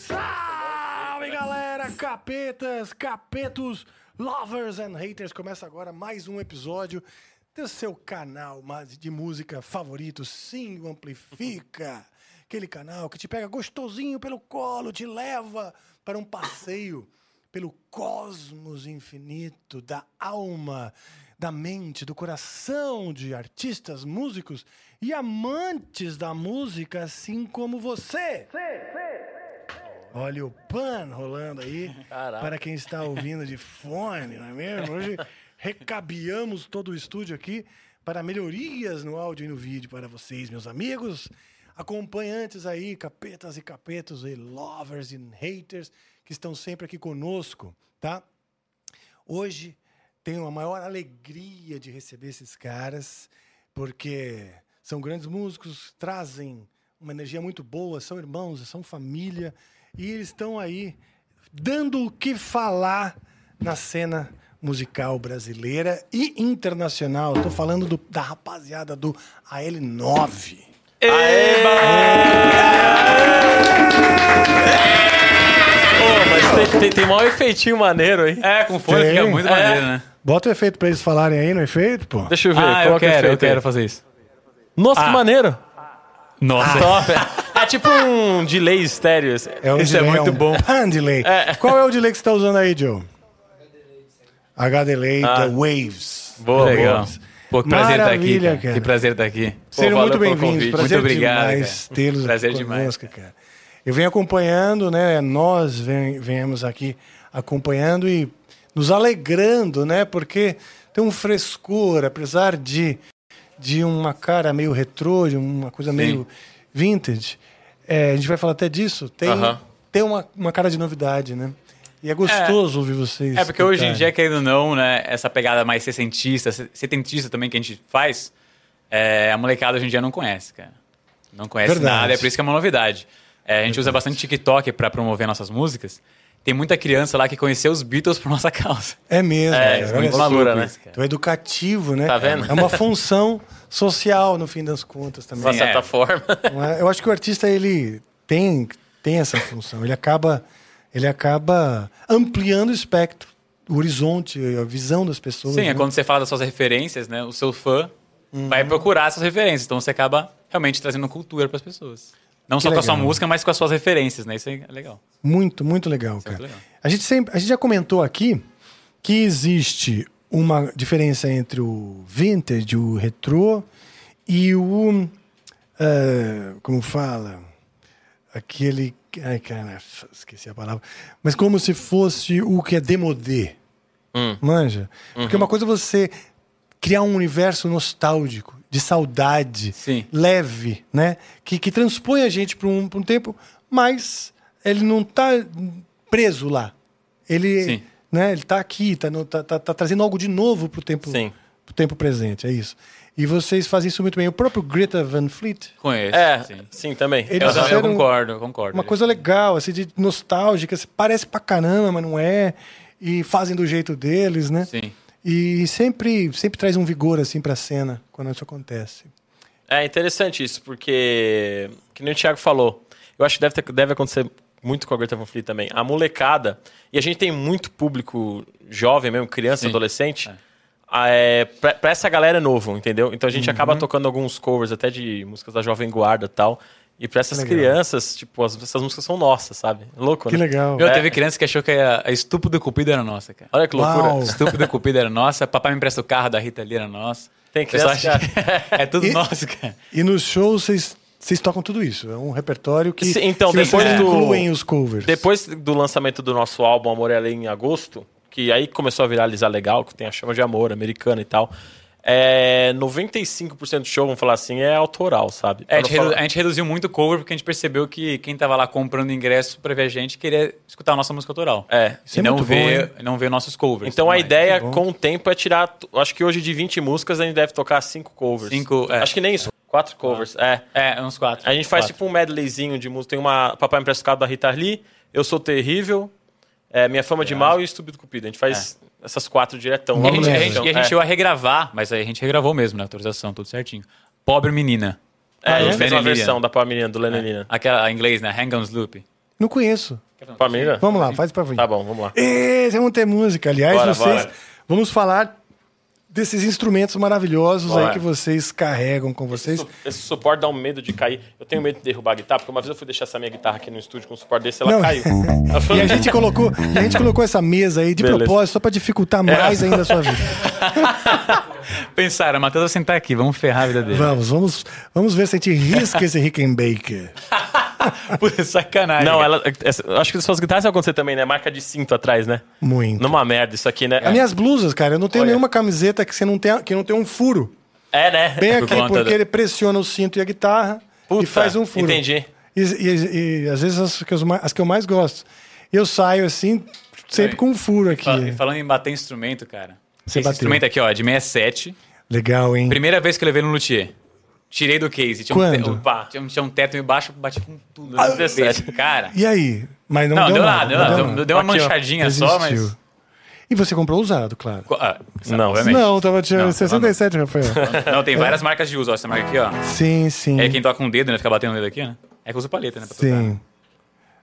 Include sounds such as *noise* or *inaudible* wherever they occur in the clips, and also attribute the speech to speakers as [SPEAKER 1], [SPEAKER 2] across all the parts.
[SPEAKER 1] Salve galera, capetas, capetos, lovers and haters. Começa agora mais um episódio do seu canal mas de música favorito, sim, o Amplifica. Aquele canal que te pega gostosinho pelo colo, te leva para um passeio pelo cosmos infinito da alma, da mente, do coração de artistas, músicos e amantes da música, assim como você. Olha o pan rolando aí.
[SPEAKER 2] Caraca.
[SPEAKER 1] Para quem está ouvindo de fone, não é mesmo? Hoje recabeamos todo o estúdio aqui para melhorias no áudio e no vídeo para vocês, meus amigos. Acompanhantes aí, capetas e capetos e lovers e haters que estão sempre aqui conosco, tá? Hoje tenho a maior alegria de receber esses caras, porque são grandes músicos, trazem uma energia muito boa, são irmãos, são família, e eles estão aí dando o que falar na cena musical brasileira e internacional. Estou falando do- da rapaziada do AL9.
[SPEAKER 2] Pô, mas tem, tem, tem maior efeitinho maneiro aí.
[SPEAKER 3] É, com fone
[SPEAKER 1] Tem.
[SPEAKER 3] fica muito
[SPEAKER 1] É.
[SPEAKER 3] maneiro, né?
[SPEAKER 1] Bota o efeito pra eles falarem aí no efeito, pô.
[SPEAKER 2] Deixa eu ver,
[SPEAKER 3] ah, eu
[SPEAKER 2] coloca
[SPEAKER 3] quero, eu
[SPEAKER 2] efeito aí.
[SPEAKER 3] quero fazer isso.
[SPEAKER 2] Nossa, que maneiro.
[SPEAKER 3] Nossa,
[SPEAKER 2] Top. *laughs* É tipo um delay estéreo. assim.
[SPEAKER 1] É um
[SPEAKER 3] Isso é
[SPEAKER 1] delay,
[SPEAKER 3] muito
[SPEAKER 1] um *laughs*
[SPEAKER 3] bom.
[SPEAKER 1] pan delay.
[SPEAKER 2] É.
[SPEAKER 1] Qual é o delay que você tá usando aí, Joe? H-Delay, The Waves.
[SPEAKER 2] Boa,
[SPEAKER 3] legal.
[SPEAKER 2] boa.
[SPEAKER 3] Pô, que prazer estar aqui.
[SPEAKER 1] Maravilha,
[SPEAKER 3] Cara.
[SPEAKER 1] cara.
[SPEAKER 3] Que prazer estar aqui.
[SPEAKER 1] Sejam
[SPEAKER 2] valeu
[SPEAKER 1] muito
[SPEAKER 2] pelo
[SPEAKER 1] bem-vindos.
[SPEAKER 2] convite.
[SPEAKER 1] Prazer
[SPEAKER 3] Muito obrigado,
[SPEAKER 1] demais
[SPEAKER 3] cara.
[SPEAKER 1] tê-los
[SPEAKER 3] Prazer
[SPEAKER 1] aqui
[SPEAKER 3] demais.
[SPEAKER 1] conosco, cara. Eu venho acompanhando, né? Nós ven- viemos aqui acompanhando e nos alegrando, né? Porque tem um frescor, apesar de, de uma cara meio retrô, de uma coisa meio vintage. É, a gente vai falar até disso. Tem,
[SPEAKER 3] Aham.
[SPEAKER 1] tem uma, uma cara de novidade, né? E é gostoso ouvir vocês.
[SPEAKER 3] É porque hoje em
[SPEAKER 1] tocarem.
[SPEAKER 3] dia, querendo ou não, né, essa pegada mais sessentista, se- setentista também que a gente faz, é, a molecada hoje em dia não conhece, cara. Não conhece
[SPEAKER 1] Verdade.
[SPEAKER 3] nada, é por isso que é uma novidade. É, a gente usa bastante TikTok pra promover nossas músicas. Tem muita criança lá que conheceu os Beatles por nossa causa.
[SPEAKER 1] É mesmo.
[SPEAKER 3] É,
[SPEAKER 1] cara,
[SPEAKER 3] isso é
[SPEAKER 1] olha
[SPEAKER 3] muito
[SPEAKER 1] só.
[SPEAKER 3] loucura, né?
[SPEAKER 1] Então, é educativo, né?
[SPEAKER 4] Tá vendo?
[SPEAKER 1] É uma função social, no fim das contas, também.
[SPEAKER 4] De uma
[SPEAKER 3] Sim,
[SPEAKER 4] certa
[SPEAKER 3] é. *laughs*
[SPEAKER 4] forma.
[SPEAKER 1] Não é? Eu acho que o artista, ele tem, tem essa função. Ele acaba, ele acaba ampliando o espectro, o horizonte, a visão das pessoas.
[SPEAKER 3] Sim,
[SPEAKER 1] né?
[SPEAKER 3] é quando você fala das suas referências, né? O seu fã
[SPEAKER 1] Uhum.
[SPEAKER 3] vai procurar essas referências. Então você acaba realmente trazendo cultura para as pessoas. Não só com a sua
[SPEAKER 1] legal.
[SPEAKER 3] música,
[SPEAKER 1] música,
[SPEAKER 3] mas com as suas referências, né? Isso é legal.
[SPEAKER 1] Muito, muito legal, cara.
[SPEAKER 3] é legal.
[SPEAKER 1] A, gente sempre, a gente já comentou aqui que existe uma diferença entre o vintage, o retrô e o. eh, como fala? Aquele. Ai, cara, esqueci a palavra. Mas como se fosse o que é demodê.
[SPEAKER 3] Hum.
[SPEAKER 1] Manja? Porque
[SPEAKER 3] Uhum.
[SPEAKER 1] uma coisa é você criar um universo nostálgico, de saudade,
[SPEAKER 3] Sim.
[SPEAKER 1] leve, né? Que, que transpõe a gente para um, pra um tempo, mas ele não tá preso lá. Ele,
[SPEAKER 3] Sim.
[SPEAKER 1] né, ele tá aqui, tá, no- tá, tá- tá trazendo algo de novo pro tempo,
[SPEAKER 4] Sim.
[SPEAKER 1] pro tempo presente, é isso. E vocês fazem isso muito bem. O próprio Greta Van Fleet,
[SPEAKER 3] Conheço.
[SPEAKER 4] É,
[SPEAKER 3] sim.
[SPEAKER 4] sim, também.
[SPEAKER 1] Ele-
[SPEAKER 3] Eu,
[SPEAKER 1] Eles
[SPEAKER 3] também- eu
[SPEAKER 1] fizeram
[SPEAKER 3] concordo, eu concordo.
[SPEAKER 1] uma coisa legal, assim, de nostálgica, assim, parece pra caramba, mas não é. E fazem do jeito deles, né?
[SPEAKER 3] Sim.
[SPEAKER 1] E sempre, sempre traz um vigor assim para a cena quando isso acontece.
[SPEAKER 4] É interessante isso, porque, que nem o Thiago falou, eu acho que deve, ter- deve acontecer muito com a Greta Van Fleet também. A molecada, e a gente tem muito público jovem mesmo, criança,
[SPEAKER 3] Sim.
[SPEAKER 4] adolescente, ah, é, pra, pra essa galera é novo, entendeu? Então a
[SPEAKER 1] Uhum.
[SPEAKER 4] gente acaba tocando alguns covers até de músicas da Jovem Guarda e tal. E pra essas
[SPEAKER 1] Legal.
[SPEAKER 4] crianças, tipo, as- essas músicas são nossas, sabe? Louco,
[SPEAKER 1] Que
[SPEAKER 4] né?
[SPEAKER 1] legal.
[SPEAKER 3] Meu,
[SPEAKER 4] É.
[SPEAKER 3] teve criança que achou que a, a Estúpido Cupido era nossa, cara.
[SPEAKER 4] Olha que loucura.
[SPEAKER 3] *laughs*
[SPEAKER 1] Uau.
[SPEAKER 3] Estúpido Cupido era nossa, Papai me empresta o carro da Rita ali era nossa.
[SPEAKER 4] Tem
[SPEAKER 3] O pessoal
[SPEAKER 4] criança
[SPEAKER 3] acha que é tudo
[SPEAKER 1] *laughs* E-
[SPEAKER 3] nosso, cara.
[SPEAKER 1] E nos shows vocês vocês tocam tudo isso. É um repertório que
[SPEAKER 4] Se- então,
[SPEAKER 1] que vocês
[SPEAKER 4] depois do-
[SPEAKER 1] incluem os covers.
[SPEAKER 4] Depois do lançamento do nosso álbum Amor Ela é em agosto, que aí começou a viralizar legal, que tem a chama de amor americana e tal. É, 95% do show, vamos falar assim, é autoral, sabe?
[SPEAKER 5] É, a,
[SPEAKER 4] Pra não
[SPEAKER 5] gente redu-
[SPEAKER 4] falar-
[SPEAKER 5] a gente reduziu muito o cover porque a gente percebeu que quem tava lá comprando ingresso pra ver a gente queria escutar a nossa música autoral.
[SPEAKER 4] é.
[SPEAKER 1] Isso
[SPEAKER 5] E
[SPEAKER 1] é
[SPEAKER 5] não,
[SPEAKER 1] muito bom,
[SPEAKER 5] ver, não ver nossos covers.
[SPEAKER 4] Então a
[SPEAKER 5] Mas-
[SPEAKER 4] ideia
[SPEAKER 1] bom.
[SPEAKER 4] com o tempo é tirar. t- Acho que hoje de 20 músicas a gente deve tocar 5 covers.
[SPEAKER 5] Cinco, é.
[SPEAKER 4] Acho que nem isso. 4 covers. É.
[SPEAKER 5] É, uns quatro.
[SPEAKER 4] A gente faz
[SPEAKER 5] Quatro.
[SPEAKER 4] tipo um medleyzinho de música. Tem uma Papai Emprestado da Rita Lee, Eu Sou Terrível, é, Minha Fama de Mal e Estúpido Cupido. A gente faz essas quatro diretão.
[SPEAKER 5] E a gente, a
[SPEAKER 1] lembro.
[SPEAKER 5] gente- É. e a gente
[SPEAKER 4] é.
[SPEAKER 5] chegou a regravar, mas aí a gente regravou mesmo, né? Autorização, tudo certinho. Pobre Menina.
[SPEAKER 4] É, a gente
[SPEAKER 5] Do
[SPEAKER 4] fez uma
[SPEAKER 5] Lennon
[SPEAKER 4] versão da Papai Menina, do Lenonina.
[SPEAKER 1] É.
[SPEAKER 5] Aquela em inglês, né? Hang on Sloop.
[SPEAKER 1] Não conheço.
[SPEAKER 4] Papai Menina?
[SPEAKER 1] Vamos lá, faz pra frente.
[SPEAKER 4] Tá bom, vamos lá.
[SPEAKER 1] É, vamos ter música. Aliás,
[SPEAKER 4] Bora,
[SPEAKER 1] vocês.
[SPEAKER 4] bora.
[SPEAKER 1] Vamos falar desses instrumentos maravilhosos
[SPEAKER 4] Bora.
[SPEAKER 1] aí que vocês carregam com vocês.
[SPEAKER 4] Su- Esse suporte dá um medo de cair. Eu tenho medo de derrubar a guitarra, porque uma vez eu fui deixar essa minha guitarra aqui no estúdio com um suporte desse, ela
[SPEAKER 1] Não. *laughs*
[SPEAKER 4] caiu.
[SPEAKER 1] E a gente colocou, e a gente colocou essa mesa aí de
[SPEAKER 4] Beleza. É.
[SPEAKER 1] propósito só pra dificultar mais ainda a sua vida.
[SPEAKER 5] Pensaram, Matheus vai sentar aqui, vamos ferrar a vida dele.
[SPEAKER 1] Vamos, vamos, vamos ver se a gente risca esse Rickenbacker.
[SPEAKER 5] *laughs* Puta, sacanagem.
[SPEAKER 4] Não, ela. essa- acho que suas guitarras vão acontecer também, né? Marca de cinto atrás, né?
[SPEAKER 1] Muito.
[SPEAKER 4] Numa merda isso aqui, né?
[SPEAKER 1] As minhas blusas, cara, eu não tenho
[SPEAKER 4] Olha.
[SPEAKER 1] nenhuma camiseta que, você não tenha, que não tenha um furo.
[SPEAKER 4] É, né?
[SPEAKER 1] Bem
[SPEAKER 5] Por
[SPEAKER 1] aqui,
[SPEAKER 5] conta
[SPEAKER 1] porque
[SPEAKER 5] do-
[SPEAKER 1] ele pressiona o cinto e a guitarra
[SPEAKER 4] Puta,
[SPEAKER 1] e faz um furo.
[SPEAKER 4] entendi.
[SPEAKER 1] E, e- e às vezes as que, eu mais, as que eu mais gosto. Eu saio assim, sempre
[SPEAKER 5] Aí.
[SPEAKER 1] com um furo aqui.
[SPEAKER 5] Fa- e Falando em bater instrumento, cara.
[SPEAKER 1] Você
[SPEAKER 5] esse
[SPEAKER 1] bateu.
[SPEAKER 5] instrumento aqui, ó, é de 67.
[SPEAKER 1] Legal, hein?
[SPEAKER 5] Primeira vez que eu levei no luthier. Tirei do case. Tinha Um, te-
[SPEAKER 1] Quando?
[SPEAKER 5] opa, tinha, um- tinha um teto embaixo, bati com tudo. 17. Cara.
[SPEAKER 1] E aí? Mas não,
[SPEAKER 5] Não,
[SPEAKER 1] deu,
[SPEAKER 5] deu
[SPEAKER 1] nada,
[SPEAKER 5] nada, deu nada. Deu, deu uma
[SPEAKER 4] Aqui, ó,
[SPEAKER 5] manchadinha só, mas.
[SPEAKER 1] Desistiu. E você comprou usado, claro.
[SPEAKER 5] Co- ah,
[SPEAKER 4] Não,
[SPEAKER 5] obviamente.
[SPEAKER 1] Não, tá tava tirando
[SPEAKER 5] Não, tá
[SPEAKER 1] 67, Rafael.
[SPEAKER 5] Não, tem várias marcas de uso, ó. Essa marca aqui, ó.
[SPEAKER 1] sim, sim.
[SPEAKER 5] Tá É quem toca com o dedo, né? Fica batendo o dedo aqui, né? É que usa paleta, né? Pra tocar.
[SPEAKER 1] sim.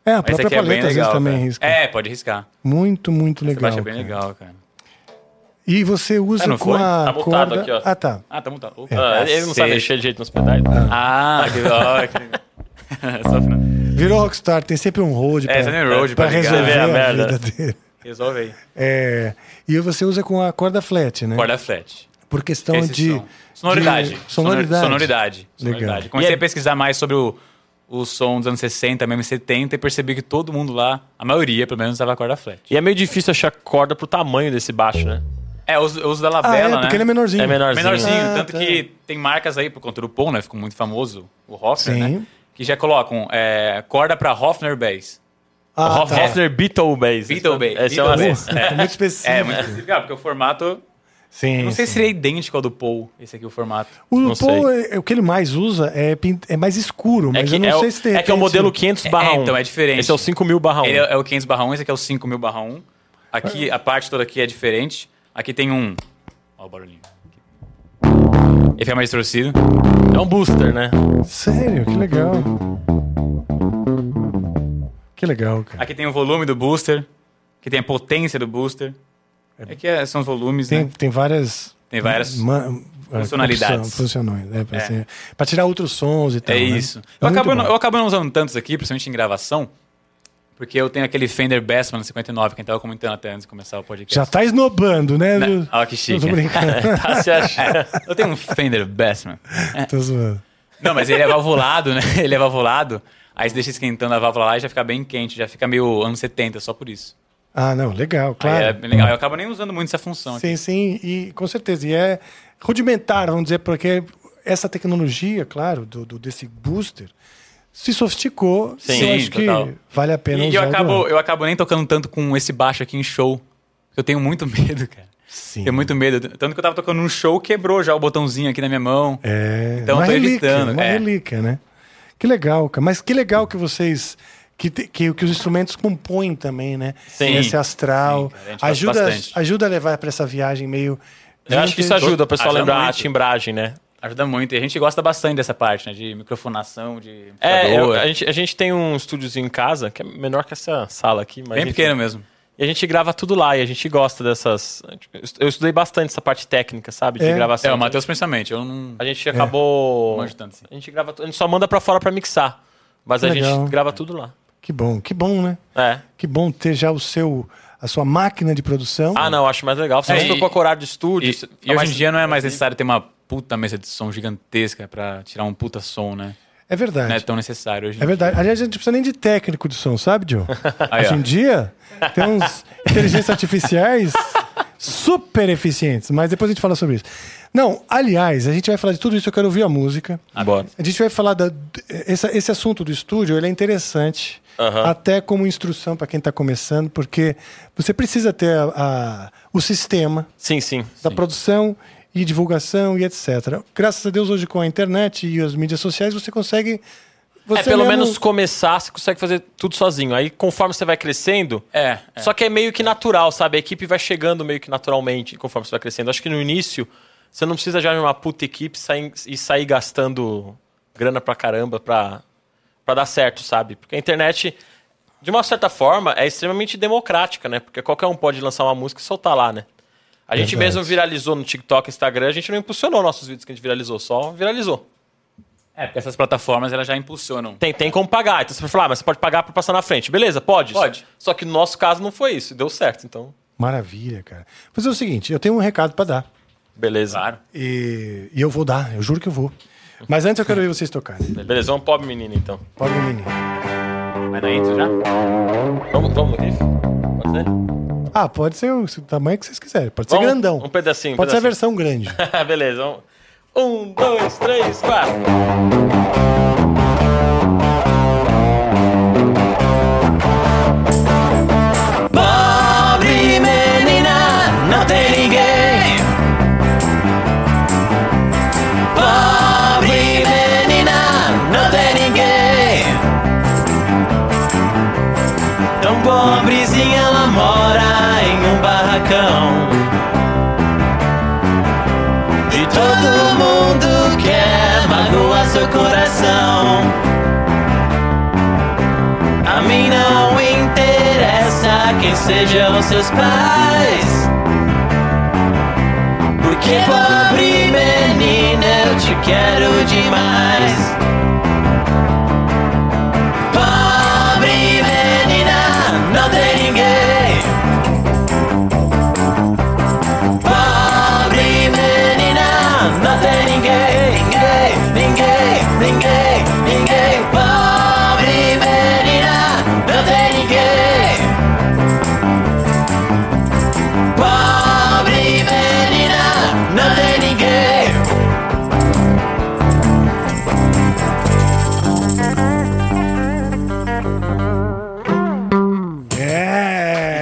[SPEAKER 1] É, a
[SPEAKER 5] Mas esse
[SPEAKER 1] própria
[SPEAKER 5] aqui é bem
[SPEAKER 1] paleta às vezes
[SPEAKER 5] legal.
[SPEAKER 1] também
[SPEAKER 5] cara.
[SPEAKER 1] risca.
[SPEAKER 5] É, pode riscar.
[SPEAKER 1] Muito, muito
[SPEAKER 5] Essa
[SPEAKER 1] legal.
[SPEAKER 5] baixa é bem
[SPEAKER 1] cara.
[SPEAKER 5] legal, cara.
[SPEAKER 1] E você usa
[SPEAKER 5] Ah, não
[SPEAKER 1] com
[SPEAKER 5] foi?
[SPEAKER 1] a
[SPEAKER 4] Tá botado
[SPEAKER 1] corda...
[SPEAKER 4] aqui, ó.
[SPEAKER 1] Ah, tá.
[SPEAKER 5] Ah, tá montado.
[SPEAKER 4] Ah,
[SPEAKER 1] É
[SPEAKER 4] ele não
[SPEAKER 1] assim.
[SPEAKER 4] sabe mexer de jeito nos pedais.
[SPEAKER 5] Ah, que *laughs* ó, que- Só final.
[SPEAKER 1] Virou rockstar, tem sempre um road pra,
[SPEAKER 5] sempre um road
[SPEAKER 1] pra
[SPEAKER 5] pra ligar.
[SPEAKER 1] resolver
[SPEAKER 4] Você vê
[SPEAKER 1] a,
[SPEAKER 4] a merda.
[SPEAKER 1] vida dele.
[SPEAKER 5] Resolve aí.
[SPEAKER 1] É, e você usa com a corda flat, né?
[SPEAKER 5] Corda flat.
[SPEAKER 1] Por questão
[SPEAKER 5] Esses
[SPEAKER 1] Então, de...
[SPEAKER 5] são. Sonoridade.
[SPEAKER 1] de sonoridade.
[SPEAKER 5] Sonoridade.
[SPEAKER 1] Legal.
[SPEAKER 5] Sonoridade. Comecei
[SPEAKER 4] E é-
[SPEAKER 5] a pesquisar mais sobre o, o som dos anos 60, mesmo 70, e percebi que todo mundo lá, a maioria, pelo menos, usava corda flat.
[SPEAKER 4] E é meio difícil achar corda pro tamanho desse baixo, né?
[SPEAKER 5] É, eu uso, eu uso da
[SPEAKER 1] Ah, é,
[SPEAKER 5] Labela, né?
[SPEAKER 1] porque ele é menorzinho.
[SPEAKER 4] É menorzinho.
[SPEAKER 1] Ah,
[SPEAKER 5] tanto
[SPEAKER 1] tá.
[SPEAKER 5] que tem marcas aí, por conta do Pom, né? Ficou muito famoso, o Hofner,
[SPEAKER 1] Sim.
[SPEAKER 5] né? Que já colocam é, corda pra Hofner Bass.
[SPEAKER 1] Ah,
[SPEAKER 4] Hoff-
[SPEAKER 5] é.
[SPEAKER 4] Hofner Beetle Bass.
[SPEAKER 5] Beetle Bass.
[SPEAKER 4] Essa é
[SPEAKER 5] Beetle
[SPEAKER 4] uma
[SPEAKER 5] Bass.
[SPEAKER 1] Porra, é muito específico.
[SPEAKER 5] É, muito específico, ah, porque o formato...
[SPEAKER 1] Sim,
[SPEAKER 5] Eu não sei
[SPEAKER 1] sim.
[SPEAKER 5] se seria idêntico ao do Paul, esse aqui, o formato.
[SPEAKER 1] O
[SPEAKER 4] Não
[SPEAKER 1] Paul, é- o que ele mais usa é, pin- é mais escuro, mas
[SPEAKER 4] que
[SPEAKER 1] eu não
[SPEAKER 4] é, o-
[SPEAKER 1] sei se tem.
[SPEAKER 4] é que é o modelo 500 barra
[SPEAKER 5] É,
[SPEAKER 4] 1.
[SPEAKER 5] então, é diferente.
[SPEAKER 4] Esse é o 5000 barra 1.
[SPEAKER 5] Ele é, é o 500 barra 1, esse aqui é o 5000 barra 1. Aqui, a parte toda aqui é diferente. Aqui tem um... Ó o barulhinho. Ele fica mais distorcido.
[SPEAKER 4] É um booster, né?
[SPEAKER 1] Sério, que legal. Que legal, cara.
[SPEAKER 5] Aqui tem o volume do booster. Aqui tem a potência do booster. Aqui é- são os volumes,
[SPEAKER 1] Tem,
[SPEAKER 5] né?
[SPEAKER 1] tem várias.
[SPEAKER 5] Tem várias
[SPEAKER 1] ma-
[SPEAKER 5] funcionalidades.
[SPEAKER 1] opção- Funcionais, é, pra,
[SPEAKER 5] É.
[SPEAKER 1] ser- pra tirar outros sons e tal.
[SPEAKER 5] É
[SPEAKER 1] né?
[SPEAKER 5] isso. Eu
[SPEAKER 1] Muito
[SPEAKER 5] acabo, não,
[SPEAKER 1] bom.
[SPEAKER 5] eu acabo não usando tantos aqui, principalmente em gravação, porque eu tenho aquele Fender Bassman 59, que a gente tava comentando até antes de começar o podcast.
[SPEAKER 1] Já tá esnobando, né? Lu?
[SPEAKER 5] Olha que chique.
[SPEAKER 1] Não tô
[SPEAKER 5] *laughs*
[SPEAKER 1] brincando,
[SPEAKER 4] Tá se achando.
[SPEAKER 5] Eu tenho um Fender Bassman. *laughs*
[SPEAKER 1] tô zoando.
[SPEAKER 5] Não, mas ele é valvulado, né? *laughs* Ele é valvulado. Aí você deixa esquentando a válvula lá e já fica bem quente, já fica meio anos 70, só por isso.
[SPEAKER 1] Ah, não, legal,
[SPEAKER 5] Aí
[SPEAKER 1] claro.
[SPEAKER 5] é bem legal. Eu acabo nem usando muito essa função aqui.
[SPEAKER 1] Sim, sim, e com certeza. E é rudimentar, vamos dizer, porque essa tecnologia, claro, do, do- desse booster, se sofisticou.
[SPEAKER 5] Sim,
[SPEAKER 1] eu acho que
[SPEAKER 5] total.
[SPEAKER 1] vale a pena
[SPEAKER 5] E
[SPEAKER 1] usar.
[SPEAKER 5] eu
[SPEAKER 1] o do
[SPEAKER 5] acabo,
[SPEAKER 1] Apple.
[SPEAKER 5] eu acabo nem tocando tanto com esse baixo aqui em show. Eu tenho muito *laughs* medo, cara.
[SPEAKER 1] Sim.
[SPEAKER 5] Tenho muito medo. Tanto que eu tava tocando num show, quebrou já o botãozinho aqui na minha mão.
[SPEAKER 1] É,
[SPEAKER 5] Então
[SPEAKER 1] uma
[SPEAKER 5] eu tô
[SPEAKER 1] relíquia,
[SPEAKER 5] evitando,
[SPEAKER 1] Uma
[SPEAKER 5] é.
[SPEAKER 1] relíquia, né? Que legal, cara. Mas que legal que vocês. Que, te- que, que os instrumentos compõem também, né?
[SPEAKER 4] Sim,
[SPEAKER 1] Esse astral.
[SPEAKER 5] sim, cara, a gente gosta
[SPEAKER 1] ajuda,
[SPEAKER 5] bastante.
[SPEAKER 1] ajuda a levar pra essa viagem meio.
[SPEAKER 4] Eu acho que isso ajuda o pessoal a
[SPEAKER 5] Ajuda
[SPEAKER 4] lembrar a
[SPEAKER 5] muito.
[SPEAKER 4] timbragem, né?
[SPEAKER 5] Ajuda muito. E a gente gosta bastante dessa parte, né? De microfonação, de
[SPEAKER 4] É, eu-
[SPEAKER 5] computador.
[SPEAKER 4] a, gente, a gente tem um estúdiozinho em casa, que é menor que essa sala aqui, mas.
[SPEAKER 5] É bem
[SPEAKER 4] enfim.
[SPEAKER 5] pequeno mesmo.
[SPEAKER 4] E a gente grava tudo lá e a gente gosta dessas. Eu estudei bastante essa parte técnica, sabe? De
[SPEAKER 1] É.
[SPEAKER 4] gravação.
[SPEAKER 5] É, o Matheus principalmente. Eu não...
[SPEAKER 4] A gente acabou.
[SPEAKER 5] Manjo tanto, sim.
[SPEAKER 4] A gente grava tu- A gente só manda pra fora pra mixar. Mas a
[SPEAKER 1] Legal.
[SPEAKER 4] gente grava tudo lá.
[SPEAKER 1] Que bom, que bom, né?
[SPEAKER 4] É.
[SPEAKER 1] Que bom ter já o seu, a sua máquina de produção.
[SPEAKER 4] Ah, não, acho mais legal. Você
[SPEAKER 5] É,
[SPEAKER 4] não se
[SPEAKER 5] e-
[SPEAKER 4] preocupa com horário de estúdio.
[SPEAKER 5] E,
[SPEAKER 4] você-
[SPEAKER 5] e hoje
[SPEAKER 4] mas-
[SPEAKER 5] em dia não é mais necessário ter uma puta mesa de som gigantesca pra tirar um puta som, né?
[SPEAKER 1] É verdade.
[SPEAKER 3] Não é tão necessário hoje. em
[SPEAKER 1] É verdade. Aliás, a gente não precisa nem de técnico de som, sabe, John?
[SPEAKER 3] dia. Aí,
[SPEAKER 1] Hoje em
[SPEAKER 3] ó.
[SPEAKER 1] dia, tem uns inteligências artificiais super eficientes, mas depois a gente fala sobre isso. Não, aliás, a gente vai falar de tudo isso, eu quero ouvir a música.
[SPEAKER 4] Bora.
[SPEAKER 1] A gente vai falar da. Esse, esse assunto do estúdio ele é interessante,
[SPEAKER 4] Aham.
[SPEAKER 1] até como instrução para quem está começando, porque você precisa ter a- a- o sistema
[SPEAKER 4] Sim, sim.
[SPEAKER 1] da produção e divulgação e etc. Graças a Deus, hoje com a internet e as mídias sociais, você consegue. Você
[SPEAKER 4] é, pelo
[SPEAKER 1] mesmo-
[SPEAKER 4] menos começar, você consegue fazer tudo sozinho. Aí, conforme você vai crescendo,
[SPEAKER 3] É, é.
[SPEAKER 4] Só que é meio que natural, sabe? A equipe vai chegando meio que naturalmente conforme você vai crescendo. Acho que no início, você não precisa já de uma puta equipe sair- e sair gastando grana pra caramba pra, pra dar certo, sabe? Porque a internet, de uma certa forma, é extremamente democrática, né? Porque qualquer um pode lançar uma música e soltar lá, né? A gente
[SPEAKER 1] Verdade.
[SPEAKER 4] mesmo viralizou no TikTok, Instagram, a gente não impulsionou nossos vídeos que a gente viralizou, só viralizou.
[SPEAKER 3] É, porque essas plataformas elas já impulsionam.
[SPEAKER 4] Tem, tem como pagar. Então você vai falar, ah, mas você pode pagar pra passar na frente. Beleza, pode.
[SPEAKER 3] Pode.
[SPEAKER 4] Só que no nosso caso não foi isso, deu certo, então.
[SPEAKER 1] Maravilha, cara. Vou fazer o seguinte: eu tenho um recado para dar.
[SPEAKER 4] Beleza.
[SPEAKER 3] Claro.
[SPEAKER 1] E, e eu vou dar, eu juro que eu vou. Mas antes eu quero ver vocês tocarem.
[SPEAKER 4] Beleza, vamos pobre menino então.
[SPEAKER 1] Pode menino.
[SPEAKER 3] Mas não é isso já?
[SPEAKER 4] Vamos, vamos no riff? Pode ser?
[SPEAKER 1] Ah, pode ser o o tamanho que vocês quiserem. Pode ser
[SPEAKER 4] Vamos-
[SPEAKER 1] grandão.
[SPEAKER 4] um pedacinho, um
[SPEAKER 1] Pode ser a
[SPEAKER 4] pedacinho.
[SPEAKER 1] versão
[SPEAKER 4] *laughs*
[SPEAKER 1] grande.
[SPEAKER 4] Beleza, vamos. Um, dois, três, quatro. Pobre menina, não tem ninguém. Pobre menina, não tem ninguém. Tão pobrezinha, ela mora em um barracão. E todo mundo quer magoar seu coração. A mim não interessa quem sejam seus pais. Porque, pobre menina, eu te quero demais. Pobre menina, não tem ninguém. Pobre menina, não tem ninguém, ninguém, ninguém, ninguém, ninguém. Pobre menina, não tem ninguém. Pobre menina, não tem ninguém.
[SPEAKER 1] É!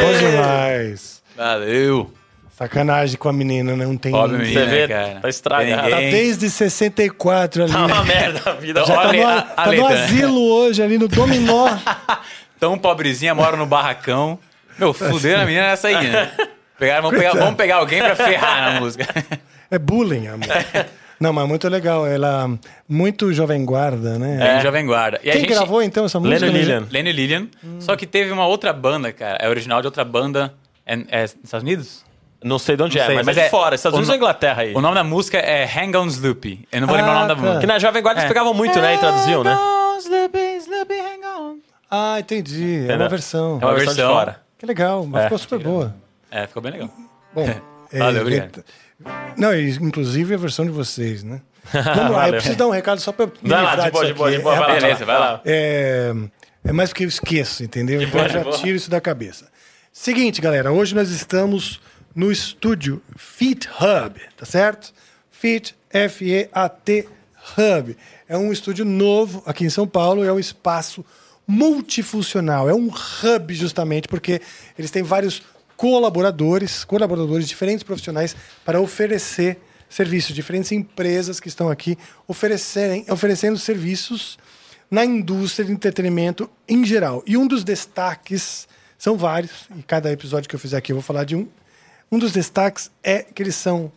[SPEAKER 1] Bom demais.
[SPEAKER 3] Valeu.
[SPEAKER 1] Sacanagem com a menina, não tem.
[SPEAKER 3] Pobre menina,
[SPEAKER 4] Hum, Você vê,
[SPEAKER 3] cara.
[SPEAKER 4] tá estragado.
[SPEAKER 1] Tá
[SPEAKER 3] Ninguém-
[SPEAKER 1] desde 64 ali.
[SPEAKER 4] É Uma merda a vida.
[SPEAKER 1] Já tá
[SPEAKER 3] Olha
[SPEAKER 1] no,
[SPEAKER 3] a- a
[SPEAKER 1] tá no
[SPEAKER 3] letra, né?
[SPEAKER 1] asilo hoje, ali no dominó.
[SPEAKER 3] Tão pobrezinha, mora no barracão. Meu, fuderam a menina nessa aí, né? Pegaram, vamos, pegar, vamos pegar alguém pra ferrar na música.
[SPEAKER 1] É bullying, amor. Não, mas muito legal. Ela muito jovem guarda, né?
[SPEAKER 3] É. Jovem Guarda. E a
[SPEAKER 1] Quem
[SPEAKER 3] gente-
[SPEAKER 1] gravou então essa música?
[SPEAKER 4] Lennon Lillian.
[SPEAKER 3] Lenny Lillian. Só que teve uma outra banda, cara. É original de outra banda. É, é nos Estados Unidos?
[SPEAKER 4] Não sei de onde
[SPEAKER 3] Não
[SPEAKER 4] é,
[SPEAKER 3] sei,
[SPEAKER 4] mas,
[SPEAKER 3] mas
[SPEAKER 4] é de
[SPEAKER 3] é-
[SPEAKER 4] fora. Estados
[SPEAKER 3] o
[SPEAKER 4] Unidos
[SPEAKER 3] no-
[SPEAKER 4] ou Inglaterra aí?
[SPEAKER 3] O nome da música é Hang On Sloopy. Eu não vou
[SPEAKER 1] Ah,
[SPEAKER 3] lembrar o nome da
[SPEAKER 1] cara.
[SPEAKER 3] música.
[SPEAKER 4] Que na Jovem Guarda eles
[SPEAKER 3] É.
[SPEAKER 4] pegavam muito, né? E traduziam, né?
[SPEAKER 3] on, Sloopy, Sloopy, hang on.
[SPEAKER 1] Ah, entendi. É uma versão.
[SPEAKER 4] É uma versão de
[SPEAKER 3] versão.
[SPEAKER 4] fora.
[SPEAKER 1] Que legal, mas
[SPEAKER 4] É.
[SPEAKER 1] ficou super boa.
[SPEAKER 3] É, ficou bem legal.
[SPEAKER 1] Bom,
[SPEAKER 4] *laughs*
[SPEAKER 1] é,
[SPEAKER 3] Valeu, obrigado.
[SPEAKER 1] Não, e, inclusive a versão de vocês, né?
[SPEAKER 4] *laughs*
[SPEAKER 1] Vamos lá, eu
[SPEAKER 4] Valeu.
[SPEAKER 1] preciso dar um recado só pra.
[SPEAKER 4] Vai lá, de boa, de boa, de boa. Vai lá,
[SPEAKER 3] Beleza, vai lá.
[SPEAKER 1] É, é mais porque eu esqueço, entendeu? Então
[SPEAKER 4] boa,
[SPEAKER 1] eu
[SPEAKER 4] de
[SPEAKER 1] já
[SPEAKER 4] boa.
[SPEAKER 1] tiro isso da cabeça. Seguinte, galera, hoje nós estamos no estúdio Fit Hub, tá certo? Fit F-E-A-T Hub. É um estúdio novo aqui em São Paulo, é um espaço multifuncional, é um hub justamente porque eles têm vários colaboradores, colaboradores diferentes profissionais para oferecer serviços, diferentes empresas que estão aqui oferecerem, oferecendo serviços na indústria de entretenimento em geral. E um dos destaques, são vários, e cada episódio que eu fizer aqui eu vou falar de um. Um dos destaques é que eles são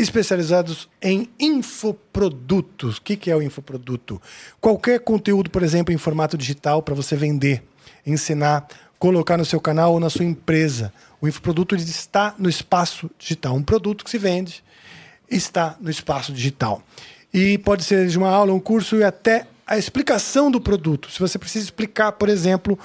[SPEAKER 1] especializados em infoprodutos. O que, que é o infoproduto? Qualquer conteúdo, por exemplo, em formato digital para você vender, ensinar, colocar no seu canal ou na sua empresa. O infoproduto ele está no espaço digital. Um produto que se vende está no espaço digital. E pode ser de uma aula, um curso e até a explicação do produto. Se você precisa explicar, por exemplo,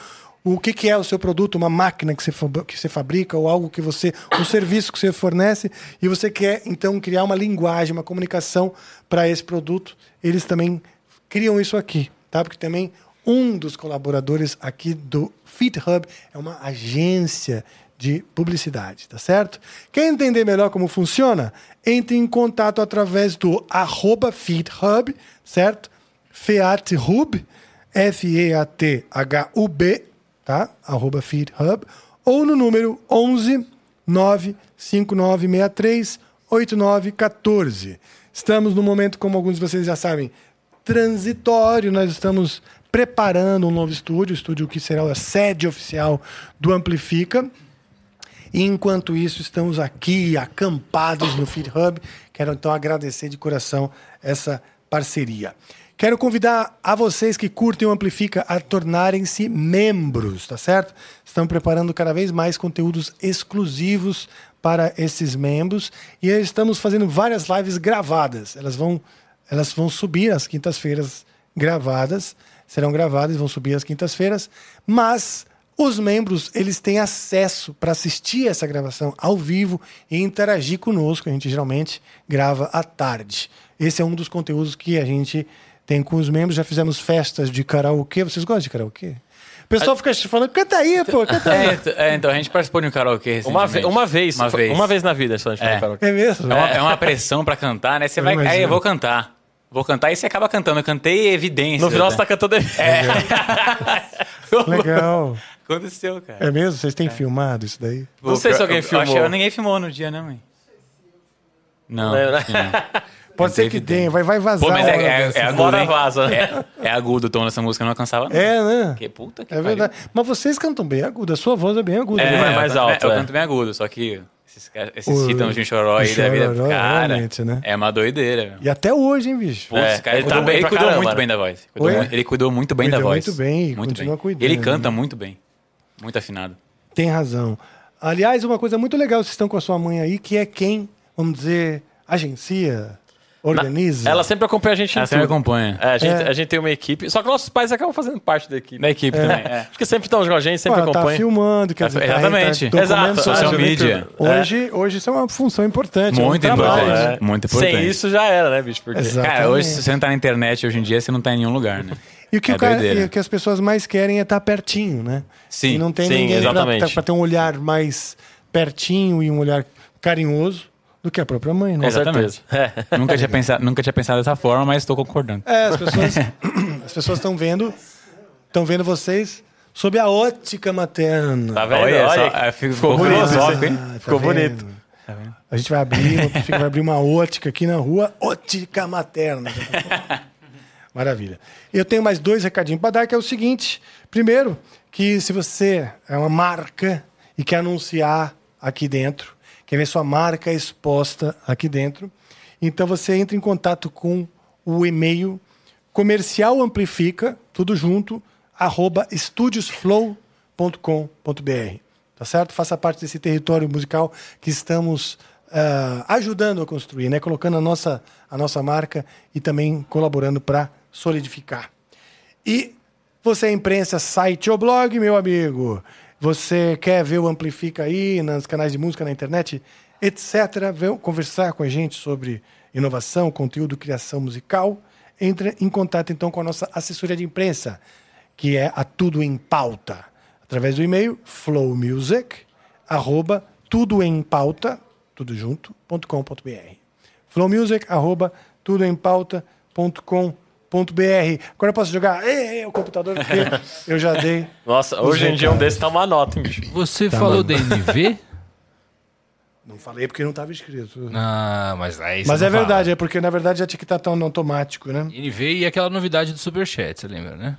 [SPEAKER 1] o que, que é o seu produto, uma máquina que você, fab- que você fabrica ou algo que você, um serviço que você fornece e você quer então criar uma linguagem, uma comunicação para esse produto, eles também criam isso aqui, tá? Porque também um dos colaboradores aqui do Fit Hub é uma agência de publicidade, tá certo? Quer entender melhor como funciona? Entre em contato através do arroba FeedHub, certo? FeatHub, F-E-A-T-H-U-B, tá? Arroba FeedHub, ou no número 11 95963 8914. Estamos no momento, como alguns de vocês já sabem, transitório. Nós estamos preparando um novo estúdio, estúdio que será a sede oficial do Amplifica. E enquanto isso, estamos aqui acampados no Feed Hub. Quero então agradecer de coração essa parceria. Quero convidar a vocês que curtem o Amplifica a tornarem-se membros, tá certo? Estamos preparando cada vez mais conteúdos exclusivos para esses membros e estamos fazendo várias lives gravadas. Elas vão, elas vão subir às quintas-feiras gravadas, serão gravadas, vão subir às quintas-feiras, mas os membros eles têm acesso para assistir essa gravação ao vivo e interagir conosco. A gente geralmente grava à tarde. Esse é um dos conteúdos que a gente tem com os membros. Já fizemos festas de karaokê. Vocês gostam de karaokê? O pessoal fica falando, canta aí, pô, canta aí.
[SPEAKER 3] É, ent- é, então a gente participou de um karaokê
[SPEAKER 4] Tá. Uma, ve
[SPEAKER 3] recentemente.
[SPEAKER 4] uma vez,
[SPEAKER 3] Uma vez.
[SPEAKER 4] uma vez na vida, só a gente
[SPEAKER 3] *laughs* É.
[SPEAKER 4] foi no karaokê.
[SPEAKER 1] É mesmo?
[SPEAKER 3] É uma, é uma pressão pra cantar, né? Você vai. Aí
[SPEAKER 1] imagino.
[SPEAKER 3] eu vou cantar. Vou cantar e você acaba cantando. Eu cantei evidência.
[SPEAKER 4] No final
[SPEAKER 3] né?
[SPEAKER 4] você tá cantando.
[SPEAKER 3] *laughs*
[SPEAKER 1] Legal.
[SPEAKER 3] Aconteceu, cara.
[SPEAKER 1] É mesmo? Vocês têm filmado isso daí?
[SPEAKER 4] Não sei se alguém
[SPEAKER 3] eu,
[SPEAKER 4] filmou.
[SPEAKER 3] Eu acho que ninguém filmou no dia, né, mãe? Não.
[SPEAKER 4] Não, né?
[SPEAKER 3] acho que
[SPEAKER 4] *laughs*
[SPEAKER 3] não.
[SPEAKER 1] Pode ser
[SPEAKER 3] teve
[SPEAKER 1] que
[SPEAKER 3] tempo.
[SPEAKER 1] tenha, vai, vai vazar.
[SPEAKER 3] É Pô, mas é,
[SPEAKER 1] uma hora
[SPEAKER 3] é,
[SPEAKER 1] dessa.
[SPEAKER 3] é agudo.
[SPEAKER 4] Bora
[SPEAKER 3] hein?
[SPEAKER 4] vaza.
[SPEAKER 3] É, é agudo o tom dessa música, eu não alcançava, não.
[SPEAKER 1] É, né?
[SPEAKER 3] Que puta que
[SPEAKER 1] É verdade. Mas vocês cantam bem agudo, a sua voz é bem aguda.
[SPEAKER 3] pariu.
[SPEAKER 1] né?
[SPEAKER 4] Ele vai mais
[SPEAKER 3] eu canto
[SPEAKER 4] alto,
[SPEAKER 3] bem-
[SPEAKER 4] é.
[SPEAKER 3] Eu canto bem agudo, só que esses, caras- esses
[SPEAKER 1] O-
[SPEAKER 3] ritmos de um choró aí
[SPEAKER 1] o
[SPEAKER 3] da vida.
[SPEAKER 1] chororó,
[SPEAKER 3] Cara,
[SPEAKER 1] realmente, né?
[SPEAKER 3] é uma doideira, meu.
[SPEAKER 1] E até hoje, hein, bicho?
[SPEAKER 3] Putz,
[SPEAKER 4] É,
[SPEAKER 3] cara,
[SPEAKER 4] ele
[SPEAKER 3] ele,
[SPEAKER 4] tá
[SPEAKER 3] cuidou,
[SPEAKER 4] bem
[SPEAKER 3] ele
[SPEAKER 4] pra
[SPEAKER 3] cuidou
[SPEAKER 4] caramba,
[SPEAKER 3] muito
[SPEAKER 4] né?
[SPEAKER 3] bem da voz. Cuidou
[SPEAKER 1] Oi?
[SPEAKER 3] mu- ele cuidou muito bem da
[SPEAKER 1] Cuidou
[SPEAKER 3] voz.
[SPEAKER 1] muito bem e continua cuidando,
[SPEAKER 3] Ele canta
[SPEAKER 1] né?
[SPEAKER 3] muito bem. Muito afinado.
[SPEAKER 1] Tem razão. Aliás, uma coisa muito legal, vocês estão com a sua mãe aí, que é quem, vamos dizer, agencia, organiza.
[SPEAKER 4] Ela sempre acompanha a gente em
[SPEAKER 3] Ela sempre
[SPEAKER 4] tudo.
[SPEAKER 3] acompanha.
[SPEAKER 4] É, a, gente,
[SPEAKER 1] É.
[SPEAKER 4] a gente tem uma equipe. Só que nossos pais acabam fazendo parte da equipe.
[SPEAKER 3] Da equipe também. é.
[SPEAKER 4] Porque sempre estão com a gente,
[SPEAKER 1] Pô,
[SPEAKER 4] sempre
[SPEAKER 1] ela tá
[SPEAKER 4] acompanha.
[SPEAKER 1] filmando, quer
[SPEAKER 3] Tá-
[SPEAKER 1] dizer, tá-
[SPEAKER 3] exatamente.
[SPEAKER 1] tá documentando.
[SPEAKER 4] Exato,
[SPEAKER 3] Social
[SPEAKER 4] ajuda em tudo.
[SPEAKER 3] media.
[SPEAKER 1] Hoje, hoje isso é uma função importante. é um
[SPEAKER 3] Muito
[SPEAKER 1] trabalho,
[SPEAKER 3] importante.
[SPEAKER 1] né?
[SPEAKER 4] É.
[SPEAKER 3] Muito importante.
[SPEAKER 4] Sem isso já era, né, bicho? Porque...
[SPEAKER 1] Exato.
[SPEAKER 3] Cara, hoje,
[SPEAKER 1] Exatamente.
[SPEAKER 3] se você não tá na internet hoje em dia, você não tá em nenhum lugar,
[SPEAKER 1] *laughs*
[SPEAKER 3] né?
[SPEAKER 1] E o que,
[SPEAKER 3] É
[SPEAKER 1] o cara-
[SPEAKER 3] doideira.
[SPEAKER 1] e o que as pessoas mais querem é estar pertinho, né?
[SPEAKER 3] Sim,
[SPEAKER 1] E não tem
[SPEAKER 4] sim,
[SPEAKER 1] ninguém
[SPEAKER 4] exatamente.
[SPEAKER 1] para ter um olhar mais pertinho e um olhar carinhoso do que a própria mãe, né?
[SPEAKER 4] Com certeza.
[SPEAKER 3] Exatamente.
[SPEAKER 4] É.
[SPEAKER 3] nunca, tinha pensado, nunca tinha pensado dessa forma, mas tô concordando.
[SPEAKER 1] É, as pessoas *coughs* as pessoas estão vendo estão vendo vocês sob a ótica materna.
[SPEAKER 4] Tá vendo?
[SPEAKER 3] Olha
[SPEAKER 4] Olha,
[SPEAKER 3] só,
[SPEAKER 4] aí.
[SPEAKER 3] eu fico-
[SPEAKER 4] ficou
[SPEAKER 3] ficou
[SPEAKER 4] filosófico,
[SPEAKER 3] filosófico,
[SPEAKER 4] hein?
[SPEAKER 1] Ah, tá
[SPEAKER 4] ficou
[SPEAKER 1] vendo?
[SPEAKER 4] bonito.
[SPEAKER 1] A gente vai abrir, uma- vai abrir uma ótica aqui na rua, ótica
[SPEAKER 4] *laughs*
[SPEAKER 1] materna. Maravilha. Eu tenho mais dois recadinhos para dar, que é o seguinte. Primeiro, que se você é uma marca e quer anunciar aqui dentro, quer ver sua marca exposta aqui dentro, então você entra em contato com o e-mail comercial amplifica, tudo junto, arroba estudiosflow.com.br. Tá certo? Faça parte desse território musical que estamos ah, ajudando a construir, né? colocando a nossa, a nossa marca e também colaborando para solidificar. E você é imprensa, site ou blog, meu amigo. Você quer ver o Amplifica aí nos canais de música, na internet, etc. Vem conversar com a gente sobre inovação, conteúdo, criação musical. Entre em contato então com a nossa assessoria de imprensa, que é a Tudo em Pauta, através do e-mail flowmusic, arroba, tudo em pauta, tudo junto, ponto com, ponto br flowmusic, arroba, tudoempauta.com.br. Agora eu posso jogar "Ei, ei, o computador,
[SPEAKER 6] *laughs*
[SPEAKER 1] porque eu já dei.
[SPEAKER 4] Nossa, hoje em dia um desses tá uma nota, hein, bicho?
[SPEAKER 6] Você falou da NV?
[SPEAKER 1] Não falei porque não estava escrito.
[SPEAKER 6] ah, mas aí você
[SPEAKER 1] Mas
[SPEAKER 6] não
[SPEAKER 1] é
[SPEAKER 6] fala.
[SPEAKER 1] verdade, é porque na verdade já tinha que estar tão no automático, né?
[SPEAKER 6] NV e aquela novidade do Superchat, você lembra, né?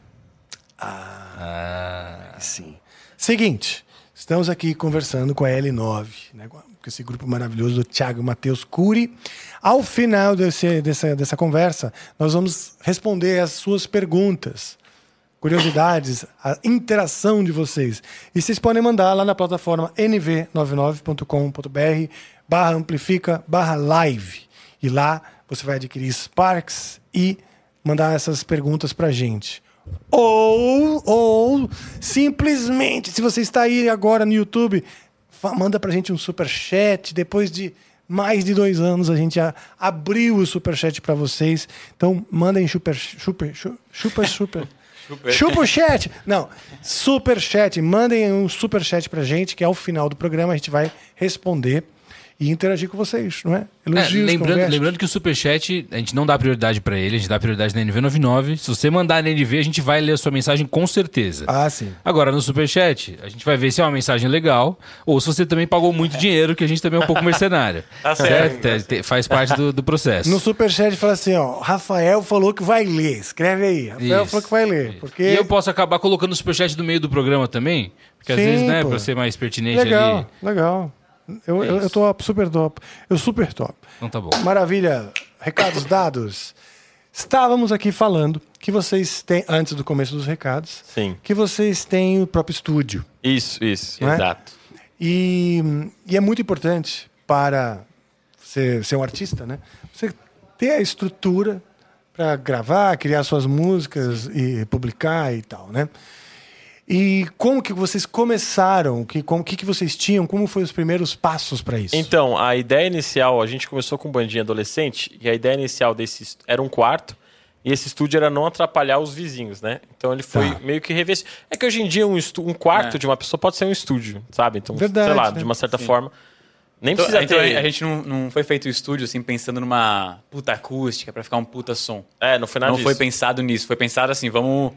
[SPEAKER 6] Ah.
[SPEAKER 1] Sim. Seguinte, estamos aqui conversando com a L9, né, com com esse grupo maravilhoso do Thiago Matheus Cury. Ao final desse, dessa, dessa conversa, nós vamos responder as suas perguntas, curiosidades, a interação de vocês. E vocês podem mandar lá na plataforma nv99.com.br barra amplifica barra live. E lá você vai adquirir Sparks e mandar essas perguntas pra gente. Ou, ou simplesmente, se você está aí agora no YouTube, fa- manda pra gente um superchat. Depois de mais de dois anos, a gente já abriu o superchat pra vocês. Então, mandem super, super, chu- super, *laughs* super. Chupa o chat! Não, superchat. Mandem um superchat pra gente, que ao final do programa a gente vai responder e interagir com vocês, não é?
[SPEAKER 6] É,
[SPEAKER 1] Elogios,
[SPEAKER 6] lembrando,
[SPEAKER 1] conversas.
[SPEAKER 6] lembrando que o Superchat, a gente não dá prioridade pra ele, a gente dá prioridade na NV99. Se você mandar na NV, a gente vai ler a sua mensagem com certeza.
[SPEAKER 1] Ah, sim.
[SPEAKER 6] Agora, no Superchat, a gente vai ver se é uma mensagem legal ou se você também
[SPEAKER 1] *laughs*
[SPEAKER 6] pagou muito dinheiro, que a gente também é um pouco mercenário.
[SPEAKER 4] Tá certo.
[SPEAKER 6] Te- te- Faz parte do, do processo.
[SPEAKER 1] No superchat fala assim, ó, Rafael falou que vai ler. Escreve aí. Rafael
[SPEAKER 6] Isso.
[SPEAKER 1] falou que vai ler. Porque
[SPEAKER 6] E eu posso acabar colocando o Superchat no meio do programa também, porque às
[SPEAKER 1] Sim,
[SPEAKER 6] vezes, né,
[SPEAKER 1] pô.
[SPEAKER 6] pra ser mais pertinente
[SPEAKER 1] legal,
[SPEAKER 6] ali. É
[SPEAKER 1] legal. Eu, eu, eu tô super top. Eu super top.
[SPEAKER 6] Então tá bom.
[SPEAKER 1] Maravilha. Recados dados. Estávamos aqui falando que vocês têm, antes do começo dos recados,
[SPEAKER 4] Sim.
[SPEAKER 1] que vocês têm o próprio estúdio.
[SPEAKER 4] Isso, isso.
[SPEAKER 1] Não é?
[SPEAKER 4] Exato.
[SPEAKER 1] E, e é muito importante para você ser um artista, né? Você ter a estrutura para gravar, criar suas músicas e publicar e tal, né? E como que vocês começaram? Que, como, que, que vocês tinham? Como foram os primeiros passos para isso?
[SPEAKER 4] Então, a ideia inicial, a gente começou com bandinha adolescente, e a ideia inicial desse est- era um quarto, e esse estúdio era não atrapalhar os vizinhos, né? Então ele foi
[SPEAKER 1] Tá.
[SPEAKER 4] meio que revestido. É que hoje em dia um, estu- um
[SPEAKER 3] É.
[SPEAKER 4] quarto de uma pessoa pode ser um estúdio, sabe? Então,
[SPEAKER 1] Verdade,
[SPEAKER 4] sei lá,
[SPEAKER 1] né?
[SPEAKER 4] de uma certa forma. Nem
[SPEAKER 3] Então,
[SPEAKER 4] precisa
[SPEAKER 3] então
[SPEAKER 4] ter.
[SPEAKER 3] a gente não, não foi feito o estúdio assim pensando numa puta acústica pra ficar um puta som.
[SPEAKER 4] É, não foi nada
[SPEAKER 3] não
[SPEAKER 4] disso.
[SPEAKER 3] foi pensado nisso, foi pensado assim, vamos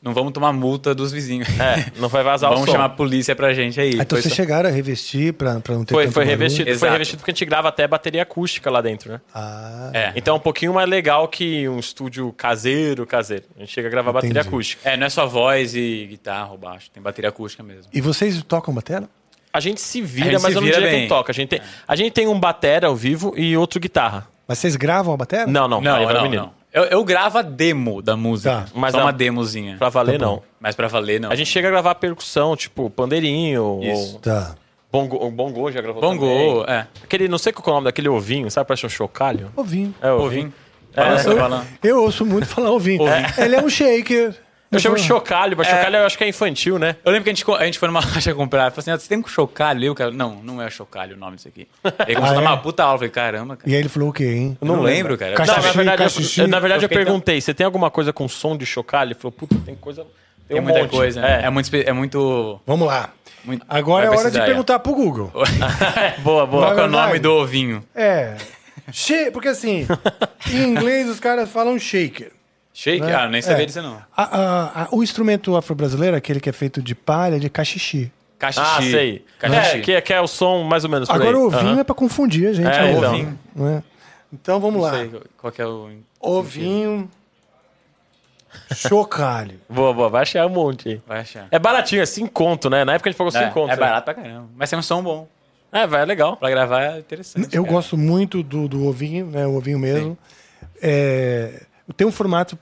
[SPEAKER 3] não vamos tomar multa dos vizinhos. *laughs*
[SPEAKER 4] É, não vai vazar o
[SPEAKER 3] vamos
[SPEAKER 4] som.
[SPEAKER 3] chamar a polícia pra gente aí.
[SPEAKER 1] então
[SPEAKER 3] Foi
[SPEAKER 1] vocês
[SPEAKER 3] só-
[SPEAKER 1] chegaram a revestir para não ter
[SPEAKER 4] é. Foi,
[SPEAKER 1] tanto
[SPEAKER 4] foi
[SPEAKER 1] barulho?
[SPEAKER 4] revestido, foi
[SPEAKER 3] né? Exato.
[SPEAKER 4] revestido porque a gente grava até bateria acústica lá dentro, né?
[SPEAKER 1] Ah,
[SPEAKER 3] É.
[SPEAKER 4] Então é um pouquinho mais legal que um estúdio caseiro, caseiro. A gente chega a gravar bateria
[SPEAKER 1] Entendi.
[SPEAKER 4] acústica.
[SPEAKER 3] É, não é só voz e guitarra ou baixo, tem bateria acústica mesmo.
[SPEAKER 1] E vocês tocam batera?
[SPEAKER 4] A gente se
[SPEAKER 3] A
[SPEAKER 4] vira,
[SPEAKER 3] gente se
[SPEAKER 4] mas eu não
[SPEAKER 3] vira
[SPEAKER 4] diria
[SPEAKER 3] bem.
[SPEAKER 4] quem toca. A gente, tem, a gente tem um batera ao vivo e outro guitarra.
[SPEAKER 1] Mas vocês gravam a batera?
[SPEAKER 4] Não, não,
[SPEAKER 3] Não,
[SPEAKER 4] aí vai o
[SPEAKER 3] não,
[SPEAKER 4] menino.
[SPEAKER 3] não. Eu, eu gravo a demo da música,
[SPEAKER 1] Tá.
[SPEAKER 3] mas
[SPEAKER 4] Mas
[SPEAKER 3] só
[SPEAKER 4] a-
[SPEAKER 3] uma demozinha.
[SPEAKER 4] Pra valer,
[SPEAKER 1] Tá bom.
[SPEAKER 4] não.
[SPEAKER 3] Mas pra valer, não.
[SPEAKER 4] A gente chega a gravar percussão, tipo pandeirinho,
[SPEAKER 3] Isso.
[SPEAKER 4] ou
[SPEAKER 1] Tá.
[SPEAKER 4] bongo, ou bongo já gravou também.
[SPEAKER 3] Bongô, é.
[SPEAKER 4] Aquele, não sei qual é o nome daquele ovinho, sabe? Parece um chocalho.
[SPEAKER 1] Ovinho.
[SPEAKER 4] É,
[SPEAKER 3] Ouvindo.
[SPEAKER 4] ovinho.
[SPEAKER 5] Tá
[SPEAKER 3] Balança,
[SPEAKER 1] eu,
[SPEAKER 3] balança.
[SPEAKER 1] eu ouço muito falar ovinho. Ele é um shaker. Uhum.
[SPEAKER 4] Eu chamo de chocalho, mas chocalho eu acho que é infantil, né?
[SPEAKER 3] Eu lembro que a gente, co- a gente foi numa *laughs* loja comprar. Eu falei assim: ah, você tem um chocalho? Eu, cara, não, não é chocalho o nome disso aqui. Ele começou
[SPEAKER 1] Ah,
[SPEAKER 3] a
[SPEAKER 1] é?
[SPEAKER 3] dar uma puta aula. Eu falei: caramba, cara.
[SPEAKER 1] E aí ele falou o quê, hein?
[SPEAKER 3] Eu não, lembro, cara.
[SPEAKER 1] Caixa-
[SPEAKER 4] Não, na
[SPEAKER 1] Cachixi,
[SPEAKER 4] verdade, eu-
[SPEAKER 1] cachixi.
[SPEAKER 4] eu, na verdade
[SPEAKER 3] Eu
[SPEAKER 4] eu
[SPEAKER 3] fiquei tão-
[SPEAKER 4] perguntei, você tem alguma coisa com som de chocalho? Ele falou, puta, tem coisa... Tem,
[SPEAKER 3] é
[SPEAKER 4] um
[SPEAKER 3] muita
[SPEAKER 4] monte.
[SPEAKER 3] coisa.
[SPEAKER 4] É,
[SPEAKER 3] né? É, muito. espe- É muito,
[SPEAKER 1] Vamos lá.
[SPEAKER 3] muito-
[SPEAKER 1] Agora é
[SPEAKER 3] vai
[SPEAKER 1] hora de
[SPEAKER 3] precisar,
[SPEAKER 1] perguntar pro Google.
[SPEAKER 4] boa, boa.
[SPEAKER 3] Qual que é o
[SPEAKER 1] Vai, vai.
[SPEAKER 3] nome do ovinho?
[SPEAKER 1] É. She, porque assim, em inglês os caras falam shaker.
[SPEAKER 3] Shake?
[SPEAKER 1] né?
[SPEAKER 3] Ah, nem sabia
[SPEAKER 1] É.
[SPEAKER 3] disso não.
[SPEAKER 1] A- a- a- o instrumento afro-brasileiro, aquele que é feito de palha, de cachixi.
[SPEAKER 3] Cachixi.
[SPEAKER 4] Ah, sei.
[SPEAKER 3] Cachixi.
[SPEAKER 4] É, que, que é o som mais ou menos por
[SPEAKER 1] Agora
[SPEAKER 4] aí.
[SPEAKER 1] o ovinho
[SPEAKER 4] Aham.
[SPEAKER 1] é pra confundir a gente.
[SPEAKER 4] É,
[SPEAKER 1] mesmo,
[SPEAKER 4] então.
[SPEAKER 1] né? Então vamos
[SPEAKER 3] Não
[SPEAKER 1] lá.
[SPEAKER 3] sei qual que é o.
[SPEAKER 1] Ovinho. Chocalho.
[SPEAKER 4] Boa, boa, vai achar um monte aí.
[SPEAKER 3] Vai achar.
[SPEAKER 4] É baratinho, é 5 conto, né? Na época a gente pagou 5 conto.
[SPEAKER 3] é
[SPEAKER 4] né?
[SPEAKER 3] barato pra caramba. Mas tem um som bom.
[SPEAKER 4] É, vai, é legal.
[SPEAKER 3] Pra gravar é interessante.
[SPEAKER 1] Eu
[SPEAKER 3] cara.
[SPEAKER 1] gosto muito do, do ovinho, né? O ovinho mesmo. É, tem um formato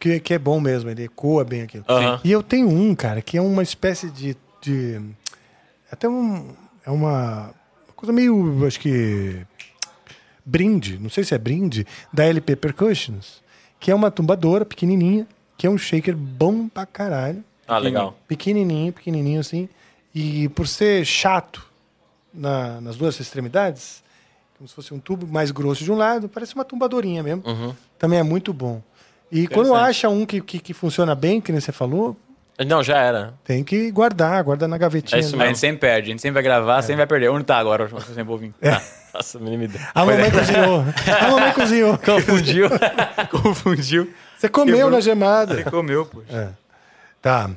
[SPEAKER 1] que, que é bom mesmo, ele ecoa bem aquilo.
[SPEAKER 4] Aham.
[SPEAKER 1] E eu tenho um, cara, que é uma espécie de. de até um. É uma, uma coisa meio. Acho que. Brinde, não sei se é brinde, da LP Percussions, que é uma tumbadora pequenininha, que é um shaker bom pra caralho.
[SPEAKER 4] Ah, legal.
[SPEAKER 1] Pequenininho, pequenininho assim. E por ser chato na- nas duas extremidades, como se fosse um tubo mais grosso de um lado, parece uma tumbadorinha mesmo.
[SPEAKER 4] Uhum.
[SPEAKER 1] Também é muito bom. E quando acha um que, que, que funciona bem, que nem você falou,
[SPEAKER 4] Uhum. Não, já era.
[SPEAKER 1] tem que guardar, guarda na gavetinha.
[SPEAKER 4] É isso
[SPEAKER 1] né?
[SPEAKER 3] A gente sempre perde, a gente sempre vai gravar, sempre vai perder. Onde tá agora? Eu sempre ouvindo.
[SPEAKER 1] É.
[SPEAKER 4] Nossa, mínima ideia.
[SPEAKER 1] A mamãe
[SPEAKER 4] é.
[SPEAKER 1] cozinhou. A
[SPEAKER 4] *laughs*
[SPEAKER 1] mamãe cozinhou.
[SPEAKER 4] Confundiu.
[SPEAKER 3] Confundiu.
[SPEAKER 1] Você comeu na gemada. É.
[SPEAKER 3] Você comeu, poxa.
[SPEAKER 1] Tá.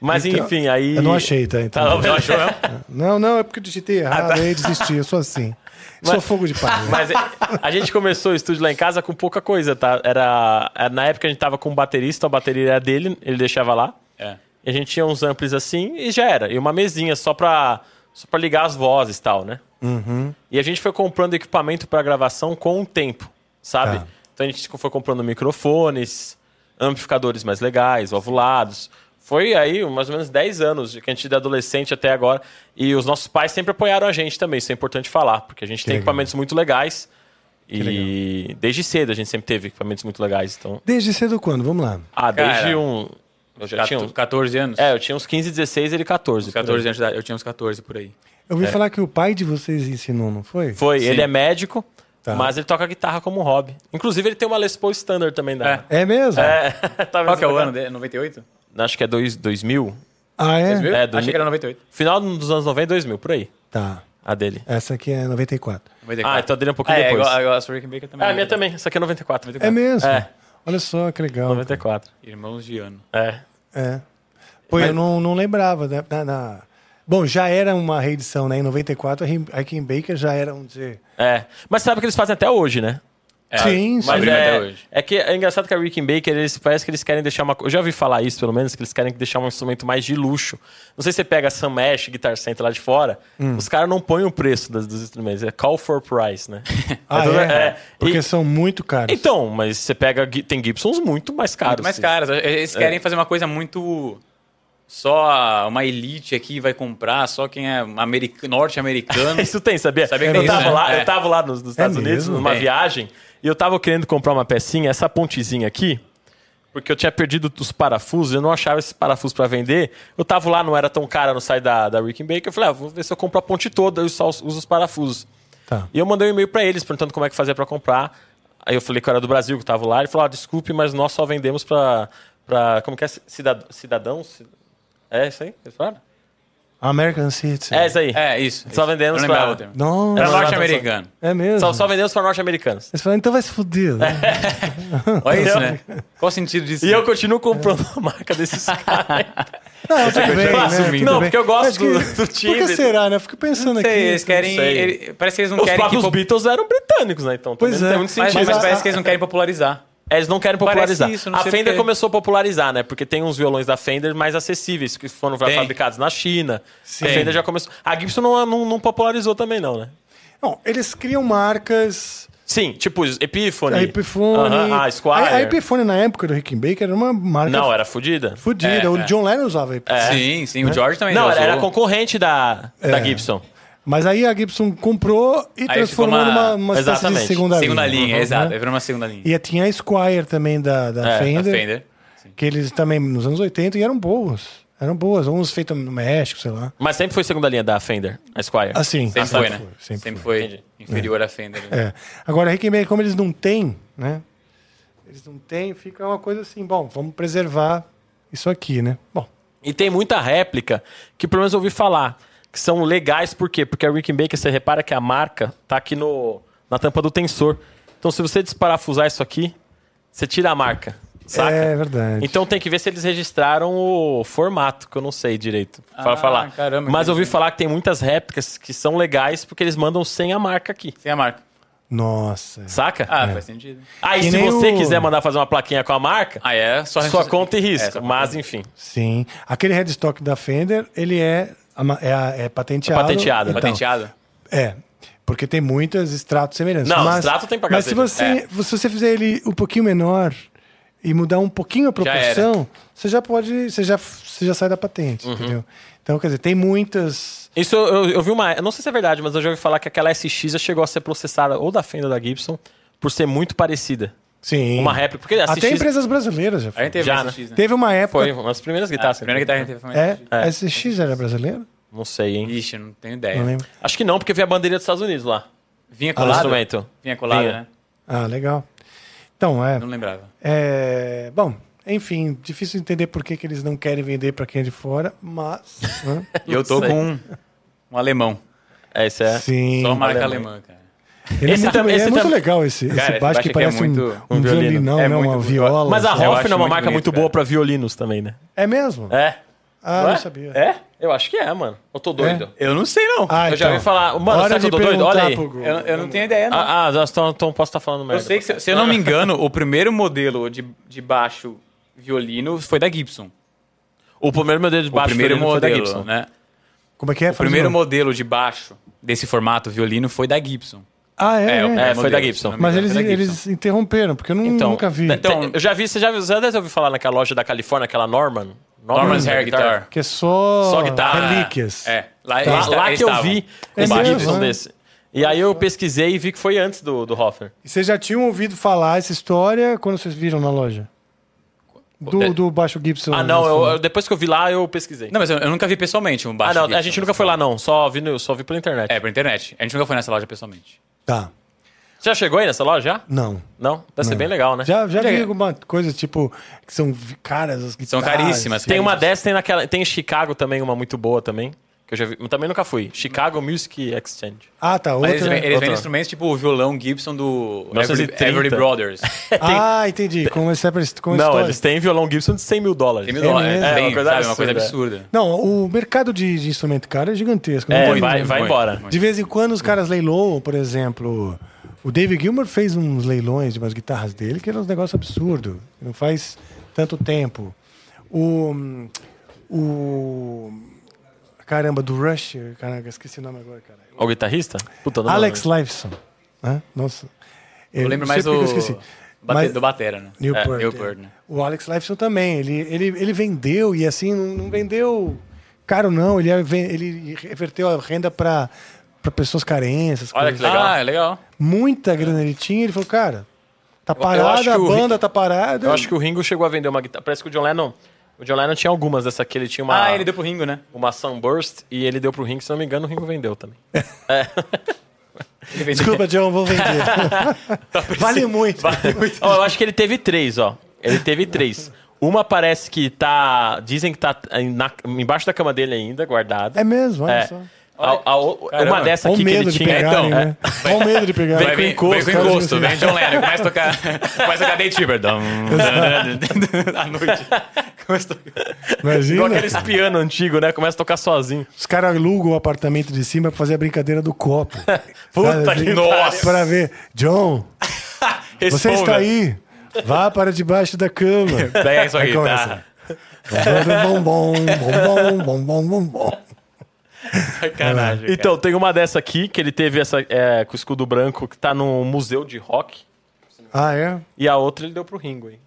[SPEAKER 4] Mas
[SPEAKER 1] Então,
[SPEAKER 4] enfim, aí.
[SPEAKER 1] Eu não achei, tá? Então.
[SPEAKER 4] Tá, *laughs* não, não achou mesmo?
[SPEAKER 1] Não, não, é porque eu digitei errado, aí desisti. Eu sou
[SPEAKER 4] *laughs*
[SPEAKER 1] assim. sou fogo de palha.
[SPEAKER 4] Mas é, a gente começou o estúdio lá em casa com pouca coisa, tá? Era, era- na época a gente tava com um baterista, a bateria era dele, ele deixava lá.
[SPEAKER 3] É.
[SPEAKER 4] E a gente tinha uns amplis assim e já era. E uma mesinha só pra, só pra ligar as vozes e tal, né?
[SPEAKER 1] Uhum.
[SPEAKER 4] E a gente foi comprando equipamento pra gravação com o tempo, sabe?
[SPEAKER 1] Tá.
[SPEAKER 4] Então a gente foi comprando microfones, amplificadores mais legais, ovulados. Foi aí mais ou menos 10 anos que a gente de adolescente até agora. E os nossos pais sempre apoiaram a gente também, isso é importante falar, porque a gente tem
[SPEAKER 1] legal.
[SPEAKER 4] equipamentos muito legais. E desde cedo a gente sempre teve equipamentos muito legais. Então,
[SPEAKER 1] Desde cedo quando? Vamos lá.
[SPEAKER 4] ah,
[SPEAKER 5] Cara,
[SPEAKER 4] desde um. Eu já tinha uns,
[SPEAKER 5] 14 anos.
[SPEAKER 4] É, eu tinha uns 15, 16 ele 14.
[SPEAKER 5] Uns 14 anos de idade. Eu tinha uns 14 por aí.
[SPEAKER 1] Eu ouvi falar que o pai de vocês ensinou, não foi?
[SPEAKER 4] É. Foi,
[SPEAKER 5] Sim.
[SPEAKER 4] ele é médico,
[SPEAKER 1] Tá.
[SPEAKER 4] mas ele toca guitarra como um hobby. Inclusive, ele tem uma Les Paul Standard também da.
[SPEAKER 1] É mesmo?
[SPEAKER 4] É, *laughs* tá
[SPEAKER 5] Qual que é o
[SPEAKER 4] vendo?
[SPEAKER 5] ano dele? 98?
[SPEAKER 4] Acho que é dois, 2000.
[SPEAKER 1] Ah, é?
[SPEAKER 5] Viu?
[SPEAKER 4] É, do
[SPEAKER 5] Achei
[SPEAKER 4] mi-
[SPEAKER 5] que era 98.
[SPEAKER 4] Final dos anos 90, 2000, por aí.
[SPEAKER 1] Tá.
[SPEAKER 4] A dele.
[SPEAKER 1] Essa aqui é 94.
[SPEAKER 5] 94.
[SPEAKER 4] Ah, então a dele é um pouquinho
[SPEAKER 5] é,
[SPEAKER 4] depois.
[SPEAKER 5] igual, igual a Rick Baker também.
[SPEAKER 4] Ah, a minha também. Essa aqui é 94.
[SPEAKER 1] É mesmo?
[SPEAKER 4] É.
[SPEAKER 1] Olha só que legal.
[SPEAKER 4] 94.
[SPEAKER 5] Irmãos de ano.
[SPEAKER 4] É.
[SPEAKER 1] É. Pô, eu não, não lembrava. Né? Na, na- Bom, já era uma reedição, né? Em 94, a Him- a Kim Baker já era, um vamos dizer...
[SPEAKER 4] É. Mas sabe o que eles fazem até hoje, né?
[SPEAKER 5] É,
[SPEAKER 1] Sim,
[SPEAKER 5] mas
[SPEAKER 1] sim.
[SPEAKER 4] Mas é,
[SPEAKER 5] até hoje.
[SPEAKER 4] é que é engraçado que a Rick and Baker, eles parece que eles querem deixar uma. co- Eu já ouvi falar isso, pelo menos, que eles querem deixar um instrumento mais de luxo. Não sei se você pega Sam Ash, Guitar Center lá de fora, os caras não põem o preço das- dos instrumentos. É call for price, né?
[SPEAKER 1] Ah,
[SPEAKER 4] tudo-
[SPEAKER 1] é?
[SPEAKER 4] é.
[SPEAKER 1] Porque
[SPEAKER 4] E-
[SPEAKER 1] são muito caros.
[SPEAKER 4] Então, mas você pega. gui- Tem Gibsons muito mais caros.
[SPEAKER 5] Muito mais
[SPEAKER 4] sim. É.
[SPEAKER 5] caras. É, Eles querem fazer uma coisa muito. Só uma elite aqui vai comprar, só quem é americ- norte-americano.
[SPEAKER 4] *laughs* Isso tem, sabia?
[SPEAKER 5] Sabia que
[SPEAKER 4] eu,
[SPEAKER 5] tem
[SPEAKER 4] tava
[SPEAKER 5] isso, né?
[SPEAKER 4] lá,
[SPEAKER 5] É.
[SPEAKER 4] eu tava lá nos, nos Estados Unidos,
[SPEAKER 1] mesmo?
[SPEAKER 4] numa
[SPEAKER 5] É.
[SPEAKER 4] viagem, e eu tava querendo comprar uma pecinha, essa pontezinha aqui, porque eu tinha perdido os parafusos, eu não achava esses parafusos pra vender. Eu tava lá, não era tão cara no site da, da Rick and Baker, eu falei, ah, vou ver se eu compro a ponte toda, eu só uso os parafusos.
[SPEAKER 1] Tá.
[SPEAKER 4] E eu mandei um e-mail pra eles, perguntando como é que fazia pra comprar. Aí eu falei que eu era do Brasil, que tava lá, ele falou, ah, desculpe, mas nós só vendemos pra... pra como que é? Cidad, cidadãos? É isso aí? Eles falaram?
[SPEAKER 1] American Citizen.
[SPEAKER 4] É isso aí.
[SPEAKER 5] É, isso.
[SPEAKER 4] Só
[SPEAKER 5] isso.
[SPEAKER 4] vendemos
[SPEAKER 5] Eu não lembrava
[SPEAKER 4] pra-
[SPEAKER 5] o termo.
[SPEAKER 1] Nossa.
[SPEAKER 5] Pra norte-americano.
[SPEAKER 1] É mesmo?
[SPEAKER 4] Só, É. só vendemos pra norte-americanos.
[SPEAKER 1] Eles falaram, então vai se fuder. né?
[SPEAKER 5] Olha isso, né? Qual o sentido disso?
[SPEAKER 4] E eu continuo comprando a marca desses *laughs* caras.
[SPEAKER 1] Não, tudo
[SPEAKER 5] coisa
[SPEAKER 1] bem,
[SPEAKER 5] tá
[SPEAKER 1] né?
[SPEAKER 5] assumindo.
[SPEAKER 1] Tudo
[SPEAKER 4] Não,
[SPEAKER 1] bem.
[SPEAKER 4] porque eu gosto
[SPEAKER 1] Acho que-
[SPEAKER 4] do- do
[SPEAKER 1] Por
[SPEAKER 4] time.
[SPEAKER 1] que será, né? Eu fico pensando
[SPEAKER 5] Não sei,
[SPEAKER 1] aqui.
[SPEAKER 5] eles querem.
[SPEAKER 4] sei.
[SPEAKER 5] ele- parece que eles não
[SPEAKER 4] Os
[SPEAKER 5] querem.
[SPEAKER 4] próprios
[SPEAKER 5] popu-
[SPEAKER 4] Beatles eram britânicos, né? Então,
[SPEAKER 1] Pois
[SPEAKER 4] também não
[SPEAKER 1] é.
[SPEAKER 4] tem muito
[SPEAKER 5] Mas,
[SPEAKER 4] sentido.
[SPEAKER 5] mas
[SPEAKER 1] Mas a-
[SPEAKER 5] parece
[SPEAKER 1] a-
[SPEAKER 5] que eles não querem popularizar.
[SPEAKER 4] é, Eles não querem
[SPEAKER 5] Parece
[SPEAKER 4] popularizar.
[SPEAKER 5] isso, não
[SPEAKER 4] a
[SPEAKER 5] sei
[SPEAKER 4] Fender
[SPEAKER 5] porquê.
[SPEAKER 4] começou a popularizar, né? Porque tem uns violões da Fender mais acessíveis, que foram
[SPEAKER 5] Tem.
[SPEAKER 4] fabricados na China.
[SPEAKER 1] Sim.
[SPEAKER 4] A Fender já começou. A Gibson não, não- não popularizou também, não, né?
[SPEAKER 1] Não, eles criam marcas,
[SPEAKER 4] Sim, tipo Epiphone.
[SPEAKER 1] a Epiphone.
[SPEAKER 4] Aham, ah, Squire.
[SPEAKER 1] A, a Epiphone na época do Rickenbacker era uma marca
[SPEAKER 4] Não, era fodida.
[SPEAKER 1] fodida.
[SPEAKER 5] É,
[SPEAKER 1] o
[SPEAKER 5] é.
[SPEAKER 1] John Lennon usava a Epiphone.
[SPEAKER 5] Sim, sim. O George também.
[SPEAKER 4] Né? Não,
[SPEAKER 5] já
[SPEAKER 4] era, era
[SPEAKER 5] usou.
[SPEAKER 4] concorrente da, da
[SPEAKER 1] É.
[SPEAKER 4] Gibson.
[SPEAKER 1] Mas aí a Gibson comprou e
[SPEAKER 5] Aí ficou
[SPEAKER 1] transformou
[SPEAKER 5] uma-
[SPEAKER 1] numa uma espécie de
[SPEAKER 4] Exatamente.
[SPEAKER 1] segunda,
[SPEAKER 5] Segunda linha,
[SPEAKER 1] Uhum,
[SPEAKER 5] exato.
[SPEAKER 1] né?
[SPEAKER 5] Virou uma segunda linha.
[SPEAKER 1] E tinha a Squire também da, da,
[SPEAKER 4] É, da
[SPEAKER 1] Fender,
[SPEAKER 5] A Fender.
[SPEAKER 1] que eles também, nos anos 80, e eram boas. Eram boas, uns feitos no México, sei lá.
[SPEAKER 4] Mas sempre foi segunda linha da Fender, a Squire.
[SPEAKER 1] Assim,
[SPEAKER 4] Ah,
[SPEAKER 5] Sempre foi, né?
[SPEAKER 1] Sempre, foi.
[SPEAKER 5] foi inferior à Fender. né?
[SPEAKER 1] É. Agora, Rickenbacker, como eles não têm, né? Eles não têm, fica uma coisa assim, bom, vamos preservar isso aqui, né? Bom,
[SPEAKER 4] E tem muita réplica que pelo menos eu ouvi falar, que são legais por quê? Porque a Rick Baker, você repara que a marca tá aqui no, na tampa do tensor. Então se você desparafusar isso aqui, você tira a marca, saca?
[SPEAKER 1] é verdade.
[SPEAKER 4] Então tem que ver se eles registraram o formato, que eu não sei direito para
[SPEAKER 5] Ah,
[SPEAKER 4] falar.
[SPEAKER 5] caramba,
[SPEAKER 4] Mas eu ouvi
[SPEAKER 5] entendi.
[SPEAKER 4] falar que tem muitas réplicas que são legais porque eles mandam sem a marca aqui,
[SPEAKER 5] Sem a marca.
[SPEAKER 1] Nossa.
[SPEAKER 4] saca?
[SPEAKER 5] Ah, faz sentido.
[SPEAKER 4] Aí
[SPEAKER 1] Que
[SPEAKER 4] se
[SPEAKER 1] nem
[SPEAKER 4] você
[SPEAKER 1] o-
[SPEAKER 4] quiser mandar fazer uma plaquinha com a marca,
[SPEAKER 5] Ah, é? Só
[SPEAKER 4] sua conta e
[SPEAKER 5] É,
[SPEAKER 4] risco.
[SPEAKER 5] só-
[SPEAKER 4] mas enfim,
[SPEAKER 1] Sim. Aquele headstock da Fender, ele é, ama- é, a- é patenteado.
[SPEAKER 4] É patenteado,
[SPEAKER 1] então.
[SPEAKER 5] Patenteado?
[SPEAKER 1] É. Porque tem muitos extratos semelhantes.
[SPEAKER 4] Não,
[SPEAKER 1] mas,
[SPEAKER 4] extrato tem pra
[SPEAKER 1] Mas se
[SPEAKER 4] cacete, É.
[SPEAKER 1] você, se você fizer ele um pouquinho menor e mudar um pouquinho a proporção, você já pode. Você já, você já sai da
[SPEAKER 4] Uhum.
[SPEAKER 1] patente, entendeu? Então, quer dizer, tem muitas.
[SPEAKER 4] Isso eu, eu, eu vi uma. Eu não sei se é verdade, mas eu já ouvi falar que aquela SX já chegou a ser processada ou da Fender ou da Gibson por ser muito parecida.
[SPEAKER 1] Sim.
[SPEAKER 4] Uma réplica. Porque a
[SPEAKER 1] Até
[SPEAKER 4] SX
[SPEAKER 1] empresas brasileiras já.
[SPEAKER 5] A gente teve
[SPEAKER 4] Já,
[SPEAKER 5] uma
[SPEAKER 4] né?
[SPEAKER 5] SX, né?
[SPEAKER 1] Teve uma época.
[SPEAKER 4] foi uma das primeiras
[SPEAKER 5] Ah, a
[SPEAKER 4] guitarras. que
[SPEAKER 5] primeira guitarra que a gente teve foi uma
[SPEAKER 1] É,
[SPEAKER 5] SX.
[SPEAKER 1] a SX era brasileira?
[SPEAKER 4] Não sei, hein?
[SPEAKER 5] Ixi, eu não tenho ideia.
[SPEAKER 4] É.
[SPEAKER 1] Não lembro.
[SPEAKER 4] Acho que não, porque veio a bandeira dos Estados Unidos lá.
[SPEAKER 5] Vinha
[SPEAKER 4] O
[SPEAKER 5] colado?
[SPEAKER 4] instrumento.
[SPEAKER 5] Ah, Vinha colado,
[SPEAKER 4] Vinha.
[SPEAKER 5] né?
[SPEAKER 1] Ah, legal. Então, é.
[SPEAKER 5] Não lembrava.
[SPEAKER 1] É, bom, enfim, difícil entender por que, que eles não querem vender para quem é de fora, mas. né?
[SPEAKER 5] E eu tô
[SPEAKER 4] sei.
[SPEAKER 5] com um, um alemão.
[SPEAKER 4] É, isso é.
[SPEAKER 1] Sim. um
[SPEAKER 5] Só marca
[SPEAKER 4] alemão.
[SPEAKER 5] alemã, cara.
[SPEAKER 1] Ele
[SPEAKER 4] Esse
[SPEAKER 1] é muito,
[SPEAKER 4] tam-
[SPEAKER 1] ele é
[SPEAKER 4] esse
[SPEAKER 1] muito
[SPEAKER 4] tam-
[SPEAKER 1] legal esse, esse
[SPEAKER 5] Cara, esse
[SPEAKER 1] baixo que
[SPEAKER 5] baixo aqui é
[SPEAKER 1] parece um,
[SPEAKER 5] muito-
[SPEAKER 1] um
[SPEAKER 4] um violino.
[SPEAKER 1] violinão,
[SPEAKER 5] É
[SPEAKER 1] né?
[SPEAKER 5] muito
[SPEAKER 1] Uma
[SPEAKER 5] bonito.
[SPEAKER 1] viola.
[SPEAKER 4] Mas a
[SPEAKER 1] assim.
[SPEAKER 5] Eu
[SPEAKER 4] Hoffner
[SPEAKER 5] acho
[SPEAKER 4] é uma
[SPEAKER 5] muito
[SPEAKER 4] marca
[SPEAKER 5] bonito,
[SPEAKER 4] muito
[SPEAKER 5] cara.
[SPEAKER 4] boa pra violinos também, né?
[SPEAKER 1] É mesmo?
[SPEAKER 4] É.
[SPEAKER 1] Ah,
[SPEAKER 4] Ué?
[SPEAKER 1] não sabia.
[SPEAKER 4] É? Eu acho que é, mano. Eu tô doido.
[SPEAKER 5] É? Eu não sei, não.
[SPEAKER 1] Ah,
[SPEAKER 4] Eu já ouvi falar. Mano,
[SPEAKER 1] Hora
[SPEAKER 4] será que
[SPEAKER 1] de
[SPEAKER 4] eu tô doido?
[SPEAKER 1] perguntar
[SPEAKER 4] Olha aí.
[SPEAKER 1] pro Google.
[SPEAKER 5] Eu, eu não tenho ideia, não.
[SPEAKER 4] Ah, ah, então, então posso estar falando
[SPEAKER 5] eu
[SPEAKER 4] merda.
[SPEAKER 5] sei que, se, se eu não me engano, o primeiro modelo de, de baixo violino foi da Gibson.
[SPEAKER 4] O primeiro meu dedo de
[SPEAKER 5] O
[SPEAKER 4] baixo
[SPEAKER 5] primeiro
[SPEAKER 4] violino foi da
[SPEAKER 5] modelo,
[SPEAKER 4] Gibson.
[SPEAKER 5] né?
[SPEAKER 1] Como é que é?
[SPEAKER 5] O primeiro modelo de baixo desse formato violino foi da Gibson.
[SPEAKER 1] Ah, é.
[SPEAKER 5] o
[SPEAKER 1] é.
[SPEAKER 5] primeiro
[SPEAKER 4] é, foi da
[SPEAKER 5] modelo,
[SPEAKER 4] Gibson.
[SPEAKER 5] se não me
[SPEAKER 1] Mas
[SPEAKER 5] engano,
[SPEAKER 1] eles,
[SPEAKER 5] foi da Gibson.
[SPEAKER 1] eles interromperam, porque eu nu-
[SPEAKER 4] Então,
[SPEAKER 1] nunca vi.
[SPEAKER 4] tem-
[SPEAKER 5] Então-
[SPEAKER 4] eu já vi, você já, você já ouviu falar naquela loja da Califórnia, aquela Norman?
[SPEAKER 5] Norman's Hair Guitar.
[SPEAKER 1] Que é só,
[SPEAKER 4] Só guitarra.
[SPEAKER 1] relíquias.
[SPEAKER 5] É, lá,
[SPEAKER 4] Lá,
[SPEAKER 5] eles ta-
[SPEAKER 4] lá
[SPEAKER 5] eles
[SPEAKER 4] que eu
[SPEAKER 5] estavam.
[SPEAKER 4] vi
[SPEAKER 1] É
[SPEAKER 4] um
[SPEAKER 1] mesmo,
[SPEAKER 4] Gibson
[SPEAKER 1] né?
[SPEAKER 4] desse. E aí eu pesquisei e vi que foi antes do, do Hoffer.
[SPEAKER 1] E vocês já tinham ouvido falar essa história quando vocês viram na loja? Do, do Baixo Gibson.
[SPEAKER 4] É. Ah, não, eu- eu- depois que eu vi lá, eu pesquisei.
[SPEAKER 5] Não, mas eu, eu nunca vi pessoalmente um
[SPEAKER 4] ah,
[SPEAKER 5] baixo.
[SPEAKER 4] não, a
[SPEAKER 5] Gibson.
[SPEAKER 4] gente nunca foi lá, não. Só vi, no- só vi pela internet.
[SPEAKER 5] É, pra internet. A gente nunca foi nessa loja pessoalmente.
[SPEAKER 1] Tá,
[SPEAKER 4] Você já chegou aí nessa loja? Já?
[SPEAKER 1] não.
[SPEAKER 4] Não? Deve ser bem legal, né?
[SPEAKER 1] Já, já vi alguma coisa, tipo, que são vi- caras, as
[SPEAKER 5] São
[SPEAKER 1] guitarras.
[SPEAKER 5] caríssimas.
[SPEAKER 4] Tem uma
[SPEAKER 5] caríssimas.
[SPEAKER 4] dessa, tem naquela. Tem em Chicago também, uma muito boa também. Que eu já vi. mas Também nunca fui. Chicago Music Exchange.
[SPEAKER 1] Ah, tá,
[SPEAKER 5] Mas
[SPEAKER 1] outra.
[SPEAKER 5] eles, vendem- eles
[SPEAKER 4] outra.
[SPEAKER 5] vendem instrumentos tipo o violão Gibson do Everly,
[SPEAKER 4] 1930.
[SPEAKER 5] Everly Brothers.
[SPEAKER 1] Ah, entendi. Com essa com a
[SPEAKER 4] não,
[SPEAKER 1] história.
[SPEAKER 4] eles têm violão Gibson de 100 mil dólares.
[SPEAKER 5] Tem mil dólares.
[SPEAKER 1] mesmo?
[SPEAKER 5] tem,
[SPEAKER 4] É, uma coisa
[SPEAKER 5] sabe? Uma coisa
[SPEAKER 4] absurda.
[SPEAKER 5] absurda.
[SPEAKER 1] Não, o mercado de, de instrumento caro é gigantesco. não
[SPEAKER 4] É,
[SPEAKER 1] tem-
[SPEAKER 4] vai, vai
[SPEAKER 5] muito,
[SPEAKER 4] embora.
[SPEAKER 5] muito.
[SPEAKER 1] De vez em quando os caras leiloam, por exemplo. O David Gilmour fez uns leilões de umas guitarras dele, que era um negócio absurdo. Não faz tanto tempo. O. O. Caramba, do Rush. Caraca, esqueci o nome agora, cara.
[SPEAKER 4] O guitarrista? Puta, não
[SPEAKER 1] Alex
[SPEAKER 4] lembro.
[SPEAKER 1] Lifeson. Hã? Nossa.
[SPEAKER 5] Eu lembro mais
[SPEAKER 1] sei
[SPEAKER 5] do,
[SPEAKER 1] porque eu esqueci.
[SPEAKER 5] bate-
[SPEAKER 1] Mas-
[SPEAKER 5] do Batera, né?
[SPEAKER 1] Newport.
[SPEAKER 5] É, Newport, né?
[SPEAKER 1] O Alex Lifeson também. Ele, ele, ele vendeu e assim, não, não vendeu caro, não. Ele, ven- ele reverteu a renda para pessoas carentes.
[SPEAKER 5] Olha que
[SPEAKER 1] coisas.
[SPEAKER 5] legal. Ah, é legal.
[SPEAKER 1] Muita grana ele tinha. Ele falou, cara, tá
[SPEAKER 4] É. eu acho
[SPEAKER 1] parada, a
[SPEAKER 4] que o Rick-
[SPEAKER 1] banda tá parada.
[SPEAKER 4] Eu acho que o Ringo chegou a vender uma guitarra. Parece que o John Lennon. O John Lennon tinha algumas dessa aqui. Ele tinha uma,
[SPEAKER 5] Ah, ele deu pro Ringo, né?
[SPEAKER 4] uma Sunburst e ele deu pro Ringo. Se não me engano, o Ringo vendeu também.
[SPEAKER 5] Ele fez-
[SPEAKER 1] Desculpa, John, vou
[SPEAKER 4] *laughs*
[SPEAKER 1] vender. vale muito.
[SPEAKER 4] *laughs* Ó, eu acho que ele teve três, ó. Ele teve três. Uma parece que tá. Dizem que tá eh, na- embaixo da cama dele ainda, guardada.
[SPEAKER 1] É mesmo, olha
[SPEAKER 4] É.
[SPEAKER 1] só.
[SPEAKER 4] A- a- o- uma
[SPEAKER 5] Caramba.
[SPEAKER 4] dessa
[SPEAKER 1] Olha o
[SPEAKER 4] aqui que
[SPEAKER 1] medo
[SPEAKER 4] ele
[SPEAKER 1] de
[SPEAKER 4] tinha.
[SPEAKER 1] pegar,
[SPEAKER 4] então, é.
[SPEAKER 1] né? Olha o medo de pegar.
[SPEAKER 5] Vai vir-
[SPEAKER 4] encosto, né?
[SPEAKER 5] Vem com encosto,
[SPEAKER 1] cara,
[SPEAKER 5] vem John Lennon, começa a tocar, começa a tocar Day Tiber. Dum, dum, dum, dum, dum, À noite. Começa a tocar.
[SPEAKER 4] Igual
[SPEAKER 1] Imagina,
[SPEAKER 4] aqueles piano antigo, né? Começa a tocar sozinho.
[SPEAKER 1] os caras alugam o apartamento de cima pra fazer a brincadeira do copo.
[SPEAKER 4] Puta
[SPEAKER 1] Sabe,
[SPEAKER 4] que
[SPEAKER 1] assim,
[SPEAKER 4] nossa.
[SPEAKER 1] Pra ver. John, Você
[SPEAKER 4] Responda.
[SPEAKER 1] está aí? Vá para debaixo da cama.
[SPEAKER 5] Daí é isso
[SPEAKER 1] Aí
[SPEAKER 5] aí,
[SPEAKER 1] começa.
[SPEAKER 5] tá?
[SPEAKER 1] Bom, bom, bom, bom, bom, bom, bom.
[SPEAKER 5] Sacanagem. cara.
[SPEAKER 4] Então, tem uma dessa aqui que ele teve essa é, com o escudo branco que tá num museu de rock.
[SPEAKER 1] Ah, é?
[SPEAKER 4] E a outra ele deu pro Ringo, hein?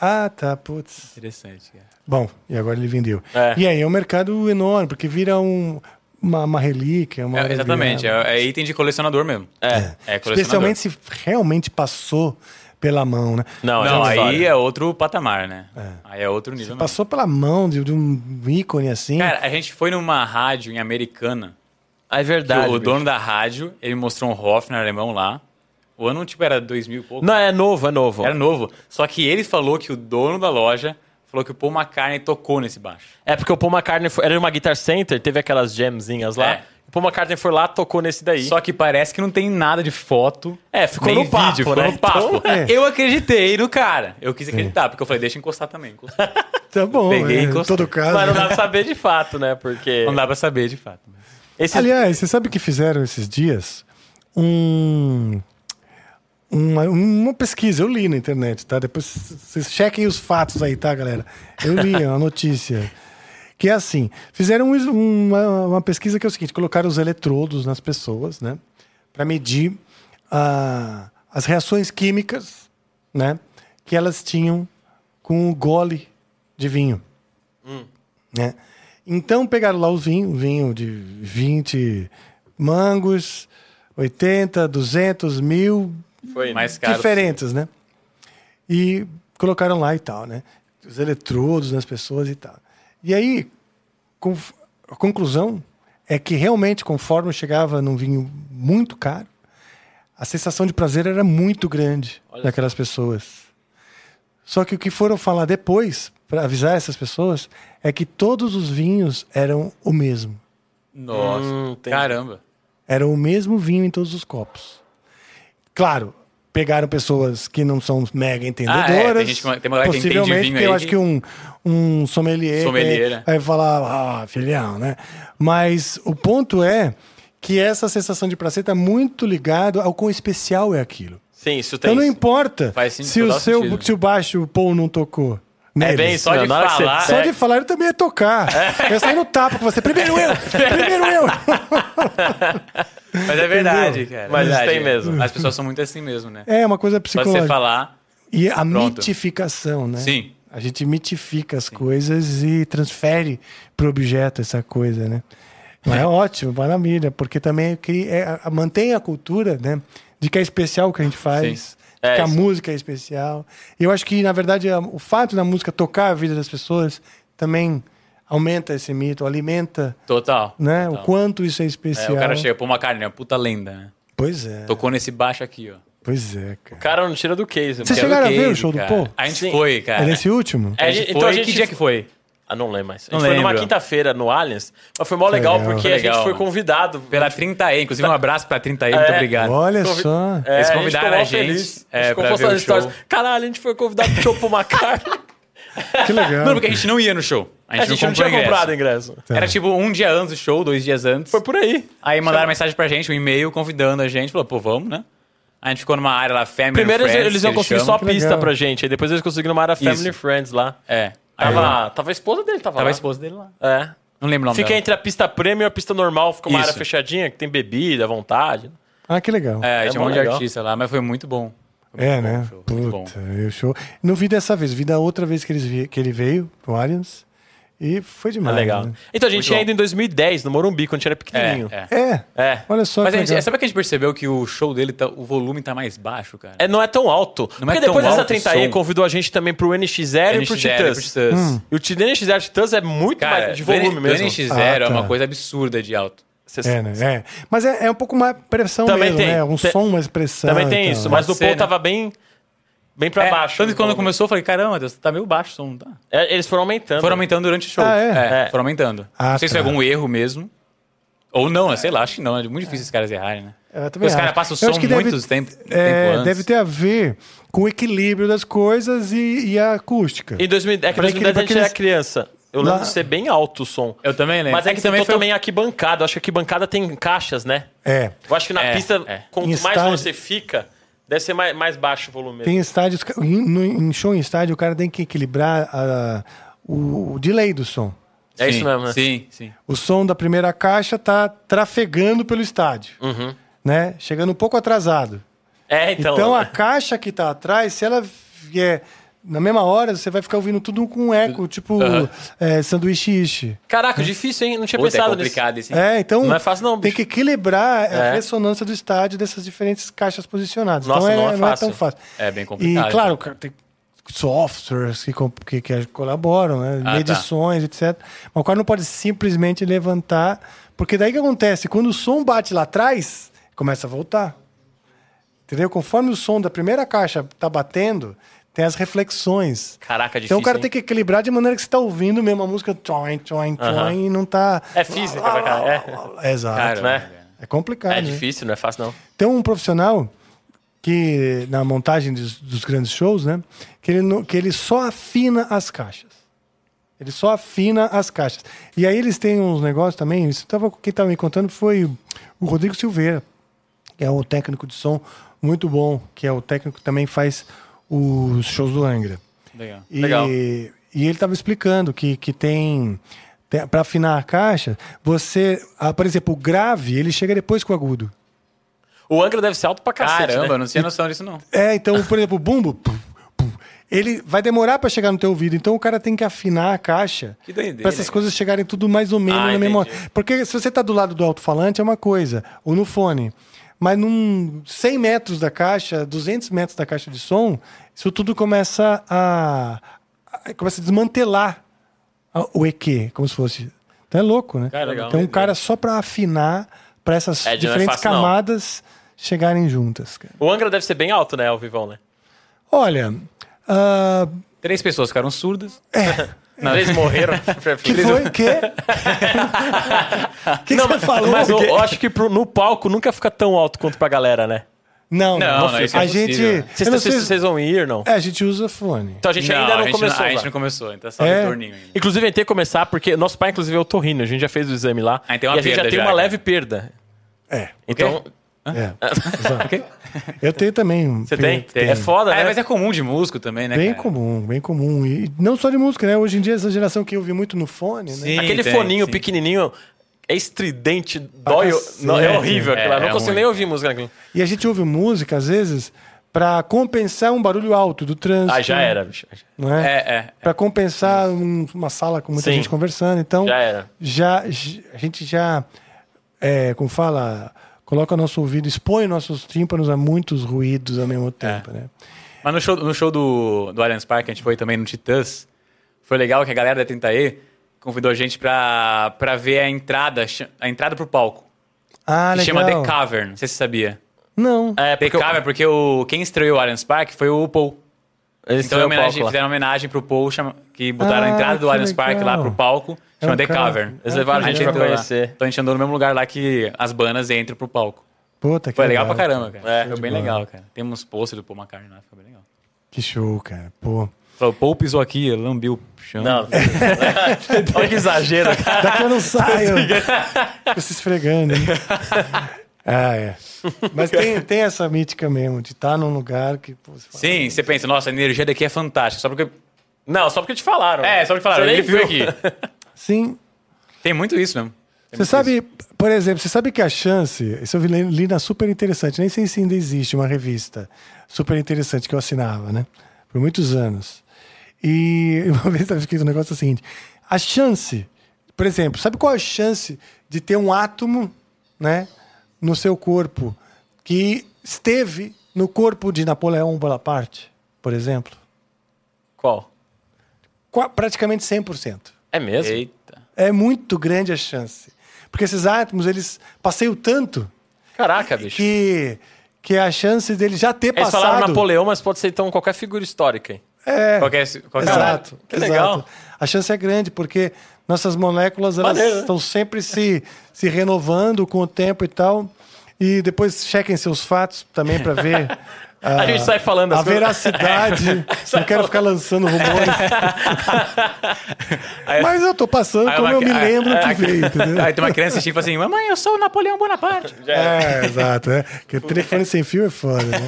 [SPEAKER 1] Ah, tá, putz.
[SPEAKER 5] Interessante, cara.
[SPEAKER 1] Bom, e agora ele vendeu.
[SPEAKER 4] É.
[SPEAKER 1] E aí é um mercado enorme, porque vira um, uma, uma relíquia. Uma
[SPEAKER 5] É, exatamente,
[SPEAKER 1] vira-
[SPEAKER 5] é, é item de colecionador mesmo.
[SPEAKER 4] É.
[SPEAKER 5] É colecionador.
[SPEAKER 1] Especialmente se realmente passou pela mão, né?
[SPEAKER 4] Não,
[SPEAKER 5] Não,
[SPEAKER 4] é
[SPEAKER 5] aí
[SPEAKER 4] aí
[SPEAKER 5] é outro patamar, né? Aí é outro nível. mesmo.
[SPEAKER 1] Passou pela mão de, de um ícone assim.
[SPEAKER 5] Cara, a gente foi numa rádio em Americana.
[SPEAKER 4] É
[SPEAKER 5] que
[SPEAKER 4] verdade.
[SPEAKER 5] o
[SPEAKER 4] bicho.
[SPEAKER 5] dono da rádio, ele mostrou um Hoffner alemão lá. O ano, tipo, era 2000 e pouco.
[SPEAKER 4] Não, é novo, é novo.
[SPEAKER 5] Era novo. Só que ele falou que o dono da loja falou que o Paul McCartney tocou nesse baixo.
[SPEAKER 4] É porque o Paul McCartney foi, era uma Guitar Center, teve aquelas jamzinhas lá.
[SPEAKER 5] É.
[SPEAKER 4] O Paul McCartney foi lá, tocou nesse daí.
[SPEAKER 5] Só que parece que não tem nada de foto.
[SPEAKER 4] É, ficou
[SPEAKER 5] nem
[SPEAKER 4] no papo,
[SPEAKER 5] vídeo, ficou
[SPEAKER 4] né?
[SPEAKER 5] no papo.
[SPEAKER 1] Então, é.
[SPEAKER 5] Eu acreditei no cara. Eu quis acreditar, porque eu falei, deixa eu encostar também. encostar.
[SPEAKER 1] tá bom,
[SPEAKER 5] peguei e
[SPEAKER 1] é, em
[SPEAKER 5] encostei.
[SPEAKER 1] todo caso.
[SPEAKER 4] Mas não dá pra saber de fato, né? Porque.
[SPEAKER 5] não dá pra saber, de fato.
[SPEAKER 4] Esse...
[SPEAKER 1] Aliás, você sabe que fizeram esses dias um, uma, uma pesquisa, eu li na internet, tá? Depois c- vocês chequem os fatos aí, tá, galera? Eu li uma notícia. Que é assim, fizeram um es- uma, uma pesquisa que é o seguinte, colocaram os eletrodos nas pessoas, né? Para medir ah, as reações químicas, né? Que elas tinham com o gole de vinho né? Então pegaram lá o vinho, vinho de 20 mangos, 80, 200, mil
[SPEAKER 4] Foi,
[SPEAKER 5] Mais caro.
[SPEAKER 1] diferentes, né? E colocaram lá e tal, né? Os eletrodos nas pessoas e tal. E aí, com- a conclusão é que realmente, conforme chegava num vinho muito caro, a sensação de prazer era muito grande naquelas pessoas. Só que o que foram falar depois, para avisar essas pessoas, é que todos os vinhos eram o mesmo.
[SPEAKER 5] Nossa,
[SPEAKER 4] Hum, entendi.
[SPEAKER 5] caramba.
[SPEAKER 1] Era o mesmo vinho em todos os copos. Claro, pegaram pessoas que não são mega entendedoras.
[SPEAKER 5] Ah, é, tem gente que- tem uma galera que entende
[SPEAKER 1] possivelmente,
[SPEAKER 5] vinho
[SPEAKER 1] porque eu
[SPEAKER 5] aí
[SPEAKER 1] acho
[SPEAKER 5] que-
[SPEAKER 1] que um, um sommelier,
[SPEAKER 5] Sommelier,
[SPEAKER 1] vai-
[SPEAKER 5] né?
[SPEAKER 1] vai falar, ah, filhão, né? Mas o ponto é que essa sensação de prazer está muito ligado ao quão especial é aquilo.
[SPEAKER 4] Sim, isso tem.
[SPEAKER 1] Então não
[SPEAKER 4] isso.
[SPEAKER 1] importa
[SPEAKER 5] Faz sim-
[SPEAKER 1] se o
[SPEAKER 5] total
[SPEAKER 1] seu
[SPEAKER 5] sentido.
[SPEAKER 1] se o baixo Paul não tocou.
[SPEAKER 4] É
[SPEAKER 1] neles.
[SPEAKER 4] bem isso,
[SPEAKER 5] Só é.
[SPEAKER 4] meu,
[SPEAKER 5] de
[SPEAKER 4] na hora que você-
[SPEAKER 5] falar-
[SPEAKER 1] Só de falar, eu também ia
[SPEAKER 5] *laughs*
[SPEAKER 1] tocar. Eu saí no tapa com você. Primeiro eu! Primeiro eu!
[SPEAKER 5] Mas é verdade, cara. É
[SPEAKER 4] Mas isso
[SPEAKER 5] Verdade.
[SPEAKER 4] tem mesmo.
[SPEAKER 5] As pessoas são muito assim mesmo, né?
[SPEAKER 1] É uma coisa
[SPEAKER 5] Só de você
[SPEAKER 1] psicológica.
[SPEAKER 5] falar.
[SPEAKER 1] E a
[SPEAKER 5] Pronto.
[SPEAKER 1] mitificação, né?
[SPEAKER 5] Sim.
[SPEAKER 1] A gente mitifica as coisas e transfere para o objeto essa coisa, né? Mas é ótimo, maravilha, porque também cria, é, a- mantém a cultura, né? De que é especial o que a gente faz,
[SPEAKER 4] É,
[SPEAKER 1] que a
[SPEAKER 4] isso.
[SPEAKER 1] música é especial. E eu acho que, na verdade, a- o fato da música tocar a vida das pessoas também aumenta esse mito, alimenta,
[SPEAKER 5] Total.
[SPEAKER 1] né?
[SPEAKER 5] total.
[SPEAKER 1] O quanto isso é
[SPEAKER 5] É,
[SPEAKER 1] especial.
[SPEAKER 5] o cara chega, pô, McCartney, é uma puta lenda, né?
[SPEAKER 1] Pois é,
[SPEAKER 5] Tocou nesse baixo aqui, ó.
[SPEAKER 1] Pois é, cara.
[SPEAKER 4] Cara, não tira do case.
[SPEAKER 1] Vocês
[SPEAKER 4] mano.
[SPEAKER 5] Quero
[SPEAKER 1] chegaram a
[SPEAKER 5] que
[SPEAKER 1] ver o
[SPEAKER 5] ele,
[SPEAKER 1] show do
[SPEAKER 5] cara.
[SPEAKER 1] Paul?
[SPEAKER 5] A gente foi, cara.
[SPEAKER 1] É nesse último?
[SPEAKER 4] É,
[SPEAKER 5] A gente
[SPEAKER 4] então
[SPEAKER 5] foi.
[SPEAKER 4] a gente
[SPEAKER 5] Que dia que foi?
[SPEAKER 4] Ah, não lembro mais. A gente
[SPEAKER 5] Não
[SPEAKER 4] foi numa
[SPEAKER 5] lembro.
[SPEAKER 4] quinta-feira no Allianz, mas foi mó legal
[SPEAKER 1] legal.
[SPEAKER 4] porque
[SPEAKER 5] Foi
[SPEAKER 4] a
[SPEAKER 5] legal,
[SPEAKER 4] gente foi
[SPEAKER 5] mano.
[SPEAKER 4] convidado
[SPEAKER 5] Pela 30E. Inclusive, um abraço pra 30E. Muito
[SPEAKER 4] É.
[SPEAKER 5] obrigado.
[SPEAKER 1] Olha
[SPEAKER 4] Convi-
[SPEAKER 1] só.
[SPEAKER 4] É,
[SPEAKER 5] Eles
[SPEAKER 4] a gente
[SPEAKER 5] convidaram
[SPEAKER 4] ficou mó
[SPEAKER 5] a gente,
[SPEAKER 4] feliz.
[SPEAKER 5] é,
[SPEAKER 4] ficou
[SPEAKER 5] pra ver
[SPEAKER 4] postando
[SPEAKER 5] o show.
[SPEAKER 4] stories. Caralho, a gente foi convidado pro show
[SPEAKER 5] *laughs*
[SPEAKER 4] pro Macar.
[SPEAKER 1] Que legal.
[SPEAKER 5] Não, porque a gente não ia no show. A gente,
[SPEAKER 4] É, a gente não,
[SPEAKER 5] comprou
[SPEAKER 4] tinha
[SPEAKER 5] ingresso.
[SPEAKER 4] comprado ingresso.
[SPEAKER 5] Era tipo um dia antes do show, dois dias antes.
[SPEAKER 4] Foi por aí.
[SPEAKER 5] Aí mandaram mensagem pra gente, um e-mail convidando a gente. Falou, pô, vamos, né? A gente ficou numa área lá, Family
[SPEAKER 4] Primeiro
[SPEAKER 5] and
[SPEAKER 4] eles,
[SPEAKER 5] Friends,
[SPEAKER 4] eles
[SPEAKER 5] que
[SPEAKER 4] iam conseguir só
[SPEAKER 5] chamam.
[SPEAKER 4] a pista
[SPEAKER 1] legal.
[SPEAKER 4] pra gente, aí depois eles conseguiram uma área Family
[SPEAKER 5] Isso.
[SPEAKER 4] Friends lá.
[SPEAKER 5] É. Aí lá,
[SPEAKER 4] Tava, tava a esposa dele, tava,
[SPEAKER 5] tava
[SPEAKER 4] lá.
[SPEAKER 5] a esposa dele lá.
[SPEAKER 4] É.
[SPEAKER 5] Não lembro o nome
[SPEAKER 4] Fica
[SPEAKER 5] dela.
[SPEAKER 4] entre a pista premium e a pista normal, fica uma
[SPEAKER 5] Isso.
[SPEAKER 4] área fechadinha, que tem bebida, à vontade.
[SPEAKER 1] Ah, que legal.
[SPEAKER 5] É,
[SPEAKER 4] É
[SPEAKER 5] tinha um
[SPEAKER 4] bom,
[SPEAKER 5] monte de
[SPEAKER 4] legal.
[SPEAKER 5] artista lá, mas foi muito bom. Foi
[SPEAKER 1] É,
[SPEAKER 5] muito bom o
[SPEAKER 1] né?
[SPEAKER 5] show, muito bom.
[SPEAKER 1] Puta, eu show. Não vi dessa vez, vi da outra vez que, eles vi- que ele veio pro Allianz. E foi
[SPEAKER 4] É
[SPEAKER 1] demais.
[SPEAKER 4] legal.
[SPEAKER 1] né?
[SPEAKER 4] Então a gente
[SPEAKER 5] Muito
[SPEAKER 4] tinha
[SPEAKER 5] bom.
[SPEAKER 4] ido em 2010, no Morumbi, quando a gente era
[SPEAKER 5] É,
[SPEAKER 4] pequenininho.
[SPEAKER 5] é.
[SPEAKER 1] É,
[SPEAKER 4] É.
[SPEAKER 1] olha só.
[SPEAKER 5] Mas
[SPEAKER 1] que
[SPEAKER 5] a gente,
[SPEAKER 1] legal.
[SPEAKER 5] sabe que a gente percebeu que o show dele, tá, o volume tá mais baixo, cara?
[SPEAKER 4] É, não é tão alto.
[SPEAKER 5] Não
[SPEAKER 4] Porque
[SPEAKER 5] é tão
[SPEAKER 4] depois
[SPEAKER 5] alto
[SPEAKER 4] essa
[SPEAKER 5] o
[SPEAKER 4] 30E
[SPEAKER 5] som.
[SPEAKER 4] convidou a gente também pro NX0 e pro Titãs.
[SPEAKER 1] Hum.
[SPEAKER 4] E o NX0 Titãs é muito
[SPEAKER 5] Cara,
[SPEAKER 4] mais de volume
[SPEAKER 5] do
[SPEAKER 4] mesmo. tá
[SPEAKER 5] NX0 é
[SPEAKER 1] Ah, tá.
[SPEAKER 5] uma coisa absurda de alto.
[SPEAKER 4] Cês-
[SPEAKER 1] É, né? É. Mas é, é um pouco mais pressão
[SPEAKER 4] Também
[SPEAKER 1] mesmo,
[SPEAKER 4] tem.
[SPEAKER 1] né? Um
[SPEAKER 4] Te-
[SPEAKER 1] som, uma expressão.
[SPEAKER 4] Também tem
[SPEAKER 1] e
[SPEAKER 4] isso,
[SPEAKER 1] tal.
[SPEAKER 4] mas o
[SPEAKER 5] Pode ser,
[SPEAKER 4] Paul
[SPEAKER 5] né?
[SPEAKER 4] tava bem, bem pra
[SPEAKER 5] É,
[SPEAKER 4] baixo. né?
[SPEAKER 5] Tanto que quando começou, eu falei, caramba, Deus, tá meio baixo o som, não tá?
[SPEAKER 4] É, eles foram aumentando.
[SPEAKER 5] Foram aumentando durante o show.
[SPEAKER 1] Ah, é?
[SPEAKER 4] É.
[SPEAKER 5] Foram aumentando.
[SPEAKER 1] Ah,
[SPEAKER 5] não sei se foi
[SPEAKER 1] tá.
[SPEAKER 5] algum erro mesmo. Ou não, né? sei lá, acho que não. É muito difícil os caras errarem, né?
[SPEAKER 1] É, Eu
[SPEAKER 5] Porque
[SPEAKER 1] também
[SPEAKER 5] os caras
[SPEAKER 1] acho.
[SPEAKER 5] passam o
[SPEAKER 1] Eu
[SPEAKER 5] som
[SPEAKER 1] acho que deve-
[SPEAKER 5] muitos tempo, tempo
[SPEAKER 1] É,
[SPEAKER 5] antes.
[SPEAKER 1] deve ter a ver com o equilíbrio das coisas e, e a acústica.
[SPEAKER 4] Em 2010, é que
[SPEAKER 1] Pra
[SPEAKER 4] 2010 a gente
[SPEAKER 1] aqueles-
[SPEAKER 4] era criança. Eu lembro
[SPEAKER 1] Lá-
[SPEAKER 4] de ser bem alto o som.
[SPEAKER 5] Eu também lembro.
[SPEAKER 4] Mas é que também
[SPEAKER 5] foi...
[SPEAKER 1] um-
[SPEAKER 4] também aqui bancada. Acho que aqui bancada tem caixas, né?
[SPEAKER 1] É.
[SPEAKER 4] Eu acho que na
[SPEAKER 5] É,
[SPEAKER 4] pista,
[SPEAKER 5] é.
[SPEAKER 4] quanto
[SPEAKER 1] Em
[SPEAKER 4] mais
[SPEAKER 1] estádio-
[SPEAKER 4] você fica, deve ser mais, mais baixo o volume. mesmo.
[SPEAKER 1] Tem estádios. Em, no- em show em estádio, o cara tem que equilibrar a- o- o delay do som.
[SPEAKER 4] É isso mesmo, né?
[SPEAKER 5] Sim, sim.
[SPEAKER 1] O som da primeira caixa tá trafegando pelo estádio, né? Chegando um pouco atrasado.
[SPEAKER 4] É, Uhum. então.
[SPEAKER 1] Então, a caixa que tá atrás, se ela vier na mesma hora, você vai ficar ouvindo tudo com
[SPEAKER 4] Uhum.
[SPEAKER 1] eco, tipo é, sanduíche ishi.
[SPEAKER 4] Caraca, difícil, hein? Não tinha
[SPEAKER 5] Puta, é
[SPEAKER 4] pensado nisso.
[SPEAKER 5] complicado esse.
[SPEAKER 1] É, então
[SPEAKER 4] Não é fácil não,
[SPEAKER 1] tem
[SPEAKER 4] bicho.
[SPEAKER 1] que equilibrar a
[SPEAKER 4] É.
[SPEAKER 1] ressonância do estádio dessas diferentes caixas posicionadas.
[SPEAKER 4] Nossa,
[SPEAKER 1] então
[SPEAKER 4] não é né? fácil.
[SPEAKER 1] tão fácil.
[SPEAKER 5] É bem complicado.
[SPEAKER 1] E claro, cara, tem softwares que, com- que, que colaboram, né?
[SPEAKER 4] tá.
[SPEAKER 5] Ah,
[SPEAKER 1] medições, etc. Mas o cara não pode simplesmente levantar, porque daí o que acontece? Quando o som bate lá atrás, começa a voltar. Entendeu? Conforme o som da primeira caixa tá batendo, tem as reflexões.
[SPEAKER 4] Caraca, difícil.
[SPEAKER 1] Então o cara
[SPEAKER 4] hein?
[SPEAKER 1] tem que equilibrar de maneira que você tá ouvindo mesmo a música tchoin, tchoin, tchoin,
[SPEAKER 4] Aham.
[SPEAKER 1] e não tá.
[SPEAKER 4] É física pra caralho, é.
[SPEAKER 1] Exato.
[SPEAKER 5] Cara,
[SPEAKER 4] né?
[SPEAKER 1] É complicado.
[SPEAKER 4] É
[SPEAKER 1] né?
[SPEAKER 4] difícil, não é fácil, não.
[SPEAKER 1] Tem um profissional que, na montagem dos, dos grandes shows, né? Que ele, não- que ele só afina as caixas. Ele só afina as caixas. E aí eles têm uns negócios também. Isso tava, quem estava me contando foi o Rodrigo Silveira, que é um técnico de som muito bom, que é o técnico que também faz os shows do Angra.
[SPEAKER 5] Legal.
[SPEAKER 1] E,
[SPEAKER 4] Legal.
[SPEAKER 1] e ele estava explicando que, que tem. Para afinar a caixa, você. ah, por exemplo, o grave, ele chega depois com o agudo.
[SPEAKER 4] O Angra deve ser alto pra cacete.
[SPEAKER 5] Caramba,
[SPEAKER 4] né?
[SPEAKER 5] eu não tinha noção disso, não.
[SPEAKER 1] É, então, por exemplo, o bumbo. pum, pum, ele vai demorar para chegar no teu ouvido, então o cara tem que afinar a caixa
[SPEAKER 5] Que doideira,
[SPEAKER 1] para essas
[SPEAKER 5] cara.
[SPEAKER 1] coisas chegarem tudo mais ou menos
[SPEAKER 5] Ah,
[SPEAKER 1] na mesma hora.
[SPEAKER 5] entendi.
[SPEAKER 1] Porque se você tá do lado do alto-falante é uma coisa, ou no fone, mas num 100 metros da caixa, 200 metros da caixa de som, isso tudo começa a, a- começa a desmantelar a- o EQ, como se fosse. Então é louco, né?
[SPEAKER 5] Cara, legal.
[SPEAKER 1] Tem um cara só para afinar para essas
[SPEAKER 4] É, não é
[SPEAKER 1] diferentes
[SPEAKER 4] fácil, não.
[SPEAKER 1] camadas chegarem juntas, cara.
[SPEAKER 4] O Angra deve ser bem alto, né, ao vivão, né?
[SPEAKER 1] Olha, ah,
[SPEAKER 5] Três pessoas ficaram surdas.
[SPEAKER 4] *laughs* Três morreram.
[SPEAKER 1] É. *laughs* que foi
[SPEAKER 4] *laughs*
[SPEAKER 1] o quê? O que, que você falou?
[SPEAKER 4] Mas eu, eu acho que pro- no palco nunca fica tão alto quanto pra galera, né?
[SPEAKER 1] Não,
[SPEAKER 5] Não, não, isso é
[SPEAKER 1] a
[SPEAKER 5] impossível.
[SPEAKER 1] gente,
[SPEAKER 4] Vocês
[SPEAKER 1] eu não sei-
[SPEAKER 4] vocês- vocês vão ir, não?
[SPEAKER 1] é, a gente usa fone.
[SPEAKER 4] Então a gente ainda não
[SPEAKER 5] a gente
[SPEAKER 4] começou.
[SPEAKER 5] a gente
[SPEAKER 4] lá.
[SPEAKER 5] não começou, então é só
[SPEAKER 1] É.
[SPEAKER 5] um torninho ainda.
[SPEAKER 4] Inclusive, a gente tem que começar, porque nosso pai, inclusive, é o Torrino. A gente já fez o exame lá.
[SPEAKER 5] Ah, então é uma
[SPEAKER 4] e a gente já
[SPEAKER 5] perda
[SPEAKER 4] tem
[SPEAKER 5] já,
[SPEAKER 4] uma
[SPEAKER 5] cara.
[SPEAKER 4] leve perda.
[SPEAKER 1] É,
[SPEAKER 4] Então, *laughs*
[SPEAKER 1] é. exato. Eu tenho também. um
[SPEAKER 4] você
[SPEAKER 1] pe-
[SPEAKER 4] tem?
[SPEAKER 1] tenho.
[SPEAKER 4] É foda, né?
[SPEAKER 5] É, mas é comum de músico também, né?
[SPEAKER 1] Bem
[SPEAKER 5] cara?
[SPEAKER 1] comum, bem comum. E não só de música, né? Hoje em dia, essa geração que eu vi muito no fone, né?
[SPEAKER 5] Sim,
[SPEAKER 4] Aquele
[SPEAKER 5] tem,
[SPEAKER 4] foninho
[SPEAKER 5] sim.
[SPEAKER 4] pequenininho é estridente, dói. o- não, é
[SPEAKER 1] cacete.
[SPEAKER 4] horrível aquilo
[SPEAKER 5] É,
[SPEAKER 4] lá. Não
[SPEAKER 5] é
[SPEAKER 4] consigo
[SPEAKER 5] ruim.
[SPEAKER 4] nem ouvir música naquilo.
[SPEAKER 1] E a gente ouve música, às vezes, Pra compensar um barulho alto do trânsito.
[SPEAKER 4] Ah, já era, bicho.
[SPEAKER 1] Não é?
[SPEAKER 5] É, é.
[SPEAKER 1] Pra compensar um- uma sala com muita
[SPEAKER 4] Sim.
[SPEAKER 1] gente conversando. Então,
[SPEAKER 4] Já era.
[SPEAKER 1] já, j- a gente já, é, como fala, coloca nosso ouvido, expõe nossos tímpanos a muitos ruídos ao mesmo
[SPEAKER 5] É.
[SPEAKER 1] tempo, né?
[SPEAKER 5] Mas no show, no show do, do Allianz Park, a gente foi também no Titãs. Foi legal que a galera da 30E convidou a gente pra, pra ver a entrada, cha- a entrada pro palco.
[SPEAKER 1] Ah,
[SPEAKER 5] que
[SPEAKER 1] legal.
[SPEAKER 5] chama The Cavern, não sei se você sabia.
[SPEAKER 1] Não.
[SPEAKER 4] É,
[SPEAKER 5] The
[SPEAKER 4] porque eu-
[SPEAKER 5] Cavern, porque o, quem estreou o Allianz Park foi o Paul.
[SPEAKER 4] eles
[SPEAKER 5] Então
[SPEAKER 4] têm um
[SPEAKER 5] homenagem-
[SPEAKER 4] palco lá.
[SPEAKER 5] fizeram homenagem pro Paul, chama- que
[SPEAKER 1] Ah,
[SPEAKER 5] botaram a entrada do
[SPEAKER 1] que
[SPEAKER 5] Allianz Park
[SPEAKER 1] legal.
[SPEAKER 5] lá pro palco,
[SPEAKER 1] É
[SPEAKER 5] chama
[SPEAKER 1] um
[SPEAKER 5] The
[SPEAKER 1] cara-
[SPEAKER 5] Cavern.
[SPEAKER 1] é um
[SPEAKER 4] Eles levaram a
[SPEAKER 1] cara
[SPEAKER 4] gente pra
[SPEAKER 5] entrou lá.
[SPEAKER 4] conhecer.
[SPEAKER 5] Então a gente andou no mesmo lugar lá que as bandas entram pro palco.
[SPEAKER 1] Puta, que
[SPEAKER 5] Foi legal, pra caramba, cara.
[SPEAKER 4] É,
[SPEAKER 5] foi
[SPEAKER 4] de
[SPEAKER 5] bem
[SPEAKER 1] bola.
[SPEAKER 5] legal, cara. Tem uns posters do Paul McCartney lá, foi bem legal.
[SPEAKER 1] Que show, cara. Pô.
[SPEAKER 5] Falou, Paul pisou aqui, lambiu o chão.
[SPEAKER 4] Não, olha que exagero, cara.
[SPEAKER 1] Daqui eu não saio.
[SPEAKER 5] Tá
[SPEAKER 1] Fico se esfregando.
[SPEAKER 5] *laughs*
[SPEAKER 1] hein? Ah, é. Mas tem, tem essa mítica mesmo, de estar num lugar que... pô, você fala,
[SPEAKER 5] *laughs* Sim, você pensa, nossa, a energia daqui é fantástica. Só porque.
[SPEAKER 4] Não, só porque te falaram.
[SPEAKER 5] É, só porque falaram,
[SPEAKER 4] Você nem
[SPEAKER 5] ele viu aqui.
[SPEAKER 4] viu.
[SPEAKER 1] Sim.
[SPEAKER 5] Tem muito isso mesmo. Tem
[SPEAKER 1] Você
[SPEAKER 5] muito isso.
[SPEAKER 1] sabe, por exemplo, você sabe que a chance, isso eu vi- li na super interessante, nem sei se ainda existe uma revista super interessante que eu assinava, né? Por muitos anos. E *laughs* uma vez estava escrito um negócio seguinte: a chance, por exemplo, sabe qual é a chance de ter um átomo, né, no seu corpo que esteve no corpo de Napoleão Bonaparte, por exemplo?
[SPEAKER 4] *laughs* Qual?
[SPEAKER 1] Qua- praticamente 100%.
[SPEAKER 4] É mesmo?
[SPEAKER 5] Eita.
[SPEAKER 1] É muito grande a chance. Porque esses átomos, eles passeiam tanto
[SPEAKER 4] Caraca, bicho.
[SPEAKER 1] que, que é a chance dele já ter
[SPEAKER 4] Eles
[SPEAKER 1] passado.
[SPEAKER 4] falaram Napoleão, mas pode ser então qualquer figura histórica. hein?
[SPEAKER 1] É,
[SPEAKER 5] Qualquer, qualquer
[SPEAKER 1] exato.
[SPEAKER 4] um. que
[SPEAKER 1] exato.
[SPEAKER 4] legal.
[SPEAKER 1] A chance é grande, porque nossas moléculas elas
[SPEAKER 4] Maneiro, né?
[SPEAKER 1] estão sempre se, se renovando com o tempo e tal. E depois chequem seus fatos também para ver.
[SPEAKER 4] *laughs*
[SPEAKER 1] ah,
[SPEAKER 4] A gente sai falando
[SPEAKER 1] A
[SPEAKER 4] as coisas. *laughs*
[SPEAKER 1] veracidade. Não quero ficar lançando rumores.
[SPEAKER 5] Aí-
[SPEAKER 1] Mas eu tô passando
[SPEAKER 5] aí
[SPEAKER 1] como
[SPEAKER 5] uma-
[SPEAKER 1] eu me
[SPEAKER 5] aí-
[SPEAKER 1] lembro
[SPEAKER 4] é,
[SPEAKER 1] que
[SPEAKER 5] aí- *laughs*
[SPEAKER 1] veio,
[SPEAKER 4] *laughs*
[SPEAKER 1] entendeu?
[SPEAKER 5] Aí tem uma criança assistindo e fala assim: Mamãe, eu sou o Napoleão Bonaparte.
[SPEAKER 1] É, exato. É. Porque telefone sem fio é foda,
[SPEAKER 4] *laughs*
[SPEAKER 1] né?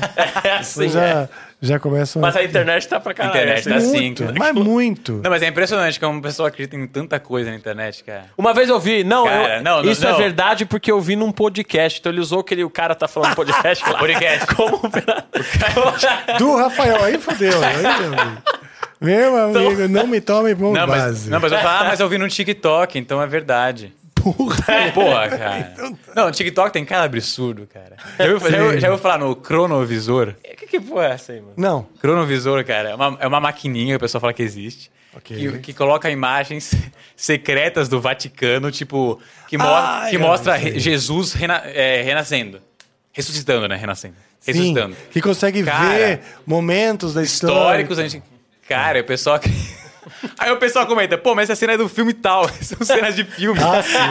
[SPEAKER 4] É assim, é.
[SPEAKER 1] já, já começa uma-
[SPEAKER 4] Mas a internet tá pra caralho.
[SPEAKER 5] Internet tá
[SPEAKER 4] assim.
[SPEAKER 5] assim.
[SPEAKER 1] muito,
[SPEAKER 5] cara.
[SPEAKER 1] mas muito.
[SPEAKER 5] Não, mas é impressionante como o pessoal acredita em tanta coisa na internet, cara.
[SPEAKER 4] Uma vez eu vi, não,
[SPEAKER 5] Cara,
[SPEAKER 4] eu-
[SPEAKER 5] não, não,
[SPEAKER 4] isso é
[SPEAKER 5] não.
[SPEAKER 4] verdade porque eu vi num podcast. Então ele usou aquele o cara tá falando podcast lá.
[SPEAKER 5] *laughs* Podcast.
[SPEAKER 4] Como um
[SPEAKER 1] Do Rafael, aí fodeu. Aí, meu amigo, Meu amigo, não me tome como
[SPEAKER 5] Então- Não, mas,
[SPEAKER 1] base.
[SPEAKER 5] não, mas eu falo, ah, mas eu vi no TikTok, então é verdade.
[SPEAKER 1] Porra. *laughs* Então tá.
[SPEAKER 5] Porra, cara. Não, o TikTok tem cara absurdo, cara. Já ouviu, já ouviu- já ouviu falar no cronovisor?
[SPEAKER 4] *laughs* que, que porra é essa aí, mano?
[SPEAKER 1] Não.
[SPEAKER 5] Cronovisor, cara, é uma, é uma maquininha, o pessoal fala que existe. Que, que coloca imagens *laughs* secretas do Vaticano, tipo, que, mo-
[SPEAKER 1] Ah,
[SPEAKER 5] que
[SPEAKER 1] eu
[SPEAKER 5] mostra
[SPEAKER 1] sei.
[SPEAKER 5] re- Jesus rena- é, renascendo. Ressuscitando, né? Renascendo.
[SPEAKER 1] Sim,
[SPEAKER 5] Ressuscitando.
[SPEAKER 1] que consegue
[SPEAKER 5] Cara,
[SPEAKER 1] ver momentos da história.
[SPEAKER 5] Históricos, a gente. Cara, o pessoal. *laughs* Aí o pessoal comenta, pô, mas essa cena é do filme tal. *laughs* São cenas de filme. *laughs*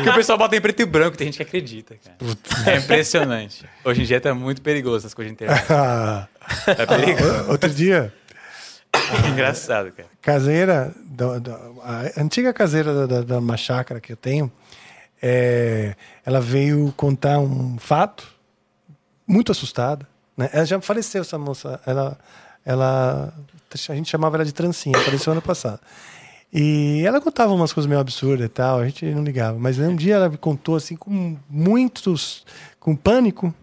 [SPEAKER 5] que o pessoal bota em preto e branco, tem gente que acredita, cara. É impressionante. Hoje em dia tá muito perigoso essas coisas de internet.
[SPEAKER 1] *laughs* Ah,
[SPEAKER 5] Tá perigoso.
[SPEAKER 1] outro dia,
[SPEAKER 5] *laughs* Engraçado, cara.
[SPEAKER 1] caseira, da- da- a antiga caseira da, da, da uma chácara que eu tenho, é, ela veio contar um fato, muito assustada. Né? Ela já faleceu, essa moça. Ela, ela, a gente chamava ela de trancinha, faleceu ano passado. E ela contava umas coisas meio absurdas e tal, a gente não ligava. Mas aí um dia ela me contou, assim, com muitos. com pânico,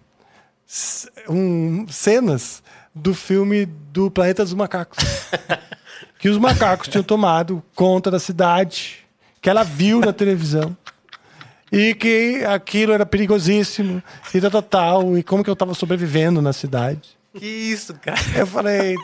[SPEAKER 1] c- um, cenas do filme do Planeta dos
[SPEAKER 5] *laughs*
[SPEAKER 1] Macacos. que os macacos tinham tomado conta da cidade, que ela viu na televisão e que aquilo era perigosíssimo e tal, tal, tal, e como que eu tava sobrevivendo na cidade.
[SPEAKER 5] Que isso, cara.
[SPEAKER 1] Eu falei,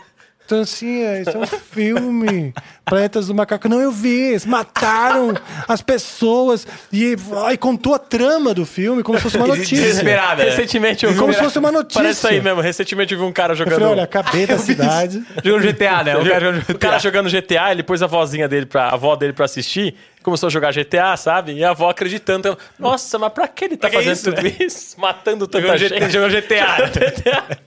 [SPEAKER 1] Trancinha, isso é um filme. Planetas do Macaco. Não, eu vi. Eles mataram as pessoas. E aí contou a trama do filme como se fosse
[SPEAKER 5] *laughs*
[SPEAKER 1] uma notícia.
[SPEAKER 5] Desesperada. né?
[SPEAKER 4] Recentemente eu vi.
[SPEAKER 1] Como
[SPEAKER 4] um-
[SPEAKER 1] se fosse uma notícia.
[SPEAKER 4] *laughs* Parece isso aí mesmo. Recentemente eu vi um cara
[SPEAKER 1] Eu falei,
[SPEAKER 4] jogando.
[SPEAKER 1] olha, acabei da cidade.
[SPEAKER 5] Jogou no GTA, né? O cara jogou no
[SPEAKER 4] É, O cara jogando GTA, ele pôs a vozinha dele pra, a avó dele pra assistir, começou a jogar GTA, sabe? E a avó acreditando. então, Nossa, mas pra que ele tá
[SPEAKER 5] Pra que
[SPEAKER 4] fazendo
[SPEAKER 5] isso, né?"
[SPEAKER 4] tudo isso? Matando
[SPEAKER 5] Jogou
[SPEAKER 4] tanta
[SPEAKER 5] no
[SPEAKER 4] gente.
[SPEAKER 5] GTA. Jogou no
[SPEAKER 4] *laughs*
[SPEAKER 5] GTA.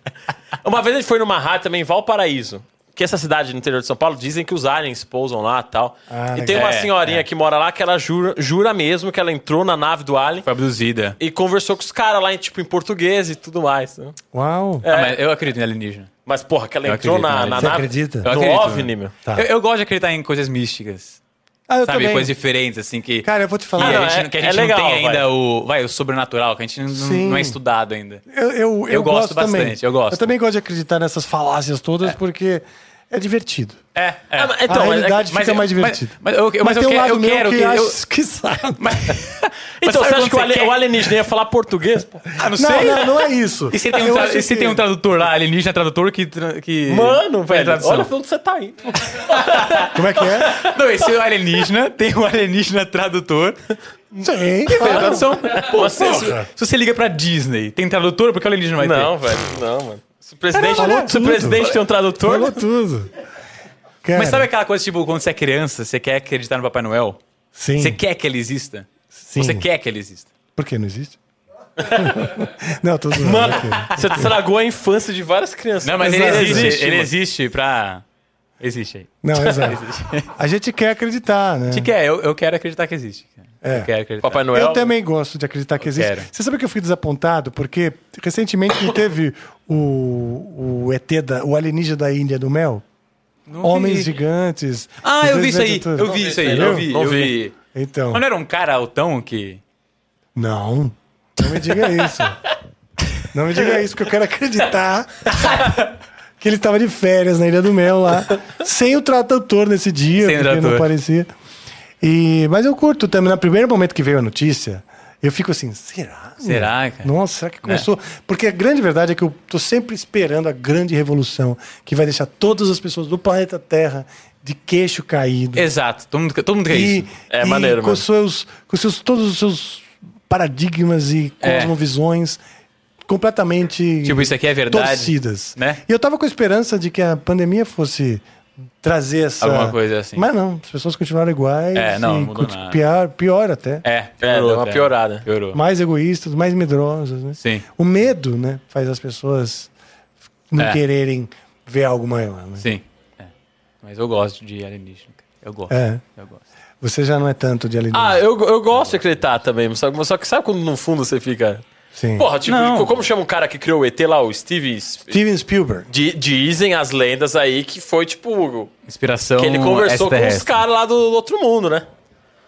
[SPEAKER 4] Uma vez a gente foi numa rádio também, em Valparaíso. Que essa cidade no interior de São Paulo dizem que os aliens pousam lá e tal.
[SPEAKER 1] Ah,
[SPEAKER 4] e
[SPEAKER 1] legal.
[SPEAKER 4] tem uma
[SPEAKER 5] É,
[SPEAKER 4] senhorinha que mora lá que ela jura, jura mesmo que ela entrou na nave do alien
[SPEAKER 5] Foi abduzida.
[SPEAKER 4] e conversou com os caras lá em, tipo, em português e tudo mais. né?
[SPEAKER 1] Uau.
[SPEAKER 5] Ah, mas eu acredito em alienígena.
[SPEAKER 4] Mas, porra, que ela
[SPEAKER 5] Eu
[SPEAKER 4] entrou
[SPEAKER 5] acredito,
[SPEAKER 4] na,
[SPEAKER 5] né?
[SPEAKER 4] na
[SPEAKER 1] Você
[SPEAKER 4] nave.
[SPEAKER 1] acredita?
[SPEAKER 4] No
[SPEAKER 5] Eu acredito,
[SPEAKER 4] OVNI,
[SPEAKER 5] né?
[SPEAKER 4] meu.
[SPEAKER 1] Tá.
[SPEAKER 5] Eu, eu gosto de acreditar em coisas místicas.
[SPEAKER 1] Ah, eu
[SPEAKER 5] sabe?
[SPEAKER 1] também.
[SPEAKER 5] Coisas diferentes, assim, que.
[SPEAKER 1] Cara, eu vou te
[SPEAKER 5] que
[SPEAKER 1] falar.
[SPEAKER 4] Ah,
[SPEAKER 5] a
[SPEAKER 4] não,
[SPEAKER 5] gente,
[SPEAKER 4] é-
[SPEAKER 5] não- que a
[SPEAKER 4] é
[SPEAKER 5] gente
[SPEAKER 4] legal,
[SPEAKER 5] não tem ainda
[SPEAKER 4] vai.
[SPEAKER 5] o. Vai, o sobrenatural, que a gente não,
[SPEAKER 1] Sim.
[SPEAKER 5] não é estudado ainda.
[SPEAKER 1] Eu, eu, eu,
[SPEAKER 5] gosto
[SPEAKER 1] também.
[SPEAKER 5] bastante, eu gosto.
[SPEAKER 1] Eu também gosto de acreditar nessas falácias todas, porque é divertido.
[SPEAKER 5] É, é.
[SPEAKER 4] Ah, mas- então,
[SPEAKER 1] a
[SPEAKER 4] mas-
[SPEAKER 1] realidade
[SPEAKER 5] mas
[SPEAKER 1] fica
[SPEAKER 5] eu-
[SPEAKER 1] mais
[SPEAKER 5] mas-
[SPEAKER 1] divertida.
[SPEAKER 5] mas eu- mas eu
[SPEAKER 1] tem um
[SPEAKER 5] quero-
[SPEAKER 1] lado
[SPEAKER 5] eu
[SPEAKER 1] meu
[SPEAKER 5] quero
[SPEAKER 1] que,
[SPEAKER 5] que eu- *laughs*
[SPEAKER 1] acho que sabe.
[SPEAKER 4] Então,
[SPEAKER 5] sabe
[SPEAKER 4] você acha
[SPEAKER 5] quando
[SPEAKER 4] que o,
[SPEAKER 5] você
[SPEAKER 4] ale-
[SPEAKER 5] quer?
[SPEAKER 4] o alienígena ia falar português? pô?
[SPEAKER 5] Ah, não sei.
[SPEAKER 1] Não, não, não é isso.
[SPEAKER 5] E se tem um,
[SPEAKER 1] Eu
[SPEAKER 5] tra-
[SPEAKER 1] acho
[SPEAKER 5] e se
[SPEAKER 1] que-
[SPEAKER 5] tem um tradutor lá, alienígena tradutor que. tra- que
[SPEAKER 4] *laughs* Mano,
[SPEAKER 5] faz a
[SPEAKER 4] velho,
[SPEAKER 5] tradução?
[SPEAKER 4] olha pra onde você tá indo.
[SPEAKER 1] Como é que
[SPEAKER 5] *laughs*
[SPEAKER 1] é?
[SPEAKER 5] Não, esse é o alienígena, *laughs* tem o alienígena tradutor.
[SPEAKER 1] Sim,
[SPEAKER 5] Tem a
[SPEAKER 1] claro.
[SPEAKER 5] tradução. Pô, se, se-
[SPEAKER 1] porra.
[SPEAKER 5] se você liga pra Disney, tem tradutor? Porque o alienígena vai ter.
[SPEAKER 4] Não, velho, não, mano. Se o presidente,
[SPEAKER 1] Caralho, falou
[SPEAKER 4] se o
[SPEAKER 1] tudo.
[SPEAKER 4] presidente tem um tradutor,
[SPEAKER 1] Falou tudo. Cara,
[SPEAKER 5] Mas sabe aquela coisa, tipo, quando você é criança, você quer acreditar no Papai Noel?
[SPEAKER 1] sim,
[SPEAKER 5] Você quer que ele exista?
[SPEAKER 1] sim.
[SPEAKER 5] Você quer que ele exista?
[SPEAKER 1] Por que não existe? *laughs* não, tô zoando.
[SPEAKER 4] Mano.
[SPEAKER 1] ok.
[SPEAKER 4] você estragou a infância de várias crianças.
[SPEAKER 5] Não, mas
[SPEAKER 1] Exato.
[SPEAKER 5] ele existe. ele
[SPEAKER 4] mano.
[SPEAKER 5] existe pra. Existe aí.
[SPEAKER 1] Não, exato. A gente quer acreditar, né?
[SPEAKER 5] Você quer? é? Eu, eu quero acreditar que existe. cara.
[SPEAKER 1] É.
[SPEAKER 5] Eu quero acreditar.
[SPEAKER 4] Papai Noel.
[SPEAKER 1] Eu também gosto de acreditar que existe.
[SPEAKER 5] quero.
[SPEAKER 1] Você sabe que eu fui desapontado? Porque recentemente não teve o, o ET, da, o alienígena da Índia do Mel?
[SPEAKER 5] Não vi.
[SPEAKER 1] Homens gigantes.
[SPEAKER 5] Ah, eu vi
[SPEAKER 1] gigantes
[SPEAKER 5] isso aí.
[SPEAKER 1] e tudo.
[SPEAKER 5] Eu vi isso aí.
[SPEAKER 1] Entendeu?
[SPEAKER 5] Eu vi.
[SPEAKER 4] Não
[SPEAKER 5] Eu
[SPEAKER 4] vi.
[SPEAKER 5] vi.
[SPEAKER 1] Então,
[SPEAKER 5] Mas não era um cara altão que.
[SPEAKER 1] não. Não me diga isso. Não me diga isso, porque eu quero acreditar que ele estava de férias na Ilha do Mel lá, sem o tradutor nesse dia,
[SPEAKER 5] Sem o
[SPEAKER 1] porque não
[SPEAKER 5] tradutor.
[SPEAKER 1] parecia. E, mas eu curto também. No primeiro momento que veio a notícia, eu fico assim, será?
[SPEAKER 5] Será, cara?
[SPEAKER 1] Nossa, será que começou? Porque a grande verdade é que eu tô sempre esperando a grande revolução que vai deixar todas as pessoas do planeta Terra de queixo caído.
[SPEAKER 5] Exato. Todo mundo, todo mundo quer
[SPEAKER 1] E-
[SPEAKER 5] isso.
[SPEAKER 4] É
[SPEAKER 1] e
[SPEAKER 4] maneiro
[SPEAKER 1] com
[SPEAKER 4] mesmo.
[SPEAKER 1] seus com seus todos os seus paradigmas e
[SPEAKER 5] É.
[SPEAKER 1] cosmovisões completamente
[SPEAKER 5] Tipo, isso aqui é verdade.
[SPEAKER 1] torcidas,
[SPEAKER 5] né?
[SPEAKER 1] E eu tava com a esperança de que a pandemia fosse trazer essa
[SPEAKER 5] Alguma coisa assim.
[SPEAKER 1] Mas não, as pessoas continuaram iguais,
[SPEAKER 5] É, não,
[SPEAKER 1] e
[SPEAKER 5] não mudou
[SPEAKER 1] conti-
[SPEAKER 5] nada.
[SPEAKER 1] pior, pior até.
[SPEAKER 5] É,
[SPEAKER 4] É, deu uma
[SPEAKER 5] é.
[SPEAKER 4] piorada.
[SPEAKER 5] Piorou.
[SPEAKER 1] Mais egoístas, mais medrosos, né?
[SPEAKER 5] Sim.
[SPEAKER 1] O medo, né, faz as pessoas não
[SPEAKER 5] É.
[SPEAKER 1] quererem ver algo maior, né?
[SPEAKER 5] Sim. É. Mas eu gosto de alienígena. cara. Eu gosto.
[SPEAKER 1] É.
[SPEAKER 5] Eu gosto.
[SPEAKER 1] Você já não é tanto de alienígena.
[SPEAKER 4] Ah, eu, eu gosto de acreditar também, só, só que sabe quando no fundo você fica.
[SPEAKER 1] Sim.
[SPEAKER 4] Porra, tipo,
[SPEAKER 5] Não.
[SPEAKER 4] como chama o cara que criou o ET lá, o Steve.
[SPEAKER 1] Steven Spielberg.
[SPEAKER 4] Di- dizem as lendas aí que foi tipo.
[SPEAKER 5] Inspiração.
[SPEAKER 4] Que ele conversou com os
[SPEAKER 5] extraterrestre.
[SPEAKER 4] caras lá do, do outro mundo, né?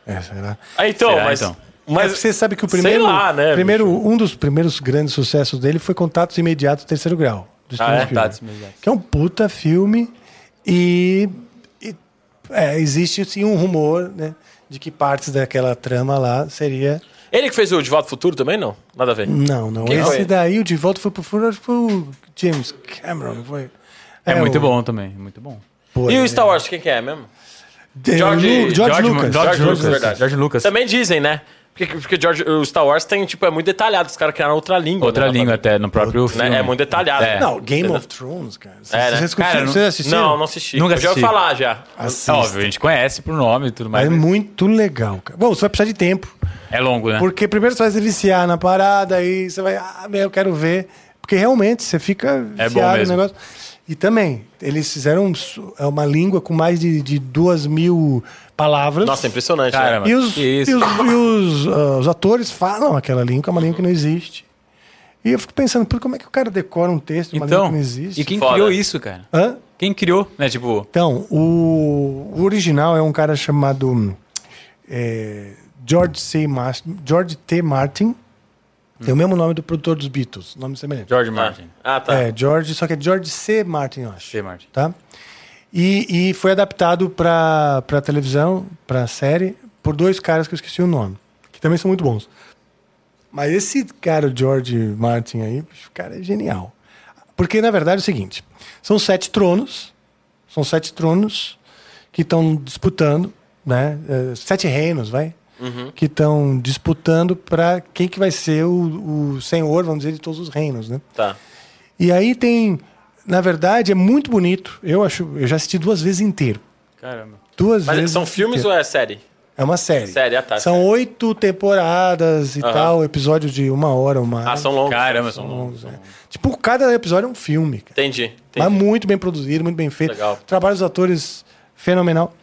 [SPEAKER 1] É, será?
[SPEAKER 4] Ah, então,
[SPEAKER 5] Será,
[SPEAKER 4] mas.
[SPEAKER 5] então?
[SPEAKER 1] Mas
[SPEAKER 4] Mas
[SPEAKER 1] É, você sabe que o primeiro,
[SPEAKER 4] Sei lá, né?
[SPEAKER 1] primeiro
[SPEAKER 4] bicho?
[SPEAKER 1] um dos primeiros grandes sucessos dele foi Contatos Imediatos Terceiro Grau, do Steven
[SPEAKER 4] Ah, é?
[SPEAKER 1] Spielberg,
[SPEAKER 4] Contatos Imediatos.
[SPEAKER 1] que é um puta filme e, e, é, existe sim um rumor, né, de que partes daquela trama lá seria
[SPEAKER 4] Ele que fez o De Volta ao Futuro também, não? Nada a ver.
[SPEAKER 1] não, não.
[SPEAKER 4] Quem
[SPEAKER 1] Esse
[SPEAKER 4] foi?
[SPEAKER 1] daí o De Volta foi pro Futuro acho que foi o James Cameron, não foi?
[SPEAKER 5] É, muito
[SPEAKER 1] o-
[SPEAKER 5] bom também. Muito bom.
[SPEAKER 1] pô,
[SPEAKER 4] E
[SPEAKER 1] é-
[SPEAKER 4] o Star Wars, quem que é mesmo?
[SPEAKER 1] de-
[SPEAKER 4] George-
[SPEAKER 1] Lu- George, Lucas.
[SPEAKER 5] George, Lucas.
[SPEAKER 4] verdade.
[SPEAKER 5] George Lucas.
[SPEAKER 4] Também dizem, né? Porque, porque George, o Star Wars tem, tipo, é muito detalhado. Os caras criaram outra língua.
[SPEAKER 5] Outra
[SPEAKER 4] né?
[SPEAKER 5] língua até, no próprio filme.
[SPEAKER 4] Né? É muito detalhado.
[SPEAKER 5] É.
[SPEAKER 1] Não, Game
[SPEAKER 4] Entendeu?
[SPEAKER 1] of Thrones, cara. Vocês,
[SPEAKER 4] É, né?
[SPEAKER 1] vocês,
[SPEAKER 5] Cara,
[SPEAKER 1] curtiram?
[SPEAKER 5] não-
[SPEAKER 1] vocês assistiram?
[SPEAKER 4] Não, não assisti.
[SPEAKER 5] Nunca
[SPEAKER 4] Eu já ouvi
[SPEAKER 5] assisti.
[SPEAKER 4] falar já.
[SPEAKER 1] Assista.
[SPEAKER 5] Óbvio, a gente conhece por nome e tudo mais.
[SPEAKER 1] assim, É
[SPEAKER 5] mas
[SPEAKER 1] muito legal, cara. Bom, você vai precisar de tempo.
[SPEAKER 5] É longo, né?
[SPEAKER 1] Porque primeiro você vai se viciar na parada, aí você vai, ah, meu, eu quero ver. Porque realmente você fica
[SPEAKER 5] É bom
[SPEAKER 1] viciado no
[SPEAKER 5] mesmo.
[SPEAKER 1] negócio. E também, eles fizeram um su- é uma língua com mais de, de duas mil palavras.
[SPEAKER 4] Nossa, é impressionante. né?
[SPEAKER 5] Caramba.
[SPEAKER 1] E os,
[SPEAKER 5] que
[SPEAKER 1] e os,
[SPEAKER 5] isso.
[SPEAKER 1] e os, ah, os atores falam aquela língua, é uma língua que não existe. E eu fico pensando, por como é que o cara decora um texto de uma língua
[SPEAKER 5] Então,
[SPEAKER 1] que não existe?
[SPEAKER 5] e quem
[SPEAKER 4] Foda.
[SPEAKER 5] criou isso, cara?
[SPEAKER 1] Hã?
[SPEAKER 5] Quem criou, né? Tipo,
[SPEAKER 1] Então, o, o original é um cara chamado hum, é, George, C. Mas- George T. Martin. Tem o mesmo nome do produtor dos Beatles, nome semelhante.
[SPEAKER 5] George Martin.
[SPEAKER 4] Ah, tá.
[SPEAKER 1] É, George, só que é George C. Martin, eu acho.
[SPEAKER 5] C. Martin.
[SPEAKER 1] Tá? E, e foi adaptado para televisão, para série, por dois caras que eu esqueci o nome, que também são muito bons. Mas esse cara, o George Martin aí, bicho, o cara é genial. Porque, na verdade, é o seguinte: são sete tronos, são sete tronos que estão disputando, né? eh, Sete reinos, vai? Que estão disputando para quem que vai ser o, o senhor, vamos dizer, de todos os reinos, né?
[SPEAKER 4] Tá.
[SPEAKER 1] E aí tem, na verdade, é muito bonito. Eu acho, eu já assisti duas vezes inteiro.
[SPEAKER 5] Caramba.
[SPEAKER 1] Duas
[SPEAKER 4] Mas
[SPEAKER 1] vezes.
[SPEAKER 4] são filmes
[SPEAKER 1] inteiro.
[SPEAKER 4] ou é série?
[SPEAKER 1] é uma série?
[SPEAKER 4] Série, ah, tá.
[SPEAKER 1] São oito temporadas e tal, episódio de uma hora ou mais.
[SPEAKER 4] Ah, são longos.
[SPEAKER 5] Caramba, são longos.
[SPEAKER 1] É. Tipo, cada episódio é um filme, cara.
[SPEAKER 4] Entendi. entendi.
[SPEAKER 1] Mas muito bem produzido, muito bem feito.
[SPEAKER 4] Legal.
[SPEAKER 1] Trabalho dos atores fenomenal.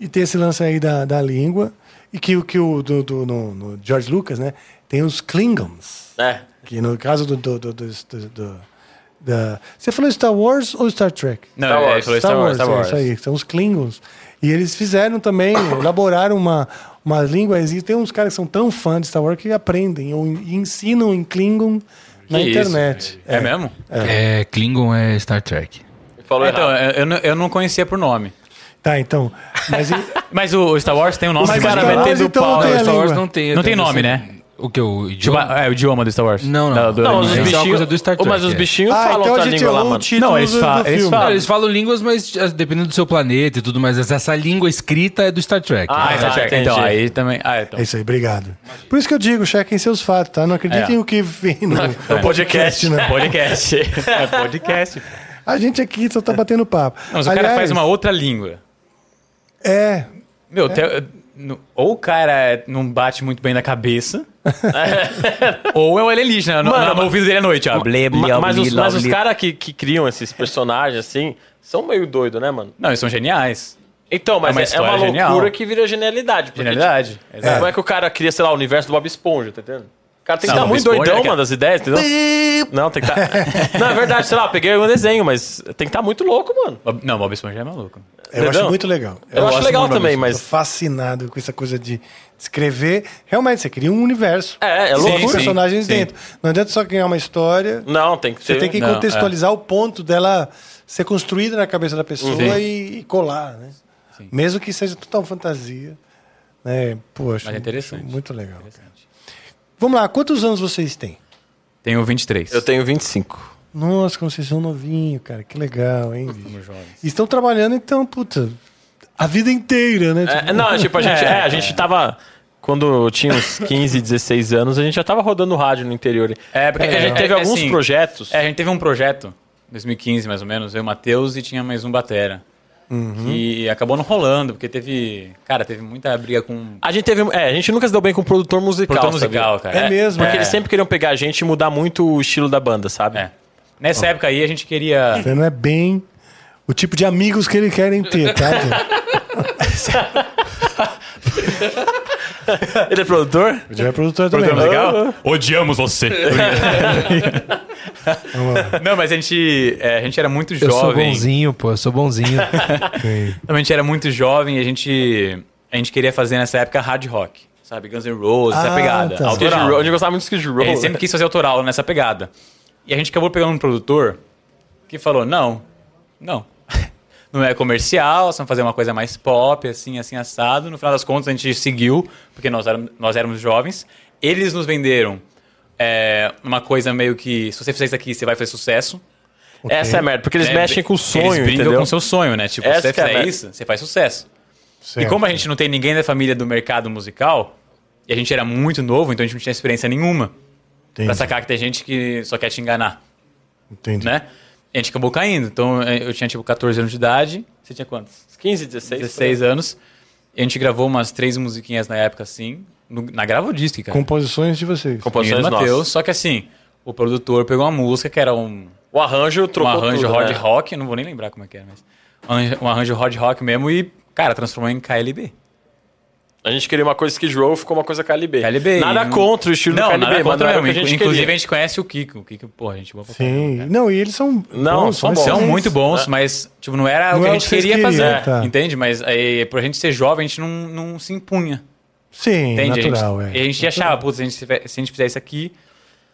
[SPEAKER 1] E tem esse lance aí da, da língua. E que, o- que o do, do- no, no George Lucas, né? Tem os Klingons.
[SPEAKER 4] É.
[SPEAKER 1] Que no caso do. do, do, do, do- do- da... Você falou Star Wars ou Star Trek?
[SPEAKER 5] Não,
[SPEAKER 4] Star
[SPEAKER 5] é,
[SPEAKER 4] Wars.
[SPEAKER 5] ele falou Star Wars, Star Wars.
[SPEAKER 1] É isso aí, são os Klingons. E eles fizeram também, *coughs* elaboraram uma, uma língua. E tem uns caras que são tão fãs de Star Wars que aprendem ou en- ensinam em Klingon na
[SPEAKER 5] Que isso,
[SPEAKER 1] internet.
[SPEAKER 5] É, mesmo?
[SPEAKER 6] É, Klingon é Star Trek.
[SPEAKER 4] Falou
[SPEAKER 5] Então,
[SPEAKER 4] errado.
[SPEAKER 5] eu, eu não- eu não conhecia pro nome.
[SPEAKER 1] Tá, então.
[SPEAKER 5] *laughs*
[SPEAKER 1] Mas, e-
[SPEAKER 5] Mas o, o Star Wars tem um nome,
[SPEAKER 1] Os
[SPEAKER 5] mas
[SPEAKER 1] caras
[SPEAKER 5] cara metendo
[SPEAKER 1] então
[SPEAKER 5] pau.
[SPEAKER 1] não tem
[SPEAKER 5] né?
[SPEAKER 1] a
[SPEAKER 6] Star Wars
[SPEAKER 1] língua.
[SPEAKER 6] não tem.
[SPEAKER 5] Não tem
[SPEAKER 6] eu
[SPEAKER 5] nome,
[SPEAKER 6] sei-
[SPEAKER 5] né?
[SPEAKER 6] O que? O
[SPEAKER 5] Tipo,
[SPEAKER 6] idioma?
[SPEAKER 5] é o idioma do Star Wars.
[SPEAKER 6] Não, não.
[SPEAKER 5] Da- do
[SPEAKER 6] Não,
[SPEAKER 4] Não,
[SPEAKER 6] os
[SPEAKER 4] mas
[SPEAKER 6] Isso
[SPEAKER 4] anime.
[SPEAKER 6] é uma
[SPEAKER 5] anime.
[SPEAKER 6] bichos- coisa do Star
[SPEAKER 4] Ô, mas
[SPEAKER 6] Trek,
[SPEAKER 4] os
[SPEAKER 6] é.
[SPEAKER 4] bichinhos
[SPEAKER 1] Ah,
[SPEAKER 4] falam
[SPEAKER 1] então a
[SPEAKER 4] outra
[SPEAKER 1] gente
[SPEAKER 4] língua lá,
[SPEAKER 1] errou o
[SPEAKER 4] mano.
[SPEAKER 1] título
[SPEAKER 5] Não,
[SPEAKER 1] do-
[SPEAKER 5] eles
[SPEAKER 1] do,
[SPEAKER 5] falam- eles
[SPEAKER 1] filme.
[SPEAKER 6] Não,
[SPEAKER 5] falam.
[SPEAKER 6] eles falam línguas, mas ah, dependendo do seu planeta e tudo mais, essa essa língua escrita é do Star Trek.
[SPEAKER 4] Ah,
[SPEAKER 5] Ah,
[SPEAKER 4] tá,
[SPEAKER 5] checa.
[SPEAKER 4] entendi.
[SPEAKER 5] então, aí também. Ah, então.
[SPEAKER 1] É isso aí, obrigado. Por isso que eu digo, chequem seus fatos, tá? Não acreditem
[SPEAKER 5] É.
[SPEAKER 1] o que vem no,
[SPEAKER 5] *laughs*
[SPEAKER 1] no
[SPEAKER 5] podcast,
[SPEAKER 1] né?
[SPEAKER 5] Podcast. *laughs* é podcast.
[SPEAKER 1] A gente aqui só tá batendo papo.
[SPEAKER 5] Não, mas o cara faz uma outra língua.
[SPEAKER 1] É,
[SPEAKER 5] Meu, te- no- ou o cara é, não bate muito bem
[SPEAKER 4] *laughs*
[SPEAKER 5] na cabeça, ou é o alienígena no,
[SPEAKER 4] Mano,
[SPEAKER 5] no- no ouvido dele à noite. ó. Blé, blé,
[SPEAKER 4] Ma- Mas
[SPEAKER 5] blé,
[SPEAKER 4] os,
[SPEAKER 5] blé,
[SPEAKER 4] mas os
[SPEAKER 5] blé.
[SPEAKER 4] caras que, que criam esses personagens, assim, são meio doidos, né, mano?
[SPEAKER 5] Não, eles são geniais.
[SPEAKER 4] Então, mas
[SPEAKER 5] É uma
[SPEAKER 4] é- é uma,
[SPEAKER 5] história genial.
[SPEAKER 4] loucura que vira genialidade. porque,
[SPEAKER 5] Genialidade.
[SPEAKER 4] tipo, Como é que o cara cria, sei lá, o universo do Bob Esponja, tá entendendo? O cara tem que
[SPEAKER 5] Não,
[SPEAKER 4] estar
[SPEAKER 5] Bob
[SPEAKER 4] muito
[SPEAKER 5] Esponja,
[SPEAKER 4] doidão,
[SPEAKER 5] né, cara?
[SPEAKER 4] mano, das ideias, entendeu? Não,
[SPEAKER 5] *laughs*
[SPEAKER 4] tem que estar... Não, é verdade, sei lá, eu peguei um desenho, mas tem que estar muito louco, mano.
[SPEAKER 5] Bob- Não, Bob Esponja é maluco.
[SPEAKER 1] eu
[SPEAKER 4] Entendeu?
[SPEAKER 1] acho muito legal.
[SPEAKER 4] Eu, acho
[SPEAKER 5] gosto
[SPEAKER 4] legal
[SPEAKER 5] muito do
[SPEAKER 4] também,
[SPEAKER 5] Bob
[SPEAKER 1] Tô
[SPEAKER 4] mas...
[SPEAKER 1] fascinado com essa coisa de escrever. Realmente, você cria um universo.
[SPEAKER 4] É, é
[SPEAKER 1] Com
[SPEAKER 4] louco.
[SPEAKER 1] os personagens
[SPEAKER 5] sim.
[SPEAKER 1] dentro. Não adianta só criar uma história.
[SPEAKER 4] Não, é. tem que
[SPEAKER 1] Você
[SPEAKER 4] ter...
[SPEAKER 1] tem que
[SPEAKER 5] Não,
[SPEAKER 1] contextualizar o ponto dela ser construída na cabeça da pessoa
[SPEAKER 4] Uhum.
[SPEAKER 5] Sim.
[SPEAKER 1] e, e colar, né? Mesmo que seja total fantasia. Né? Poxa.
[SPEAKER 5] Mas é interessante.
[SPEAKER 1] Muito legal. cara. Vamos lá, quantos anos vocês têm?
[SPEAKER 5] Tenho 23.
[SPEAKER 4] Eu tenho 25.
[SPEAKER 1] Nossa, como vocês são novinhos, cara. Que legal, hein? bicho? Estão trabalhando, então, puta, a vida inteira, né?
[SPEAKER 4] É,
[SPEAKER 1] Tipo,
[SPEAKER 4] não, é tipo, a
[SPEAKER 5] *laughs*
[SPEAKER 4] gente, é, a gente tava. Quando eu tinha uns 15, 16 anos, a gente já tava rodando rádio no interior.
[SPEAKER 5] É, porque
[SPEAKER 4] a gente
[SPEAKER 5] é,
[SPEAKER 4] teve
[SPEAKER 5] é,
[SPEAKER 4] alguns
[SPEAKER 5] assim,
[SPEAKER 4] projetos.
[SPEAKER 5] É, a gente teve um projeto, 2015 mais ou menos, eu e o Matheus, e tinha mais um Batera.
[SPEAKER 7] Uhum.
[SPEAKER 5] E acabou não rolando, porque teve. Cara, teve muita briga com.
[SPEAKER 4] A gente teve. É, a gente nunca se deu bem com o produtor musical.
[SPEAKER 5] Produtor
[SPEAKER 4] sabe?
[SPEAKER 5] musical, cara.
[SPEAKER 1] É mesmo?
[SPEAKER 4] Porque
[SPEAKER 1] É.
[SPEAKER 4] eles sempre queriam pegar a gente e mudar muito o estilo da banda, sabe?
[SPEAKER 5] É. Nessa época aí a
[SPEAKER 7] *laughs*
[SPEAKER 5] gente queria.
[SPEAKER 1] Você não é bem o tipo de amigos que eles querem ter, tá?
[SPEAKER 5] *laughs*
[SPEAKER 1] gente?
[SPEAKER 4] Ele é produtor?
[SPEAKER 1] Já é produtor também.
[SPEAKER 5] Produtor
[SPEAKER 1] né?
[SPEAKER 5] musical? Odiamos você! não, mas a gente, é, a gente era muito
[SPEAKER 7] Eu sou
[SPEAKER 5] jovem.
[SPEAKER 7] bonzinho, pô, eu sou bonzinho.
[SPEAKER 1] Ok.
[SPEAKER 5] Também a gente era muito jovem e a gente, a gente queria fazer nessa época hard rock, sabe? Guns N' Roses,
[SPEAKER 1] Ah,
[SPEAKER 5] essa pegada.
[SPEAKER 1] tá.
[SPEAKER 4] Skid Row.
[SPEAKER 5] Autoral.
[SPEAKER 4] A gente gostava muito do Skid Row.
[SPEAKER 5] Ele sempre quis fazer autoral nessa pegada. E a gente acabou pegando um produtor que falou: não, não. *laughs* Não é comercial, nós vamos fazer uma coisa mais pop, assim, assim, assado. No final das contas, a gente seguiu, porque nós, éram- nós éramos jovens. Eles nos venderam é, uma coisa meio que, se você fizer isso aqui, você vai fazer sucesso.
[SPEAKER 4] Essa é a merda, porque eles
[SPEAKER 5] né?
[SPEAKER 4] mexem com o
[SPEAKER 5] Eles
[SPEAKER 4] sonho,
[SPEAKER 5] brincam
[SPEAKER 4] entendeu?
[SPEAKER 5] com o seu sonho, né? Tipo,
[SPEAKER 4] Essa
[SPEAKER 5] se você
[SPEAKER 4] que é a
[SPEAKER 5] fizer
[SPEAKER 4] merda.
[SPEAKER 5] isso, você faz sucesso. E
[SPEAKER 1] Certo.
[SPEAKER 5] como a gente não tem ninguém da família do mercado musical, e a gente era muito novo, então a gente não tinha experiência nenhuma. Pra
[SPEAKER 1] Entendi,
[SPEAKER 5] sacar que tem gente que só quer te enganar,
[SPEAKER 1] entendi.
[SPEAKER 5] né? E a gente acabou caindo. Então eh, eu tinha tipo 14 anos de idade. Você tinha quantos?
[SPEAKER 4] 15, 16.
[SPEAKER 5] 16 anos. E a gente gravou umas três musiquinhas na época, assim. no- na Gravodisc, cara.
[SPEAKER 1] Composições de vocês.
[SPEAKER 5] Minha e
[SPEAKER 4] Composições
[SPEAKER 5] do Matheus.
[SPEAKER 4] nossas.
[SPEAKER 5] Só que assim, o produtor pegou uma música que era um,
[SPEAKER 4] O arranjo
[SPEAKER 5] um
[SPEAKER 4] trocou
[SPEAKER 5] arranjo
[SPEAKER 4] tudo,
[SPEAKER 5] hard
[SPEAKER 4] né?
[SPEAKER 5] rock. eu Não vou nem lembrar como é que era, mas... um arranjo- Um arranjo hard rock mesmo e, cara, transformou em KLB.
[SPEAKER 4] A gente queria uma coisa Skid Row, ficou uma coisa KLB.
[SPEAKER 5] KLB.
[SPEAKER 4] Nada
[SPEAKER 5] e-
[SPEAKER 4] contra o estilo
[SPEAKER 5] não,
[SPEAKER 4] do KLB,
[SPEAKER 5] nada
[SPEAKER 4] mas não
[SPEAKER 5] contra
[SPEAKER 4] era o
[SPEAKER 5] mesmo.
[SPEAKER 4] que a gente
[SPEAKER 5] Inclusive,
[SPEAKER 4] queria.
[SPEAKER 5] a gente conhece o Kiko. O Kiko, porra, gente boa pra caramba,
[SPEAKER 1] Sim.
[SPEAKER 5] cara.
[SPEAKER 1] Não, e eles são
[SPEAKER 4] Não, são bons.
[SPEAKER 5] São
[SPEAKER 1] excelentes.
[SPEAKER 5] muito bons, mas tipo, não era
[SPEAKER 1] é. Não
[SPEAKER 5] o que
[SPEAKER 1] é
[SPEAKER 5] a
[SPEAKER 1] o
[SPEAKER 5] gente
[SPEAKER 1] que vocês
[SPEAKER 5] queria
[SPEAKER 1] queriam,
[SPEAKER 5] fazer.
[SPEAKER 1] tá.
[SPEAKER 5] Entende? Mas aí, por a gente ser jovem, a gente não, não se impunha.
[SPEAKER 1] Sim,
[SPEAKER 5] Entende?
[SPEAKER 1] natural,
[SPEAKER 5] a gente,
[SPEAKER 1] é.
[SPEAKER 5] a gente achava, putz, se a gente, fizer- se a gente fizer isso aqui,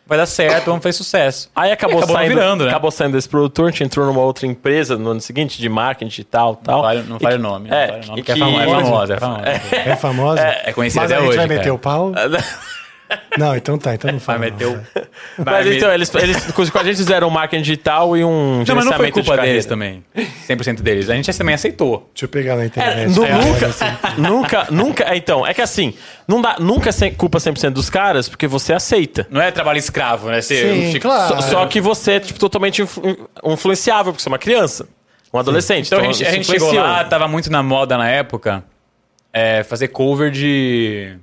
[SPEAKER 5] vai dar certo, vamos fazer sucesso.
[SPEAKER 4] Aí acabou,
[SPEAKER 5] E acabou
[SPEAKER 4] saindo,
[SPEAKER 5] virando, né?
[SPEAKER 4] acabou saindo desse produtor, a gente entrou numa outra empresa no ano seguinte de marketing e tal, tal.
[SPEAKER 5] Não fale, não
[SPEAKER 4] E
[SPEAKER 5] fale
[SPEAKER 4] que-
[SPEAKER 5] o nome.
[SPEAKER 4] é,
[SPEAKER 5] não fale o nome,
[SPEAKER 4] e
[SPEAKER 5] porque
[SPEAKER 4] que-
[SPEAKER 5] é famosa, é famosa. É, famosa.
[SPEAKER 1] É famosa?
[SPEAKER 5] é conhecida
[SPEAKER 1] Mas
[SPEAKER 5] até
[SPEAKER 1] a gente
[SPEAKER 5] hoje,
[SPEAKER 1] vai meter
[SPEAKER 5] cara.
[SPEAKER 1] o
[SPEAKER 5] *laughs*
[SPEAKER 1] pau? Não, então tá, então não
[SPEAKER 5] Vai
[SPEAKER 1] fala. não. *laughs*
[SPEAKER 5] meter o... vai
[SPEAKER 4] Mas
[SPEAKER 5] meter-
[SPEAKER 4] então, eles, eles com com a gente fizeram um marketing digital e um
[SPEAKER 5] Não, mas não
[SPEAKER 4] gerenciamento
[SPEAKER 5] foi
[SPEAKER 4] de
[SPEAKER 5] culpa
[SPEAKER 4] carreira.
[SPEAKER 5] deles também. 100% deles. A gente também aceitou.
[SPEAKER 1] Deixa eu pegar na
[SPEAKER 5] né? É,
[SPEAKER 1] internet.
[SPEAKER 4] nu-
[SPEAKER 1] cara,
[SPEAKER 4] É, nunca,
[SPEAKER 1] assim.
[SPEAKER 4] nunca, nunca, é, então, é que assim, não dá, nunca é cem- culpa 100% dos caras, porque você aceita.
[SPEAKER 5] Não é trabalho escravo, né? Ser
[SPEAKER 1] Sim,
[SPEAKER 5] um tipo-
[SPEAKER 1] claro.
[SPEAKER 4] Só, só que você é tipo, totalmente influ- influenciável, porque você é uma criança, um adolescente.
[SPEAKER 5] Então a gente, a
[SPEAKER 4] isso
[SPEAKER 5] gente chegou
[SPEAKER 4] influencia.
[SPEAKER 5] lá, tava muito na moda na época é, fazer cover de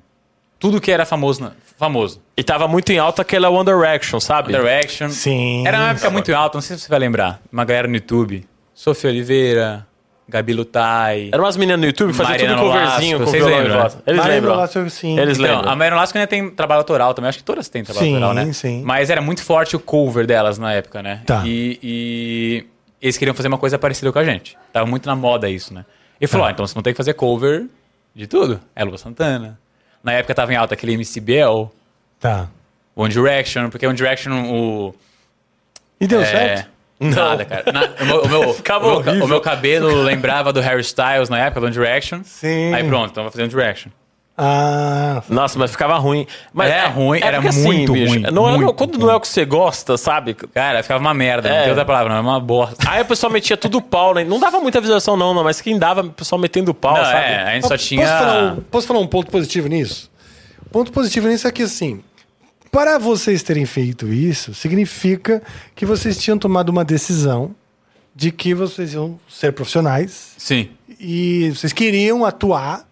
[SPEAKER 5] tudo que era famoso. na- famoso.
[SPEAKER 4] E tava muito em alta aquela One Direction, sabe?
[SPEAKER 5] Direction.
[SPEAKER 1] Sim.
[SPEAKER 5] Era uma época muito alta, não sei se você vai lembrar. Uma galera no YouTube. Sofia Oliveira, Gabi Lutai.
[SPEAKER 4] Eram umas meninas no YouTube que faziam
[SPEAKER 5] Mariana
[SPEAKER 4] tudo coverzinho
[SPEAKER 5] Nolasco,
[SPEAKER 4] com
[SPEAKER 5] vocês
[SPEAKER 4] violão e
[SPEAKER 5] lembram,
[SPEAKER 4] voz.
[SPEAKER 5] né?
[SPEAKER 4] Eles
[SPEAKER 1] Mariana
[SPEAKER 4] lembram.
[SPEAKER 1] Nolasco, sim.
[SPEAKER 4] Eles
[SPEAKER 5] Então,
[SPEAKER 4] lembram.
[SPEAKER 5] a Mariana Lasco ainda tem trabalho autoral também. Acho que todas têm trabalho
[SPEAKER 1] Sim,
[SPEAKER 5] autoral, né?
[SPEAKER 1] sim.
[SPEAKER 5] Mas era muito forte o cover delas na época, né?
[SPEAKER 1] Tá.
[SPEAKER 5] E, e eles queriam fazer uma coisa parecida com a gente. Tava muito na moda isso, né? Ele falou: ó, então você não tem que fazer cover de tudo. É Lua Santana. Na época tava em alta aquele MCBL,
[SPEAKER 1] Tá.
[SPEAKER 5] One Direction, porque One Direction, o.
[SPEAKER 1] E deu
[SPEAKER 5] é,
[SPEAKER 1] certo?
[SPEAKER 5] Nada, cara. Na- o, meu, o, *laughs* meu,
[SPEAKER 4] Ficava
[SPEAKER 5] o meu ca-
[SPEAKER 4] horrível.
[SPEAKER 5] o meu *laughs* cabelo lembrava do Harry Styles na época, do One Direction.
[SPEAKER 1] Sim.
[SPEAKER 5] Aí pronto, então vai fazer One Direction.
[SPEAKER 1] Ah,
[SPEAKER 4] Nossa, mas ficava ruim. Mas
[SPEAKER 5] Era
[SPEAKER 4] é-
[SPEAKER 5] ruim,
[SPEAKER 4] é
[SPEAKER 5] era
[SPEAKER 4] porque
[SPEAKER 5] muito ruim,
[SPEAKER 4] Não, é- não-
[SPEAKER 5] muito
[SPEAKER 4] quando não é o que você gosta, sabe?
[SPEAKER 5] Cara, ficava uma merda,
[SPEAKER 4] É.
[SPEAKER 5] não tem outra palavra, não, é uma bosta.
[SPEAKER 4] Aí o pessoal metia tudo o pau, né? Não dava muita visualização, não, não, mas quem dava, o pessoal metendo o pau,
[SPEAKER 5] Não,
[SPEAKER 4] sabe?
[SPEAKER 5] é, a gente só tinha.
[SPEAKER 1] Posso falar, um, posso falar um ponto positivo nisso? Ponto positivo nisso é que, assim, para vocês terem feito isso, significa que vocês tinham tomado uma decisão de que vocês iam ser profissionais
[SPEAKER 5] Sim.
[SPEAKER 1] e vocês queriam atuar.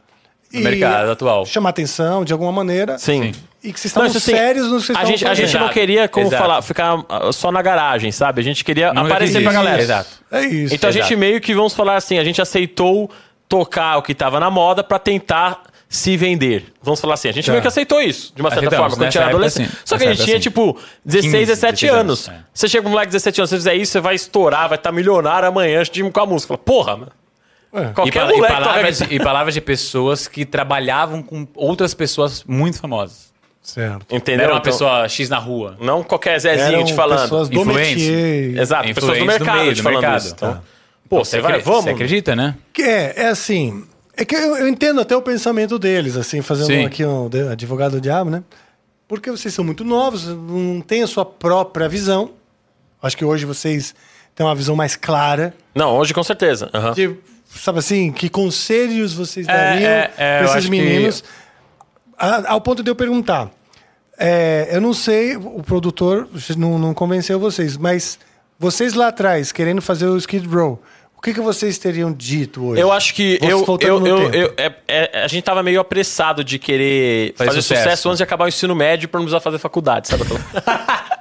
[SPEAKER 5] No mercado atual.
[SPEAKER 1] Chamar atenção de alguma maneira.
[SPEAKER 4] Sim.
[SPEAKER 1] E que vocês estavam
[SPEAKER 4] isso, assim,
[SPEAKER 1] sérios no que vocês
[SPEAKER 4] a
[SPEAKER 1] estavam
[SPEAKER 4] gente, a
[SPEAKER 1] fazendo.
[SPEAKER 4] gente não
[SPEAKER 5] Exato,
[SPEAKER 4] queria, como
[SPEAKER 5] exato.
[SPEAKER 4] falar, ficar ah, só na garagem, sabe? A gente queria
[SPEAKER 5] Nunca
[SPEAKER 4] aparecer
[SPEAKER 5] quis
[SPEAKER 4] pra
[SPEAKER 5] isso.
[SPEAKER 4] galera.
[SPEAKER 5] Exato.
[SPEAKER 1] É isso.
[SPEAKER 4] Então a
[SPEAKER 5] Exato.
[SPEAKER 4] gente meio que, vamos falar assim, a gente aceitou tocar o que tava na moda pra tentar se vender. Vamos falar assim, a gente meio que aceitou isso, de uma certa
[SPEAKER 5] Tá. Aceitamos, né?
[SPEAKER 4] forma, quando
[SPEAKER 5] nessa
[SPEAKER 4] tinha
[SPEAKER 5] época,
[SPEAKER 4] adolescente.
[SPEAKER 5] sim.
[SPEAKER 4] Só que a
[SPEAKER 5] Nessa
[SPEAKER 4] gente
[SPEAKER 5] época,
[SPEAKER 4] tinha,
[SPEAKER 5] sim.
[SPEAKER 4] tipo, 16,
[SPEAKER 5] 15,
[SPEAKER 4] 17
[SPEAKER 5] 16
[SPEAKER 4] anos.
[SPEAKER 5] anos, é.
[SPEAKER 4] Você chega com um moleque de 17 anos, você fizer isso, você vai estourar, vai estar milionário amanhã, antes de ir com a música. Fala, Porra, mano.
[SPEAKER 5] E,
[SPEAKER 1] É,
[SPEAKER 4] Qualquer
[SPEAKER 5] pala- e assim.
[SPEAKER 4] moleque
[SPEAKER 5] palavras,
[SPEAKER 4] toca
[SPEAKER 5] e palavras de pessoas que trabalhavam com outras pessoas muito famosas.
[SPEAKER 1] Certo.
[SPEAKER 5] Não
[SPEAKER 4] Entendeu?
[SPEAKER 5] era uma
[SPEAKER 4] Então,
[SPEAKER 5] pessoa X na rua.
[SPEAKER 4] Não qualquer Zezinho
[SPEAKER 1] Eram
[SPEAKER 4] te falando.
[SPEAKER 1] pessoas do
[SPEAKER 5] influencer.
[SPEAKER 1] métier.
[SPEAKER 4] Exato, pessoas do
[SPEAKER 5] Influentes do
[SPEAKER 4] mercado
[SPEAKER 5] meio,
[SPEAKER 4] te
[SPEAKER 5] do
[SPEAKER 4] falando
[SPEAKER 5] mercado,
[SPEAKER 4] isso. Então,
[SPEAKER 5] tá.
[SPEAKER 4] Pô, você vai,
[SPEAKER 5] acre-
[SPEAKER 4] vamos.
[SPEAKER 5] Você acredita, né?
[SPEAKER 1] Que é, é assim. É que eu, eu entendo até o pensamento deles, assim, fazendo
[SPEAKER 5] Sim.
[SPEAKER 1] aqui um de- advogado do diabo, né? Porque vocês são muito novos, não têm a sua própria visão. Acho que hoje vocês têm uma visão mais clara
[SPEAKER 4] Não, hoje com certeza. Aham.
[SPEAKER 1] de, sabe assim, que conselhos vocês dariam
[SPEAKER 5] é, é,
[SPEAKER 1] pra
[SPEAKER 5] eu
[SPEAKER 1] esses
[SPEAKER 5] acho que-
[SPEAKER 1] meninos. A- ao ponto de eu perguntar. é, eu não sei, o produtor não, não convenceu vocês, mas vocês lá atrás, querendo fazer o Skid Row, o que, que vocês teriam dito hoje?
[SPEAKER 4] Eu acho que
[SPEAKER 5] tá
[SPEAKER 1] Vou
[SPEAKER 4] eu,
[SPEAKER 1] faltando
[SPEAKER 4] eu,
[SPEAKER 1] no
[SPEAKER 4] eu,
[SPEAKER 1] tempo.
[SPEAKER 4] eu- é- é- a gente tava meio apressado de querer
[SPEAKER 5] Fazer
[SPEAKER 4] fazer sucesso.
[SPEAKER 5] sucesso.
[SPEAKER 4] antes de acabar o ensino médio pra não precisar fazer faculdade, sabe? aquela-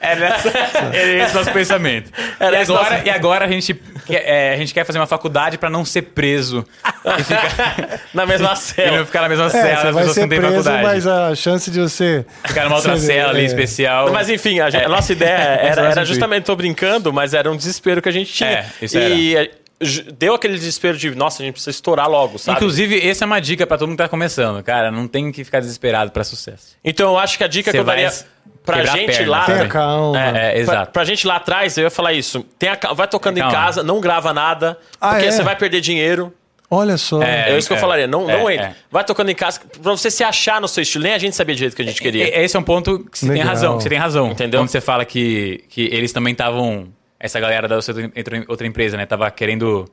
[SPEAKER 5] Era essa- *laughs* era esse nosso pensamento.
[SPEAKER 4] É, né? Era
[SPEAKER 5] e,
[SPEAKER 4] esse
[SPEAKER 5] agora,
[SPEAKER 4] nosso-
[SPEAKER 5] e agora a gente, quer, é, a gente quer fazer uma faculdade pra não ser preso. E,
[SPEAKER 4] *laughs*
[SPEAKER 5] ficar,
[SPEAKER 4] *laughs* Na mesma
[SPEAKER 5] *laughs* e
[SPEAKER 4] cela.
[SPEAKER 5] não ficar na mesma
[SPEAKER 1] É,
[SPEAKER 5] cela
[SPEAKER 1] você
[SPEAKER 5] das
[SPEAKER 1] vai
[SPEAKER 5] pessoas que
[SPEAKER 1] ser
[SPEAKER 5] não têm
[SPEAKER 1] preso,
[SPEAKER 5] faculdade.
[SPEAKER 1] mas a chance de você...
[SPEAKER 5] Ficar numa
[SPEAKER 1] *laughs*
[SPEAKER 5] outra
[SPEAKER 1] Você-
[SPEAKER 5] cela ali
[SPEAKER 1] é.
[SPEAKER 5] especial.
[SPEAKER 4] Mas enfim, a, gente- a nossa
[SPEAKER 5] *laughs*
[SPEAKER 4] ideia era, era justamente, tô brincando, mas era um desespero que a gente tinha.
[SPEAKER 5] É, isso
[SPEAKER 4] e eh, ju- deu aquele desespero de, nossa, a gente precisa estourar logo, sabe?
[SPEAKER 5] Inclusive, essa é uma dica pra todo mundo que tá começando, cara. Não tem que ficar desesperado pra sucesso.
[SPEAKER 4] Então eu acho que a dica
[SPEAKER 5] Você
[SPEAKER 4] que eu
[SPEAKER 5] vai
[SPEAKER 4] daria
[SPEAKER 5] s-
[SPEAKER 4] pra
[SPEAKER 5] quebrar a
[SPEAKER 4] gente
[SPEAKER 5] perna, né?
[SPEAKER 4] lá.
[SPEAKER 5] sabe?
[SPEAKER 1] Tenha calma.
[SPEAKER 5] É, é,
[SPEAKER 4] Pra,
[SPEAKER 5] exato.
[SPEAKER 4] pra gente lá atrás, eu ia falar isso. Tem a ca- vai tocando
[SPEAKER 5] Calma.
[SPEAKER 4] em casa, não grava nada,
[SPEAKER 1] Ah,
[SPEAKER 4] porque
[SPEAKER 1] é?
[SPEAKER 4] você vai perder dinheiro.
[SPEAKER 1] Olha só.
[SPEAKER 4] É, isso que eu
[SPEAKER 5] é,
[SPEAKER 4] falaria. Não,
[SPEAKER 5] é,
[SPEAKER 4] não entra.
[SPEAKER 5] é.
[SPEAKER 4] Vai tocando em casa pra você se achar no seu estilo. Nem a gente sabia direito o que a gente queria.
[SPEAKER 5] E- Esse é um ponto que você tem
[SPEAKER 1] Legal.
[SPEAKER 5] razão, que você tem razão.
[SPEAKER 4] Entendeu?
[SPEAKER 5] Quando você fala que, que eles também estavam. Essa galera da outra, outra- outra empresa, né? Tava querendo,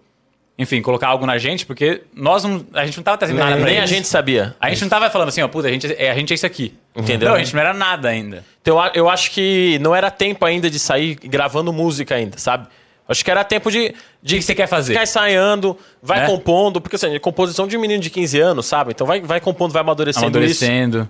[SPEAKER 5] enfim, colocar algo na gente, porque nós não. A gente não tava trazendo nada pra
[SPEAKER 4] Nem a
[SPEAKER 5] eles.
[SPEAKER 4] gente sabia.
[SPEAKER 5] A gente não tava falando assim, ó, puta, a gente é, a gente é isso aqui.
[SPEAKER 4] Entendeu?
[SPEAKER 5] Não, a gente não era nada ainda.
[SPEAKER 4] Então a- eu acho que não era tempo ainda de sair gravando música ainda, sabe? Acho que era tempo de,
[SPEAKER 5] O que
[SPEAKER 4] de
[SPEAKER 5] que você quer fazer?
[SPEAKER 4] ficar ensaiando, vai
[SPEAKER 5] Né?
[SPEAKER 4] compondo, porque assim, composição de um menino de 15 anos, sabe? Então vai, vai compondo, vai amadurecendo,
[SPEAKER 5] Amadurecendo.
[SPEAKER 4] isso.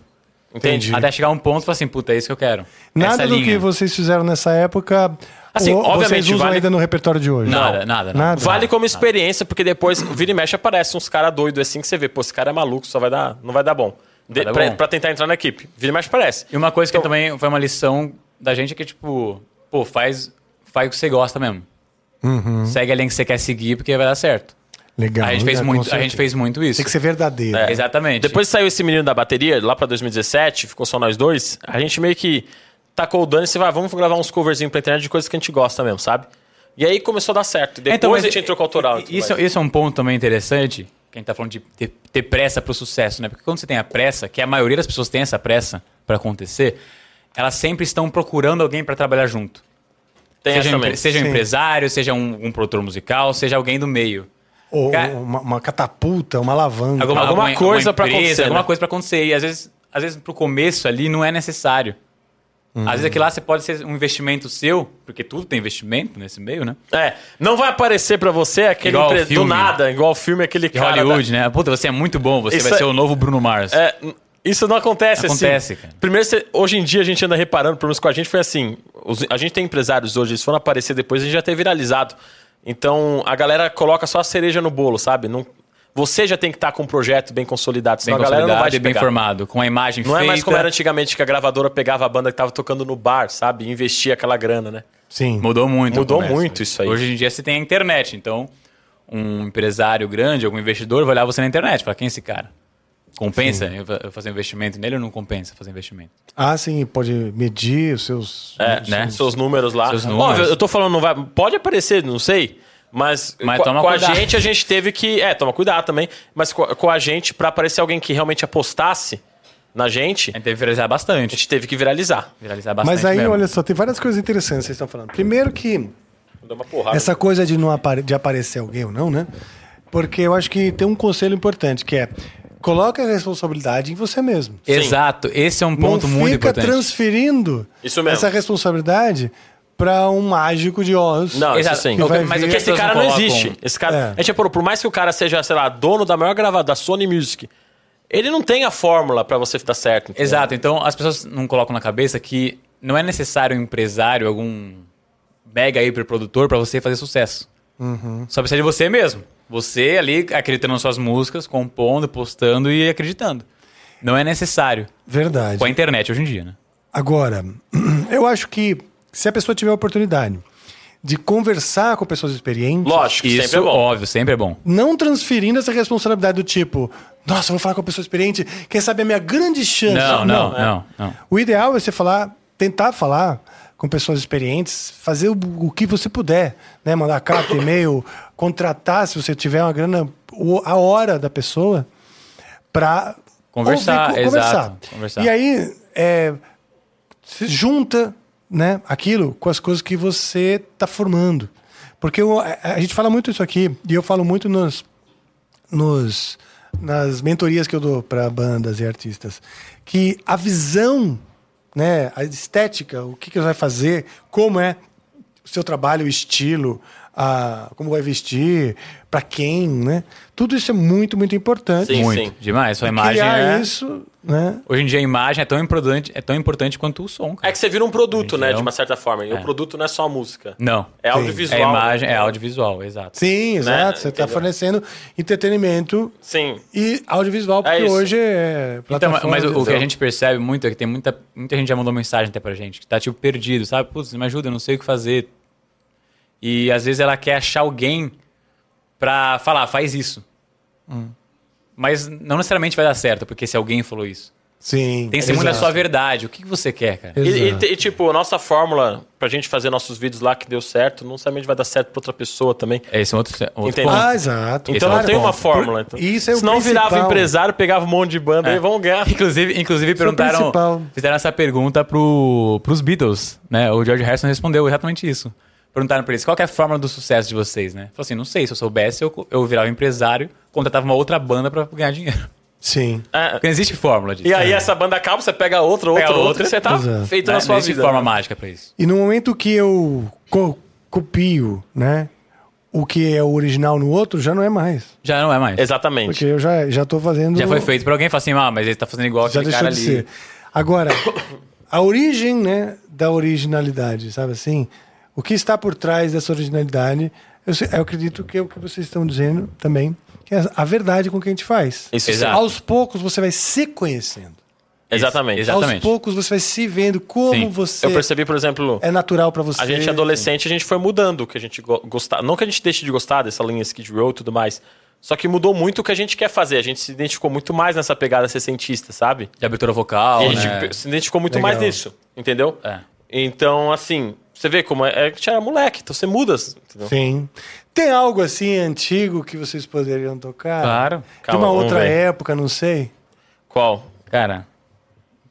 [SPEAKER 4] Entende?
[SPEAKER 5] Até chegar um ponto e falar assim, puta, é isso que eu quero.
[SPEAKER 1] Nada
[SPEAKER 5] Essa
[SPEAKER 1] do
[SPEAKER 5] linha.
[SPEAKER 1] que vocês fizeram nessa época,
[SPEAKER 4] Assim,
[SPEAKER 1] ou vocês
[SPEAKER 4] obviamente,
[SPEAKER 1] usam
[SPEAKER 4] vale-
[SPEAKER 1] ainda no repertório de hoje?
[SPEAKER 5] Nada, nada, nada.
[SPEAKER 4] Vale como experiência, porque depois vira e mexe aparece uns caras doidos assim que você vê, pô, esse cara é maluco, só vai dar, não vai dar bom. De,
[SPEAKER 5] Vai dar
[SPEAKER 4] pra,
[SPEAKER 5] bom.
[SPEAKER 4] pra tentar entrar na equipe. Vira e mexe aparece.
[SPEAKER 5] E uma coisa que
[SPEAKER 4] Então-
[SPEAKER 5] também foi uma lição da gente é que, tipo, pô, faz, faz o que você gosta mesmo.
[SPEAKER 4] Uhum.
[SPEAKER 5] Segue a linha que você quer seguir, porque vai dar certo.
[SPEAKER 1] Legal.
[SPEAKER 5] a, gente fez
[SPEAKER 1] né?
[SPEAKER 5] muito,
[SPEAKER 1] Com
[SPEAKER 5] a gente
[SPEAKER 1] certeza.
[SPEAKER 5] fez muito isso.
[SPEAKER 1] Tem que ser verdadeiro.
[SPEAKER 4] É.
[SPEAKER 5] Exatamente.
[SPEAKER 4] Depois saiu esse menino da bateria, lá pra 2017, ficou só nós dois. A gente meio que tacou o dano e disse, vai, vamos gravar uns coverzinhos pra internet de coisas que a gente gosta mesmo, sabe? E aí começou a dar certo. Depois
[SPEAKER 5] Então,
[SPEAKER 4] a gente entrou com o autoral. e tudo
[SPEAKER 5] Isso,
[SPEAKER 4] mais.
[SPEAKER 5] isso é um ponto também interessante, que a gente tá falando de ter, ter pressa pro sucesso, né? Porque quando você tem a pressa, que a maioria das pessoas tem essa pressa pra acontecer, elas sempre estão procurando alguém pra trabalhar junto.
[SPEAKER 4] Tem essa
[SPEAKER 5] Seja, um,
[SPEAKER 4] também.
[SPEAKER 5] empre- seja um
[SPEAKER 1] Sim.
[SPEAKER 5] empresário, seja um, um produtor musical, seja alguém do meio.
[SPEAKER 1] Ou
[SPEAKER 5] Cara-
[SPEAKER 1] uma, uma catapulta, uma alavanca.
[SPEAKER 4] Alguma- coisa pra acontecer,
[SPEAKER 5] Alguma
[SPEAKER 4] né?
[SPEAKER 5] coisa pra acontecer. E às vezes, às vezes pro começo ali não é necessário. Às vezes aqui lá você pode ser um investimento seu, porque tudo tem investimento nesse meio, né?
[SPEAKER 4] É, não vai aparecer pra você aquele
[SPEAKER 5] Igual
[SPEAKER 4] empre- do
[SPEAKER 5] filme.
[SPEAKER 4] nada, igual o filme, aquele
[SPEAKER 5] De
[SPEAKER 4] cara... da-
[SPEAKER 5] Hollywood, né? Puta, você é muito bom, você
[SPEAKER 4] Isso
[SPEAKER 5] vai
[SPEAKER 4] é-
[SPEAKER 5] ser o novo Bruno Mars.
[SPEAKER 4] É, n- isso não acontece,
[SPEAKER 5] Acontece,
[SPEAKER 4] assim.
[SPEAKER 5] cara.
[SPEAKER 4] Primeiro, cê- hoje em dia a gente anda reparando, pelo menos com a gente, foi assim: os- a gente tem empresários hoje, eles foram aparecer depois, a gente já tem viralizado. Então a galera coloca só a cereja no bolo, sabe? Não, você já tem que estar com um projeto bem consolidado,
[SPEAKER 5] bem
[SPEAKER 4] senão a galera não vai
[SPEAKER 5] consolidado
[SPEAKER 4] te
[SPEAKER 5] e bem
[SPEAKER 4] pegar.
[SPEAKER 5] formado, com a imagem
[SPEAKER 4] Não
[SPEAKER 5] feita.
[SPEAKER 4] é mais como era antigamente que a gravadora pegava a banda que tava tocando no bar, sabe? E investia aquela grana, né?
[SPEAKER 1] Sim.
[SPEAKER 5] Mudou muito.
[SPEAKER 4] Mudou
[SPEAKER 5] a conversa.
[SPEAKER 4] muito isso aí.
[SPEAKER 5] Hoje em dia você tem a internet, então um empresário grande, algum investidor, vai olhar você na internet e falar, quem é esse cara? Compensa eu fa- eu fazer investimento nele ou não compensa fazer investimento?
[SPEAKER 1] Ah, sim, pode medir os seus.
[SPEAKER 4] É,
[SPEAKER 1] os
[SPEAKER 4] né?
[SPEAKER 1] seus-
[SPEAKER 4] Seus números lá.
[SPEAKER 5] Seus números.
[SPEAKER 4] Óbvio, eu tô falando, não vai. Pode aparecer, não sei. Mas,
[SPEAKER 5] Mas
[SPEAKER 4] co- com,
[SPEAKER 5] toma
[SPEAKER 4] a
[SPEAKER 5] cuidado.
[SPEAKER 4] gente, a gente teve que. É, toma cuidado também. Mas co- com, a gente, pra aparecer alguém que realmente apostasse na gente, a
[SPEAKER 5] A gente teve É, que viralizar bastante.
[SPEAKER 4] gente teve que viralizar.
[SPEAKER 5] Viralizar bastante
[SPEAKER 1] Mas aí,
[SPEAKER 5] mesmo.
[SPEAKER 1] olha só, tem várias coisas interessantes que vocês estão falando. Primeiro que
[SPEAKER 4] Deu uma porrada.
[SPEAKER 1] essa coisa de não apare- de aparecer alguém ou não, né? Porque eu acho que tem um conselho importante, que é coloque a responsabilidade em você mesmo.
[SPEAKER 5] Exato, esse é um ponto
[SPEAKER 1] não
[SPEAKER 5] muito
[SPEAKER 1] fica
[SPEAKER 5] importante.
[SPEAKER 1] transferindo
[SPEAKER 4] Isso mesmo.
[SPEAKER 1] essa responsabilidade para um mágico de Oz.
[SPEAKER 4] Não,
[SPEAKER 5] Exato.
[SPEAKER 4] isso sim.
[SPEAKER 1] Que vai
[SPEAKER 4] mas
[SPEAKER 1] vir-
[SPEAKER 4] é que esse
[SPEAKER 5] Pessoas
[SPEAKER 4] cara
[SPEAKER 5] não
[SPEAKER 4] não
[SPEAKER 5] colocam-
[SPEAKER 4] existe. Esse cara,
[SPEAKER 1] É.
[SPEAKER 4] a gente reparou, por mais que o cara seja, sei lá, dono da maior gravada, da Sony Music, ele não tem a fórmula pra você dar certo. entendeu?
[SPEAKER 5] Exato, então as pessoas não colocam na cabeça que não é necessário um empresário, algum mega hiperprodutor pra você fazer sucesso.
[SPEAKER 1] Uhum.
[SPEAKER 5] Só precisa de você mesmo. Você ali acreditando nas suas músicas, compondo, postando e acreditando. Não é necessário.
[SPEAKER 1] Verdade.
[SPEAKER 5] Com a internet hoje em dia, né?
[SPEAKER 1] Agora, *clears throat* eu acho que se a pessoa tiver a oportunidade de conversar com pessoas experientes,
[SPEAKER 4] Lógico,
[SPEAKER 5] Isso,
[SPEAKER 4] sempre é bom.
[SPEAKER 5] óbvio, sempre é bom.
[SPEAKER 1] não transferindo essa responsabilidade do tipo, nossa, vou falar com uma pessoa experiente, quem sabe é a minha grande chance. né?
[SPEAKER 5] Não, não, não, não.
[SPEAKER 1] O ideal é você falar, tentar falar com pessoas experientes, fazer o, o que você puder, né? Mandar
[SPEAKER 5] *coughs*
[SPEAKER 1] carta, e-mail, contratar, se você tiver uma grana, o- a hora da pessoa para
[SPEAKER 5] Conversar, exato, conversar.
[SPEAKER 1] E aí é, se junta, né? Aquilo com as coisas que você está formando, porque eu- a- a gente fala muito isso aqui e eu falo muito nos nos, nas mentorias que eu dou para bandas e artistas, que a visão, né, a estética, o que, que você vai fazer, como é o seu trabalho, o estilo, a, como vai vestir, para quem, né? Tudo isso é muito, muito importante.
[SPEAKER 4] Sim,
[SPEAKER 5] Muito.
[SPEAKER 4] sim.
[SPEAKER 5] Demais. Sua imagem
[SPEAKER 1] Criar
[SPEAKER 5] é...
[SPEAKER 1] isso, né?
[SPEAKER 5] Hoje em dia a imagem é tão importante, é tão importante quanto o som, cara.
[SPEAKER 4] É que você vira um produto, né?
[SPEAKER 5] Entendeu?
[SPEAKER 4] De uma certa forma. E o produto não é só a música.
[SPEAKER 5] Não.
[SPEAKER 4] É
[SPEAKER 1] Sim.
[SPEAKER 4] audiovisual.
[SPEAKER 5] É imagem,
[SPEAKER 4] né?
[SPEAKER 5] é audiovisual, exato.
[SPEAKER 1] Sim, exato. Você está
[SPEAKER 4] Entendeu?
[SPEAKER 1] fornecendo entretenimento
[SPEAKER 4] Sim.
[SPEAKER 1] e audiovisual, porque
[SPEAKER 4] isso.
[SPEAKER 1] hoje é
[SPEAKER 5] Então, mas-
[SPEAKER 1] plataforma
[SPEAKER 5] mas o, o que a
[SPEAKER 1] digital.
[SPEAKER 5] gente percebe muito é que tem muita, muita gente já mandou mensagem até pra gente, que tá tipo perdido, sabe? Putz, me ajuda, eu não sei o que fazer. E às vezes ela quer achar alguém pra falar, faz isso.
[SPEAKER 1] Hum.
[SPEAKER 5] Mas não necessariamente vai dar certo, porque se alguém falou isso.
[SPEAKER 1] Sim.
[SPEAKER 5] Tem que ser muito da
[SPEAKER 1] exato.
[SPEAKER 5] sua verdade. O que que você quer, cara?
[SPEAKER 4] E, e
[SPEAKER 1] Exato.
[SPEAKER 4] te- e, tipo, a nossa fórmula pra gente fazer nossos vídeos lá que deu certo, não necessariamente vai dar certo pra outra pessoa também.
[SPEAKER 5] Esse é outro, outro
[SPEAKER 4] Entendi.
[SPEAKER 5] ponto.
[SPEAKER 1] Ah, exato.
[SPEAKER 4] Então
[SPEAKER 1] Claro.
[SPEAKER 4] não tem uma
[SPEAKER 1] Por-
[SPEAKER 4] fórmula. Então.
[SPEAKER 1] Isso é o
[SPEAKER 4] Senão virava
[SPEAKER 1] principal. É.
[SPEAKER 4] empresário, pegava um monte de banda aí, vamos ganhar.
[SPEAKER 5] *laughs* Inclusive, inclusive perguntaram,
[SPEAKER 1] principal.
[SPEAKER 5] fizeram essa pergunta pro, pros Beatles, né? O George Harrison respondeu exatamente isso. Perguntaram pra eles, qual que é a fórmula do sucesso de vocês, né? Falou assim, não sei, se eu soubesse, eu, eu virava empresário, contratava uma outra banda pra ganhar dinheiro. *laughs*
[SPEAKER 1] Sim.
[SPEAKER 4] É.
[SPEAKER 5] Porque não existe fórmula disso.
[SPEAKER 4] E
[SPEAKER 1] É.
[SPEAKER 4] aí essa banda acaba, você pega outra, outra,
[SPEAKER 5] Pega
[SPEAKER 4] outra,
[SPEAKER 5] outra.
[SPEAKER 4] e você tá
[SPEAKER 1] Exato.
[SPEAKER 4] feito
[SPEAKER 5] Né?
[SPEAKER 4] na sua
[SPEAKER 5] não existe
[SPEAKER 4] vida.
[SPEAKER 5] forma
[SPEAKER 4] né?
[SPEAKER 5] mágica pra isso.
[SPEAKER 1] E no momento que eu co- copio, né? O que é o original no outro, já não é mais.
[SPEAKER 5] Já não é mais.
[SPEAKER 4] Exatamente.
[SPEAKER 1] Porque eu já, já tô fazendo.
[SPEAKER 5] Já foi feito pra alguém, fala assim, ah, mas ele tá fazendo igual
[SPEAKER 1] Já
[SPEAKER 5] aquele
[SPEAKER 1] deixou
[SPEAKER 5] cara
[SPEAKER 1] de
[SPEAKER 5] ali.
[SPEAKER 1] ser. Agora, a origem, né? Da originalidade, sabe assim? O que está por trás dessa originalidade, eu, se- eu acredito que é o que vocês estão dizendo também, que é a verdade com que a gente faz.
[SPEAKER 4] Isso,
[SPEAKER 5] Exato.
[SPEAKER 1] Aos poucos você vai se conhecendo.
[SPEAKER 4] Exatamente.
[SPEAKER 5] Exato. Exatamente.
[SPEAKER 1] Aos poucos você vai se vendo como
[SPEAKER 5] Sim.
[SPEAKER 1] você
[SPEAKER 4] Eu percebi, por exemplo,
[SPEAKER 1] é natural pra você.
[SPEAKER 4] a gente adolescente, a gente foi mudando o que a gente go- gostava. Não que a gente deixe de gostar dessa linha Skid Row e tudo mais. Só que mudou muito o que a gente quer fazer. A gente se identificou muito mais nessa pegada sessentista, sabe?
[SPEAKER 5] De abertura vocal,
[SPEAKER 4] E a
[SPEAKER 5] né?
[SPEAKER 4] gente pe- se identificou muito
[SPEAKER 1] Legal.
[SPEAKER 4] mais nisso, entendeu?
[SPEAKER 5] É.
[SPEAKER 4] Então, assim, você vê como é, é que a gente era moleque, então você muda, entendeu?
[SPEAKER 1] Sim. Tem algo assim antigo que vocês poderiam tocar?
[SPEAKER 5] Claro.
[SPEAKER 1] De
[SPEAKER 4] Calma,
[SPEAKER 1] uma
[SPEAKER 4] vamos
[SPEAKER 1] outra
[SPEAKER 4] ver.
[SPEAKER 1] época, não sei.
[SPEAKER 4] Qual?
[SPEAKER 5] Cara,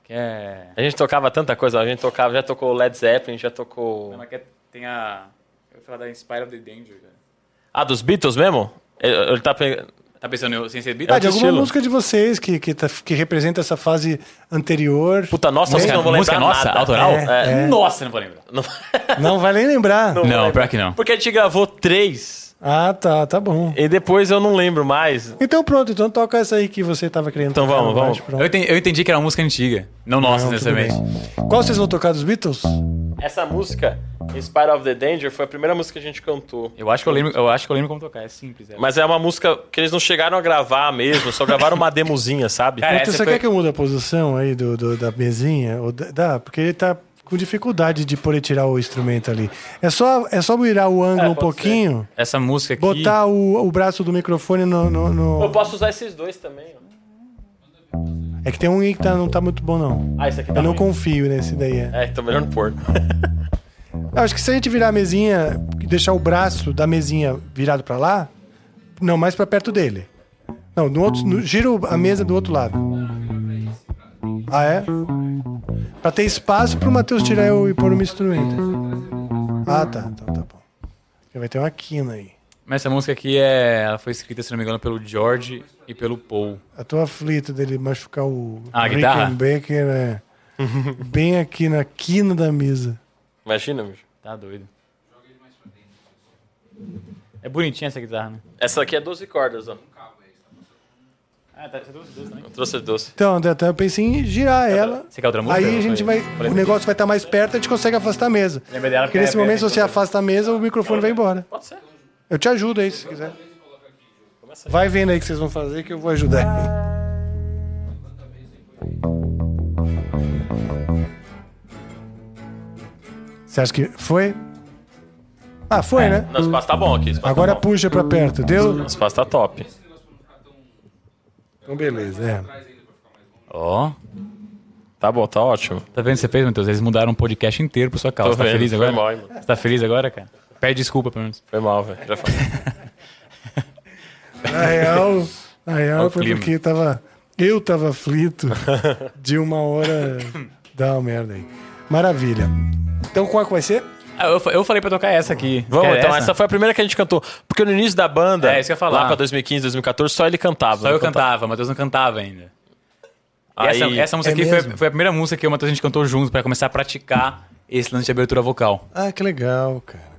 [SPEAKER 5] que é...
[SPEAKER 4] A gente tocava tanta coisa, a gente tocava, já tocou Led Zeppelin, já tocou.
[SPEAKER 5] é que tem a... Eu ia falar da Inspire of the Danger, cara.
[SPEAKER 4] Ah, dos Beatles mesmo? Ele, ele tá pegando.
[SPEAKER 5] Tá pensando eu, sem ser
[SPEAKER 1] Ah,
[SPEAKER 5] Beatles?
[SPEAKER 1] de
[SPEAKER 4] outro
[SPEAKER 1] alguma
[SPEAKER 4] estilo.
[SPEAKER 1] música de vocês que, que, tá- que representa essa fase anterior.
[SPEAKER 4] Puta, nossa,
[SPEAKER 1] Música-
[SPEAKER 4] vocês não vão
[SPEAKER 5] música
[SPEAKER 4] lembrar
[SPEAKER 5] nossa,
[SPEAKER 4] nada.
[SPEAKER 5] autoral?
[SPEAKER 4] É, é.
[SPEAKER 5] Nossa, não vou lembrar.
[SPEAKER 4] Não- *laughs*
[SPEAKER 1] Não vai nem lembrar.
[SPEAKER 4] vou
[SPEAKER 5] Não,
[SPEAKER 4] lembrar.
[SPEAKER 5] pior que não.
[SPEAKER 4] Porque a gente gravou três
[SPEAKER 1] Ah, tá, tá bom.
[SPEAKER 4] e depois eu não lembro mais.
[SPEAKER 1] Então pronto, então toca essa aí que você tava querendo
[SPEAKER 4] Então
[SPEAKER 1] tocar,
[SPEAKER 4] vamos,
[SPEAKER 1] não vai?
[SPEAKER 4] vamos.
[SPEAKER 1] Pronto.
[SPEAKER 5] Eu entendi, eu entendi que era uma música antiga. Não nossa,
[SPEAKER 1] Não, tudo
[SPEAKER 5] necessariamente.
[SPEAKER 1] bem. Qual vocês vão tocar dos Beatles?
[SPEAKER 4] Essa música, In Spite of the Danger, foi a primeira música que a gente cantou.
[SPEAKER 5] Eu acho que eu lembro, eu acho que eu lembro como tocar, é simples. É.
[SPEAKER 4] Mas é uma música que eles não chegaram a gravar mesmo, só gravaram uma demozinha, sabe?
[SPEAKER 5] Cara,
[SPEAKER 1] Puta,
[SPEAKER 5] essa
[SPEAKER 1] você
[SPEAKER 5] foi-
[SPEAKER 1] quer que eu mude a posição aí do, do- da mesinha? Ou da, dá, porque ele tá com dificuldade de poder tirar o instrumento ali. É só, é só virar o ângulo um
[SPEAKER 4] pode
[SPEAKER 1] pouquinho,
[SPEAKER 5] Essa música aqui.
[SPEAKER 1] botar o, o braço do microfone no. no- no-
[SPEAKER 4] Eu posso usar esses dois também. ó.
[SPEAKER 1] É que tem um aí que tá- não tá muito bom, não.
[SPEAKER 4] Ah, esse aqui tá
[SPEAKER 1] Eu não
[SPEAKER 4] ruim.
[SPEAKER 1] confio nesse daí. É.
[SPEAKER 4] É, então melhor não pôr.
[SPEAKER 1] Eu acho que se a gente virar a mesinha, deixar o braço da mesinha virado pra lá, não, mais pra perto dele. Não, no outro, no- gira o- a mesa do outro lado. Ah, é? Pra ter espaço pro Matheus tirar eu e pôr o meu instrumento. Ah, tá. Então tá bom. Vai ter uma quina aí.
[SPEAKER 5] Mas essa música aqui é. Ela foi escrita, se não me engano, pelo George e pelo Paul.
[SPEAKER 1] Eu tô aflito dele machucar o
[SPEAKER 5] Ah, a guitarra?
[SPEAKER 1] Rickenbacker,
[SPEAKER 5] *laughs*
[SPEAKER 1] é, bem aqui na quina da mesa.
[SPEAKER 4] *laughs* Imagina, bicho.
[SPEAKER 5] Tá doido. É bonitinha essa guitarra, né?
[SPEAKER 4] Essa aqui é 12 cordas, ó.
[SPEAKER 5] Ah,
[SPEAKER 4] é
[SPEAKER 5] tá. Você trouxe também?
[SPEAKER 4] Eu trouxe 12.
[SPEAKER 1] Então, até eu pensei em girar ela.
[SPEAKER 5] Você quer outra música?
[SPEAKER 1] Aí a
[SPEAKER 4] né?
[SPEAKER 1] gente vai. O negócio vai estar mais perto, a gente consegue afastar a mesa.
[SPEAKER 5] Lembra dela?
[SPEAKER 1] Porque
[SPEAKER 4] né?
[SPEAKER 1] nesse momento, se você afasta a mesa, o microfone vai embora.
[SPEAKER 4] Pode ser.
[SPEAKER 1] Eu te ajudo aí, se quiser. Vai vendo aí o que vocês vão fazer que eu vou ajudar. Você acha que foi? Ah, foi, né?
[SPEAKER 4] Não, o espaço tá bom aqui. o espaço
[SPEAKER 1] Agora
[SPEAKER 5] é
[SPEAKER 4] tá bom.
[SPEAKER 1] puxa pra perto, deu?
[SPEAKER 4] O espaço tá top.
[SPEAKER 1] Então beleza, é.
[SPEAKER 5] Ó.
[SPEAKER 4] Tá bom, tá ótimo.
[SPEAKER 5] Tá vendo o que você fez, Matheus? Eles mudaram um podcast inteiro por sua causa.
[SPEAKER 4] Tô
[SPEAKER 5] Você tá
[SPEAKER 4] vendo,
[SPEAKER 5] feliz
[SPEAKER 4] foi
[SPEAKER 5] agora?
[SPEAKER 4] mal, hein, mano.
[SPEAKER 5] Você tá feliz agora, cara? Pede desculpa, pelo menos.
[SPEAKER 4] Foi mal, velho. Já falei.
[SPEAKER 1] Na real, na real
[SPEAKER 5] o
[SPEAKER 1] foi
[SPEAKER 5] clima.
[SPEAKER 1] porque tava, eu tava
[SPEAKER 5] *laughs*
[SPEAKER 1] aflito de uma hora dar uma merda aí. Maravilha. Então qual é que vai ser?
[SPEAKER 5] Ah, eu, fa- eu falei pra tocar essa aqui.
[SPEAKER 4] Vamos,
[SPEAKER 5] Quer
[SPEAKER 4] então. Essa? foi a primeira que a gente cantou. Porque no início da banda,
[SPEAKER 5] É, isso que eu ia falar.
[SPEAKER 4] lá pra 2015, 2014, só ele cantava.
[SPEAKER 5] Só eu cantava, o Matheus não cantava ainda. E
[SPEAKER 4] Aí,
[SPEAKER 5] essa, essa música
[SPEAKER 1] É
[SPEAKER 5] aqui foi,
[SPEAKER 1] mesmo?
[SPEAKER 5] foi a primeira música que eu e o Matheus a gente cantou juntos pra começar a praticar esse lance de abertura vocal.
[SPEAKER 1] Ah, que legal, cara.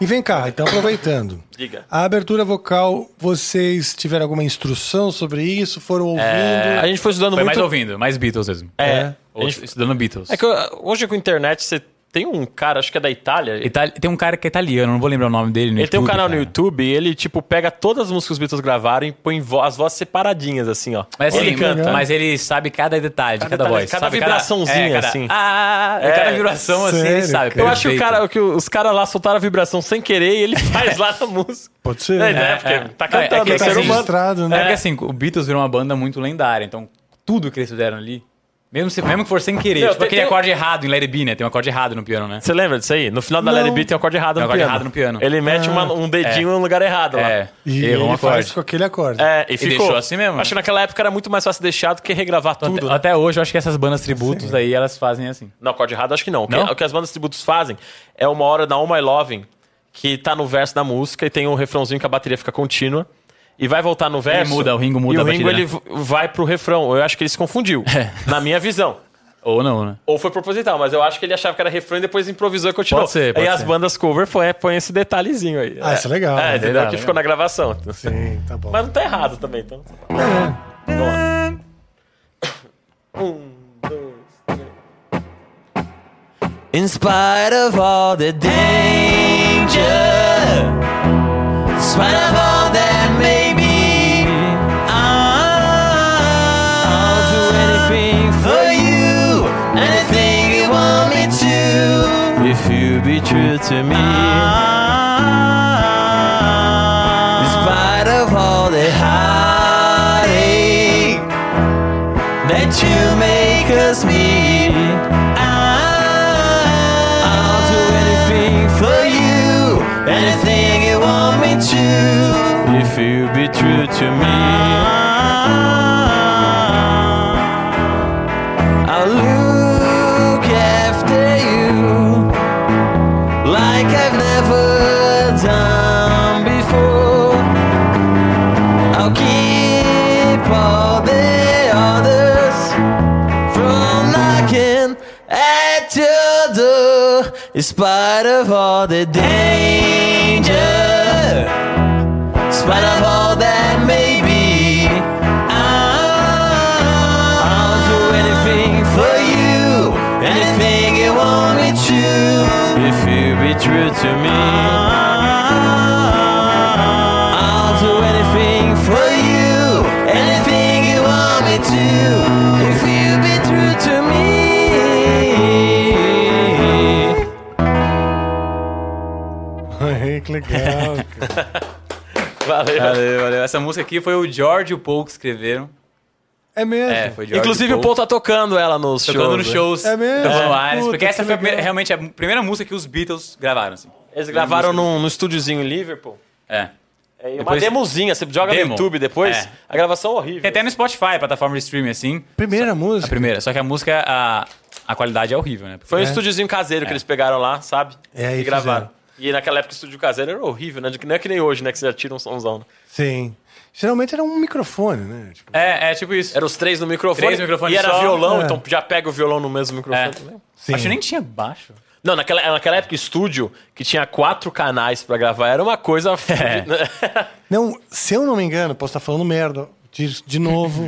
[SPEAKER 1] E vem cá, então aproveitando.
[SPEAKER 4] Diga.
[SPEAKER 1] A abertura vocal, vocês tiveram alguma instrução sobre isso? Foram ouvindo?
[SPEAKER 5] É.
[SPEAKER 4] É, A gente foi estudando
[SPEAKER 5] Foi mais
[SPEAKER 4] muito.
[SPEAKER 5] ouvindo, mais Beatles mesmo.
[SPEAKER 4] É.
[SPEAKER 5] Ou Estudando Beatles.
[SPEAKER 4] É que eu- hoje com a internet você tem um cara, acho que é da Itália. Ele
[SPEAKER 5] Itali- Tem um cara que é italiano, não vou lembrar o nome dele. No
[SPEAKER 4] tem um canal no
[SPEAKER 5] cara.
[SPEAKER 4] YouTube e ele, tipo, pega todas as músicas que os Beatles gravaram e põe vo- as vozes separadinhas, assim, ó.
[SPEAKER 5] Mas,
[SPEAKER 4] Ele
[SPEAKER 5] assim,
[SPEAKER 1] canta.
[SPEAKER 5] mas ele sabe cada detalhe, de cada,
[SPEAKER 4] detalhe,
[SPEAKER 5] voz.
[SPEAKER 4] cada
[SPEAKER 5] sabe
[SPEAKER 4] vibraçãozinha,
[SPEAKER 5] é, cada-
[SPEAKER 4] assim.
[SPEAKER 5] Ah, é, cada vibração, assim, ele
[SPEAKER 1] Sério,
[SPEAKER 5] sabe.
[SPEAKER 1] cara?
[SPEAKER 4] Eu acho que, o
[SPEAKER 5] Perfeito.
[SPEAKER 4] cara, que os caras lá soltaram a vibração sem querer
[SPEAKER 5] *laughs*
[SPEAKER 4] e ele faz lá na música.
[SPEAKER 1] Pode ser?
[SPEAKER 4] É,
[SPEAKER 1] né?
[SPEAKER 4] né? Porque
[SPEAKER 5] é.
[SPEAKER 4] tá
[SPEAKER 5] É, é
[SPEAKER 4] cantando,
[SPEAKER 5] que
[SPEAKER 4] é,
[SPEAKER 5] assim,
[SPEAKER 4] ser humano.
[SPEAKER 1] registrado,
[SPEAKER 5] É
[SPEAKER 1] né?
[SPEAKER 5] que assim, o Beatles virou uma banda muito lendária, então tudo que eles fizeram ali, mesmo, se- mesmo que for sem querer,
[SPEAKER 4] Não,
[SPEAKER 5] tipo
[SPEAKER 4] tem-
[SPEAKER 5] aquele
[SPEAKER 4] tem-
[SPEAKER 5] acorde errado em Let It Be, né? Tem um acorde errado no piano, né?
[SPEAKER 4] Você lembra disso aí? No final da Larry B tem um acorde errado
[SPEAKER 5] Tem um
[SPEAKER 4] no
[SPEAKER 5] acorde
[SPEAKER 4] piano.
[SPEAKER 5] errado no piano.
[SPEAKER 4] Ele mete uma- um dedinho no lugar errado lá.
[SPEAKER 5] É,
[SPEAKER 1] E
[SPEAKER 5] errou um
[SPEAKER 1] ele faz
[SPEAKER 5] acorde.
[SPEAKER 1] com aquele acorde.
[SPEAKER 4] É, e, ficou.
[SPEAKER 5] deixou assim mesmo?
[SPEAKER 4] Acho que naquela época era muito mais fácil deixar do que regravar
[SPEAKER 5] Até-
[SPEAKER 4] tudo. né?
[SPEAKER 5] Até hoje, eu acho que essas bandas tributos aí, elas fazem assim.
[SPEAKER 4] Não, acorde errado acho que não. O que- é- O
[SPEAKER 5] Não?
[SPEAKER 4] que, as bandas tributos fazem é uma hora na All My Loving, que tá no verso da música e tem um refrãozinho que a bateria fica contínua. E vai voltar no verso.
[SPEAKER 5] muda, o Ringo
[SPEAKER 4] E
[SPEAKER 5] muda a É.
[SPEAKER 4] o Ringo
[SPEAKER 5] batida,
[SPEAKER 4] ele v- vai pro refrão. Eu acho que ele se confundiu. Na minha visão.
[SPEAKER 5] Ou não, né?
[SPEAKER 4] Ou foi proposital, mas eu acho que ele achava que era refrão e depois improvisou e continuou.
[SPEAKER 5] Pode ser, pode
[SPEAKER 4] aí as
[SPEAKER 5] ser.
[SPEAKER 4] bandas cover foi, põe esse detalhezinho aí.
[SPEAKER 1] Ah, isso é legal,
[SPEAKER 4] É,
[SPEAKER 1] né?
[SPEAKER 4] entendeu?
[SPEAKER 5] Legal,
[SPEAKER 4] que
[SPEAKER 5] legal.
[SPEAKER 4] ficou na gravação.
[SPEAKER 1] Sim, tá bom. *laughs*
[SPEAKER 4] Mas não tá errado também, então.
[SPEAKER 8] In spite of all the danger, in spite of all that may be, I'll do anything for you, anything you want me to, if you be true to me. In spite of all the heartache that you make us meet. I- I'll do anything for you, anything you want me to, if you be true to me. I'll look after you like I've never done before. I'll keep all the others from knocking at your door, in spite of all the danger, in spite of all that may be. I'll I'll do anything for you, anything you want me to, if you be true to me. I'll do anything for you, anything you want me to, if you be true to me.
[SPEAKER 1] Ai, que legal. cara.
[SPEAKER 4] Valeu.
[SPEAKER 5] *laughs* Valeu, valeu. Essa música aqui foi o George e o Paul que escreveram.
[SPEAKER 1] É mesmo?
[SPEAKER 5] É, foi George
[SPEAKER 4] Inclusive,
[SPEAKER 5] e
[SPEAKER 4] o Paul tá tocando ela nos
[SPEAKER 5] Tocando
[SPEAKER 4] shows.
[SPEAKER 5] nos
[SPEAKER 4] né?
[SPEAKER 5] shows.
[SPEAKER 1] É mesmo?
[SPEAKER 5] Tocando
[SPEAKER 1] É.
[SPEAKER 5] Ares. Porque
[SPEAKER 1] Puta,
[SPEAKER 5] essa
[SPEAKER 1] que
[SPEAKER 5] foi a primeira-
[SPEAKER 1] legal.
[SPEAKER 5] realmente a primeira música que os Beatles gravaram, assim.
[SPEAKER 4] Eles gravaram num, num estúdiozinho em Liverpool.
[SPEAKER 5] É.
[SPEAKER 4] É, uma
[SPEAKER 5] Depois-
[SPEAKER 4] demozinha, você joga
[SPEAKER 5] Demo.
[SPEAKER 4] no YouTube depois.
[SPEAKER 5] É.
[SPEAKER 4] A gravação é horrível.
[SPEAKER 5] Tem até no Spotify, plataforma de streaming, assim.
[SPEAKER 1] Primeira
[SPEAKER 5] A
[SPEAKER 1] música.
[SPEAKER 5] primeira. Só que a música, a, a qualidade é horrível, né? Porque
[SPEAKER 4] Foi um estúdiozinho caseiro que eles pegaram lá, sabe?
[SPEAKER 1] É, aí
[SPEAKER 4] e gravaram. E naquela época o estúdio caseiro era horrível, né? De que- Não é que nem hoje, né? Que você já tira um somzão. né?
[SPEAKER 1] Sim. Geralmente era um microfone, né? Tipo,
[SPEAKER 5] É, é tipo isso.
[SPEAKER 4] Era os três no microfone.
[SPEAKER 5] Três microfones
[SPEAKER 4] E era
[SPEAKER 5] só.
[SPEAKER 4] violão,
[SPEAKER 1] É.
[SPEAKER 4] então já pega o violão no mesmo microfone
[SPEAKER 5] É.
[SPEAKER 4] também.
[SPEAKER 1] sim.
[SPEAKER 5] Acho que nem tinha baixo.
[SPEAKER 4] Não, naquela, naquela época, estúdio, que tinha quatro canais pra gravar, era uma coisa...
[SPEAKER 1] Não, se eu não me engano, posso estar falando merda. De, de
[SPEAKER 5] *laughs*
[SPEAKER 1] novo,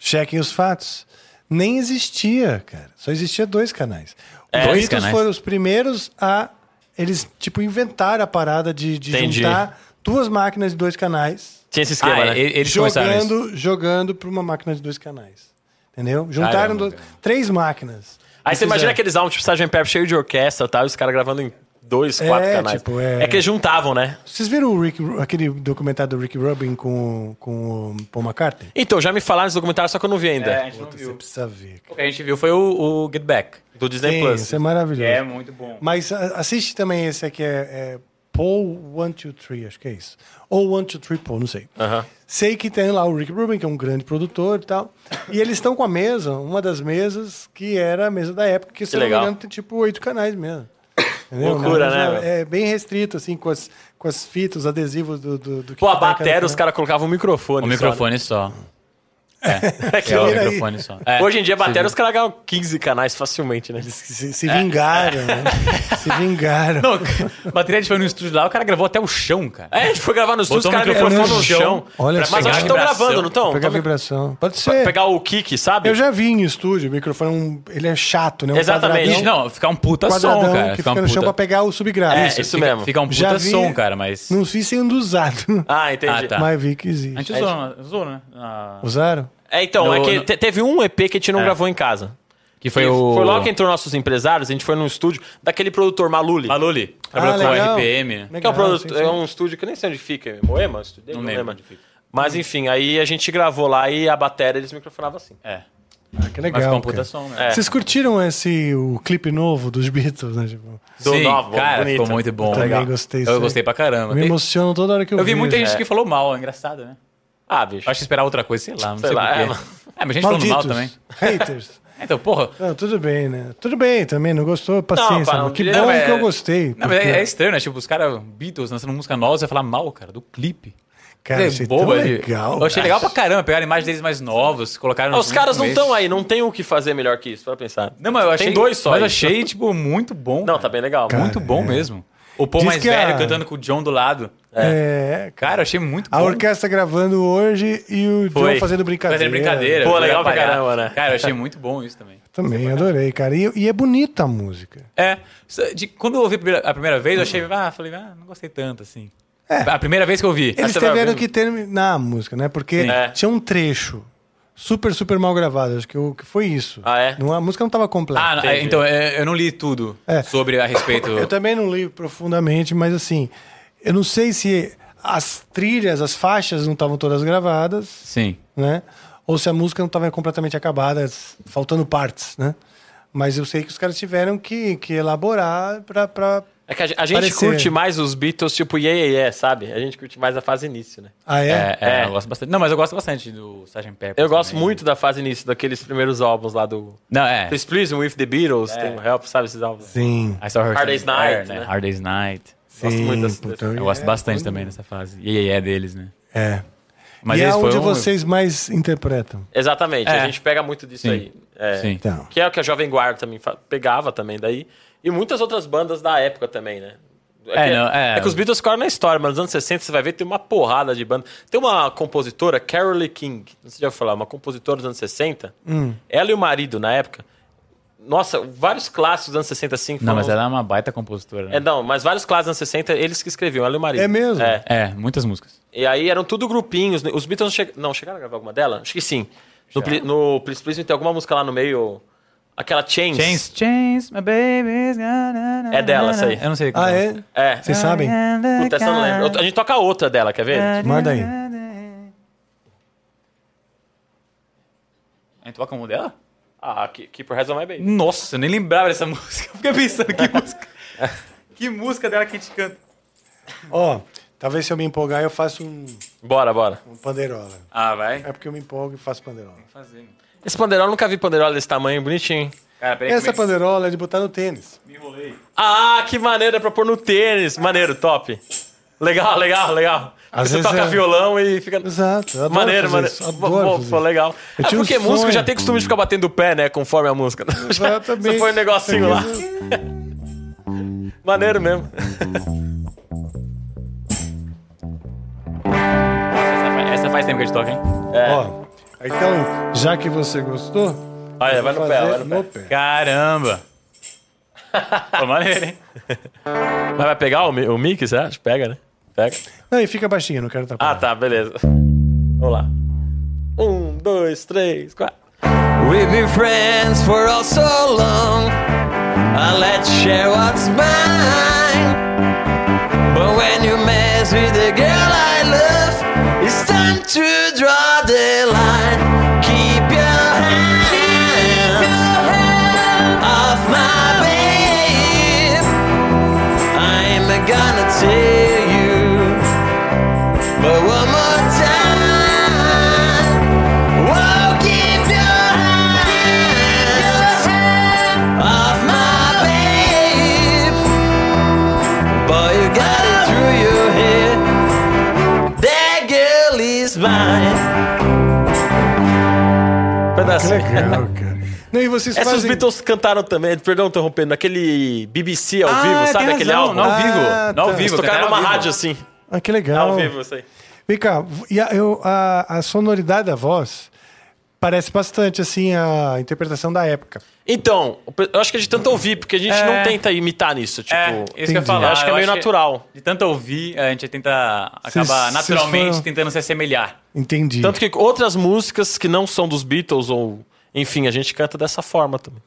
[SPEAKER 1] chequem os fatos. Nem existia, cara. Só existia dois canais. os
[SPEAKER 5] É, dois
[SPEAKER 1] Beatles
[SPEAKER 5] canais.
[SPEAKER 1] foram os primeiros a. Eles, tipo, inventaram a parada de, de
[SPEAKER 4] Entendi.
[SPEAKER 1] juntar duas máquinas de dois canais.
[SPEAKER 4] tinha esse esquema,
[SPEAKER 5] Ah,
[SPEAKER 4] né?
[SPEAKER 5] e- eles começaram isso.
[SPEAKER 1] jogando jogando para uma máquina de dois canais. Entendeu? Juntaram
[SPEAKER 5] Caramba,
[SPEAKER 1] duas-
[SPEAKER 5] cara.
[SPEAKER 1] três máquinas.
[SPEAKER 4] Aí
[SPEAKER 1] E
[SPEAKER 4] você imagina
[SPEAKER 1] fizeram.
[SPEAKER 4] aqueles álbuns, tipo Sgt. Pepper, cheio de orquestra e tal, e os caras gravando em dois,
[SPEAKER 1] É,
[SPEAKER 4] quatro canais.
[SPEAKER 1] tipo, é.
[SPEAKER 4] é que eles juntavam, né?
[SPEAKER 1] Vocês viram o Rick, aquele documentário do Rick Rubin com, o- com o Paul McCartney?
[SPEAKER 4] Então, já me falaram esse documentário, só que eu não vi ainda.
[SPEAKER 5] É, a gente não
[SPEAKER 1] Você
[SPEAKER 5] viu.
[SPEAKER 1] precisa ver.
[SPEAKER 5] O que a gente viu foi o, o Get Back.
[SPEAKER 4] Do Disney
[SPEAKER 1] Sim,
[SPEAKER 4] Plus.
[SPEAKER 1] isso é maravilhoso.
[SPEAKER 5] É muito bom.
[SPEAKER 1] Mas a- assiste também esse aqui, é, é Paul 123, acho que é isso. Ou 123 Paul, não sei.
[SPEAKER 4] Aham.
[SPEAKER 1] Sei que tem lá o Rick Rubin, que é um grande produtor e tal. E eles estão com a mesa, uma das mesas que era a mesa da época, que, se eu não me
[SPEAKER 4] legal.
[SPEAKER 1] engano tem tipo oito canais mesmo. Entendeu?
[SPEAKER 4] Loucura,
[SPEAKER 1] Uma
[SPEAKER 4] né,
[SPEAKER 1] mesa- É bem restrito, assim, com as, com as fitas, os adesivos do, do, do que
[SPEAKER 4] Pô, a
[SPEAKER 1] tá em cada
[SPEAKER 4] batera, os
[SPEAKER 1] canal.
[SPEAKER 4] caras colocavam o microfone.
[SPEAKER 5] O
[SPEAKER 4] só, né?
[SPEAKER 5] microfone só.
[SPEAKER 1] *laughs*
[SPEAKER 4] É *laughs* que
[SPEAKER 5] É o
[SPEAKER 1] vira aí.
[SPEAKER 5] microfone só. É.
[SPEAKER 4] Hoje em dia, batera, os caras ganham 15 canais facilmente, né?
[SPEAKER 1] Eles se, se vingaram,
[SPEAKER 4] É.
[SPEAKER 1] né? *laughs* Se vingaram.
[SPEAKER 5] Não, *laughs* bateria a gente foi no estúdio lá, o cara gravou até o chão, cara.
[SPEAKER 4] É, a gente foi gravar no estúdio, os
[SPEAKER 5] Botou o
[SPEAKER 4] caras
[SPEAKER 5] microfone
[SPEAKER 4] microfone no
[SPEAKER 1] no
[SPEAKER 4] chão.
[SPEAKER 1] chão. Olha
[SPEAKER 4] Pra-
[SPEAKER 1] só.
[SPEAKER 4] Mas acho que
[SPEAKER 5] Pegar
[SPEAKER 4] estão
[SPEAKER 5] a vibração.
[SPEAKER 4] gravando, não estão?
[SPEAKER 1] Pegar vibração. Pode ser.
[SPEAKER 4] Pegar o kick, sabe?
[SPEAKER 1] Eu já vi em estúdio, o microfone é um- ele é chato, né? Um
[SPEAKER 4] Exatamente.
[SPEAKER 1] quadradão.
[SPEAKER 5] Ixi, Não, ficar um puta
[SPEAKER 1] quadradão
[SPEAKER 5] som, cara.
[SPEAKER 1] que fica
[SPEAKER 5] Ficar um
[SPEAKER 1] no chão pra
[SPEAKER 5] puta...
[SPEAKER 1] pegar o subgrave.
[SPEAKER 4] É, isso
[SPEAKER 5] fica,
[SPEAKER 4] mesmo.
[SPEAKER 5] Fica um
[SPEAKER 1] Já
[SPEAKER 5] puta
[SPEAKER 1] vi-
[SPEAKER 5] som, cara, mas...
[SPEAKER 1] Não vi sendo usado.
[SPEAKER 4] Ah, entendi.
[SPEAKER 5] Ah,
[SPEAKER 1] *laughs*
[SPEAKER 5] tá.
[SPEAKER 1] Mas vi que
[SPEAKER 5] A
[SPEAKER 1] existe.
[SPEAKER 5] gente usou, usou né? Ah,
[SPEAKER 1] Usaram?
[SPEAKER 4] É, então,
[SPEAKER 5] No-
[SPEAKER 4] é que
[SPEAKER 5] no-
[SPEAKER 4] te- teve um EP que a gente não
[SPEAKER 5] É.
[SPEAKER 4] gravou em casa.
[SPEAKER 5] que foi
[SPEAKER 4] E
[SPEAKER 5] o...
[SPEAKER 4] Foi logo que entrou nossos empresários, a gente foi num estúdio daquele produtor Maluli.
[SPEAKER 5] Maluli. Trabalhou Tá com
[SPEAKER 1] Ah, legal.
[SPEAKER 5] RPM, né?
[SPEAKER 4] Que é, um
[SPEAKER 1] Legal,
[SPEAKER 4] produto-
[SPEAKER 1] sim, sim.
[SPEAKER 4] é um estúdio que eu nem sei onde fica. é Moema? Estúdio,
[SPEAKER 5] Não
[SPEAKER 4] não,
[SPEAKER 5] lembro
[SPEAKER 4] lembro.
[SPEAKER 5] onde fica.
[SPEAKER 4] Mas enfim, aí a gente gravou lá e a bateria eles microfonavam assim.
[SPEAKER 5] É.
[SPEAKER 1] Ah, que
[SPEAKER 5] Mas ficou
[SPEAKER 1] legal.
[SPEAKER 5] um puta
[SPEAKER 1] cara.
[SPEAKER 5] som, né?
[SPEAKER 4] É.
[SPEAKER 1] Vocês curtiram esse o clipe novo dos Beatles, né? Tipo,
[SPEAKER 4] É, Do
[SPEAKER 5] Sim,
[SPEAKER 4] novo,
[SPEAKER 5] cara,
[SPEAKER 4] bonito.
[SPEAKER 5] ficou muito bom.
[SPEAKER 1] Eu também
[SPEAKER 5] Legal.
[SPEAKER 1] gostei disso
[SPEAKER 5] Eu
[SPEAKER 1] aí.
[SPEAKER 5] gostei pra caramba.
[SPEAKER 1] me
[SPEAKER 5] Tem-
[SPEAKER 1] emociono toda hora que eu
[SPEAKER 5] Eu vi
[SPEAKER 1] vejo.
[SPEAKER 5] muita gente
[SPEAKER 4] é.
[SPEAKER 5] que falou mal, é engraçado, né?
[SPEAKER 4] Ah, bicho.
[SPEAKER 5] Eu acho que esperar outra coisa, sei lá, não sei,
[SPEAKER 4] Sei lá,
[SPEAKER 5] porquê.
[SPEAKER 4] é,
[SPEAKER 5] É,
[SPEAKER 4] mano.
[SPEAKER 5] mas a gente
[SPEAKER 1] Malditos,
[SPEAKER 5] falando mal também.
[SPEAKER 1] *laughs* haters.
[SPEAKER 5] Então, porra.
[SPEAKER 1] Não, tudo bem, né? Tudo bem também, não gostou? Paciência.
[SPEAKER 4] pá, não
[SPEAKER 1] mas assim, que
[SPEAKER 4] queria-
[SPEAKER 1] bom
[SPEAKER 5] Não, é-
[SPEAKER 1] que eu gostei.
[SPEAKER 5] Não, mas
[SPEAKER 1] porque-
[SPEAKER 5] é, é estranho, né? Tipo, os caras, Beatles, lançando música nova, você vai falar mal, cara, do clipe.
[SPEAKER 1] Cara,
[SPEAKER 5] É
[SPEAKER 1] achei tão
[SPEAKER 5] boba, de-
[SPEAKER 1] legal.
[SPEAKER 5] Eu achei legal pra caramba. Pegaram a imagem deles mais novos, colocaram.
[SPEAKER 4] Ah, os
[SPEAKER 5] junto
[SPEAKER 4] caras
[SPEAKER 5] com
[SPEAKER 4] não
[SPEAKER 5] eles.
[SPEAKER 4] estão aí, não tem o que fazer melhor que isso, pra pensar.
[SPEAKER 5] Não, mas eu achei.
[SPEAKER 4] Tem dois só
[SPEAKER 5] Mas eu
[SPEAKER 4] aí.
[SPEAKER 5] achei, tipo, muito bom.
[SPEAKER 4] Não,
[SPEAKER 5] cara.
[SPEAKER 4] tá bem legal.
[SPEAKER 5] Muito bom mesmo. O Paul
[SPEAKER 1] Diz
[SPEAKER 5] mais
[SPEAKER 1] que a-
[SPEAKER 5] velho cantando com o John do lado.
[SPEAKER 1] É,
[SPEAKER 5] Cara, eu achei muito bom.
[SPEAKER 1] A orquestra gravando hoje e o
[SPEAKER 5] Foi.
[SPEAKER 1] John fazendo brincadeira.
[SPEAKER 5] Fazendo brincadeira.
[SPEAKER 4] Pô, legal pra
[SPEAKER 5] atrapalhar.
[SPEAKER 4] caramba, né?
[SPEAKER 5] Cara, eu achei muito bom isso também.
[SPEAKER 1] Também, adorei, cara. E, e é bonita a música.
[SPEAKER 5] É. só de- quando eu ouvi a primeira, a primeira vez, eu achei, ah, falei, ah, não gostei tanto assim. A primeira vez que eu ouvi.
[SPEAKER 1] É. Eles
[SPEAKER 4] você vai
[SPEAKER 1] tiveram
[SPEAKER 4] ouvindo.
[SPEAKER 1] que terminar a música, né? Porque
[SPEAKER 4] É.
[SPEAKER 1] tinha um trecho super, super mal gravado. Acho que, o, que foi isso.
[SPEAKER 4] Ah, é?
[SPEAKER 1] Não, a música não estava completa.
[SPEAKER 5] Ah, não, é,
[SPEAKER 4] Entendi.
[SPEAKER 5] então, é, eu não li tudo
[SPEAKER 1] É.
[SPEAKER 5] sobre a respeito.
[SPEAKER 1] Eu também não li profundamente, mas assim, eu não sei se as trilhas, as faixas não estavam todas gravadas,
[SPEAKER 5] Sim.
[SPEAKER 1] né? Ou se a música não estava completamente acabada, s- faltando partes, né? Mas eu sei que os caras tiveram que, que elaborar para.
[SPEAKER 4] É que a, a gente
[SPEAKER 1] Parecer.
[SPEAKER 4] curte mais os Beatles, tipo, yeah, yeah, yeah, sabe? A gente curte mais a fase início, né?
[SPEAKER 1] Ah, é?
[SPEAKER 5] É, é,
[SPEAKER 4] É.
[SPEAKER 5] eu gosto bastante. Não, mas eu gosto bastante do Sgt. Pepper.
[SPEAKER 4] Eu gosto
[SPEAKER 5] também.
[SPEAKER 4] muito da fase início, daqueles primeiros álbuns lá do...
[SPEAKER 5] Não, é.
[SPEAKER 4] Please Please, With The Beatles, tem o Help, sabe esses álbuns?
[SPEAKER 1] Sim.
[SPEAKER 5] I saw her
[SPEAKER 4] Hard Day's
[SPEAKER 5] Standing There,
[SPEAKER 4] Night, né?
[SPEAKER 5] Hard Day's Night.
[SPEAKER 4] Gosto muito dessa-
[SPEAKER 1] puta,
[SPEAKER 5] Eu
[SPEAKER 1] é.
[SPEAKER 5] gosto bastante também dessa fase. E aí é deles, né?
[SPEAKER 1] É.
[SPEAKER 5] Mas
[SPEAKER 1] e é
[SPEAKER 5] esse foi
[SPEAKER 1] onde
[SPEAKER 5] um-
[SPEAKER 1] vocês mais interpretam.
[SPEAKER 4] Exatamente,
[SPEAKER 5] É.
[SPEAKER 4] a gente pega muito disso
[SPEAKER 5] Sim.
[SPEAKER 4] aí. É.
[SPEAKER 5] Sim.
[SPEAKER 1] Então.
[SPEAKER 4] Que é o que a Jovem Guarda também fa- pegava também daí. E muitas outras bandas da época também, né?
[SPEAKER 5] É,
[SPEAKER 4] que,
[SPEAKER 5] não, é.
[SPEAKER 4] é que os Beatles ficaram na história, mas nos anos 60 você vai ver tem uma porrada de banda. Tem uma compositora, Carolee King, não sei se já ouviu falar, uma compositora dos anos 60.
[SPEAKER 1] Hum.
[SPEAKER 4] Ela e o marido, na época. Nossa, vários clássicos dos anos 60, assim.
[SPEAKER 5] Não,
[SPEAKER 4] foram-
[SPEAKER 5] mas ela é uma baita compositora.
[SPEAKER 4] É,
[SPEAKER 5] Né?
[SPEAKER 4] não, mas vários clássicos dos anos 60, eles que escreviam, ela e o marido.
[SPEAKER 1] É mesmo?
[SPEAKER 4] É.
[SPEAKER 5] É, muitas músicas.
[SPEAKER 4] E aí eram tudo grupinhos. né? Os Beatles não, che- não chegaram a gravar alguma dela? Acho que sim. No, Pli- no Please Please Me tem alguma música lá no meio. Aquela Chains.
[SPEAKER 5] Chains, chains, my baby's gonna...
[SPEAKER 4] É dela essa aí.
[SPEAKER 5] Eu não sei.
[SPEAKER 1] Ah, é?
[SPEAKER 4] É.
[SPEAKER 1] Vocês sabem?
[SPEAKER 4] Puta, essa eu não lembro. Eu- A gente toca outra dela, quer ver?
[SPEAKER 1] Manda aí.
[SPEAKER 5] A gente toca um dela?
[SPEAKER 4] Ah, Keep Keep Your Hands on My Baby.
[SPEAKER 5] Nossa, eu nem lembrava dessa *laughs* música. Eu fiquei pensando, que *laughs* música... que música dela que a gente canta?
[SPEAKER 1] Ó, talvez se eu me empolgar, eu faço um,
[SPEAKER 4] Bora, bora.
[SPEAKER 1] um pandeirola.
[SPEAKER 5] Ah, vai.
[SPEAKER 1] É porque eu me empolgo e faço pandeirola.
[SPEAKER 5] Fazendo.
[SPEAKER 4] Esse pandeirol, eu nunca vi pandeirol desse tamanho, bonitinho.
[SPEAKER 5] Cara, peraí
[SPEAKER 1] Essa
[SPEAKER 5] que eu me-
[SPEAKER 1] pandeirola é de botar no tênis.
[SPEAKER 5] me enrolei.
[SPEAKER 4] Ah, que maneiro, é pra pôr no tênis. Maneiro, top. Legal, legal, legal.
[SPEAKER 1] Às
[SPEAKER 4] Você
[SPEAKER 1] vezes
[SPEAKER 4] toca
[SPEAKER 1] é-
[SPEAKER 4] violão e fica...
[SPEAKER 1] Exato. eu adoro
[SPEAKER 4] Maneiro,
[SPEAKER 1] fazer
[SPEAKER 4] maneiro.
[SPEAKER 1] isso, Adoro
[SPEAKER 4] Pô,
[SPEAKER 1] fazer
[SPEAKER 4] pô,
[SPEAKER 1] isso.
[SPEAKER 4] legal.
[SPEAKER 1] Eu
[SPEAKER 4] É
[SPEAKER 1] tinha um
[SPEAKER 4] porque músico já
[SPEAKER 1] sonho.
[SPEAKER 4] tem costume de ficar batendo o pé, né? Conforme a música. *laughs*
[SPEAKER 1] Exatamente.
[SPEAKER 4] Isso foi um negocinho lá. *laughs* Maneiro mesmo.
[SPEAKER 5] Essa faz, essa faz tempo que a gente toca, hein?
[SPEAKER 1] Ó, então, já que você gostou,
[SPEAKER 4] Olha, vai no
[SPEAKER 1] fazer
[SPEAKER 4] pé, vai no pé.
[SPEAKER 5] Caramba. *laughs* Pô, maneiro, hein?
[SPEAKER 4] Mas vai pegar o, mi- o mic, você acha? Pega, né? Pega.
[SPEAKER 1] Não, e fica baixinho, não quero
[SPEAKER 4] Ah,
[SPEAKER 1] tapar.
[SPEAKER 4] tá, beleza. Vamos lá. Um, dois, três, quatro.
[SPEAKER 8] We've been friends for all so long. Uh, let's share what's mine. But when you mess with the girl I love, it's time to draw the line. Keep your hands off my babe. I'm gonna tell you, but one more time. Whoa, keep your hands off my babe. Boy, you got it through your head. That girl is mine.
[SPEAKER 4] Um
[SPEAKER 5] tá.
[SPEAKER 4] Pedacinho. *laughs*
[SPEAKER 1] Legal, cara. Não, e vocês
[SPEAKER 4] Essa os
[SPEAKER 1] fazem...
[SPEAKER 4] Beatles cantaram também, perdão interrompendo, naquele BBC ao
[SPEAKER 5] Ah,
[SPEAKER 4] vivo, sabe?
[SPEAKER 5] tem
[SPEAKER 4] Aquele
[SPEAKER 5] razão,
[SPEAKER 4] álbum.
[SPEAKER 5] Não, ao
[SPEAKER 1] Ah,
[SPEAKER 5] vivo. não, ao
[SPEAKER 1] tá.
[SPEAKER 5] vivo.
[SPEAKER 4] Eles tocaram
[SPEAKER 5] cantaram
[SPEAKER 4] numa
[SPEAKER 5] ao vivo.
[SPEAKER 4] rádio assim.
[SPEAKER 1] Ah, que legal.
[SPEAKER 4] Ao vivo, isso aí.
[SPEAKER 1] Vem cá, e a, eu- a- a sonoridade da voz parece bastante, assim, a interpretação da época.
[SPEAKER 4] Então, eu acho que a gente tenta ouvir, porque a gente
[SPEAKER 5] É.
[SPEAKER 4] não tenta imitar nisso. Tipo,
[SPEAKER 5] É, isso que eu ia
[SPEAKER 1] entendi.
[SPEAKER 5] falar.
[SPEAKER 4] eu acho que é
[SPEAKER 5] eu
[SPEAKER 4] meio natural.
[SPEAKER 5] De tanto ouvir, a gente tenta
[SPEAKER 1] Vocês-
[SPEAKER 5] acabar
[SPEAKER 1] vocês
[SPEAKER 5] naturalmente
[SPEAKER 1] foram-
[SPEAKER 5] tentando se assemelhar.
[SPEAKER 1] Entendi.
[SPEAKER 4] Tanto que outras músicas que não são dos Beatles ou. Enfim, a gente canta dessa forma também.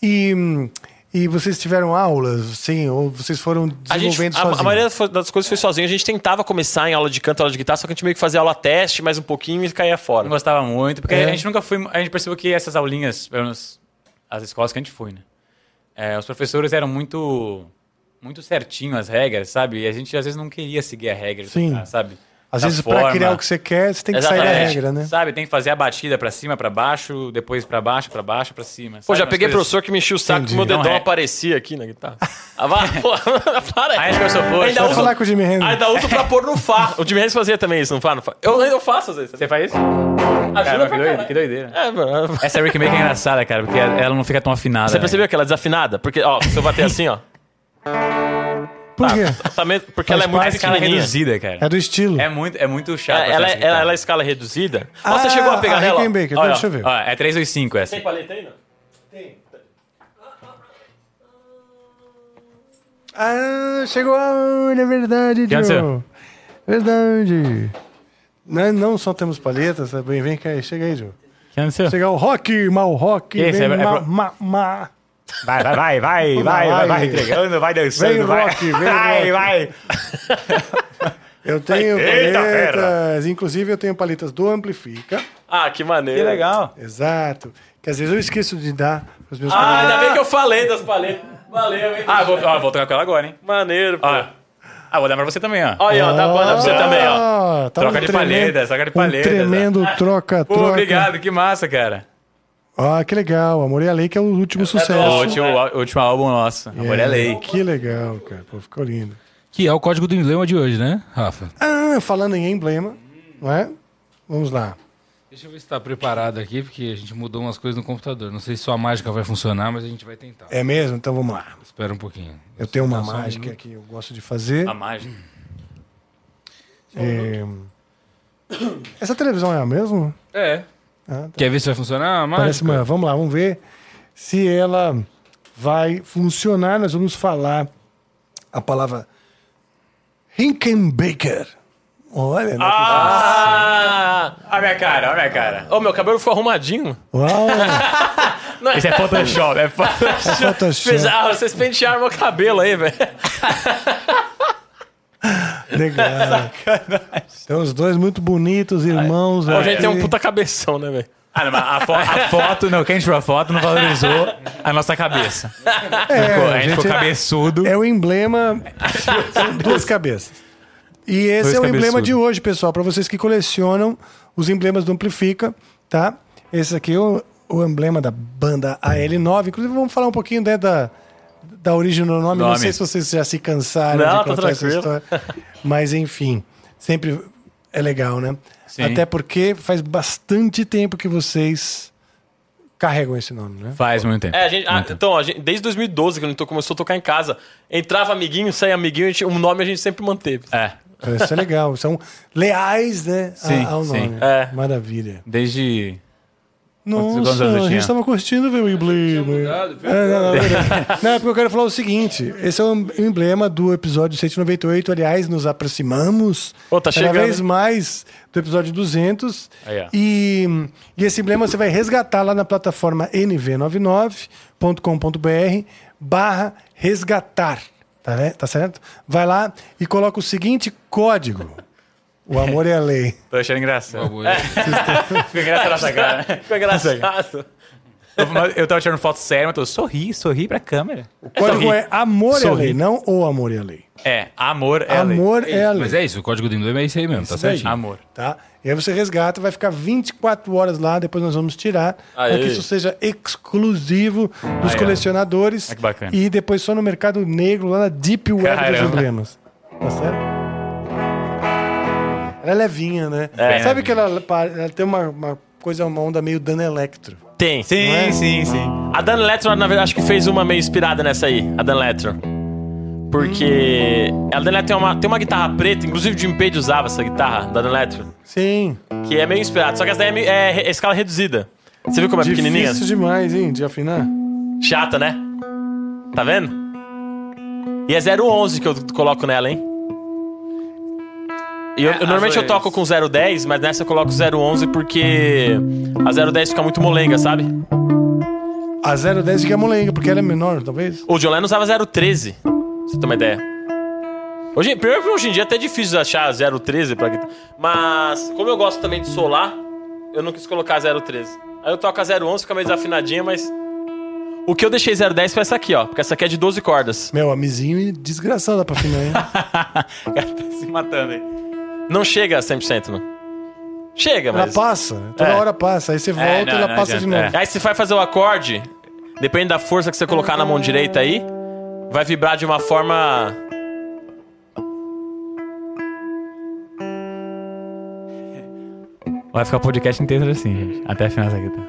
[SPEAKER 1] E, hum, e vocês tiveram aulas, sim? Ou vocês foram
[SPEAKER 4] A, gente,
[SPEAKER 1] desenvolvendo
[SPEAKER 4] a,
[SPEAKER 1] sozinhos?
[SPEAKER 4] a maioria fo- das coisas foi sozinho. A gente tentava começar em aula de canto, aula de guitarra, só que a gente meio que fazia aula teste, mais um pouquinho e caía
[SPEAKER 5] Não
[SPEAKER 4] fora.
[SPEAKER 5] gostava muito, porque
[SPEAKER 1] É.
[SPEAKER 5] a gente nunca foi. A gente percebeu que essas aulinhas, pelo menos as escolas que a gente foi, né? É, os professores eram muito. Muito certinho as regras, sabe? E a gente às vezes não queria seguir a regra, de
[SPEAKER 1] Sim.
[SPEAKER 5] tocar, sabe?
[SPEAKER 1] Às
[SPEAKER 5] Da
[SPEAKER 1] vezes,
[SPEAKER 5] forma.
[SPEAKER 1] pra criar o que você quer, você tem que sair da
[SPEAKER 4] Exatamente.
[SPEAKER 1] regra, né?
[SPEAKER 5] Sabe, tem que fazer a batida pra cima, pra baixo, depois pra baixo, pra baixo, pra cima.
[SPEAKER 4] Pô,
[SPEAKER 5] sabe?
[SPEAKER 4] já
[SPEAKER 5] Umas
[SPEAKER 4] peguei
[SPEAKER 5] coisas-
[SPEAKER 4] professor que me enchia o saco, que meu
[SPEAKER 5] Não
[SPEAKER 4] dedão
[SPEAKER 5] é.
[SPEAKER 4] aparecia aqui na guitarra. Ah, vá, pô, *laughs* para.
[SPEAKER 5] Aí a gente conversou, poxa,
[SPEAKER 4] Ainda
[SPEAKER 5] vou
[SPEAKER 1] Vai
[SPEAKER 4] uso-
[SPEAKER 1] falar com o Jimmy Henry.
[SPEAKER 4] Ainda uso pra pôr no Fá. O Jimmy Henry fazia também isso, não faz? Não faz. Eu ainda faço às vezes.
[SPEAKER 5] Você faz isso?
[SPEAKER 4] Ajuda
[SPEAKER 5] Caramba,
[SPEAKER 4] pra
[SPEAKER 5] que, doideira,
[SPEAKER 4] caralho.
[SPEAKER 5] que doideira.
[SPEAKER 4] É, mano.
[SPEAKER 5] Essa Rick Make é engraçada, cara, porque ela não fica tão afinada. né?
[SPEAKER 4] Você percebeu que ela é desafinada? Porque, ó, se
[SPEAKER 1] *laughs*
[SPEAKER 4] eu bater assim, ó.
[SPEAKER 1] Por quê?
[SPEAKER 4] tá meio- porque
[SPEAKER 1] Faz
[SPEAKER 4] ela é muito
[SPEAKER 1] parte,
[SPEAKER 5] Ela é
[SPEAKER 4] pequenininha.
[SPEAKER 5] reduzida, cara.
[SPEAKER 1] É do estilo.
[SPEAKER 5] É muito, é muito chato.
[SPEAKER 4] É, Ela, é-
[SPEAKER 5] essa
[SPEAKER 4] ela, ela é
[SPEAKER 5] guitarra.
[SPEAKER 4] escala reduzida. Ó, você
[SPEAKER 1] Ah,
[SPEAKER 4] chegou a pegar
[SPEAKER 1] a
[SPEAKER 4] nela? ó.
[SPEAKER 1] Rickenbacker,
[SPEAKER 4] Olha,
[SPEAKER 1] deixa eu
[SPEAKER 4] ó.
[SPEAKER 1] ver.
[SPEAKER 5] Ó, é 3 ou 5 essa.
[SPEAKER 4] Tem paleta aí, não?
[SPEAKER 1] Ah, chegou a hora, é verdade,
[SPEAKER 5] Que
[SPEAKER 1] Joe.
[SPEAKER 5] aconteceu?
[SPEAKER 1] Verdade. Nós não só temos palhetas, tá bem? Vem cá, chega aí, Joe.
[SPEAKER 5] Que ano seu?
[SPEAKER 1] Chegar o rock, mal rock,
[SPEAKER 5] Que isso,
[SPEAKER 1] vem
[SPEAKER 5] é- é
[SPEAKER 1] ma,
[SPEAKER 5] pro-
[SPEAKER 1] ma, ma.
[SPEAKER 5] *laughs* Vai, vai, vai, vai,
[SPEAKER 1] vai,
[SPEAKER 5] vai,
[SPEAKER 1] vai,
[SPEAKER 5] vai,
[SPEAKER 1] vai
[SPEAKER 5] entregando, vai
[SPEAKER 1] Vem o
[SPEAKER 5] dançando, vai.
[SPEAKER 1] rock, vem o rock.
[SPEAKER 5] *laughs* vai, vai.
[SPEAKER 1] Eu tenho
[SPEAKER 5] Eita, fera.
[SPEAKER 1] paletas, inclusive eu tenho paletas do Amplifica.
[SPEAKER 4] Ah, que maneiro.
[SPEAKER 5] Que legal.
[SPEAKER 1] Exato. Que às vezes eu esqueço de dar pros meus
[SPEAKER 4] Ah,
[SPEAKER 1] colegas.
[SPEAKER 4] ainda bem que eu falei das paletas. Valeu, hein?
[SPEAKER 5] Ah, vou, ó, vou tocar com ela agora, hein?
[SPEAKER 4] Maneiro, pô.
[SPEAKER 5] Ó. Ah, vou dar pra você também, ó.
[SPEAKER 4] Olha aí, ó, dá banda pra você também, ó.
[SPEAKER 1] Ah, tá
[SPEAKER 5] Troca de palhetas, troca de palhetas,
[SPEAKER 1] Um tremendo troca,
[SPEAKER 5] Pô,
[SPEAKER 1] troca.
[SPEAKER 5] obrigado, que massa, cara.
[SPEAKER 1] Ah, que legal. Amor e a Lei, que é o último sucesso.
[SPEAKER 5] O último, o último álbum nosso, Amor é Lei.
[SPEAKER 1] Que legal, cara. Pô, ficou lindo.
[SPEAKER 6] Que é o código do emblema de hoje, né, Rafa?
[SPEAKER 1] Ah, falando em emblema, não é? Vamos lá.
[SPEAKER 6] Deixa eu ver se tá preparado aqui, porque a gente mudou umas coisas no computador. Não sei se sua mágica vai funcionar, mas a gente vai tentar.
[SPEAKER 1] É mesmo? Então vamos lá.
[SPEAKER 6] Espera um pouquinho.
[SPEAKER 1] Eu tenho uma
[SPEAKER 6] Só um
[SPEAKER 1] mágica
[SPEAKER 6] minuto.
[SPEAKER 1] que eu gosto de fazer.
[SPEAKER 5] A mágica. um
[SPEAKER 1] É, Essa televisão é a mesma?
[SPEAKER 6] É.
[SPEAKER 1] Ah, tá.
[SPEAKER 6] Quer ver se vai funcionar a mágica?
[SPEAKER 1] Parece uma... Vamos lá, vamos ver se ela vai funcionar. Nós vamos falar a palavra Hinkenbaker. Olha, né?
[SPEAKER 4] Ah!
[SPEAKER 5] Olha a minha cara, olha a minha cara.
[SPEAKER 4] Ô, meu cabelo foi arrumadinho.
[SPEAKER 1] Uau,
[SPEAKER 4] *laughs*
[SPEAKER 5] Isso é Photoshop, é Photoshop.
[SPEAKER 1] Photoshop.
[SPEAKER 4] Bizarro, Ah, vocês pentearam meu cabelo aí, velho.
[SPEAKER 1] Legal. Tem uns dois muito bonitos irmãos.
[SPEAKER 4] Hoje a gente tem um
[SPEAKER 1] aqui.
[SPEAKER 4] puta cabeção, né, velho?
[SPEAKER 5] *laughs* Ah, não, mas a, fo- a foto, não, quem tirou a foto não valorizou a nossa cabeça.
[SPEAKER 1] É,
[SPEAKER 5] Pô, a
[SPEAKER 1] a
[SPEAKER 5] gente
[SPEAKER 1] gente-
[SPEAKER 5] ficou cabeçudo.
[SPEAKER 1] é o emblema. São duas cabeças. E esse
[SPEAKER 5] Dois
[SPEAKER 1] é o emblema
[SPEAKER 5] cabeçudo.
[SPEAKER 1] de hoje, pessoal. Para vocês que colecionam os emblemas do Amplifica, tá? Esse aqui é o, o emblema da banda AL9. Inclusive, vamos falar um pouquinho né, da, da origem do nome. Não
[SPEAKER 5] Nome.
[SPEAKER 1] sei se vocês já se cansaram
[SPEAKER 4] Não,
[SPEAKER 1] de
[SPEAKER 4] tá
[SPEAKER 1] contar essa
[SPEAKER 4] tranquilo.
[SPEAKER 1] história. Mas, enfim, sempre é legal, né?
[SPEAKER 5] Sim.
[SPEAKER 1] Até porque faz bastante tempo que vocês carregam esse nome, né?
[SPEAKER 5] Faz muito tempo.
[SPEAKER 4] É, a gente, ah,
[SPEAKER 5] Muito tempo.
[SPEAKER 4] então, a gente- desde 2012 que a gente começou a tocar em casa, entrava amiguinho, saía amiguinho, a gente, um nome a gente sempre *laughs* manteve.
[SPEAKER 5] É,
[SPEAKER 1] Então, Isso é legal. São leais, né? a-
[SPEAKER 5] Sim,
[SPEAKER 1] ao
[SPEAKER 5] sim.
[SPEAKER 1] nome.
[SPEAKER 4] É.
[SPEAKER 1] Maravilha.
[SPEAKER 5] desde... quantos
[SPEAKER 1] Nossa,
[SPEAKER 5] anos eu
[SPEAKER 1] a
[SPEAKER 5] tinha?
[SPEAKER 1] gente tava curtindo ver o emblema. É, não, não, não. Não, é porque eu quero falar o seguinte: esse é o emblema do episódio 198. Aliás, nos aproximamos
[SPEAKER 4] Ô, tá
[SPEAKER 1] cada
[SPEAKER 4] chegando,
[SPEAKER 1] vez
[SPEAKER 4] hein?
[SPEAKER 1] mais do episódio 200.
[SPEAKER 5] Aí, ó.
[SPEAKER 1] E, e esse emblema você vai resgatar lá na plataforma nv99.com.br barra resgatar. Tá, né? tá certo? Vai lá e coloca o seguinte código. O amor é a lei.
[SPEAKER 5] Tô achando engraçado.
[SPEAKER 1] *laughs* É,
[SPEAKER 5] Fica engraçado essa cara.
[SPEAKER 4] Fica engraçado.
[SPEAKER 5] *laughs* Eu- mas Eu tava tirando foto séria, mas eu tô sorri, sorri pra câmera.
[SPEAKER 1] O código é amor é a
[SPEAKER 5] Sorri.
[SPEAKER 1] lei, não o amor é a lei.
[SPEAKER 5] É, amor é lei.
[SPEAKER 1] Amor é a lei.
[SPEAKER 6] Mas é isso, o código do emblema é isso aí mesmo, tá
[SPEAKER 1] Isso daí.
[SPEAKER 6] certinho.
[SPEAKER 5] Amor.
[SPEAKER 1] Tá? E aí você resgata, vai ficar 24 horas lá, depois nós vamos tirar, para
[SPEAKER 4] Aê.
[SPEAKER 1] que isso seja exclusivo dos
[SPEAKER 5] Aí, ó.
[SPEAKER 1] colecionadores.
[SPEAKER 5] Ah, que bacana.
[SPEAKER 1] E depois só no mercado negro, lá na Deep Web dos
[SPEAKER 5] Caramba.
[SPEAKER 1] emblemas. Tá certo? Ela é levinha, né? Sabe
[SPEAKER 5] levinha.
[SPEAKER 1] que ela, pa- ela tem uma, uma coisa, uma onda meio dano electro.
[SPEAKER 4] Tem.
[SPEAKER 5] Sim,
[SPEAKER 1] Não é?
[SPEAKER 5] sim, sim.
[SPEAKER 4] A Dan Letron, na verdade, acho que fez uma meio inspirada nessa aí, a Dan Letron. Porque a Dan Letron tem uma, tem uma guitarra preta, inclusive o Jim Page usava essa guitarra da Dan Letron,
[SPEAKER 1] Sim.
[SPEAKER 4] que é meio inspirada, só que essa daí é, meio- é re- escala reduzida. Você viu como é pequenininha?
[SPEAKER 1] Difícil demais, hein, de afinar.
[SPEAKER 4] Chata, né? Tá vendo? E é 011 que eu coloco nela, hein? E eu,
[SPEAKER 5] É,
[SPEAKER 4] eu normalmente eu toco com 010, mas nessa eu coloco 011 porque a 010 fica muito molenga, sabe?
[SPEAKER 1] A 010 que é molenga, porque ela é menor, talvez.
[SPEAKER 4] O John Lennon usava 013, pra você ter uma ideia. Hoje, primeiro que hoje em dia é até difícil achar 013 pra guitarra. Mas, como eu gosto também de solar, eu não quis colocar 013. Aí eu toco a 011, fica meio desafinadinha, mas. O que eu deixei 010 foi essa aqui, ó. Porque essa aqui é de 12 cordas.
[SPEAKER 1] Meu, a Mizinho é desgraçada pra afinar, hein?
[SPEAKER 5] O cara *laughs* tá se matando aí.
[SPEAKER 4] Não chega a 100%, não. Chega,
[SPEAKER 1] Ela
[SPEAKER 4] mas...
[SPEAKER 1] passa, né? toda
[SPEAKER 4] É.
[SPEAKER 1] hora passa. Aí você volta
[SPEAKER 5] não,
[SPEAKER 1] e ela
[SPEAKER 5] não
[SPEAKER 1] passa de
[SPEAKER 5] adianta,
[SPEAKER 1] novo.
[SPEAKER 4] Aí você vai fazer o acorde, depende da força que você colocar na mão direita aí, vai vibrar de uma forma...
[SPEAKER 5] Vai ficar o podcast inteiro assim, gente. Até a final dessa guitarra.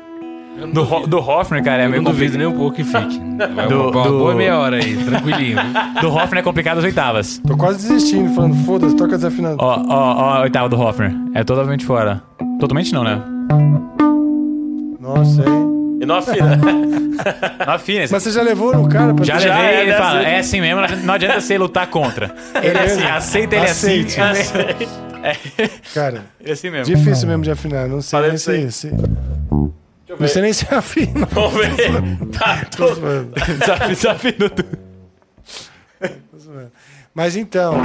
[SPEAKER 5] Do, Ho- do Hoffner, cara, é
[SPEAKER 6] Eu
[SPEAKER 5] meio
[SPEAKER 6] não duvido
[SPEAKER 5] complicado.
[SPEAKER 6] nem um pouco que fique. Vai
[SPEAKER 5] Do-
[SPEAKER 6] uma, uma
[SPEAKER 5] do-
[SPEAKER 6] boa meia hora aí, *laughs* tranquilinho.
[SPEAKER 5] Do Hoffner é complicado as oitavas.
[SPEAKER 1] Tô quase desistindo, falando, foda-se, toca desafinado.
[SPEAKER 5] é. Ó, ó, ó, a oitava do Hoffner. É totalmente fora. Totalmente não, né?
[SPEAKER 1] Nossa, hein?
[SPEAKER 4] E não afina. *laughs*
[SPEAKER 5] Na fina,
[SPEAKER 1] Mas você já levou no cara pra
[SPEAKER 5] já
[SPEAKER 1] deixar-
[SPEAKER 5] levei
[SPEAKER 4] é,
[SPEAKER 5] ele
[SPEAKER 4] deve
[SPEAKER 5] fala,
[SPEAKER 4] ser.
[SPEAKER 5] é assim mesmo, não adianta você lutar contra. Ele é assim, aceita ele
[SPEAKER 1] Aceite.
[SPEAKER 5] assim. Aceita.
[SPEAKER 1] né, Cara,
[SPEAKER 5] Ele é *laughs* assim mesmo.
[SPEAKER 1] difícil mesmo de afinar. Não sei
[SPEAKER 4] Falei
[SPEAKER 1] nem
[SPEAKER 4] pra você.
[SPEAKER 1] se. se... Não sei nem se *laughs* afina.
[SPEAKER 4] Vamos ver. Tá, tô...
[SPEAKER 1] mano.
[SPEAKER 4] Desafinou tudo.
[SPEAKER 1] Mas então.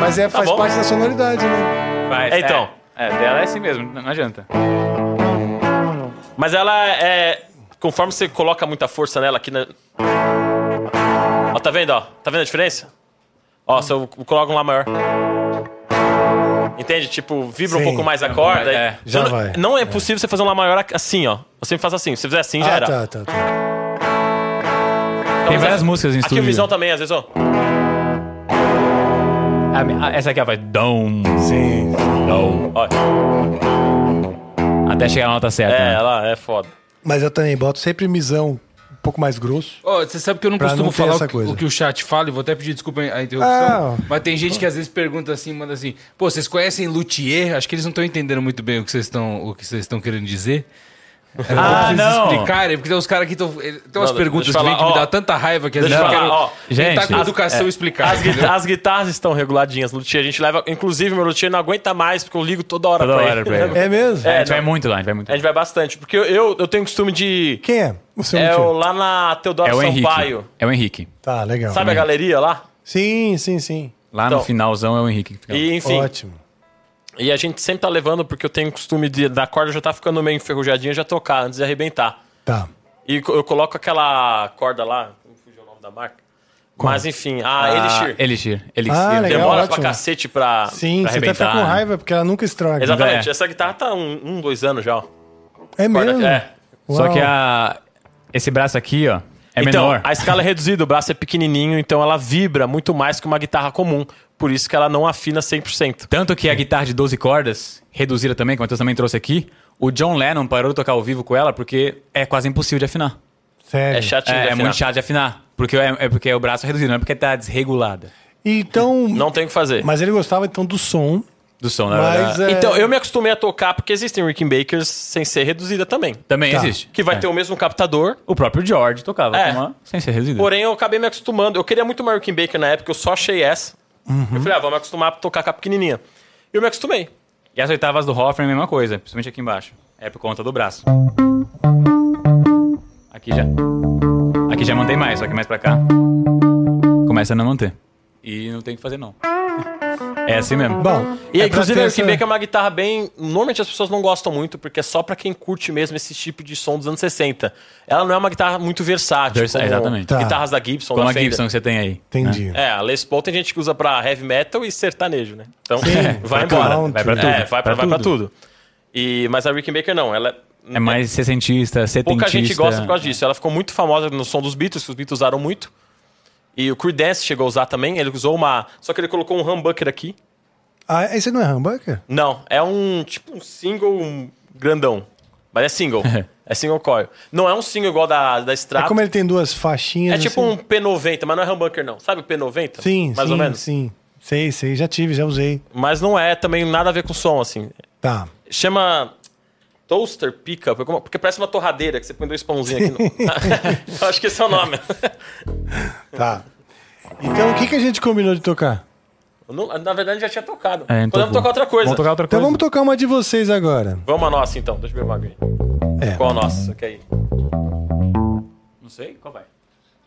[SPEAKER 1] Mas
[SPEAKER 5] Tá
[SPEAKER 1] é, faz
[SPEAKER 4] bom.
[SPEAKER 1] parte da sonoridade, né?
[SPEAKER 5] Faz,
[SPEAKER 4] É, então.
[SPEAKER 5] É, é, dela é assim mesmo, não não adianta.
[SPEAKER 4] Mas ela é... Conforme você coloca muita força nela aqui na... Ó, tá vendo, ó? Tá vendo a diferença? Ó, se eu coloco um lá maior... Entende? Tipo, vibra
[SPEAKER 1] Sim.
[SPEAKER 4] um pouco mais a corda.
[SPEAKER 5] É,
[SPEAKER 4] aí-
[SPEAKER 1] já
[SPEAKER 4] Então,
[SPEAKER 1] vai.
[SPEAKER 4] Não é possível você fazer um lá maior assim, ó. Eu sempre faço assim. Se você fizer assim, já
[SPEAKER 1] Ah,
[SPEAKER 4] era. Então,
[SPEAKER 1] tá, tá, tá.
[SPEAKER 5] Tem várias músicas em
[SPEAKER 4] Aqui o
[SPEAKER 5] estúdio.
[SPEAKER 4] Visão também, às vezes, ó.
[SPEAKER 5] A mi- a- essa aqui, ó, vai dom,
[SPEAKER 1] Sim.
[SPEAKER 5] dom,
[SPEAKER 4] Ó,
[SPEAKER 5] até chegar na nota certa.
[SPEAKER 4] É,
[SPEAKER 5] né?
[SPEAKER 4] ela é foda.
[SPEAKER 1] Mas eu também boto sempre misão um pouco mais grosso.
[SPEAKER 6] Ó, você sabe que eu não
[SPEAKER 1] Pra
[SPEAKER 6] costumo
[SPEAKER 1] não ter
[SPEAKER 6] falar
[SPEAKER 1] essa
[SPEAKER 6] o que,
[SPEAKER 1] coisa.
[SPEAKER 6] o que o chat fala, e vou até pedir desculpa a
[SPEAKER 1] Ah.
[SPEAKER 6] interrupção. mas tem gente que às vezes pergunta assim, manda assim, pô, vocês conhecem Luthier? Acho que eles não estão entendendo muito bem o que vocês estão o que vocês estão querendo dizer. É, Era bom
[SPEAKER 5] Ah,
[SPEAKER 6] vocês
[SPEAKER 5] não.
[SPEAKER 6] explicarem, é porque tem uns caras que estão. Tem umas
[SPEAKER 4] Não,
[SPEAKER 6] perguntas
[SPEAKER 4] deixa eu
[SPEAKER 6] que vem que
[SPEAKER 4] falar,
[SPEAKER 6] me
[SPEAKER 4] ó.
[SPEAKER 6] dá tanta raiva que às
[SPEAKER 4] Deixa
[SPEAKER 6] vezes eu
[SPEAKER 4] eu
[SPEAKER 6] quero
[SPEAKER 4] falar, ó. é,
[SPEAKER 6] tentar
[SPEAKER 5] Gente,
[SPEAKER 6] com
[SPEAKER 5] as-
[SPEAKER 6] educação explicar.
[SPEAKER 4] As, gui-
[SPEAKER 6] entendeu?
[SPEAKER 4] as guitarras estão reguladinhas, Luthier. A gente leva. Inclusive, meu Luthier não aguenta mais, porque eu ligo toda hora
[SPEAKER 5] Toda
[SPEAKER 4] pra
[SPEAKER 5] hora
[SPEAKER 4] ele.
[SPEAKER 5] pra ele.
[SPEAKER 1] É mesmo?
[SPEAKER 5] a
[SPEAKER 4] É,
[SPEAKER 5] gente vai
[SPEAKER 4] não,
[SPEAKER 5] muito lá, a gente vai muito
[SPEAKER 4] a gente vai bastante. Porque eu, eu, eu tenho costume de.
[SPEAKER 1] Quem é? O seu
[SPEAKER 4] É
[SPEAKER 1] motivo?
[SPEAKER 4] o, lá na Teodoro
[SPEAKER 5] É o Henrique.
[SPEAKER 4] Sampaio.
[SPEAKER 5] É o Henrique.
[SPEAKER 1] Tá, legal.
[SPEAKER 4] Sabe a galeria lá?
[SPEAKER 1] Sim, sim, sim.
[SPEAKER 5] Lá no
[SPEAKER 4] Então.
[SPEAKER 5] finalzão é o Henrique que fica lá.
[SPEAKER 4] E, enfim.
[SPEAKER 1] Ótimo.
[SPEAKER 4] E a gente sempre tá levando, porque eu tenho costume de, da corda já tá ficando meio enferrujadinha, já tocar antes de arrebentar.
[SPEAKER 1] Tá.
[SPEAKER 4] E co- eu coloco aquela corda lá, não fugiu o nome da marca. Mas enfim, a Elixir.
[SPEAKER 5] Elixir. Elixir.
[SPEAKER 1] Ah, legal.
[SPEAKER 4] Demora pra
[SPEAKER 1] Ah, ótimo.
[SPEAKER 4] cacete pra,
[SPEAKER 1] Sim,
[SPEAKER 4] pra
[SPEAKER 1] você tá até
[SPEAKER 4] arrebentar.
[SPEAKER 1] fica
[SPEAKER 4] né?
[SPEAKER 1] com raiva porque ela nunca estraga.
[SPEAKER 4] Exatamente,
[SPEAKER 5] É.
[SPEAKER 4] essa guitarra tá um, um, dois anos já. ó.
[SPEAKER 1] É
[SPEAKER 4] Corda-
[SPEAKER 1] mesmo?
[SPEAKER 4] é.
[SPEAKER 5] Só
[SPEAKER 1] Uau.
[SPEAKER 5] que a... esse braço aqui, ó, é
[SPEAKER 4] então,
[SPEAKER 5] menor.
[SPEAKER 4] a escala é reduzida, o braço é pequenininho, então ela vibra muito mais que uma guitarra comum. Por isso que ela não afina 100%.
[SPEAKER 5] Tanto que a guitarra de 12 cordas, reduzida também, que o Matheus também trouxe aqui, o John Lennon parou de tocar ao vivo com ela porque é quase impossível de afinar.
[SPEAKER 1] Sério.
[SPEAKER 4] É chatinho de
[SPEAKER 5] É, é
[SPEAKER 4] afinar.
[SPEAKER 5] muito chato de afinar. Porque é, é porque o braço é reduzido, não é porque tá desregulada
[SPEAKER 1] Então.
[SPEAKER 4] Não tem o que fazer.
[SPEAKER 1] Mas ele gostava então do som.
[SPEAKER 5] do som, na
[SPEAKER 1] Mas,
[SPEAKER 5] verdade.
[SPEAKER 1] é,
[SPEAKER 4] Então, eu me acostumei a tocar porque existem Rickin Bakers sem ser reduzida também.
[SPEAKER 5] Também
[SPEAKER 1] Tá.
[SPEAKER 5] existe.
[SPEAKER 4] Que vai
[SPEAKER 5] É.
[SPEAKER 4] ter o mesmo captador,
[SPEAKER 5] O próprio George tocava
[SPEAKER 4] É.
[SPEAKER 5] com uma sem ser reduzida.
[SPEAKER 4] porém eu acabei me acostumando. Eu queria muito uma Rickin Baker na época, eu só achei essa. Eu falei, ah, vou me acostumar a tocar com a pequenininha. E eu me acostumei.
[SPEAKER 5] E as oitavas do Hoffman é a mesma coisa, principalmente aqui embaixo. É por conta do braço. Aqui já. Aqui já mantém mais, só que mais pra cá. Começa a não manter. E não tem o que fazer, não. *laughs* É assim mesmo.
[SPEAKER 1] Bom.
[SPEAKER 4] E
[SPEAKER 1] é pra
[SPEAKER 4] inclusive
[SPEAKER 1] ter
[SPEAKER 4] a
[SPEAKER 1] essa-
[SPEAKER 4] Rickin Baker é uma guitarra bem. Normalmente as pessoas não gostam muito, porque é só pra quem curte mesmo esse tipo de som dos anos 60. Ela não é uma guitarra muito versátil.
[SPEAKER 5] Versa-
[SPEAKER 4] como
[SPEAKER 5] exatamente.
[SPEAKER 1] Tá.
[SPEAKER 4] Guitarras da Gibson,
[SPEAKER 5] Como
[SPEAKER 4] da
[SPEAKER 5] a
[SPEAKER 4] Fender.
[SPEAKER 5] Gibson que você tem aí. né?
[SPEAKER 1] Entendi.
[SPEAKER 4] É, a Les Paul tem gente que usa pra heavy metal e sertanejo, né? Então, *laughs* vai
[SPEAKER 1] pra
[SPEAKER 4] embora.
[SPEAKER 1] country.
[SPEAKER 5] Vai pra tudo.
[SPEAKER 4] É, vai pra,
[SPEAKER 5] Pra
[SPEAKER 4] vai pra
[SPEAKER 5] tudo.
[SPEAKER 4] tudo. E, mas a Rickenbacker não, ela
[SPEAKER 5] É mais sessentista, setentista.
[SPEAKER 4] pouca gente gosta por causa disso. Ela ficou muito famosa no som dos Beatles, que os Beatles usaram muito. E o Creedence chegou a usar também, ele usou uma... Só que ele colocou um humbucker aqui.
[SPEAKER 1] Ah, esse não é humbucker?
[SPEAKER 4] Não, é um tipo um single um grandão. Mas é single. é single coil. Não é um single igual da, da
[SPEAKER 1] É
[SPEAKER 4] Strat. É,
[SPEAKER 1] como ele tem duas faixinhas.
[SPEAKER 4] tipo
[SPEAKER 1] assim.
[SPEAKER 4] um P90, mas não é humbucker não. Sabe o P90?
[SPEAKER 1] Sim,
[SPEAKER 4] Mais
[SPEAKER 1] sim,
[SPEAKER 4] ou menos.
[SPEAKER 1] sim. Sei, sei. Já tive, já usei.
[SPEAKER 4] Mas não é também nada a ver com som, assim.
[SPEAKER 1] Tá.
[SPEAKER 4] chama toaster pickup, é como- porque parece uma torradeira que você põe dois pãozinhos aqui. No... *laughs* Eu acho que esse é o nome.
[SPEAKER 1] Tá. Então, o que, que a gente combinou de tocar?
[SPEAKER 4] Eu não- na verdade, já tinha tocado.
[SPEAKER 5] É, então
[SPEAKER 4] Podemos
[SPEAKER 5] vou-
[SPEAKER 4] tocar outra coisa.
[SPEAKER 5] Vamos tocar outra
[SPEAKER 1] Então,
[SPEAKER 5] coisa.
[SPEAKER 1] vamos tocar uma de vocês agora.
[SPEAKER 4] Vamos a nossa, então. Deixa eu ver o bagulho.
[SPEAKER 1] É.
[SPEAKER 4] Qual a nossa? Que aí?
[SPEAKER 5] Não sei, qual vai?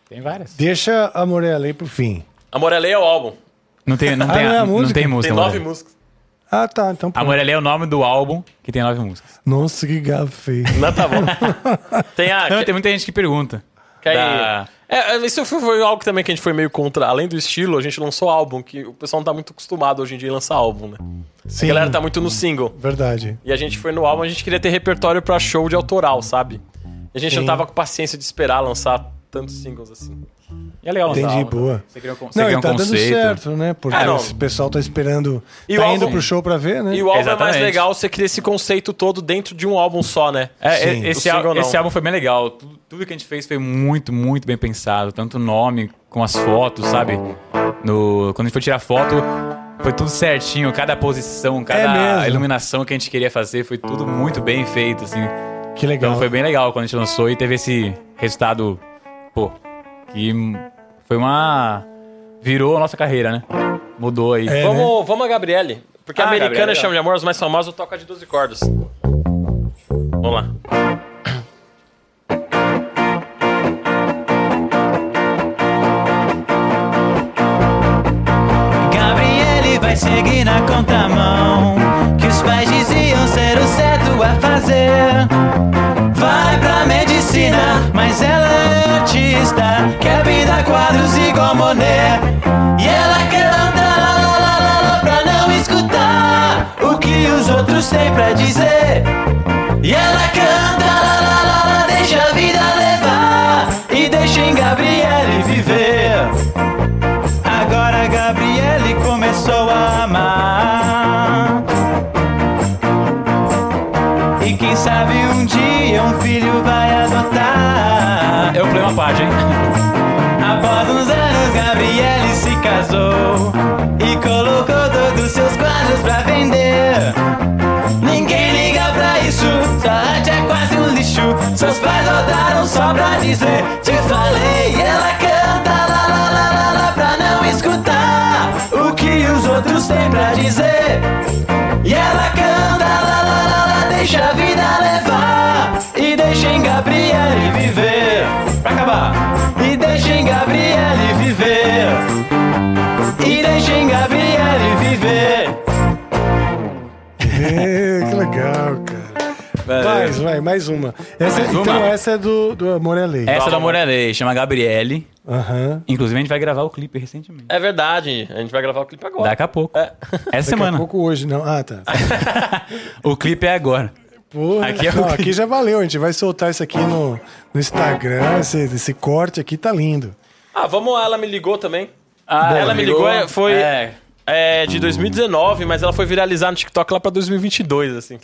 [SPEAKER 5] Tem várias.
[SPEAKER 1] Deixa a Morella aí pro fim.
[SPEAKER 4] Amorelei é o álbum.
[SPEAKER 5] Não tem, não
[SPEAKER 1] Ah,
[SPEAKER 5] tem,
[SPEAKER 1] não é a
[SPEAKER 5] não,
[SPEAKER 1] música?
[SPEAKER 5] tem música.
[SPEAKER 4] Tem nove
[SPEAKER 5] Morelli.
[SPEAKER 4] músicas.
[SPEAKER 1] Ah, tá. Então, pronto.
[SPEAKER 5] Amorelli é o nome do álbum que tem nove músicas.
[SPEAKER 1] Nossa, que gafei.
[SPEAKER 4] Não, tá
[SPEAKER 5] *laughs*
[SPEAKER 4] bom. tem a...
[SPEAKER 5] Não,
[SPEAKER 4] que-
[SPEAKER 5] tem muita gente que pergunta.
[SPEAKER 4] que aí-
[SPEAKER 5] da-
[SPEAKER 4] É, é, isso foi, foi algo também que a gente foi meio contra. Além do estilo, a gente lançou álbum, que o pessoal não tá muito acostumado hoje em dia em lançar álbum, né?
[SPEAKER 1] Sim,
[SPEAKER 4] A galera tá muito no single.
[SPEAKER 1] Verdade.
[SPEAKER 4] E a gente foi no álbum, a gente queria ter repertório pra show de autoral, sabe? E a gente
[SPEAKER 1] Sim.
[SPEAKER 4] não tava com paciência de esperar lançar tantos singles assim.
[SPEAKER 5] E é legal lançar
[SPEAKER 1] Entendi,
[SPEAKER 4] né?
[SPEAKER 5] álbum.
[SPEAKER 1] boa.
[SPEAKER 5] Você cria um, con- você
[SPEAKER 1] Não,
[SPEAKER 5] cria
[SPEAKER 1] e
[SPEAKER 5] um
[SPEAKER 1] tá dando
[SPEAKER 5] conceito.
[SPEAKER 1] certo, né? Porque
[SPEAKER 4] É, não.
[SPEAKER 1] esse pessoal tá esperando.
[SPEAKER 4] E
[SPEAKER 1] tá
[SPEAKER 4] o
[SPEAKER 1] indo
[SPEAKER 4] álbum-
[SPEAKER 1] pro show pra ver, né?
[SPEAKER 4] E o álbum é mais
[SPEAKER 5] Exatamente.
[SPEAKER 4] legal, você cria esse conceito todo dentro de um álbum só, né?
[SPEAKER 5] É,
[SPEAKER 1] Sim.
[SPEAKER 5] é, esse,
[SPEAKER 4] O
[SPEAKER 5] al-
[SPEAKER 4] single não.
[SPEAKER 5] esse álbum foi bem legal. Tudo, tudo que a gente fez foi muito, muito bem pensado. Tanto o nome, com as fotos, sabe? No, quando a gente foi tirar foto, foi tudo certinho. Cada posição, cada
[SPEAKER 1] É mesmo.
[SPEAKER 5] iluminação que a gente queria fazer, foi tudo muito bem feito, assim.
[SPEAKER 1] Que legal.
[SPEAKER 5] Então foi bem legal quando a gente lançou e teve esse resultado, pô, que foi uma... Virou a nossa carreira, né? Mudou aí.
[SPEAKER 1] É, né?
[SPEAKER 4] Vamos, vamos a Gabriele. é Porque a
[SPEAKER 5] Ah,
[SPEAKER 4] americana
[SPEAKER 5] Gabriele,
[SPEAKER 4] chama de amor, os mais famosos toca de 12 cordas. Vamos lá.
[SPEAKER 8] Gabriele vai seguir na contramão Que os pais diziam ser o certo a fazer Vai pra medicina, mas ela é artista Quer pintar quadros igual Monet E ela quer andar lá, lá, lá, lá, lá Pra não escutar o que os outros têm pra dizer E ela canta lá, lá, lá, lá Deixa a vida levar E deixa em Gabriele viver Agora a Gabriele começou a amar. E quem sabe um dia um filho vai adotar.
[SPEAKER 5] Eu falei uma parte, hein?
[SPEAKER 8] Após uns anos, Gabriele se casou e colocou todos seus quadros pra vender. Ninguém liga pra isso, sua arte é quase um lixo.
[SPEAKER 5] Seus pais rodaram só pra dizer Te falei e ela canta Lá, lá, lá, lá, lá Pra não escutar O que os outros têm pra dizer E ela canta Lá, lá, lá, lá Deixa a vida levar E deixem Gabriele viver Pra acabar E deixem Gabriele viver E deixem Gabriele viver
[SPEAKER 1] É, que legal, cara. Mais, vai, mais uma. Essa,
[SPEAKER 5] Mais
[SPEAKER 1] então,
[SPEAKER 5] uma?
[SPEAKER 1] essa é do, do Amor é Lei.
[SPEAKER 5] Essa da Morelei chama Gabriele
[SPEAKER 1] Aham.
[SPEAKER 5] Inclusive a gente vai gravar o clipe recentemente
[SPEAKER 4] É verdade. A gente vai gravar o clipe agora.
[SPEAKER 5] Daqui a pouco.
[SPEAKER 4] É.
[SPEAKER 5] Essa
[SPEAKER 1] Daqui a
[SPEAKER 5] semana.
[SPEAKER 1] pouco hoje, não. Ah, tá.
[SPEAKER 5] O clipe é agora.
[SPEAKER 1] Porra,
[SPEAKER 5] Aqui é o
[SPEAKER 1] não,
[SPEAKER 5] que-
[SPEAKER 1] aqui já valeu. A gente vai soltar isso aqui no, no Instagram. Esse, esse corte aqui tá lindo.
[SPEAKER 4] Ah, vamos lá. Ela me ligou também.
[SPEAKER 5] Ah,
[SPEAKER 4] ela me ligou, é, foi
[SPEAKER 5] É.
[SPEAKER 4] é, de 2019, mas ela foi viralizar no TikTok lá pra 2022, assim.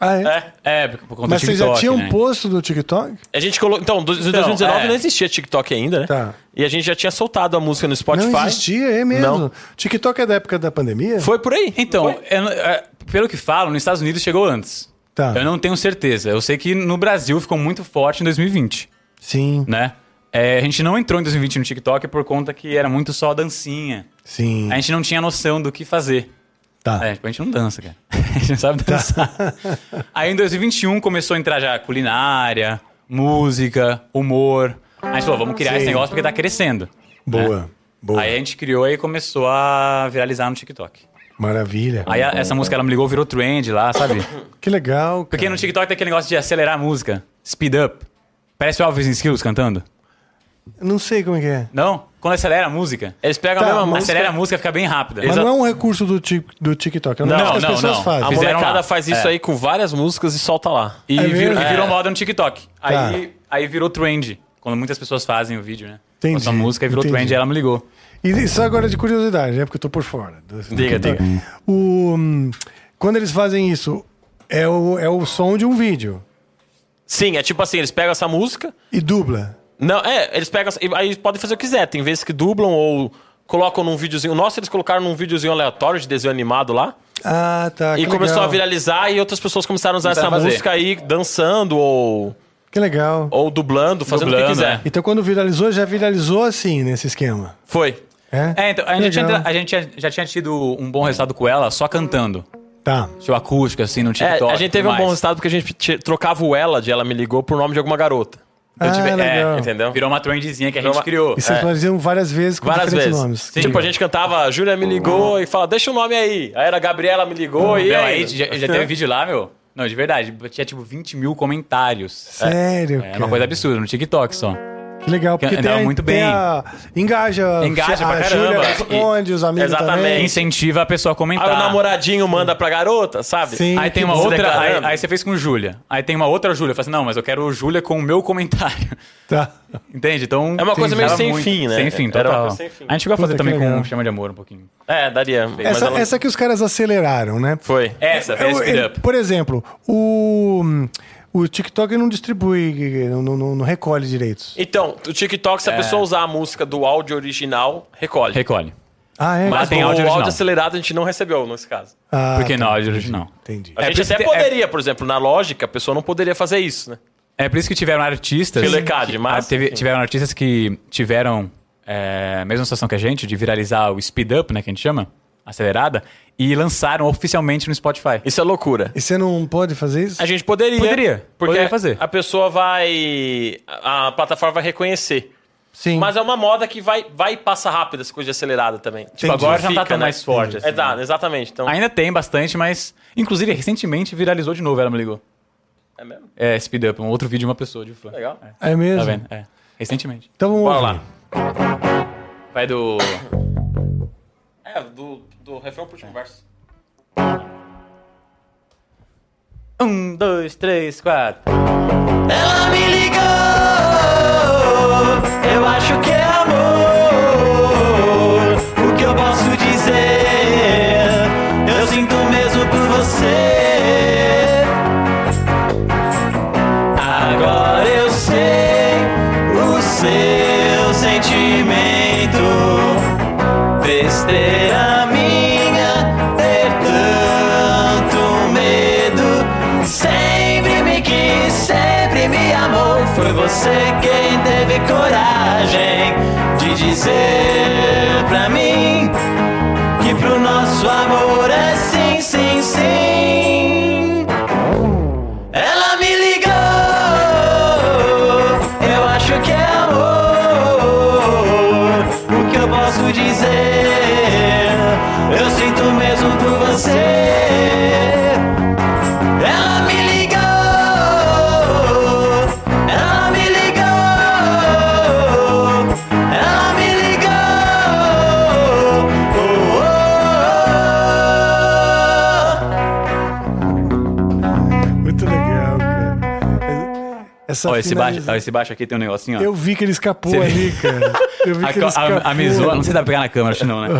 [SPEAKER 1] Ah, é?
[SPEAKER 4] É.
[SPEAKER 5] É, por por conta
[SPEAKER 1] Mas
[SPEAKER 5] do
[SPEAKER 1] você
[SPEAKER 5] TikTok,
[SPEAKER 1] já tinha um
[SPEAKER 5] né?
[SPEAKER 1] posto do TikTok?
[SPEAKER 4] A gente colocou... Então, do- em 2019
[SPEAKER 5] é.
[SPEAKER 4] não existia TikTok ainda, né?
[SPEAKER 1] Tá.
[SPEAKER 4] E a gente já tinha soltado a música no Spotify.
[SPEAKER 1] Não existia, é mesmo.
[SPEAKER 4] Não.
[SPEAKER 1] TikTok é da época da pandemia?
[SPEAKER 4] Foi por aí.
[SPEAKER 5] Então, eu não- é, pelo que falam, nos Estados Unidos chegou antes.
[SPEAKER 1] Tá.
[SPEAKER 5] Eu não tenho certeza. Eu sei que no Brasil ficou muito forte em 2020,
[SPEAKER 1] Sim,
[SPEAKER 5] né? É, a gente não entrou em 2020 no TikTok por conta que era muito só dancinha.
[SPEAKER 1] sim.
[SPEAKER 5] A gente não tinha noção do que fazer.
[SPEAKER 1] Tá.
[SPEAKER 5] É, tipo, a gente não dança, cara. *laughs* A gente não sabe dançar. Aí em 2021 começou a entrar já culinária, música, humor. Aí a gente falou, vamos criar esse
[SPEAKER 1] Sim.
[SPEAKER 5] negócio porque tá crescendo.
[SPEAKER 1] Boa, boa.
[SPEAKER 5] né?
[SPEAKER 1] Tá
[SPEAKER 5] Aí a gente criou e começou a viralizar no TikTok.
[SPEAKER 1] Maravilha.
[SPEAKER 5] Aí a- essa música, ela me ligou, virou trend
[SPEAKER 1] *laughs*
[SPEAKER 5] lá, sabe?
[SPEAKER 1] Que legal, cara.
[SPEAKER 5] Porque no TikTok tem aquele negócio de acelerar a música. Speed up. Parece o Alves Skills cantando.
[SPEAKER 1] Não sei como é que é.
[SPEAKER 5] Não? Quando acelera a música,
[SPEAKER 4] Eles pegam
[SPEAKER 1] Tá,
[SPEAKER 4] a mesma
[SPEAKER 1] mas-
[SPEAKER 4] música.
[SPEAKER 5] acelera a música fica bem rápida.
[SPEAKER 1] Mas
[SPEAKER 4] Exa-
[SPEAKER 1] não é um recurso do, ti- do TikTok. É um
[SPEAKER 5] Não,
[SPEAKER 1] negócio que as
[SPEAKER 5] não,
[SPEAKER 1] pessoas
[SPEAKER 5] não.
[SPEAKER 4] A
[SPEAKER 1] fazem.
[SPEAKER 5] Fizeram
[SPEAKER 4] molecada
[SPEAKER 5] lá.
[SPEAKER 4] faz isso
[SPEAKER 5] É.
[SPEAKER 4] aí com várias músicas e solta lá.
[SPEAKER 5] E,
[SPEAKER 1] É
[SPEAKER 5] virou,
[SPEAKER 1] mesmo?
[SPEAKER 5] e virou moda no TikTok.
[SPEAKER 1] Tá.
[SPEAKER 5] Aí, aí virou trend. Quando muitas pessoas fazem o vídeo, né?
[SPEAKER 1] Entendi,
[SPEAKER 5] Com a música e virou
[SPEAKER 1] entendi.
[SPEAKER 5] trend, ela me ligou.
[SPEAKER 1] E isso é agora de curiosidade, né? Porque eu tô por fora. do- do
[SPEAKER 5] Diga,
[SPEAKER 1] TikTok. O, hum, quando eles fazem isso, é o, é o som de um vídeo.
[SPEAKER 4] Sim, é tipo assim, eles pegam essa música...
[SPEAKER 1] E dubla.
[SPEAKER 4] Não, é, eles pegam... e Aí podem fazer o que quiser. Tem vezes que dublam ou colocam num videozinho... Nossa, eles colocaram num videozinho aleatório de desenho animado lá.
[SPEAKER 1] Ah, tá.
[SPEAKER 4] E
[SPEAKER 1] que
[SPEAKER 4] começou
[SPEAKER 1] legal.
[SPEAKER 4] a viralizar e outras pessoas começaram a usar
[SPEAKER 5] Começaram
[SPEAKER 4] essa
[SPEAKER 5] a fazer.
[SPEAKER 4] música aí dançando ou,
[SPEAKER 1] Que legal.
[SPEAKER 4] ou dublando, fazendo o que
[SPEAKER 5] Dublando,
[SPEAKER 4] quiser.
[SPEAKER 5] é.
[SPEAKER 1] Então quando viralizou, já viralizou assim, nesse esquema.
[SPEAKER 4] Foi.
[SPEAKER 1] É?
[SPEAKER 5] É, então, a
[SPEAKER 1] Que
[SPEAKER 5] gente,
[SPEAKER 1] legal.
[SPEAKER 5] tinha- a gente tinha- já tinha tido um bom resultado com ela só cantando.
[SPEAKER 1] Tá.
[SPEAKER 5] Tipo, acústico, assim, no
[SPEAKER 4] É,
[SPEAKER 5] TikTok.
[SPEAKER 4] a gente
[SPEAKER 5] e
[SPEAKER 4] teve um
[SPEAKER 5] tudo
[SPEAKER 4] bom
[SPEAKER 5] mais.
[SPEAKER 4] resultado porque a gente te- trocava o ela de ela me ligou por nome de alguma garota.
[SPEAKER 1] Ah,
[SPEAKER 5] tive- é,
[SPEAKER 1] legal. é
[SPEAKER 5] entendeu?
[SPEAKER 4] Entendeu?
[SPEAKER 5] Virou uma trendzinha que a
[SPEAKER 4] Virou
[SPEAKER 5] gente
[SPEAKER 4] uma-
[SPEAKER 5] criou.
[SPEAKER 1] E vocês faziam várias vezes com
[SPEAKER 4] Várias
[SPEAKER 1] diferentes
[SPEAKER 4] vezes.
[SPEAKER 1] nomes.
[SPEAKER 4] Tipo, a gente cantava, Júlia me ligou e fala, deixa o nome aí. Aí era a Gabriela me ligou e
[SPEAKER 5] Meu,
[SPEAKER 4] aí.
[SPEAKER 5] aí já, já
[SPEAKER 1] Uhum.
[SPEAKER 5] teve vídeo lá, meu. Não, de verdade. Tinha tipo 20 mil comentários.
[SPEAKER 1] Sério,
[SPEAKER 5] É
[SPEAKER 1] cara.
[SPEAKER 5] uma coisa absurda, no TikTok só.
[SPEAKER 1] Que legal, porque
[SPEAKER 5] Andava
[SPEAKER 1] tem, a-
[SPEAKER 5] muito
[SPEAKER 1] tem
[SPEAKER 5] bem.
[SPEAKER 1] a- engaja,
[SPEAKER 5] Engaja
[SPEAKER 1] a
[SPEAKER 5] pra
[SPEAKER 1] Júlia
[SPEAKER 5] caramba.
[SPEAKER 1] responde, os amigos
[SPEAKER 4] Exatamente.
[SPEAKER 1] também.
[SPEAKER 5] Incentiva a pessoa a
[SPEAKER 4] Aí
[SPEAKER 5] comentar.
[SPEAKER 4] o namoradinho manda pra garota, sabe?
[SPEAKER 1] Sim.
[SPEAKER 5] Aí tem uma
[SPEAKER 4] Se
[SPEAKER 5] outra. Aí,
[SPEAKER 4] declarando.
[SPEAKER 5] aí você fez com Júlia. Aí tem uma outra Júlia. Eu falei assim, não, mas eu quero Júlia com o meu comentário. *laughs*
[SPEAKER 1] Tá.
[SPEAKER 5] Entende? Então.
[SPEAKER 4] É uma coisa meio
[SPEAKER 5] Era
[SPEAKER 4] sem fim, né?
[SPEAKER 5] Sem fim,
[SPEAKER 4] Era uma
[SPEAKER 5] total.
[SPEAKER 4] coisa sem fim.
[SPEAKER 5] A gente chegou a fazer
[SPEAKER 1] Puta, que
[SPEAKER 5] também com
[SPEAKER 1] legal.
[SPEAKER 5] Chama de Amor um pouquinho.
[SPEAKER 4] É, daria. mas
[SPEAKER 1] Essa,
[SPEAKER 4] ela-
[SPEAKER 1] essa que os caras aceleraram, né?
[SPEAKER 4] Foi.
[SPEAKER 5] Essa,
[SPEAKER 1] Eu-
[SPEAKER 5] essa
[SPEAKER 1] ele-
[SPEAKER 5] É, speed up.
[SPEAKER 1] por exemplo, o, o TikTok não distribui, não, não- não recolhe direitos.
[SPEAKER 4] Então, o TikTok, se a pessoa usar a música do áudio original, recolhe.
[SPEAKER 5] É. Recolhe.
[SPEAKER 1] Ah, é?
[SPEAKER 4] Mas
[SPEAKER 5] Mas tem
[SPEAKER 4] o
[SPEAKER 5] áudio
[SPEAKER 4] áudio,
[SPEAKER 5] original.
[SPEAKER 4] acelerado a gente não recebeu nesse caso.
[SPEAKER 1] Ah,
[SPEAKER 5] Porque
[SPEAKER 1] tá,
[SPEAKER 5] não, áudio original.
[SPEAKER 1] Entendi.
[SPEAKER 4] A
[SPEAKER 5] É,
[SPEAKER 4] gente
[SPEAKER 5] porque
[SPEAKER 4] até
[SPEAKER 5] tem- é-
[SPEAKER 4] poderia, por exemplo, na lógica, a pessoa não poderia fazer isso, né?
[SPEAKER 5] É por isso que tiveram artistas.
[SPEAKER 4] Filecade,
[SPEAKER 5] que-
[SPEAKER 4] mas-
[SPEAKER 5] ah, teve- tiveram artistas que tiveram é, a mesma situação que a gente, de viralizar o speed up, né? Que a gente chama, acelerada, e lançaram oficialmente no Spotify.
[SPEAKER 4] Isso é loucura.
[SPEAKER 1] E você não pode fazer isso?
[SPEAKER 4] A gente poderia.
[SPEAKER 5] Poderia,
[SPEAKER 4] Porque
[SPEAKER 5] poderia fazer.
[SPEAKER 4] a pessoa vai. A a plataforma vai reconhecer.
[SPEAKER 1] Sim.
[SPEAKER 4] Mas é uma moda que vai, vai e passa rápido essa coisa de acelerada também.
[SPEAKER 1] Entendi.
[SPEAKER 5] Tipo, agora já não
[SPEAKER 4] Fica,
[SPEAKER 5] tá tão
[SPEAKER 4] né?
[SPEAKER 5] mais forte. Assim, né?
[SPEAKER 4] Exato, exatamente. Então,
[SPEAKER 5] Ainda tem bastante, mas. Inclusive, recentemente viralizou de novo, ela me ligou.
[SPEAKER 4] é mesmo?
[SPEAKER 5] É, Speed Up, um outro vídeo de uma pessoa de fã.
[SPEAKER 4] Legal.
[SPEAKER 1] É
[SPEAKER 5] Tá
[SPEAKER 1] mesmo?
[SPEAKER 5] vendo? É. Recentemente.
[SPEAKER 1] Então vamos
[SPEAKER 4] Bora
[SPEAKER 1] ouvir.
[SPEAKER 4] lá.
[SPEAKER 5] Vai do.
[SPEAKER 4] É, do, do refrão pro
[SPEAKER 5] É.
[SPEAKER 4] último verso.
[SPEAKER 5] Um, dois, três, quatro.
[SPEAKER 1] Tá
[SPEAKER 5] Ela me ligou, eu acho que é amor. O que eu posso dizer? Eu sinto mesmo por você. Agora eu sei o seu sentimento. Besteira minha ter tanto medo. Sempre me quis, sempre
[SPEAKER 8] eu sei quem teve coragem de dizer pra mim que pro nosso amor é sim, sim, sim. Ela me ligou, eu acho que é amor. O que eu posso dizer? Eu sinto mesmo por você. Ela me ligou, ela me ligou, ela me ligou. Oh, oh, oh.
[SPEAKER 1] Muito legal, cara. Essa
[SPEAKER 5] Ó, esse baixo,
[SPEAKER 1] finaliza-
[SPEAKER 5] ó, esse baixo aqui tem um negocinho, ó.
[SPEAKER 1] Eu vi que ele escapou
[SPEAKER 5] Você-
[SPEAKER 1] ali, cara. Eu
[SPEAKER 5] *laughs*
[SPEAKER 1] vi
[SPEAKER 5] A,
[SPEAKER 1] que ele
[SPEAKER 5] a,
[SPEAKER 1] escapou.
[SPEAKER 5] a Mizuha- não sei se dá pra pegar na câmera, acho
[SPEAKER 1] *laughs*
[SPEAKER 5] que não, né? Tem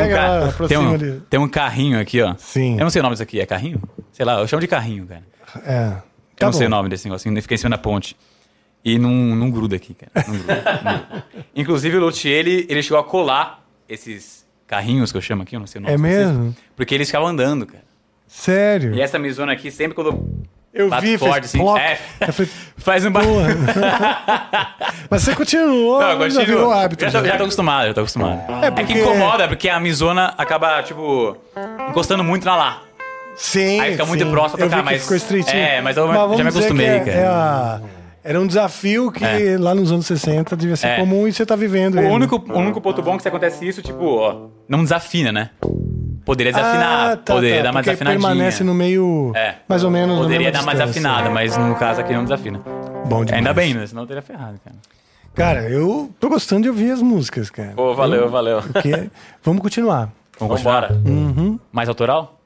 [SPEAKER 5] um,
[SPEAKER 1] Pega
[SPEAKER 5] ca-
[SPEAKER 1] lá, aproxima
[SPEAKER 5] tem, um,
[SPEAKER 1] ali.
[SPEAKER 5] tem um carrinho aqui, ó.
[SPEAKER 1] Sim.
[SPEAKER 5] Eu não sei o nome disso aqui, é carrinho? Sei lá, eu chamo de carrinho, cara.
[SPEAKER 1] É.
[SPEAKER 5] eu
[SPEAKER 1] Tá
[SPEAKER 5] não sei o
[SPEAKER 1] bom.
[SPEAKER 5] nome desse negocinho, eu fiquei em cima da ponte. E não, não gruda aqui, cara. Não gruda, não gruda. Inclusive, o Luthier, ele, ele chegou a colar esses carrinhos que eu chamo aqui, eu não sei o nome.
[SPEAKER 1] É
[SPEAKER 5] pra vocês,
[SPEAKER 1] mesmo?
[SPEAKER 5] Porque eles ficavam andando, cara.
[SPEAKER 1] Sério.
[SPEAKER 5] E essa Mizuna aqui, sempre quando eu
[SPEAKER 1] eu
[SPEAKER 5] bato
[SPEAKER 1] vi, fez
[SPEAKER 5] forte, assim,
[SPEAKER 1] ploc.
[SPEAKER 5] é.
[SPEAKER 1] Eu falei,
[SPEAKER 5] faz um *laughs* barulho...
[SPEAKER 1] Mas você continuou,
[SPEAKER 5] Não, eu
[SPEAKER 1] já
[SPEAKER 5] continuo.
[SPEAKER 1] virou hábito.
[SPEAKER 5] Já, tô, já tô acostumado, já tô acostumado. É,
[SPEAKER 1] porque-
[SPEAKER 5] que incomoda, porque a Mizona acaba, tipo, encostando muito na lá.
[SPEAKER 1] Sim,
[SPEAKER 5] Aí fica muito
[SPEAKER 1] sim.
[SPEAKER 5] próximo pra
[SPEAKER 1] eu vi
[SPEAKER 5] cá,
[SPEAKER 1] que
[SPEAKER 5] mas-
[SPEAKER 1] ficou estreitinho.
[SPEAKER 5] É, mas eu já
[SPEAKER 1] vamos
[SPEAKER 5] me
[SPEAKER 1] dizer
[SPEAKER 5] acostumei,
[SPEAKER 1] que é-
[SPEAKER 5] cara.
[SPEAKER 1] é a- Era um desafio que
[SPEAKER 5] É.
[SPEAKER 1] lá nos anos 60 devia ser
[SPEAKER 5] É.
[SPEAKER 1] comum e você tá vivendo
[SPEAKER 5] O
[SPEAKER 1] ele.
[SPEAKER 5] único, o único ponto bom é que se acontece isso, tipo, ó, não desafina, né? Poderia desafinar,
[SPEAKER 1] Ah, tá,
[SPEAKER 5] poderia
[SPEAKER 1] tá,
[SPEAKER 5] dar uma
[SPEAKER 1] porque
[SPEAKER 5] desafinadinha.
[SPEAKER 1] permanece no meio,
[SPEAKER 5] É.
[SPEAKER 1] mais ou menos, na
[SPEAKER 5] Poderia
[SPEAKER 1] mesma
[SPEAKER 5] dar uma
[SPEAKER 1] distância.
[SPEAKER 5] desafinada, mas no caso aqui não desafina.
[SPEAKER 1] Bom demais.
[SPEAKER 5] Ainda bem, né? Senão eu teria ferrado, cara.
[SPEAKER 1] Cara, eu tô gostando de ouvir as músicas, cara.
[SPEAKER 4] Pô, valeu, valeu.
[SPEAKER 1] Porque- vamos continuar.
[SPEAKER 5] Vamos continuar?
[SPEAKER 4] Vambora.
[SPEAKER 5] Mais autoral?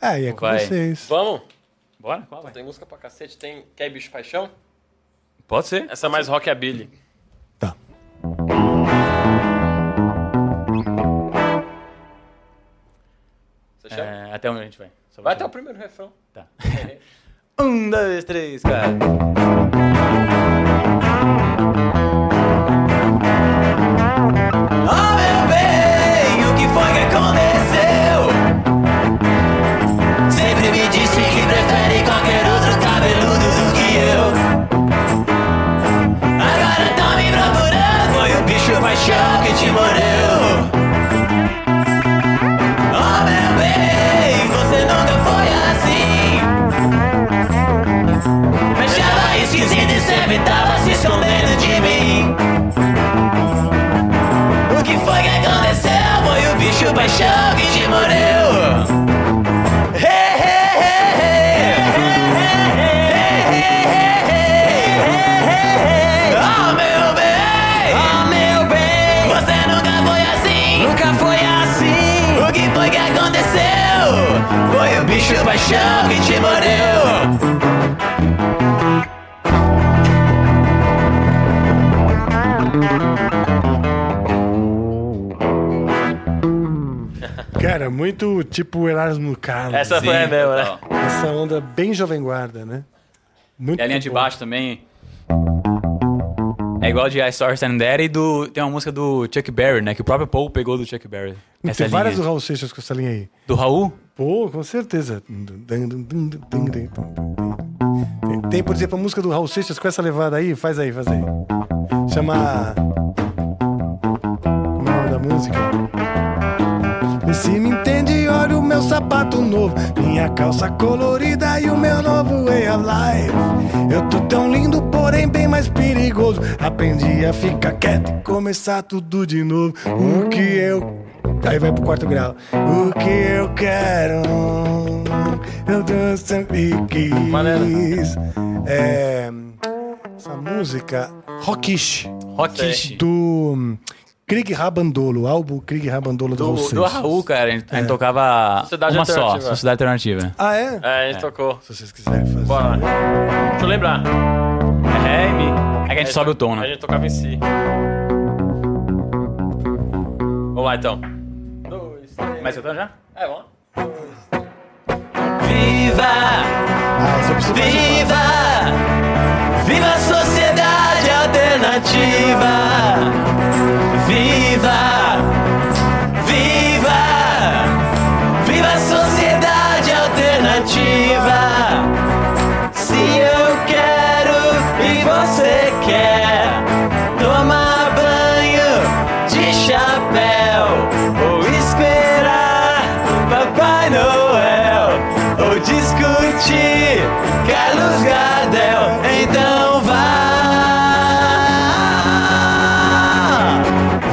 [SPEAKER 1] É, e é com
[SPEAKER 5] Vai.
[SPEAKER 1] vocês.
[SPEAKER 4] Vamos?
[SPEAKER 5] Bora? Qual vai?
[SPEAKER 4] Tem música pra cacete, tem Quer Bicho Paixão?
[SPEAKER 5] Pode ser.
[SPEAKER 4] Essa é mais rockabilly.
[SPEAKER 1] Tá.
[SPEAKER 4] Você chama?
[SPEAKER 5] É, até onde a gente vai? Só
[SPEAKER 4] Vai
[SPEAKER 5] pra-
[SPEAKER 4] até o primeiro refrão.
[SPEAKER 5] Tá. um, dois, três, cara.
[SPEAKER 8] Oh meu bem, o que foi que aconteceu? Sempre me disse que prefere qualquer outro cabeludo do que eu. Agora tá me procurando, foi o bicho paixão que te mordeu. Oh meu bem, você nunca foi assim. Mas Mexava esquisito e sempre tava se escondendo de mim. O que foi que aconteceu? Foi o bicho paixão que te morreu. Oh meu bem, oh meu bem, você nunca foi assim, nunca foi assim. O que foi que aconteceu? Foi o bicho paixão que te morreu.
[SPEAKER 1] Cara, muito tipo Erasmo Carlos. Essa,
[SPEAKER 4] Essa foi
[SPEAKER 5] Tá
[SPEAKER 4] a mesmo, né?
[SPEAKER 5] Total.
[SPEAKER 1] onda bem jovem guarda, né? Muito
[SPEAKER 5] E a linha de
[SPEAKER 1] bom.
[SPEAKER 5] baixo também. É igual de I Saw Her Standing There e do, tem uma música do Chuck Berry, né? Que o próprio Paul pegou do Chuck Berry.
[SPEAKER 1] Tem
[SPEAKER 5] Essa é linha.
[SPEAKER 1] várias do
[SPEAKER 5] Do...
[SPEAKER 1] Raul Seixas com essa linha aí.
[SPEAKER 5] Raul?
[SPEAKER 1] Pô, com certeza. Tem- Tem, por exemplo, a música do Raul Seixas com essa levada aí. Faz aí, faz aí. Chama. Como é o nome da música? E se me entende, olha o meu sapato novo, minha calça colorida e o meu novo way of life. Eu tô tão lindo, porém bem mais perigoso. Aprendi a ficar quieto e começar tudo de novo. O que eu. Aí vai pro quarto grau. O que eu quero. Eu danço e quis. É. Essa música. Rockish
[SPEAKER 5] Rockish. Do,
[SPEAKER 1] do Krieg Rabandolo, álbum Krieg Rabandolo do, Raul
[SPEAKER 5] do,
[SPEAKER 1] Seixas.
[SPEAKER 5] Raul, cara. A gente, a gente tocava
[SPEAKER 4] Sociedade
[SPEAKER 5] uma só,
[SPEAKER 4] Alternativa.
[SPEAKER 5] Sociedade Alternativa. né?
[SPEAKER 1] Ah, é?
[SPEAKER 4] É, a gente tocou.
[SPEAKER 1] Se vocês quiserem fazer.
[SPEAKER 4] Bora. Deixa eu lembrar.
[SPEAKER 5] É, e me- é que a
[SPEAKER 4] É,
[SPEAKER 5] gente sobe o tom,
[SPEAKER 4] A
[SPEAKER 5] né?
[SPEAKER 4] gente tocava em si. Vamos lá, então. Dois, três.
[SPEAKER 5] Mas eu tô já?
[SPEAKER 4] É, vamos lá.
[SPEAKER 8] Viva!
[SPEAKER 1] Ah, só preciso fazer uma.
[SPEAKER 8] Viva! Viva a sociedade alternativa! Viva! Viva! Viva a sociedade alternativa! Se eu quero, papel ou esperar Papai Noel ou discutir Carlos Gardel. Então vá,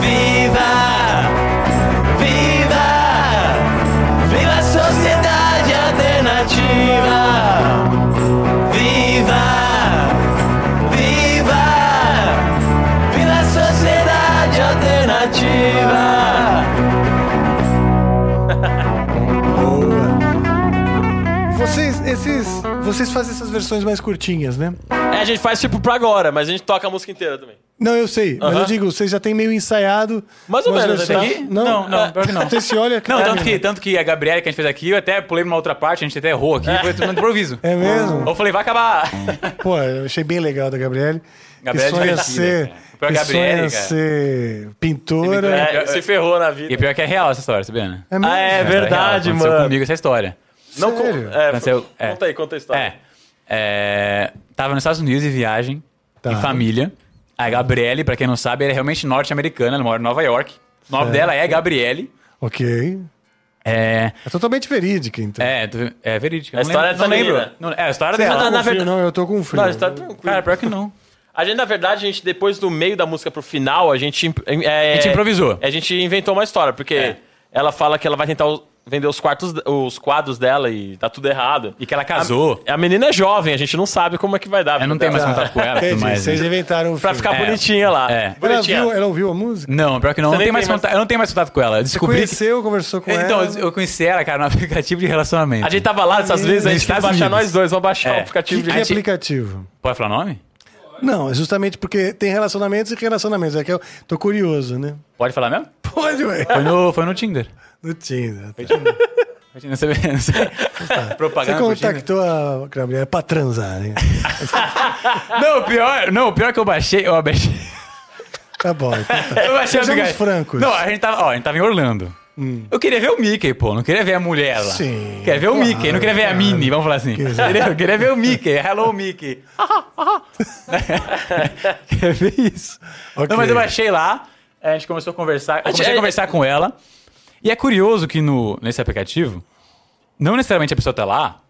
[SPEAKER 8] viva, viva, viva a sociedade alternativa. Viva, Viva! Viva a sociedade alternativa!
[SPEAKER 1] Vocês, esses, vocês fazem essas versões mais curtinhas, né?
[SPEAKER 4] É, a gente faz tipo pra agora, mas a gente toca a música inteira também.
[SPEAKER 1] Não, eu sei, mas
[SPEAKER 4] Aham.
[SPEAKER 1] eu digo, vocês já têm meio ensaiado.
[SPEAKER 4] Mais ou
[SPEAKER 1] umas
[SPEAKER 4] menos,
[SPEAKER 1] versões-
[SPEAKER 4] aqui?
[SPEAKER 1] Não,
[SPEAKER 5] Não, não, pior que não.
[SPEAKER 1] Você se olha.
[SPEAKER 5] Não,
[SPEAKER 1] cara,
[SPEAKER 5] tanto que, tanto que a Gabriela que a gente fez aqui, eu até pulei numa outra parte, a gente até errou aqui, foi tudo no improviso.
[SPEAKER 1] *laughs* É mesmo?
[SPEAKER 5] Eu falei, vai acabar.
[SPEAKER 1] Pô, eu achei bem legal da Gabriele.
[SPEAKER 5] Gabriele
[SPEAKER 1] que sonha
[SPEAKER 5] divertida,
[SPEAKER 1] ser,
[SPEAKER 5] cara. Pior
[SPEAKER 1] que
[SPEAKER 5] Gabriele,
[SPEAKER 1] sonha
[SPEAKER 5] cara.
[SPEAKER 1] ser pintora.
[SPEAKER 4] *laughs* É, se ferrou na vida.
[SPEAKER 5] E pior que é real essa história, sabia?
[SPEAKER 1] É mesmo?
[SPEAKER 4] Ah, é
[SPEAKER 5] Essa história
[SPEAKER 4] verdade,
[SPEAKER 5] real, aconteceu
[SPEAKER 4] mano.
[SPEAKER 5] comigo essa história.
[SPEAKER 4] Não con-
[SPEAKER 1] Sério?
[SPEAKER 4] é,
[SPEAKER 5] Aconteceu- é.
[SPEAKER 4] Conta aí, conta a história.
[SPEAKER 5] É, é, Tava nos Estados Unidos em viagem,
[SPEAKER 1] Tá.
[SPEAKER 5] em família. A Gabriele, pra quem não sabe, ela é realmente norte-americana, ela mora em Nova York. O nome dela é Gabriele.
[SPEAKER 1] Ok.
[SPEAKER 5] É,
[SPEAKER 1] É totalmente verídica, então.
[SPEAKER 5] é, tu- é verídica.
[SPEAKER 4] A
[SPEAKER 5] não
[SPEAKER 4] história
[SPEAKER 5] lembro-
[SPEAKER 4] dessa
[SPEAKER 5] não lembro.
[SPEAKER 4] menina.
[SPEAKER 5] Não- é, a história
[SPEAKER 4] Vocês
[SPEAKER 5] dela.
[SPEAKER 4] não- tá na
[SPEAKER 1] Com frio,
[SPEAKER 4] verdade-
[SPEAKER 1] Não, eu tô com frio.
[SPEAKER 4] Não, a gente tá tranquilo.
[SPEAKER 5] Cara, pior que não.
[SPEAKER 4] A gente, na verdade, a gente depois do meio da música pro final, a gente. é,
[SPEAKER 5] A gente improvisou. É.
[SPEAKER 4] A gente inventou uma história, porque ela fala que ela vai tentar o- vender os, quartos, os quadros dela e tá tudo errado.
[SPEAKER 5] E que ela casou.
[SPEAKER 4] A menina é jovem, a gente não sabe como é que vai dar. a
[SPEAKER 5] Eu não
[SPEAKER 4] vida
[SPEAKER 5] tenho mais
[SPEAKER 4] dela.
[SPEAKER 5] contato com ela, tudo
[SPEAKER 1] Entendi,
[SPEAKER 5] mais. né?
[SPEAKER 1] vocês inventaram o
[SPEAKER 4] Pra
[SPEAKER 1] filme.
[SPEAKER 4] ficar
[SPEAKER 5] É.
[SPEAKER 4] bonitinha lá.
[SPEAKER 5] É.
[SPEAKER 1] ela,
[SPEAKER 4] Bonitinha.
[SPEAKER 1] viu, ela ouviu a música?
[SPEAKER 5] Não, pior que não.
[SPEAKER 4] Você
[SPEAKER 5] Não
[SPEAKER 4] nem
[SPEAKER 5] tenho, mais
[SPEAKER 4] tem mais-
[SPEAKER 5] contato, eu não tenho mais contato com ela. Eu Descobri que...
[SPEAKER 1] Conheceu, conversou com
[SPEAKER 5] Então,
[SPEAKER 1] ela.
[SPEAKER 5] eu conheci ela, cara, no *laughs* aplicativo de relacionamento.
[SPEAKER 4] A gente tava lá essas vezes, a
[SPEAKER 5] Nos
[SPEAKER 4] gente vai
[SPEAKER 5] Estados
[SPEAKER 4] baixar
[SPEAKER 5] Unidos.
[SPEAKER 4] nós dois, vamos baixar o
[SPEAKER 5] É.
[SPEAKER 1] Que,
[SPEAKER 4] aplicativo.
[SPEAKER 1] que
[SPEAKER 4] de-
[SPEAKER 1] aplicativo?
[SPEAKER 5] Pode falar nome?
[SPEAKER 1] Não, é justamente porque tem relacionamentos e relacionamentos. É que eu tô curioso, né?
[SPEAKER 5] Pode falar mesmo?
[SPEAKER 1] Pode, ué.
[SPEAKER 5] Foi no, foi no Tinder.
[SPEAKER 1] No Tinder.
[SPEAKER 5] Não *laughs* sei, não sei.
[SPEAKER 1] Você
[SPEAKER 5] Propaganda pro Tinder.
[SPEAKER 1] contactou a Gabriela pra transar, né?
[SPEAKER 5] Não, o pior, não, o pior é que eu baixei,
[SPEAKER 1] *laughs*
[SPEAKER 5] eu baixei.
[SPEAKER 1] Tá bom. então tá.
[SPEAKER 5] Eu baixei o
[SPEAKER 1] Sejamos
[SPEAKER 5] aplicativo.
[SPEAKER 1] francos. Hum.
[SPEAKER 5] Não, a gente tava, ó, a gente tava em Orlando. Eu queria ver o Mickey, pô, não queria ver a mulher lá.
[SPEAKER 1] Sim,
[SPEAKER 5] Queria ver o
[SPEAKER 1] claro,
[SPEAKER 5] Mickey, não queria ver a
[SPEAKER 1] claro.
[SPEAKER 5] Minnie, vamos falar assim.
[SPEAKER 1] Exato.
[SPEAKER 5] Entendeu? Eu queria ver o Mickey,
[SPEAKER 1] *laughs*
[SPEAKER 5] hello Mickey. *laughs* queria ver isso.
[SPEAKER 1] Ok.
[SPEAKER 5] Não, mas eu baixei lá, É, a gente começou a conversar, eu comecei a
[SPEAKER 4] é.
[SPEAKER 5] conversar com ela. E é curioso que no, nesse aplicativo, não necessariamente a pessoa tá lá,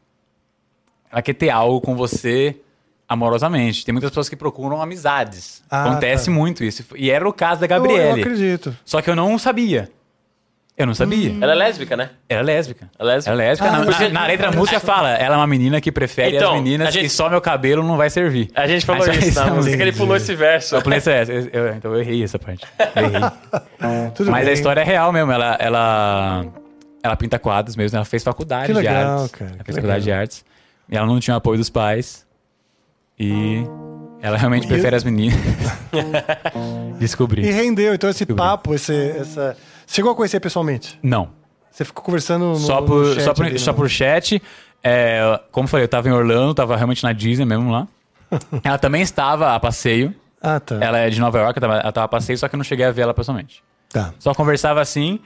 [SPEAKER 5] ela quer ter algo com você amorosamente. Tem muitas pessoas que procuram amizades.
[SPEAKER 1] Ah,
[SPEAKER 5] Acontece
[SPEAKER 1] tá.
[SPEAKER 5] muito isso. E era o caso da
[SPEAKER 1] Eu- Eu,
[SPEAKER 5] Gabriele.
[SPEAKER 1] acredito.
[SPEAKER 5] Só que eu não sabia. Eu não sabia. Ela
[SPEAKER 4] Ela é lésbica, né?
[SPEAKER 5] era lésbica.
[SPEAKER 4] Ela é lésbica.
[SPEAKER 5] Ela é lésbica. na,
[SPEAKER 4] porque-
[SPEAKER 5] na, na letra da música fala, ela é uma menina que prefere
[SPEAKER 4] Então,
[SPEAKER 5] as
[SPEAKER 4] a
[SPEAKER 5] meninas
[SPEAKER 4] gente-
[SPEAKER 5] e só meu cabelo não vai servir.
[SPEAKER 4] A gente falou
[SPEAKER 5] Mas
[SPEAKER 4] isso,
[SPEAKER 5] isso
[SPEAKER 4] na
[SPEAKER 5] eu
[SPEAKER 4] música que ele
[SPEAKER 1] entendi.
[SPEAKER 4] pulou esse verso.
[SPEAKER 5] Eu falei, "Essa- essa- eu- então eu errei essa parte. Eu errei.
[SPEAKER 1] Tudo
[SPEAKER 5] Mas
[SPEAKER 1] bem.
[SPEAKER 5] a história é real mesmo. Ela, ela, ela pinta quadros mesmo. Ela fez faculdade
[SPEAKER 1] Que legal,
[SPEAKER 5] de artes.
[SPEAKER 1] cara,
[SPEAKER 5] Ela
[SPEAKER 1] que
[SPEAKER 5] fez faculdade
[SPEAKER 1] legal.
[SPEAKER 5] de artes. E ela não tinha o apoio dos pais. E ela realmente prefere as meninas. *laughs*
[SPEAKER 1] E
[SPEAKER 5] Descobri.
[SPEAKER 1] rendeu, então, esse
[SPEAKER 5] bem.
[SPEAKER 1] papo, esse, essa... Chegou a conhecer pessoalmente?
[SPEAKER 5] Não.
[SPEAKER 1] Você ficou conversando no,
[SPEAKER 5] Só
[SPEAKER 1] no
[SPEAKER 5] por,
[SPEAKER 1] chat né?
[SPEAKER 5] só por,
[SPEAKER 1] ali,
[SPEAKER 5] só
[SPEAKER 1] não?
[SPEAKER 5] por chat. É, como eu falei, eu tava em Orlando, tava realmente na Disney mesmo
[SPEAKER 1] *laughs*
[SPEAKER 5] lá. Ela também estava a passeio.
[SPEAKER 1] Ah, tá.
[SPEAKER 5] Ela é de Nova York, ela tava- ela tava a passeio, só que eu não cheguei a ver ela pessoalmente.
[SPEAKER 1] Tá.
[SPEAKER 5] Só conversava assim.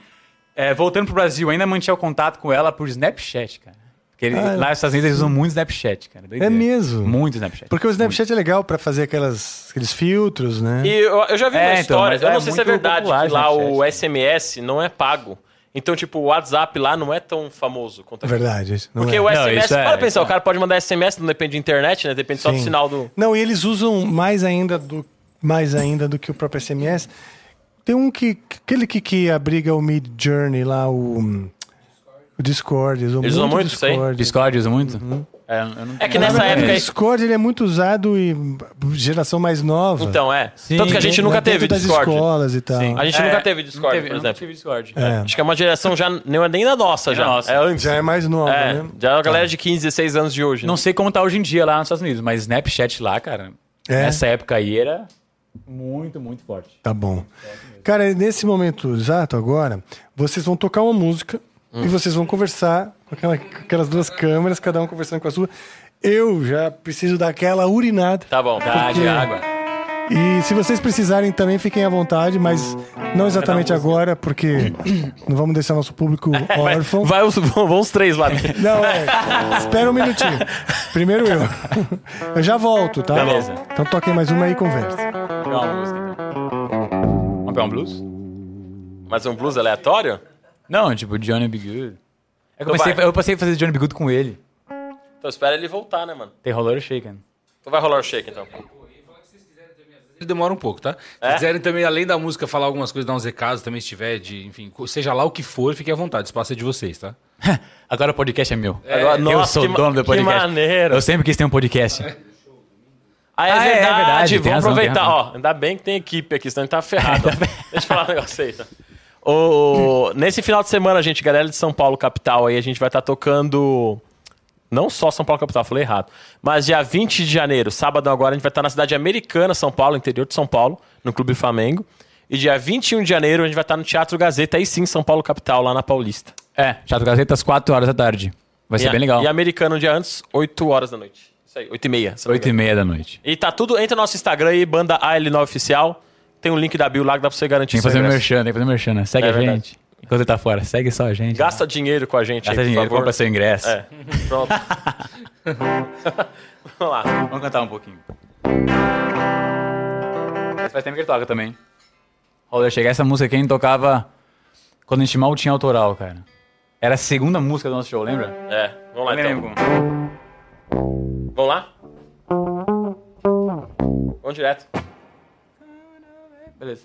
[SPEAKER 5] É, voltando pro Brasil, ainda mantinha o contato com ela por Snapchat, cara. Porque ele-
[SPEAKER 1] Ah, É
[SPEAKER 5] lá nos Estados Unidos eles usam muito Snapchat, cara. Doideira.
[SPEAKER 1] mesmo?
[SPEAKER 5] Muito Snapchat.
[SPEAKER 1] Porque o Snapchat é legal pra fazer aquelas, aqueles filtros, né?
[SPEAKER 4] E eu, eu já vi
[SPEAKER 5] É,
[SPEAKER 4] uma
[SPEAKER 5] então,
[SPEAKER 4] história,
[SPEAKER 5] mas
[SPEAKER 4] eu
[SPEAKER 5] é
[SPEAKER 4] não sei se é
[SPEAKER 5] muito
[SPEAKER 4] verdade,
[SPEAKER 5] popular,
[SPEAKER 4] que lá
[SPEAKER 5] Snapchat,
[SPEAKER 4] o
[SPEAKER 5] né?
[SPEAKER 4] SMS não é pago. Então, tipo, o WhatsApp lá não é tão famoso quanto
[SPEAKER 1] É
[SPEAKER 4] aqui.
[SPEAKER 1] Verdade. isso Não
[SPEAKER 4] Porque
[SPEAKER 1] é.
[SPEAKER 4] o
[SPEAKER 5] Não,
[SPEAKER 4] SMS,
[SPEAKER 5] isso é,
[SPEAKER 4] para pensar,
[SPEAKER 5] isso
[SPEAKER 4] o cara pode mandar SMS, não depende de internet, né? Depende só do
[SPEAKER 1] Sim.
[SPEAKER 4] sinal do...
[SPEAKER 1] Não, e eles usam mais ainda do, mais ainda do que o próprio SMS. Tem um que. Aquele que, que abriga o Mid Journey lá, o. O Discord.
[SPEAKER 4] Eles usam muito isso aí?
[SPEAKER 5] Discord usa muito?
[SPEAKER 1] Uhum.
[SPEAKER 5] É, eu não-
[SPEAKER 4] É que
[SPEAKER 5] eu não
[SPEAKER 4] nessa
[SPEAKER 5] lembro.
[SPEAKER 4] época
[SPEAKER 1] O
[SPEAKER 4] aí-
[SPEAKER 1] Discord ele é muito usado e geração mais nova.
[SPEAKER 4] Então, é. Tanto que a gente nunca
[SPEAKER 1] Dentro
[SPEAKER 4] teve
[SPEAKER 1] das
[SPEAKER 4] Discord.
[SPEAKER 1] escolas e tal.
[SPEAKER 4] Sim. A gente
[SPEAKER 5] É,
[SPEAKER 4] nunca teve Discord,
[SPEAKER 5] não teve-
[SPEAKER 4] por
[SPEAKER 5] eu
[SPEAKER 4] exemplo.
[SPEAKER 5] Nunca tive Discord.
[SPEAKER 1] É,
[SPEAKER 4] Acho que é uma geração já não é nem da nossa, já.
[SPEAKER 5] nossa.
[SPEAKER 4] É antes.
[SPEAKER 1] já é mais nova,
[SPEAKER 4] É,
[SPEAKER 1] né?
[SPEAKER 4] já é a galera de 15, 16 anos de hoje. né?
[SPEAKER 5] Não sei como tá hoje em dia lá nos Estados Unidos, mas Snapchat lá, cara,
[SPEAKER 1] É.
[SPEAKER 5] nessa época aí era muito, muito forte.
[SPEAKER 1] Tá bom. Cara, nesse momento exato agora, vocês vão tocar uma música
[SPEAKER 5] Hum.
[SPEAKER 1] e vocês vão conversar com, aquela- com aquelas duas câmeras, cada um conversando com a sua. Eu já preciso dar aquela urinada.
[SPEAKER 4] Tá bom.
[SPEAKER 5] Ah, de
[SPEAKER 1] Porque-
[SPEAKER 5] água.
[SPEAKER 1] E se vocês precisarem também, fiquem à vontade, mas não exatamente agora,
[SPEAKER 5] *coughs*
[SPEAKER 1] porque não vamos deixar nosso público órfão.
[SPEAKER 4] Vai os, *laughs* vão os três lá.
[SPEAKER 1] Não, é. Espera um minutinho. Primeiro
[SPEAKER 5] *laughs*
[SPEAKER 1] eu. Eu já volto, tá?
[SPEAKER 5] Beleza.
[SPEAKER 1] Então toquem mais uma aí e conversa.
[SPEAKER 5] Vamos pegar uma música então. Vamos pegar um blues?
[SPEAKER 4] Mas um blues aleatório? Então
[SPEAKER 5] Não, tipo, Johnny B. Good. Eu, comecei,
[SPEAKER 4] É vai.
[SPEAKER 5] eu passei a fazer Johnny B. Good com ele.
[SPEAKER 4] Então espera ele voltar, né, mano?
[SPEAKER 5] Tem Roller Shaken.
[SPEAKER 4] Então vai rolar o shake, então.
[SPEAKER 6] Demora um pouco, tá? Se quiserem também, além da música, falar algumas coisas, dar uns recados também, se tiver, de, enfim, co- seja lá o que for, fiquem à vontade, o espaço é de vocês, tá?
[SPEAKER 5] Agora o podcast é meu.
[SPEAKER 4] Agora-
[SPEAKER 5] eu
[SPEAKER 4] nossa,
[SPEAKER 5] sou
[SPEAKER 4] que
[SPEAKER 5] o
[SPEAKER 4] ma-
[SPEAKER 5] dono do
[SPEAKER 4] que
[SPEAKER 5] podcast.
[SPEAKER 4] maneiro. É.
[SPEAKER 5] Eu sempre quis ter um podcast.
[SPEAKER 4] Ah, é,
[SPEAKER 5] Ah, é, é
[SPEAKER 4] verdade.
[SPEAKER 5] verdade, tem
[SPEAKER 4] Vamos
[SPEAKER 5] razão,
[SPEAKER 4] aproveitar.
[SPEAKER 5] tem
[SPEAKER 4] Ó, ainda bem que tem equipe aqui, senão a gente tá ferrado. ó. *laughs* Deixa eu falar um negócio aí. tá? Ô, ô, nesse final de semana, gente, galera de São Paulo capital aí, a gente vai estar tocando... Não só São Paulo capital, falei errado. Mas dia 20 de janeiro, sábado agora, a gente vai estar na cidade americana, São Paulo, interior de São Paulo, no Clube Flamengo. E dia 21 de janeiro a gente vai estar no Teatro Gazeta, aí sim, São Paulo capital, lá na Paulista.
[SPEAKER 5] É, Teatro Gazeta às 4 horas da tarde. Vai ser
[SPEAKER 4] e,
[SPEAKER 5] bem legal.
[SPEAKER 4] E americano um dia antes, 8 horas da noite. Isso aí, 8 e meia. se não me
[SPEAKER 5] 8 e meia da noite.
[SPEAKER 4] E tá tudo. Entra no nosso Instagram aí, banda AL9 Oficial. Tem um link da bio lá que dá pra você garantir
[SPEAKER 5] Tem que fazer
[SPEAKER 4] seu
[SPEAKER 5] um
[SPEAKER 4] ingresso.
[SPEAKER 5] merchan, tem que fazer um merchan. né? Segue
[SPEAKER 4] É
[SPEAKER 5] a
[SPEAKER 4] verdade.
[SPEAKER 5] gente. Enquanto ele tá fora, segue só a gente.
[SPEAKER 4] Gasta dinheiro com a gente
[SPEAKER 5] Gasta
[SPEAKER 4] aí,
[SPEAKER 5] dinheiro,
[SPEAKER 4] por favor.
[SPEAKER 5] compra seu ingresso.
[SPEAKER 4] É, *laughs*
[SPEAKER 5] *laughs*
[SPEAKER 4] pronto. Vamos lá.
[SPEAKER 5] Vamos cantar um pouquinho. Esse faz tempo que ele toca também. Olha, cheguei essa música aqui, a gente tocava quando a gente mal tinha autoral, cara. Era a segunda música do nosso show, lembra?
[SPEAKER 4] É, vamos lá então.
[SPEAKER 5] Eu lembro como.
[SPEAKER 4] Vamos lá? Vamos direto. Beleza.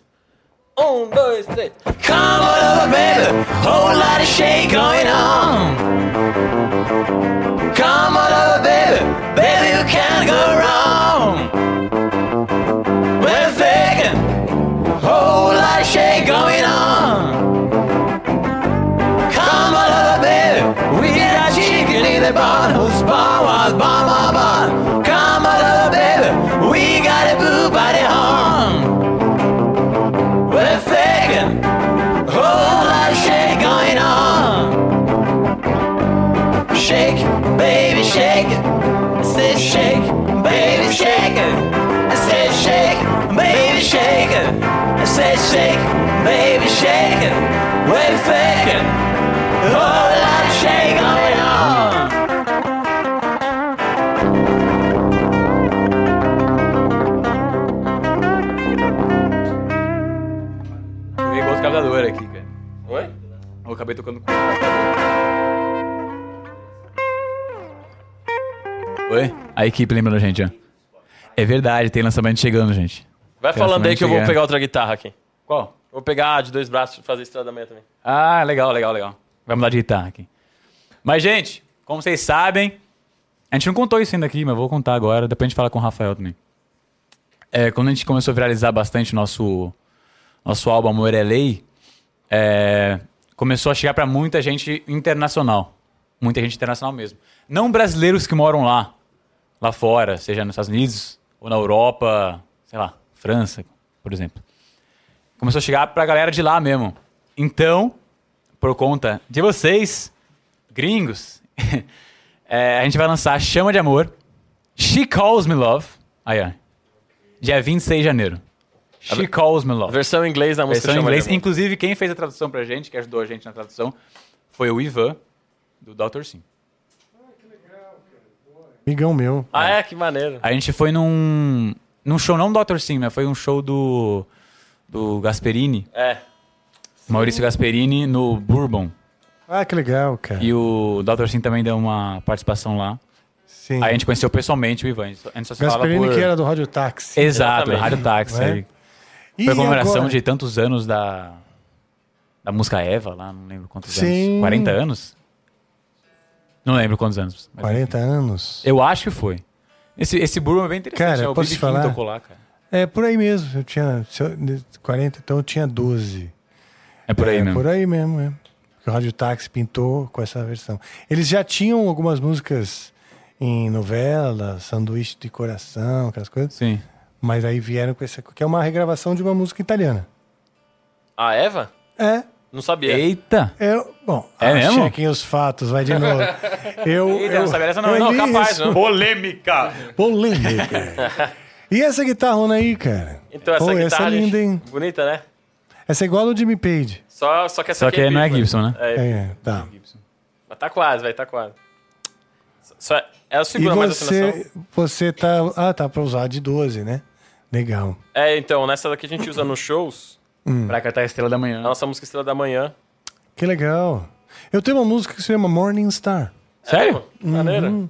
[SPEAKER 4] Um, dois, três.
[SPEAKER 8] Come on over, baby. Whole lot of shake going on. Come on over, baby. Baby, you can't go wrong. We're faking. Whole lot of shake going on. Come on over, baby. We got chicken in the bun. Who's bun was bun, bun, bun. Come on over, baby. We got a blue body on. We're faking whole lot of shake going on. Shake, baby, shake. I said shake, baby, shake. I said shake, baby, shake. I said shake, baby, shake. We're faking. Whole lot of shake going on.
[SPEAKER 5] Eu vi um outro cavador aqui, cara.
[SPEAKER 4] Oi?
[SPEAKER 5] Eu acabei tocando com. Oi? A equipe lembrando a gente, ó. É verdade, tem lançamento chegando, gente.
[SPEAKER 4] Vai
[SPEAKER 5] Quero
[SPEAKER 4] falando aí que eu vou
[SPEAKER 5] chegar.
[SPEAKER 4] pegar outra guitarra aqui.
[SPEAKER 5] Qual?
[SPEAKER 4] Vou pegar a de dois braços pra fazer estradamento também.
[SPEAKER 5] Ah, legal, legal, legal. Vai mudar de guitarra aqui. Mas, gente, como vocês sabem, a gente não contou isso ainda aqui, mas eu vou contar agora. Depois a gente fala com o Rafael também. É, quando a gente começou a viralizar bastante o nosso, nosso álbum Amor é Lei, é, começou a chegar pra muita gente internacional. Muita gente internacional mesmo. Não brasileiros que moram lá, lá fora, seja nos Estados Unidos ou na Europa, sei lá, França, por exemplo começou a chegar pra galera de lá mesmo. Então, por conta de vocês, gringos, *laughs* é, a gente vai lançar Chama de Amor, She Calls Me Love, aí ó, dia 26 de janeiro. She Calls Me
[SPEAKER 4] A
[SPEAKER 5] Love.
[SPEAKER 4] versão em inglês da música
[SPEAKER 5] Versão em
[SPEAKER 4] chama
[SPEAKER 5] inglês.
[SPEAKER 4] de-
[SPEAKER 5] Inclusive, quem fez a tradução pra gente, que ajudou a gente na tradução, foi o Ivan, do Dr. Sim.
[SPEAKER 1] Amigão meu.
[SPEAKER 4] Ah, é? Que maneiro.
[SPEAKER 5] A gente foi num, num show, não do Dr. Sim, mas foi um show do, do Gasperini,
[SPEAKER 4] É.
[SPEAKER 5] Maurício Gasperini, no Bourbon.
[SPEAKER 1] Ah, que legal, cara.
[SPEAKER 5] E o Dr. Sim também deu uma participação lá.
[SPEAKER 1] Sim.
[SPEAKER 5] Aí a gente conheceu pessoalmente o Ivan. A gente só- a gente só se falava
[SPEAKER 1] Gasperini,
[SPEAKER 5] por...
[SPEAKER 1] que era do Rádio Táxi.
[SPEAKER 5] Exato,
[SPEAKER 4] Exatamente.
[SPEAKER 5] Rádio Táxi.
[SPEAKER 1] Né?
[SPEAKER 5] aí.
[SPEAKER 1] E
[SPEAKER 5] Foi a comemoração
[SPEAKER 1] agora?
[SPEAKER 5] de tantos anos da... da música Eva lá, não lembro quantos
[SPEAKER 1] Sim.
[SPEAKER 5] anos. 40 anos? Não lembro quantos anos. mas-
[SPEAKER 1] 40 anos.
[SPEAKER 5] Eu acho que foi. Esse, esse Burma é bem interessante.
[SPEAKER 1] Cara,
[SPEAKER 5] né? O
[SPEAKER 1] posso
[SPEAKER 5] BB
[SPEAKER 1] te
[SPEAKER 5] King
[SPEAKER 1] falar?
[SPEAKER 5] tocou lá, cara.
[SPEAKER 1] É, por aí mesmo. Eu tinha se eu- 40, então eu tinha 12.
[SPEAKER 5] É por aí
[SPEAKER 1] é,
[SPEAKER 5] mesmo.
[SPEAKER 1] Por aí mesmo, é. Porque o Rádio Táxi pintou com essa versão. Eles já tinham algumas músicas em novela, sanduíche de coração, aquelas coisas.
[SPEAKER 5] Sim.
[SPEAKER 1] Mas aí vieram com essa, que é uma regravação de uma música italiana.
[SPEAKER 4] A Eva?
[SPEAKER 1] É,
[SPEAKER 4] Não sabia.
[SPEAKER 5] Eita!
[SPEAKER 1] eu. Bom,
[SPEAKER 5] É mesmo?
[SPEAKER 1] chequem os fatos, vai de *laughs* novo. Eu.
[SPEAKER 5] Eita,
[SPEAKER 1] eu
[SPEAKER 5] não sabia dessa não.
[SPEAKER 1] eu
[SPEAKER 5] Não,
[SPEAKER 1] li
[SPEAKER 5] capaz,
[SPEAKER 1] isso.
[SPEAKER 5] não. Polêmica!
[SPEAKER 1] Polêmica. *laughs* e essa guitarrona aí, cara?
[SPEAKER 4] Então essa
[SPEAKER 1] Pô,
[SPEAKER 4] guitarra,
[SPEAKER 1] essa é
[SPEAKER 4] gente,
[SPEAKER 1] linda, hein?
[SPEAKER 4] Bonita, né?
[SPEAKER 1] Essa é igual ao Jimmy Page.
[SPEAKER 4] Só, só que essa
[SPEAKER 5] Só
[SPEAKER 4] aqui
[SPEAKER 5] que não é Gibson, né?
[SPEAKER 4] É,
[SPEAKER 1] É, tá.
[SPEAKER 4] Mas tá quase, vai, tá quase. Só, ela
[SPEAKER 1] E
[SPEAKER 4] segura mais a afinação.
[SPEAKER 1] você, você tá. Ah, tá pra usar de 12, né? Legal.
[SPEAKER 4] É, então, nessa daqui a gente usa nos shows.
[SPEAKER 1] Hum.
[SPEAKER 5] pra cantar Estrela da Manhã.
[SPEAKER 4] A nossa música Estrela da Manhã.
[SPEAKER 1] Que legal. Eu tenho uma música que se chama Morning Star,
[SPEAKER 5] É,
[SPEAKER 4] Sério? É, tá
[SPEAKER 1] Uhum.
[SPEAKER 4] Maneiro.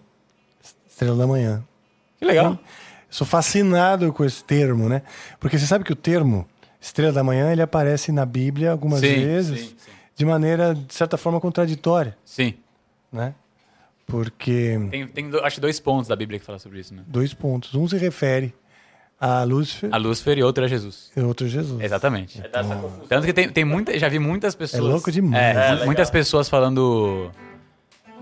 [SPEAKER 1] Estrela da Manhã.
[SPEAKER 4] Que
[SPEAKER 1] Uhum.
[SPEAKER 4] legal.
[SPEAKER 1] Sou fascinado com esse termo, né? Porque você sabe que o termo Estrela da Manhã, ele aparece na Bíblia algumas
[SPEAKER 6] Sim,
[SPEAKER 1] vezes,
[SPEAKER 6] sim,
[SPEAKER 1] de maneira, de certa forma, contraditória,
[SPEAKER 5] Sim.
[SPEAKER 1] né? Porque...
[SPEAKER 5] Tem, tem do- acho dois pontos da Bíblia que fala sobre isso, né?
[SPEAKER 1] Dois pontos. Um se refere a Lúcifer
[SPEAKER 5] A Lúcifer e outro é Jesus.
[SPEAKER 1] e outro a Jesus.
[SPEAKER 5] Exatamente.
[SPEAKER 4] É dar essa confusão.
[SPEAKER 5] Tanto que tem, tem muita. Já vi muitas pessoas.
[SPEAKER 1] É louco demais.
[SPEAKER 5] É,
[SPEAKER 1] É,
[SPEAKER 5] mu-
[SPEAKER 4] legal.
[SPEAKER 5] muitas pessoas falando.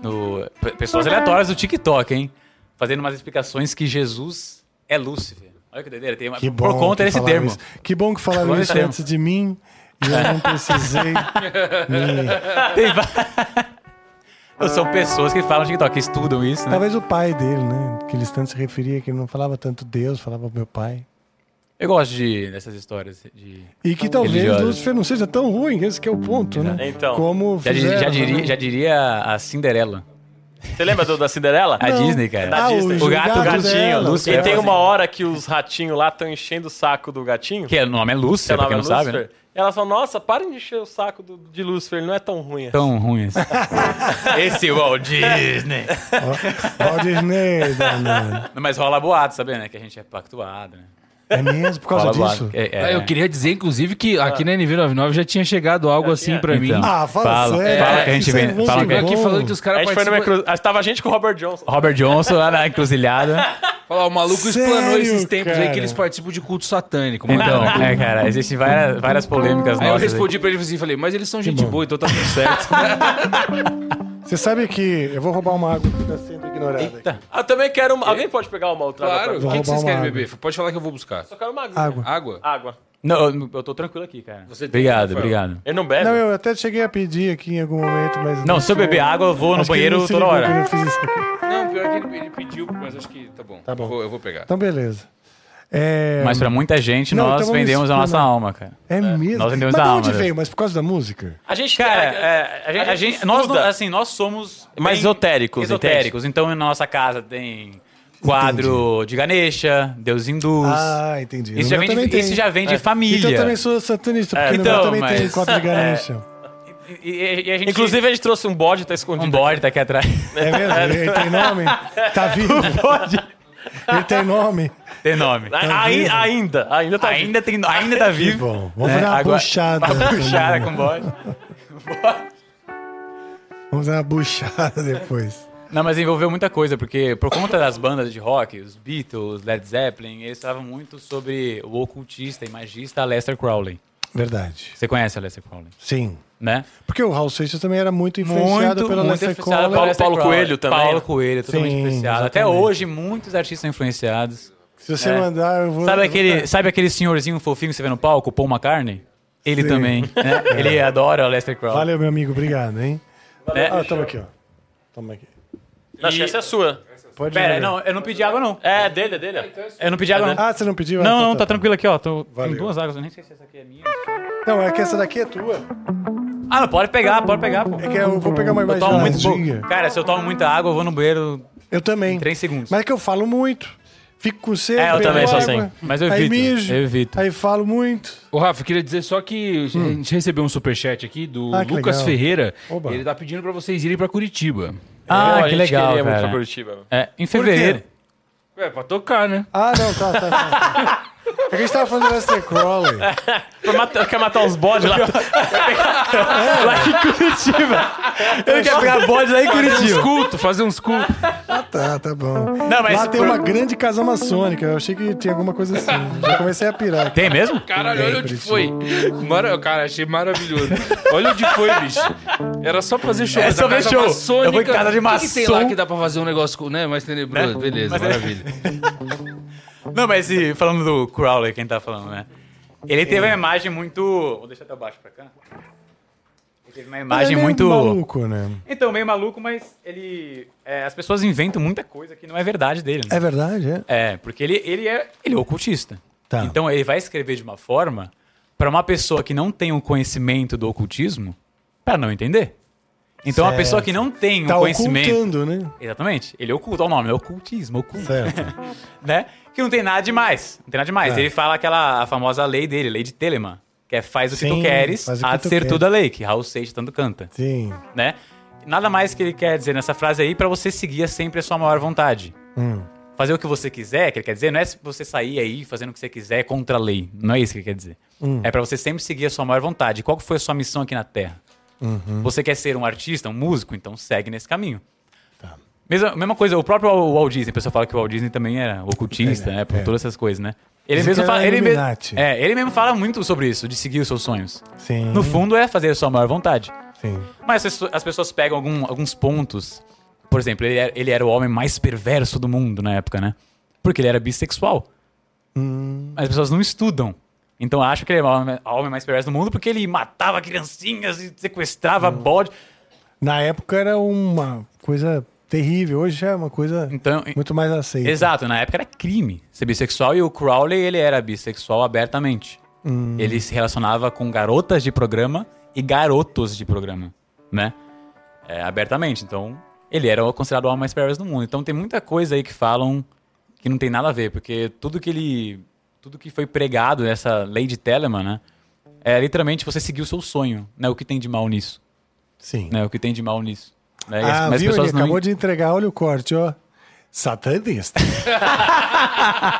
[SPEAKER 5] No, pe- pessoas aleatórias do TikTok, hein? Fazendo umas explicações que Jesus é Lúcifer. Olha que doideira. Tem uma,
[SPEAKER 1] Que
[SPEAKER 5] por
[SPEAKER 1] bom
[SPEAKER 5] conta
[SPEAKER 1] que
[SPEAKER 5] desse
[SPEAKER 1] falaram
[SPEAKER 5] termo.
[SPEAKER 1] isso. Que bom que falaram
[SPEAKER 5] Falaram
[SPEAKER 1] isso
[SPEAKER 5] esse termo.
[SPEAKER 1] antes de mim e eu não
[SPEAKER 5] *laughs*
[SPEAKER 1] precisei me...
[SPEAKER 5] *laughs* São pessoas que falam no TikTok, que estudam isso, né?
[SPEAKER 1] Talvez o pai dele, né? Que eles tanto se referia, que ele não falava tanto Deus, falava meu pai.
[SPEAKER 5] Eu gosto de, dessas histórias. De,
[SPEAKER 1] E que talvez
[SPEAKER 5] religiosa.
[SPEAKER 1] Lúcifer não seja tão ruim, esse que é o ponto, né?
[SPEAKER 4] Então.
[SPEAKER 1] Como
[SPEAKER 5] já, diri-
[SPEAKER 1] fizeram,
[SPEAKER 5] já diri-
[SPEAKER 1] né?
[SPEAKER 5] já diria a Cinderela.
[SPEAKER 4] Você lembra do, da Cinderela?
[SPEAKER 5] A Disney, cara.
[SPEAKER 1] Ah,
[SPEAKER 4] Disney.
[SPEAKER 1] o,
[SPEAKER 5] O gato,
[SPEAKER 1] gato,
[SPEAKER 5] o gatinho,
[SPEAKER 1] dela.
[SPEAKER 5] Lúcifer.
[SPEAKER 4] E tem
[SPEAKER 5] Ela
[SPEAKER 4] uma hora que os ratinhos lá estão enchendo o saco do gatinho.
[SPEAKER 5] Que o nome é
[SPEAKER 4] seu
[SPEAKER 5] Lúcifer,
[SPEAKER 4] nome
[SPEAKER 5] pra quem
[SPEAKER 4] é
[SPEAKER 5] não sabe, né?
[SPEAKER 4] Lúcifer. E elas falam, nossa, parem de encher o saco do- de Lúcifer, ele não é tão ruim. assim."
[SPEAKER 5] Tão ruim assim. Esse Walt Disney.
[SPEAKER 1] Ó, Walt Disney, danado.
[SPEAKER 5] Não, *laughs* mas rola boato, sabe, né? Que a gente é pactuado, né?
[SPEAKER 1] É mesmo? Por causa
[SPEAKER 5] rola boato.
[SPEAKER 1] disso?
[SPEAKER 5] É,
[SPEAKER 6] Ah,
[SPEAKER 5] é.
[SPEAKER 6] Eu queria dizer, inclusive, que aqui na NV99 já tinha chegado algo assim pra mim.
[SPEAKER 5] Então.
[SPEAKER 1] Ah, fala,
[SPEAKER 5] Fala-
[SPEAKER 1] sério.
[SPEAKER 5] fala que a gente
[SPEAKER 1] Isso é
[SPEAKER 5] vem-
[SPEAKER 1] muito
[SPEAKER 5] fala que-
[SPEAKER 1] bom.
[SPEAKER 6] aqui falando que os
[SPEAKER 4] A
[SPEAKER 6] caras
[SPEAKER 4] gente foi numa
[SPEAKER 6] participam-
[SPEAKER 4] cruz... ah, Tava a gente com o Robert Johnson.
[SPEAKER 5] Robert Johnson lá na encruzilhada.
[SPEAKER 6] Falar, o maluco explanou
[SPEAKER 1] Sério,
[SPEAKER 6] esses tempos aí
[SPEAKER 1] cara?
[SPEAKER 6] que eles participam de culto satânico. mano.
[SPEAKER 5] Então, é, cara, existem várias, várias polêmicas
[SPEAKER 6] Aí eu
[SPEAKER 5] nossas.
[SPEAKER 6] respondi pra ele assim, falei, mas eles são gente boa, então tá tudo certo.
[SPEAKER 1] Você sabe que... Eu vou roubar uma água que tá sendo ignorada. aqui.
[SPEAKER 4] Ah, eu também quero uma... Alguém pode pegar uma outra água?
[SPEAKER 6] claro,
[SPEAKER 4] pra
[SPEAKER 1] Vou
[SPEAKER 4] mim?
[SPEAKER 6] o que, que vocês
[SPEAKER 1] roubar
[SPEAKER 6] querem
[SPEAKER 1] uma
[SPEAKER 6] beber? Pode falar que eu vou buscar.
[SPEAKER 4] Eu quero uma aguinha.
[SPEAKER 1] Água.
[SPEAKER 6] Água?
[SPEAKER 4] Água.
[SPEAKER 5] Não, eu, eu tô tranquilo aqui, cara.
[SPEAKER 6] Você tem,
[SPEAKER 5] obrigado,
[SPEAKER 6] Rafael.
[SPEAKER 5] obrigado.
[SPEAKER 4] Ele não bebe?
[SPEAKER 1] Não, eu até cheguei a pedir aqui em algum momento, mas...
[SPEAKER 5] Não, se eu beber água, eu vou no
[SPEAKER 1] Acho que ele
[SPEAKER 5] banheiro
[SPEAKER 1] não se
[SPEAKER 5] toda
[SPEAKER 1] ligou
[SPEAKER 5] hora.
[SPEAKER 1] quando eu fiz isso aqui.
[SPEAKER 6] Não, pior que ele, ele pediu, mas acho que tá bom. Tá
[SPEAKER 1] bom.
[SPEAKER 6] Eu vou, eu vou pegar.
[SPEAKER 1] Então, beleza. É,
[SPEAKER 5] Mas pra muita gente,
[SPEAKER 1] Não,
[SPEAKER 5] nós
[SPEAKER 1] então vamos
[SPEAKER 5] vendemos a nossa
[SPEAKER 1] explanar.
[SPEAKER 5] alma, cara.
[SPEAKER 1] é mesmo.
[SPEAKER 5] nós vendemos
[SPEAKER 1] mas
[SPEAKER 5] a
[SPEAKER 1] de
[SPEAKER 5] alma, né?
[SPEAKER 1] onde
[SPEAKER 5] Deus.
[SPEAKER 1] veio? Mas por causa da música?
[SPEAKER 4] A gente...
[SPEAKER 5] Cara,
[SPEAKER 4] a-
[SPEAKER 5] é, a gente, a gente- nós, não-
[SPEAKER 4] estuda.
[SPEAKER 5] assim, nós somos bem
[SPEAKER 4] Mais esotéricos,
[SPEAKER 5] esotéricos. Então, na nossa casa tem quadro de Ganesha, Deus Hindus.
[SPEAKER 1] Ah, entendi. No
[SPEAKER 5] isso, já
[SPEAKER 1] meu
[SPEAKER 5] vem de,
[SPEAKER 1] também tem.
[SPEAKER 5] isso já vem de família.
[SPEAKER 1] Então eu também sou satanista, porque no meu
[SPEAKER 5] então,
[SPEAKER 1] também tem
[SPEAKER 5] mas-
[SPEAKER 1] cota de Ganesha.
[SPEAKER 5] E- e- e a gente-
[SPEAKER 4] Inclusive, a gente trouxe um bode, tá
[SPEAKER 5] um
[SPEAKER 4] escondido.
[SPEAKER 5] bode tá aqui atrás. *laughs*
[SPEAKER 1] É mesmo? Ele tem nome? Tá vivo? Ele tem nome?
[SPEAKER 5] Tem nome.
[SPEAKER 1] Tá
[SPEAKER 4] A- ai- Tá ainda, ainda tá vivo.
[SPEAKER 5] Ainda, tem, ainda tá
[SPEAKER 1] Que
[SPEAKER 5] vivo.
[SPEAKER 1] bom. Vamos fazer uma né?
[SPEAKER 5] agora-
[SPEAKER 1] buchada.
[SPEAKER 5] *laughs* Uma
[SPEAKER 1] também.
[SPEAKER 5] buchada com bode.
[SPEAKER 1] Vamos fazer uma buchada depois.
[SPEAKER 5] Não, mas envolveu muita coisa, porque por conta das bandas de rock, os Beatles, Led Zeppelin, eles falavam muito sobre o ocultista e magista Lester Crowley.
[SPEAKER 1] Verdade.
[SPEAKER 5] Você conhece a Lester Crowley,
[SPEAKER 1] Sim.
[SPEAKER 5] né?
[SPEAKER 1] Porque o Raul Seixas também era muito influenciado pela Lester
[SPEAKER 5] influenciado
[SPEAKER 1] Cole.
[SPEAKER 5] pelo Lester
[SPEAKER 4] Paulo
[SPEAKER 5] Crowley.
[SPEAKER 4] Coelho também, né?
[SPEAKER 5] Paulo Coelho, totalmente
[SPEAKER 1] Sim,
[SPEAKER 5] influenciado. Até
[SPEAKER 1] exatamente.
[SPEAKER 5] hoje, muitos artistas são influenciados.
[SPEAKER 1] Se você mandar, eu vou...
[SPEAKER 5] é. Sabe
[SPEAKER 1] eu vou
[SPEAKER 5] aquele, sabe aquele senhorzinho fofinho que você vê no palco, Paul McCartney? Ele
[SPEAKER 1] Sim.
[SPEAKER 5] também, né?
[SPEAKER 1] *laughs*
[SPEAKER 5] Ele adora o Lester Crowley.
[SPEAKER 1] Valeu, meu amigo. Obrigado, hein?
[SPEAKER 4] é.
[SPEAKER 5] né?
[SPEAKER 1] Ah, toma aqui, ó. Toma aqui.
[SPEAKER 4] Não, acho que essa é sua.
[SPEAKER 1] Pode
[SPEAKER 5] Pera,
[SPEAKER 1] jogar.
[SPEAKER 5] não, eu não pedi água não.
[SPEAKER 4] É, dele, é dele. ó.
[SPEAKER 5] Eu não pedi água não.
[SPEAKER 1] Ah, você não pediu? Ah,
[SPEAKER 5] Não,
[SPEAKER 1] então
[SPEAKER 5] não, tá tranquilo aqui, ó. Tô, tem
[SPEAKER 1] Valeu.
[SPEAKER 5] duas águas, eu nem sei se essa aqui é minha.
[SPEAKER 1] Não, é que essa daqui é tua.
[SPEAKER 5] Ah, não, pode pegar, pode pegar, pô.
[SPEAKER 1] É que eu vou pegar uma
[SPEAKER 5] Eu tomo muito
[SPEAKER 1] imagenzinha.
[SPEAKER 5] pouco. Cara, se eu tomo muita água, eu vou no banheiro
[SPEAKER 1] Eu também.
[SPEAKER 5] em 3 segundos.
[SPEAKER 1] Mas é que eu falo muito. Fico com sede,
[SPEAKER 5] É, eu
[SPEAKER 1] bebo
[SPEAKER 5] também sou
[SPEAKER 1] água,
[SPEAKER 5] assim. Mas eu
[SPEAKER 1] Aí
[SPEAKER 5] evito,
[SPEAKER 1] mijo,
[SPEAKER 5] eu evito.
[SPEAKER 1] aí falo muito.
[SPEAKER 6] Ô, Rafa, eu queria dizer só que a gente recebeu um superchat aqui do
[SPEAKER 1] Hum. Ah, que
[SPEAKER 6] Lucas
[SPEAKER 1] legal.
[SPEAKER 6] Ferreira.
[SPEAKER 1] Oba.
[SPEAKER 6] Ele tá pedindo pra vocês irem pra Curitiba.
[SPEAKER 5] Ah,
[SPEAKER 4] Pô,
[SPEAKER 5] que
[SPEAKER 4] a gente
[SPEAKER 5] legal,
[SPEAKER 4] queria muito
[SPEAKER 5] cara.
[SPEAKER 4] pra Curitiba.
[SPEAKER 5] É, em fevereiro.
[SPEAKER 6] É, pra tocar, *laughs* né?
[SPEAKER 1] Ah, não, tá, tá. tá.
[SPEAKER 5] *laughs*
[SPEAKER 1] É que a gente tava falando do Lester Crowley.
[SPEAKER 4] Pra matar- Quer matar os bodes *laughs* lá?
[SPEAKER 5] Ele quer pegar bode lá em
[SPEAKER 6] Fazer
[SPEAKER 5] Curitiba.
[SPEAKER 6] uns cultos, fazer uns cultos.
[SPEAKER 1] Ah, tá, tá bom.
[SPEAKER 5] Não, mas
[SPEAKER 1] Lá tem
[SPEAKER 5] por-
[SPEAKER 1] uma grande casa maçônica. Eu achei que tinha alguma coisa assim. Já comecei a pirar.
[SPEAKER 5] Tem mesmo?
[SPEAKER 6] *laughs* Caralho,
[SPEAKER 1] Tem,
[SPEAKER 6] olha onde
[SPEAKER 1] Curitiba.
[SPEAKER 6] foi. Mara... Cara, achei maravilhoso. Olha onde foi, bicho. Era só fazer show.
[SPEAKER 5] É
[SPEAKER 6] Mas
[SPEAKER 5] só
[SPEAKER 6] a
[SPEAKER 5] ver
[SPEAKER 6] casa
[SPEAKER 5] show.
[SPEAKER 6] maçônica-
[SPEAKER 5] Eu vou em casa de
[SPEAKER 6] O que que tem lá
[SPEAKER 5] maçom.
[SPEAKER 6] que dá pra fazer um negócio com- né? mais tenebroso? Beleza, maravilha. *laughs*
[SPEAKER 5] Não, mas e, falando do Crowley, quem tá falando, né? Ele teve uma imagem muito. Vou deixar até baixo pra cá. Ele teve uma
[SPEAKER 1] Ele é
[SPEAKER 5] imagem
[SPEAKER 1] meio
[SPEAKER 5] muito.
[SPEAKER 1] maluco, né?
[SPEAKER 5] Então, meio maluco, mas ele. é, as pessoas inventam muita coisa que não é verdade dele, né?
[SPEAKER 1] É verdade, é?
[SPEAKER 5] É, porque ele, ele, é, ele é ocultista.
[SPEAKER 1] Tá.
[SPEAKER 5] Então ele vai escrever de uma forma para uma pessoa que não tem o conhecimento do ocultismo para não entender. Então a
[SPEAKER 1] Certo.
[SPEAKER 5] pessoa que não tem o
[SPEAKER 1] Tá
[SPEAKER 5] um conhecimento.
[SPEAKER 1] ocultando, né?
[SPEAKER 5] Exatamente. Ele oculta olha o nome, é ocultismo, oculta, *laughs*
[SPEAKER 1] Certo.
[SPEAKER 5] né? Que não tem nada demais. Não tem nada demais.
[SPEAKER 1] É.
[SPEAKER 5] Ele fala aquela a famosa lei dele, lei de Telemann. Que é faz o que
[SPEAKER 1] Sim,
[SPEAKER 5] tu queres,
[SPEAKER 1] faz o que
[SPEAKER 5] há
[SPEAKER 1] tu
[SPEAKER 5] de ser
[SPEAKER 1] queres.
[SPEAKER 5] tudo a lei, que Raul Seixas tanto canta,
[SPEAKER 1] Sim.
[SPEAKER 5] né? Nada mais que ele quer dizer nessa frase aí pra você seguir sempre a sua maior vontade.
[SPEAKER 1] Hum.
[SPEAKER 5] Fazer o que você quiser, que ele quer dizer, não é se você sair aí fazendo o que você quiser contra a lei. Não é isso que ele quer dizer.
[SPEAKER 1] Hum.
[SPEAKER 5] É pra você sempre seguir a sua maior vontade. Qual que foi a sua missão aqui na Terra?
[SPEAKER 1] Uhum.
[SPEAKER 5] Você quer ser um artista, um músico? Então segue nesse caminho.
[SPEAKER 1] Tá.
[SPEAKER 5] Mesma, mesma coisa, o próprio Walt Disney, o pessoal fala que o Walt Disney também era ocultista,
[SPEAKER 1] É,
[SPEAKER 5] né? Por
[SPEAKER 1] é.
[SPEAKER 5] todas essas coisas, né? Ele
[SPEAKER 1] Dizem
[SPEAKER 5] mesmo,
[SPEAKER 1] que era
[SPEAKER 5] fala, ele, mesmo,
[SPEAKER 1] Illuminati.
[SPEAKER 5] é, ele mesmo fala muito sobre isso, de seguir os seus sonhos.
[SPEAKER 1] Sim.
[SPEAKER 5] No fundo, é fazer a sua maior vontade.
[SPEAKER 1] Sim.
[SPEAKER 5] Mas as pessoas- as pessoas pegam algum- alguns pontos. Por exemplo, ele era, ele era o homem mais perverso do mundo na época, né? Porque ele era bissexual. Mas as pessoas não estudam. Então acham que ele era o homem- o homem mais perverso do mundo porque ele matava criancinhas e sequestrava bode.
[SPEAKER 1] Na época era uma coisa terrível, hoje já é uma coisa
[SPEAKER 5] Então,
[SPEAKER 1] muito mais aceita.
[SPEAKER 5] Exato, na época era crime ser bissexual e o Crowley ele era bissexual abertamente.
[SPEAKER 1] Hum.
[SPEAKER 5] Ele se relacionava com garotas de programa e garotos de programa, né? É, abertamente. Então, ele era o- considerado o homem mais perverso do mundo. Então, tem muita coisa aí que falam que não tem nada a ver, porque tudo que ele. Tudo que foi pregado nessa lei de Telemann, né? É literalmente você seguir o seu sonho, né? O que tem de mal nisso?
[SPEAKER 1] Sim.
[SPEAKER 5] Né? O que tem de mal nisso? Né? E as-
[SPEAKER 1] Ah,
[SPEAKER 5] mas as
[SPEAKER 1] viu? Ele
[SPEAKER 5] pessoas não-
[SPEAKER 1] acabou de entregar, olha o corte, ó.
[SPEAKER 5] *laughs*
[SPEAKER 1] Satanista.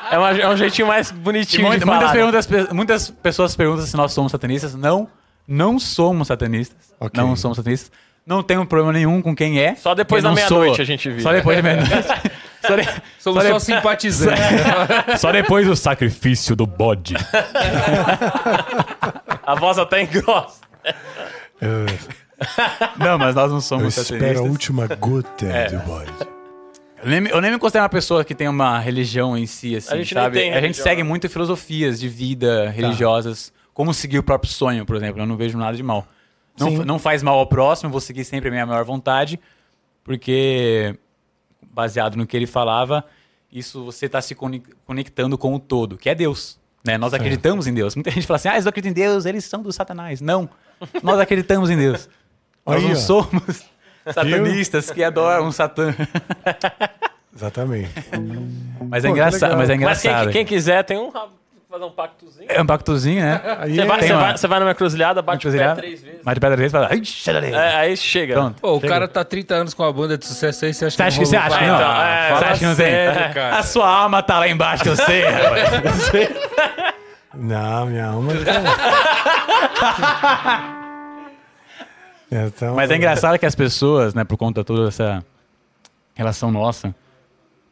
[SPEAKER 4] É, uma- é um jeitinho mais bonitinho
[SPEAKER 5] E muita-
[SPEAKER 4] de
[SPEAKER 5] muitas,
[SPEAKER 4] falar. né?
[SPEAKER 5] perguntas, pe- muitas pessoas perguntam se nós somos satanistas. Não, não somos satanistas.
[SPEAKER 1] Ok.
[SPEAKER 5] Não somos satanistas. Não tenho problema nenhum com quem é.
[SPEAKER 4] Só depois
[SPEAKER 5] Eu
[SPEAKER 4] da
[SPEAKER 5] não sou.
[SPEAKER 4] meia-noite a gente vira.
[SPEAKER 5] Só depois da meia-noite.
[SPEAKER 4] *laughs*
[SPEAKER 5] só, de-
[SPEAKER 6] Somos
[SPEAKER 5] só
[SPEAKER 6] só
[SPEAKER 5] de-
[SPEAKER 6] *laughs* simpatizantes.
[SPEAKER 5] só depois do sacrifício do bode.
[SPEAKER 4] A voz até engrossa.
[SPEAKER 1] Eu,
[SPEAKER 5] Não, mas nós não somos
[SPEAKER 1] espero a
[SPEAKER 5] satanistas.
[SPEAKER 1] última gota
[SPEAKER 5] É.
[SPEAKER 1] do bode.
[SPEAKER 5] Eu nem, me- eu nem me considero uma pessoa que tem uma religião em si, assim,
[SPEAKER 4] A gente nem
[SPEAKER 5] sabe?
[SPEAKER 4] tem
[SPEAKER 5] a gente
[SPEAKER 4] religião,
[SPEAKER 5] segue
[SPEAKER 4] né? Tá.
[SPEAKER 5] muito filosofias de vida religiosas, como seguir o próprio sonho, por exemplo. Eu não vejo nada de mal. Não,
[SPEAKER 1] Sim.
[SPEAKER 5] fa- não faz mal ao próximo, eu vou seguir sempre a minha maior vontade, porque, baseado no que ele falava, isso você está se coni- conectando com o todo, que é Deus. Né? Nós acreditamos em Deus. Muita gente fala assim, ah, eles não acreditam em Deus, eles são dos satanás. Não, nós acreditamos em Deus. Nós
[SPEAKER 1] Aí,
[SPEAKER 5] não
[SPEAKER 1] ó.
[SPEAKER 5] somos *laughs* satanistas que adoram um Satã.
[SPEAKER 1] Exatamente.
[SPEAKER 5] Mas é
[SPEAKER 1] Pô, que
[SPEAKER 5] engraçado,
[SPEAKER 1] legal.
[SPEAKER 5] mas é
[SPEAKER 4] Mas
[SPEAKER 5] engraçado.
[SPEAKER 4] quem, quem quiser tem um rabo. Fazer um pactozinho.
[SPEAKER 5] É um pactozinho, né? tipo,
[SPEAKER 1] Aí
[SPEAKER 4] Você vai,
[SPEAKER 5] tem
[SPEAKER 4] você
[SPEAKER 5] uma-
[SPEAKER 4] vai- você vai numa cruzilhada, bate o pé
[SPEAKER 5] Encruzilhada.
[SPEAKER 4] três vezes.
[SPEAKER 5] Mas de pedra três fala. "Ai, xera dele."
[SPEAKER 4] É, aí chega.
[SPEAKER 5] Pronto.
[SPEAKER 6] Pô, o cara tá 30 anos com a banda de sucesso aí, você acha
[SPEAKER 5] Você acha que
[SPEAKER 6] não
[SPEAKER 5] você
[SPEAKER 6] rolou
[SPEAKER 5] acha? que
[SPEAKER 6] pra-
[SPEAKER 5] não?
[SPEAKER 4] então, é,
[SPEAKER 5] você
[SPEAKER 4] fala
[SPEAKER 5] acha que não tem?
[SPEAKER 1] assim,
[SPEAKER 6] sério, cara.
[SPEAKER 5] A sua alma tá lá embaixo, que eu sei,
[SPEAKER 4] *laughs*
[SPEAKER 5] rapaz.
[SPEAKER 1] Não, minha
[SPEAKER 5] *laughs*
[SPEAKER 1] alma. então,
[SPEAKER 5] Mas é engraçado que as pessoas, né, por conta de toda essa relação nossa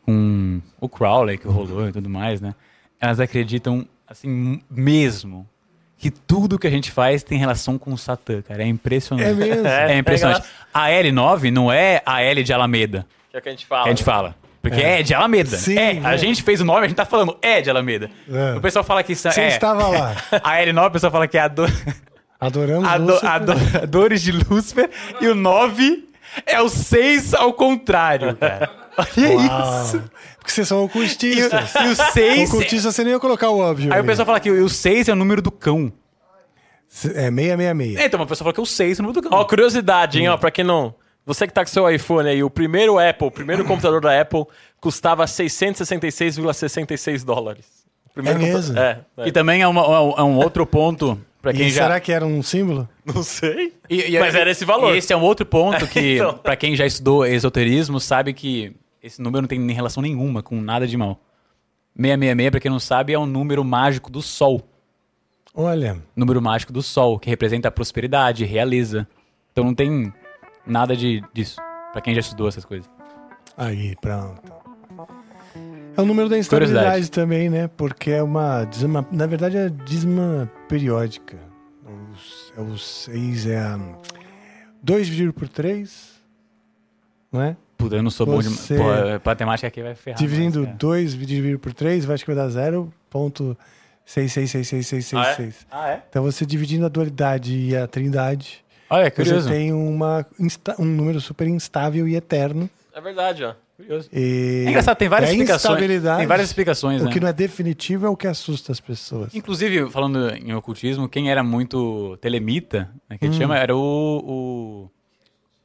[SPEAKER 5] com o Crowley que rolou e tudo mais, né? Elas acreditam, assim, mesmo que tudo que a gente faz tem relação com o Satã, cara. É impressionante.
[SPEAKER 1] É mesmo?
[SPEAKER 5] É,
[SPEAKER 4] É,
[SPEAKER 5] impressionante. A L9 não é a L de Alameda.
[SPEAKER 4] Que é o que a gente fala.
[SPEAKER 5] Que a gente fala. Porque é, de Alameda.
[SPEAKER 1] Sim,
[SPEAKER 5] é,
[SPEAKER 1] é.
[SPEAKER 5] a gente fez o nome, a gente tá falando é de Alameda.
[SPEAKER 1] É.
[SPEAKER 5] O pessoal fala que isso
[SPEAKER 1] Você
[SPEAKER 5] é.
[SPEAKER 1] estava lá.
[SPEAKER 5] A L9, o pessoal fala que é a, do,
[SPEAKER 1] Adoramos
[SPEAKER 5] a, do-
[SPEAKER 1] Lúcifer.
[SPEAKER 5] a do- a Dores de Lúcifer e o 9 é o 6 ao contrário, cara. Olha
[SPEAKER 1] Uau.
[SPEAKER 5] isso.
[SPEAKER 1] Ah, Porque vocês são
[SPEAKER 5] E o,
[SPEAKER 1] ocultistas.
[SPEAKER 5] e o
[SPEAKER 1] O
[SPEAKER 5] 6.
[SPEAKER 1] cultista você nem ia colocar o óbvio.
[SPEAKER 5] Aí o pessoal fala que o 6 é o número do cão.
[SPEAKER 1] É 666.
[SPEAKER 5] Então, o pessoal fala que o 6 é o número do cão.
[SPEAKER 4] Ó, curiosidade, hein, ó, pra quem não. Você que tá com seu iPhone aí, o primeiro Apple, o primeiro computador da Apple, custava 666,66 dólares. O primeiro
[SPEAKER 1] É
[SPEAKER 4] computa-
[SPEAKER 1] mesmo?
[SPEAKER 4] É, é.
[SPEAKER 5] E também é, uma- é um outro ponto pra quem
[SPEAKER 1] E
[SPEAKER 5] já.
[SPEAKER 1] será que era um símbolo?
[SPEAKER 4] Não sei.
[SPEAKER 5] E- e-
[SPEAKER 4] Mas era esse valor.
[SPEAKER 5] E esse é um outro ponto
[SPEAKER 4] *laughs*
[SPEAKER 5] que,
[SPEAKER 4] Então.
[SPEAKER 5] pra quem já estudou esoterismo, sabe que esse número não tem nem relação nenhuma com nada de mal. 666, pra quem não sabe, é um número mágico do sol.
[SPEAKER 1] Olha,
[SPEAKER 5] Número mágico do sol, que representa a prosperidade, realeza. Então não tem nada de, disso, pra quem já estudou essas coisas.
[SPEAKER 1] aí, pronto. É o número da instabilidade
[SPEAKER 5] Curiosidade.
[SPEAKER 1] também, né? Porque é uma dízima, na verdade é dízima periódica. Os- É o 6 é a 2 dividido por 3, não é?
[SPEAKER 5] Puta, eu não sou
[SPEAKER 1] Você-
[SPEAKER 5] bom de. Pô, matemática aqui vai ferrar.
[SPEAKER 1] Dividindo
[SPEAKER 5] Ah, mas, é. cara.
[SPEAKER 1] 2 dividido por 3, acho que vai dar 0.66666666.
[SPEAKER 4] Ah, é?
[SPEAKER 1] Então você dividindo a dualidade e a trindade,
[SPEAKER 5] é. Olha,
[SPEAKER 1] você
[SPEAKER 5] curioso.
[SPEAKER 1] tem uma, insta- um número super instável e eterno.
[SPEAKER 4] É verdade, ó.
[SPEAKER 5] curioso.
[SPEAKER 1] E
[SPEAKER 5] É engraçado, tem várias
[SPEAKER 1] é
[SPEAKER 5] explicações.
[SPEAKER 1] instabilidade.
[SPEAKER 5] Tem várias explicações,
[SPEAKER 1] O
[SPEAKER 5] né?
[SPEAKER 1] que não é definitivo é o que assusta as pessoas.
[SPEAKER 5] Inclusive, falando em ocultismo, quem era muito telemita, né, que a gente
[SPEAKER 1] Hum.
[SPEAKER 5] chama, era o, o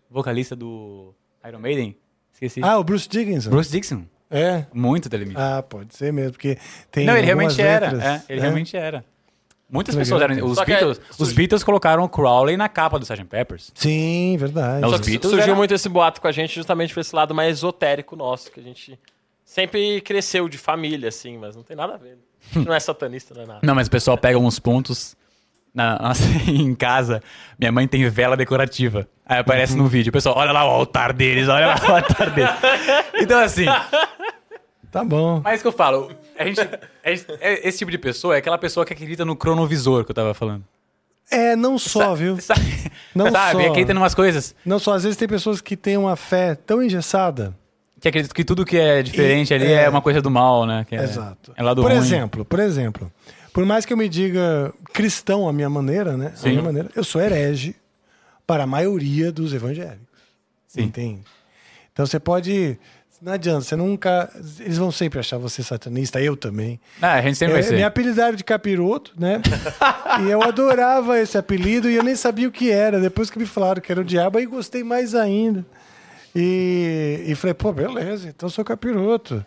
[SPEAKER 5] vocalista do Iron Maiden. Esqueci.
[SPEAKER 1] Ah, o Bruce Dickinson.
[SPEAKER 5] Bruce Dixon.
[SPEAKER 1] É.
[SPEAKER 5] Muito telemita.
[SPEAKER 1] Ah, pode ser mesmo, porque tem.
[SPEAKER 5] não, ele
[SPEAKER 1] algumas
[SPEAKER 5] realmente era.
[SPEAKER 1] letras,
[SPEAKER 5] é, ele
[SPEAKER 1] né?
[SPEAKER 5] realmente era. Muitas
[SPEAKER 1] Legal.
[SPEAKER 5] pessoas eram. Os
[SPEAKER 4] Só que é-
[SPEAKER 5] Beatles, os Beatles colocaram o Crowley na capa do Sgt. Peppers.
[SPEAKER 1] Sim, verdade.
[SPEAKER 5] Não,
[SPEAKER 4] Só
[SPEAKER 5] Os
[SPEAKER 4] que
[SPEAKER 5] Beatles
[SPEAKER 4] surgiu
[SPEAKER 5] eram-
[SPEAKER 4] muito esse boato com a gente justamente por esse lado mais esotérico nosso, que a gente sempre cresceu de família, assim, mas não tem nada a ver. A gente não é satanista, não é nada.
[SPEAKER 5] Não, mas o pessoal pega uns pontos na, *laughs* nossa, em casa. Minha mãe tem vela decorativa. Aí aparece
[SPEAKER 1] Uhum.
[SPEAKER 5] no vídeo. O pessoal, olha lá o altar deles, olha lá o altar
[SPEAKER 4] *laughs*
[SPEAKER 5] deles. Então, assim,
[SPEAKER 1] Tá bom.
[SPEAKER 5] mas é isso que eu falo. A gente, a gente- é- esse tipo de pessoa é aquela pessoa que acredita no cronovisor que eu tava falando.
[SPEAKER 1] É, não só, viu?
[SPEAKER 5] Sabe?
[SPEAKER 1] Não
[SPEAKER 5] *laughs* Sabe?
[SPEAKER 1] só.
[SPEAKER 5] Acredita em umas coisas
[SPEAKER 1] Não só, às vezes tem pessoas que têm uma fé tão engessada.
[SPEAKER 5] que acredita que tudo que é diferente ali é,
[SPEAKER 1] é.
[SPEAKER 5] uma coisa do mal, né? Que é-
[SPEAKER 1] Exato.
[SPEAKER 5] É lá do
[SPEAKER 1] por
[SPEAKER 5] ruim.
[SPEAKER 1] exemplo, por exemplo, por mais que eu me diga cristão à minha maneira, né? À minha maneira, eu sou herege para a maioria dos evangélicos. Sim. Entende? Então você pode. Não adianta, você nunca. Eles vão sempre achar você satanista, eu também.
[SPEAKER 5] Ah, a gente sempre vai
[SPEAKER 1] É,
[SPEAKER 5] ser.
[SPEAKER 1] me apelidaram de capiroto, né? e eu adorava esse apelido e eu nem sabia o que era. Depois que me falaram que era o diabo, aí gostei mais ainda. E, e falei, pô, beleza, então eu sou capiroto.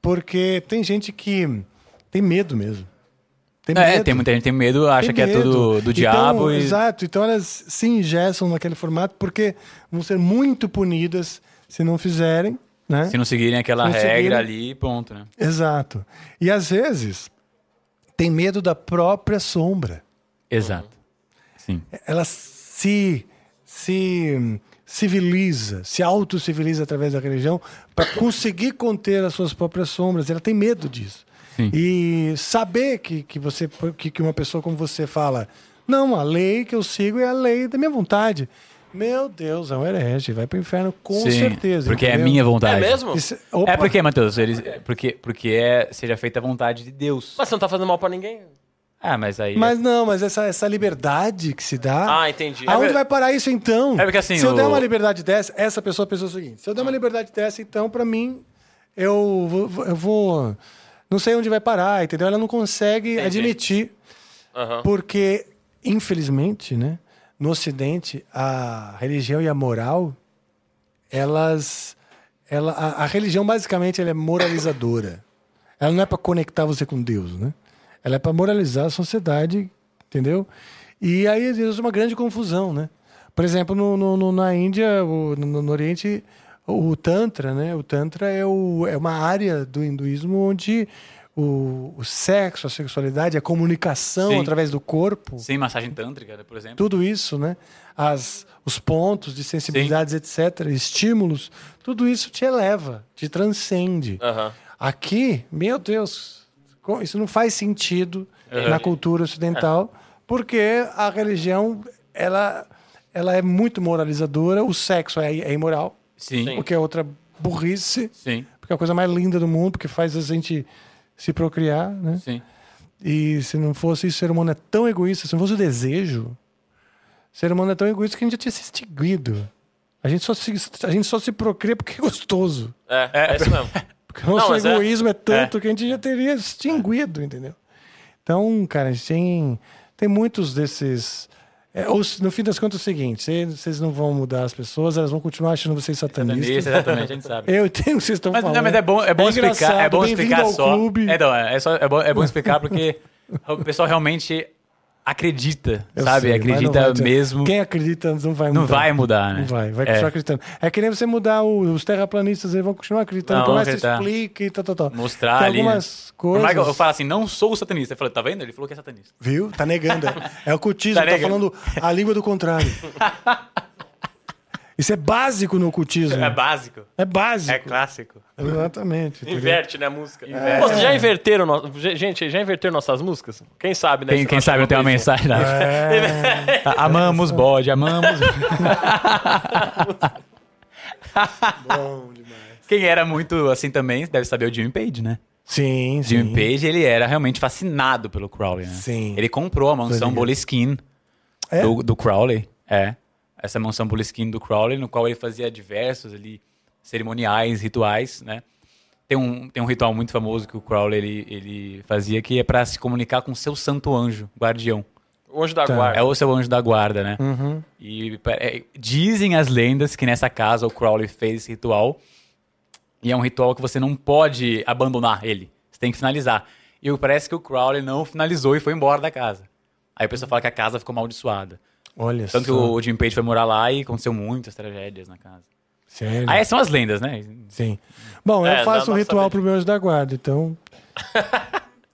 [SPEAKER 1] Porque tem gente que tem medo mesmo. Tem
[SPEAKER 5] É, tem muita gente que tem medo, acha
[SPEAKER 1] tem
[SPEAKER 5] que é
[SPEAKER 1] medo.
[SPEAKER 5] tudo do
[SPEAKER 1] Então,
[SPEAKER 5] diabo. e-
[SPEAKER 1] Exato, então elas se ingessam naquele formato porque vão ser muito punidas se não fizerem, né?
[SPEAKER 5] Se não seguirem aquela
[SPEAKER 1] Se não
[SPEAKER 5] regra
[SPEAKER 1] seguirem-
[SPEAKER 5] ali, pronto, né?
[SPEAKER 1] Exato. E às vezes tem medo da própria sombra.
[SPEAKER 5] Exato. Sim.
[SPEAKER 1] Ela se se civiliza, se autociviliza através da religião para conseguir conter as suas próprias sombras. Ela tem medo disso.
[SPEAKER 5] Sim.
[SPEAKER 1] E saber que, que você que, que uma pessoa como você fala, não, a lei que eu sigo é a lei da minha vontade. Meu Deus, é um herege, vai para o inferno com
[SPEAKER 5] Sim,
[SPEAKER 1] certeza.
[SPEAKER 5] Porque é
[SPEAKER 1] entendeu?
[SPEAKER 5] minha vontade.
[SPEAKER 4] É mesmo?
[SPEAKER 1] Isso-
[SPEAKER 5] É
[SPEAKER 1] opa,
[SPEAKER 5] porque, Matheus, eles, porque, porque é, seja feita a vontade de Deus.
[SPEAKER 4] Mas você não tá fazendo mal pra ninguém?
[SPEAKER 5] Ah, mas aí.
[SPEAKER 1] Mas não, mas essa, essa liberdade que se dá.
[SPEAKER 4] Ah, entendi.
[SPEAKER 1] Aonde vai parar isso então?
[SPEAKER 5] É porque assim,
[SPEAKER 1] se eu
[SPEAKER 5] o- Ah.
[SPEAKER 1] der uma liberdade dessa, essa pessoa pensou o seguinte: se eu der uma liberdade dessa, então pra mim eu vou- vou, eu vou não sei onde vai parar, entendeu? Ela não consegue admitir
[SPEAKER 4] Aham.
[SPEAKER 1] porque infelizmente, né, no Ocidente a religião e a moral elas ela a, a religião basicamente ela é moralizadora. Ela não é para conectar você com Deus, né? Ela é para moralizar a sociedade, entendeu? E aí existe uma grande confusão, né? Por exemplo, no, no- no- na Índia, o- no, no Oriente, o Tantra, né? O Tantra é, o- é uma área do hinduísmo onde o, o sexo, a sexualidade, a comunicação
[SPEAKER 5] Sim.
[SPEAKER 1] através do corpo,
[SPEAKER 5] Sem massagem tântrica, por exemplo.
[SPEAKER 1] tudo isso, né? As, os pontos de sensibilidades, etc., estímulos, tudo isso te eleva, te transcende.
[SPEAKER 4] Aham.
[SPEAKER 1] Aqui, meu Deus, co- isso não faz sentido na cultura ocidental, porque a religião ela, ela é muito moralizadora, o sexo é, é imoral,
[SPEAKER 5] Sim.
[SPEAKER 1] o que é outra burrice,
[SPEAKER 5] Sim.
[SPEAKER 1] porque é a coisa mais linda do mundo, porque faz a gente se procriar, né?
[SPEAKER 5] Sim.
[SPEAKER 1] E se não fosse isso, o ser humano é tão egoísta, se não fosse o desejo, o ser humano é tão egoísta que a gente já tinha se extinguido. A gente só se, a gente só se procria porque é gostoso.
[SPEAKER 4] É, é, isso mesmo.
[SPEAKER 1] Porque o nosso
[SPEAKER 4] mas é.
[SPEAKER 1] egoísmo é, tanto que a gente já teria extinguido, entendeu? Então, cara, a gente tem, tem muitos desses. é, ou se- no fim das contas é o seguinte: cê- vocês não vão mudar as pessoas, elas vão continuar achando vocês satanistas.
[SPEAKER 5] Isso, exatamente, a gente sabe.
[SPEAKER 1] Eu entendo o que vocês estão
[SPEAKER 5] Mas,
[SPEAKER 1] falando.
[SPEAKER 5] não, mas é bom, é bom explicar, é
[SPEAKER 1] engraçado,
[SPEAKER 5] bom
[SPEAKER 1] bem-vindo
[SPEAKER 5] explicar
[SPEAKER 1] ao
[SPEAKER 5] só.
[SPEAKER 1] Clube.
[SPEAKER 5] É, não, é, só é,
[SPEAKER 1] *laughs*
[SPEAKER 5] bom, é bom explicar porque o pessoal realmente acredita,
[SPEAKER 1] Eu
[SPEAKER 5] sabe?
[SPEAKER 1] sei, mas não vai
[SPEAKER 5] acredita
[SPEAKER 1] adiantar.
[SPEAKER 5] mesmo.
[SPEAKER 1] Quem acredita não vai mudar.
[SPEAKER 5] Não vai mudar, né?
[SPEAKER 1] Não vai, vai
[SPEAKER 5] É.
[SPEAKER 1] continuar acreditando. É que nem você mudar o- os terraplanistas, eles vão continuar acreditando.
[SPEAKER 5] Não,
[SPEAKER 1] Por
[SPEAKER 5] vão
[SPEAKER 1] mais que você
[SPEAKER 5] acreditar.
[SPEAKER 1] explique e tal, tal, tal.
[SPEAKER 5] Mostrar
[SPEAKER 1] Tem
[SPEAKER 5] ali, né?
[SPEAKER 1] algumas
[SPEAKER 5] Por mais
[SPEAKER 1] coisas.
[SPEAKER 5] que eu- eu falo assim, não sou satanista. Eu falo, tá vendo? Ele falou que é satanista.
[SPEAKER 1] Viu? Tá negando. É o ocultismo,
[SPEAKER 5] *laughs* Tá
[SPEAKER 1] tá,
[SPEAKER 5] negando.
[SPEAKER 1] falando a língua do
[SPEAKER 5] *laughs*
[SPEAKER 1] contrário. Isso é básico no ocultismo.
[SPEAKER 5] É básico.
[SPEAKER 1] É básico.
[SPEAKER 5] É clássico. *laughs*
[SPEAKER 1] Exatamente. entendeu?
[SPEAKER 4] Inverte, né, a música. Pô, vocês já inverteram... No... Gente, já inverteram nossas músicas? Quem sabe, né?
[SPEAKER 5] Quem, quem sabe eu tenho uma mensagem lá.
[SPEAKER 1] né? É.
[SPEAKER 5] *laughs* A- Amamos bode, amamos.
[SPEAKER 1] Bom demais.
[SPEAKER 5] Quem era muito assim também, deve saber o Jimmy Page, né?
[SPEAKER 1] Sim, sim.
[SPEAKER 5] Jimmy Page, ele era realmente fascinado pelo Crowley, né?
[SPEAKER 1] Sim.
[SPEAKER 5] Ele comprou a mansão
[SPEAKER 1] ligado.
[SPEAKER 5] Boleskin
[SPEAKER 1] É?
[SPEAKER 5] do, do Crowley. É. Essa mansão Boleskin do Crowley, no qual ele fazia diversos ali, cerimoniais, rituais, né? Tem um, tem um ritual muito famoso que o Crowley ele, ele fazia que é pra se comunicar com seu santo anjo, guardião.
[SPEAKER 4] O Anjo da Guarda.
[SPEAKER 5] É o seu anjo da guarda, né? E pa- é, dizem as lendas que nessa casa o Crowley fez esse ritual. E é um ritual que você não pode abandonar ele. Você tem que finalizar. E o- parece que o Crowley não finalizou e foi embora da casa. Aí o pessoal fala que a casa ficou amaldiçoada.
[SPEAKER 1] Olha
[SPEAKER 5] Tanto que
[SPEAKER 1] só.
[SPEAKER 5] o Jim Page foi morar lá e aconteceu muitas tragédias na casa.
[SPEAKER 1] Sério?
[SPEAKER 5] Aí são as lendas, né?
[SPEAKER 1] Sim. Bom,
[SPEAKER 4] É,
[SPEAKER 1] eu faço
[SPEAKER 4] dá-
[SPEAKER 1] um
[SPEAKER 4] dá
[SPEAKER 1] ritual
[SPEAKER 4] saber.
[SPEAKER 1] pro meu anjo da guarda,
[SPEAKER 5] *laughs*
[SPEAKER 1] então.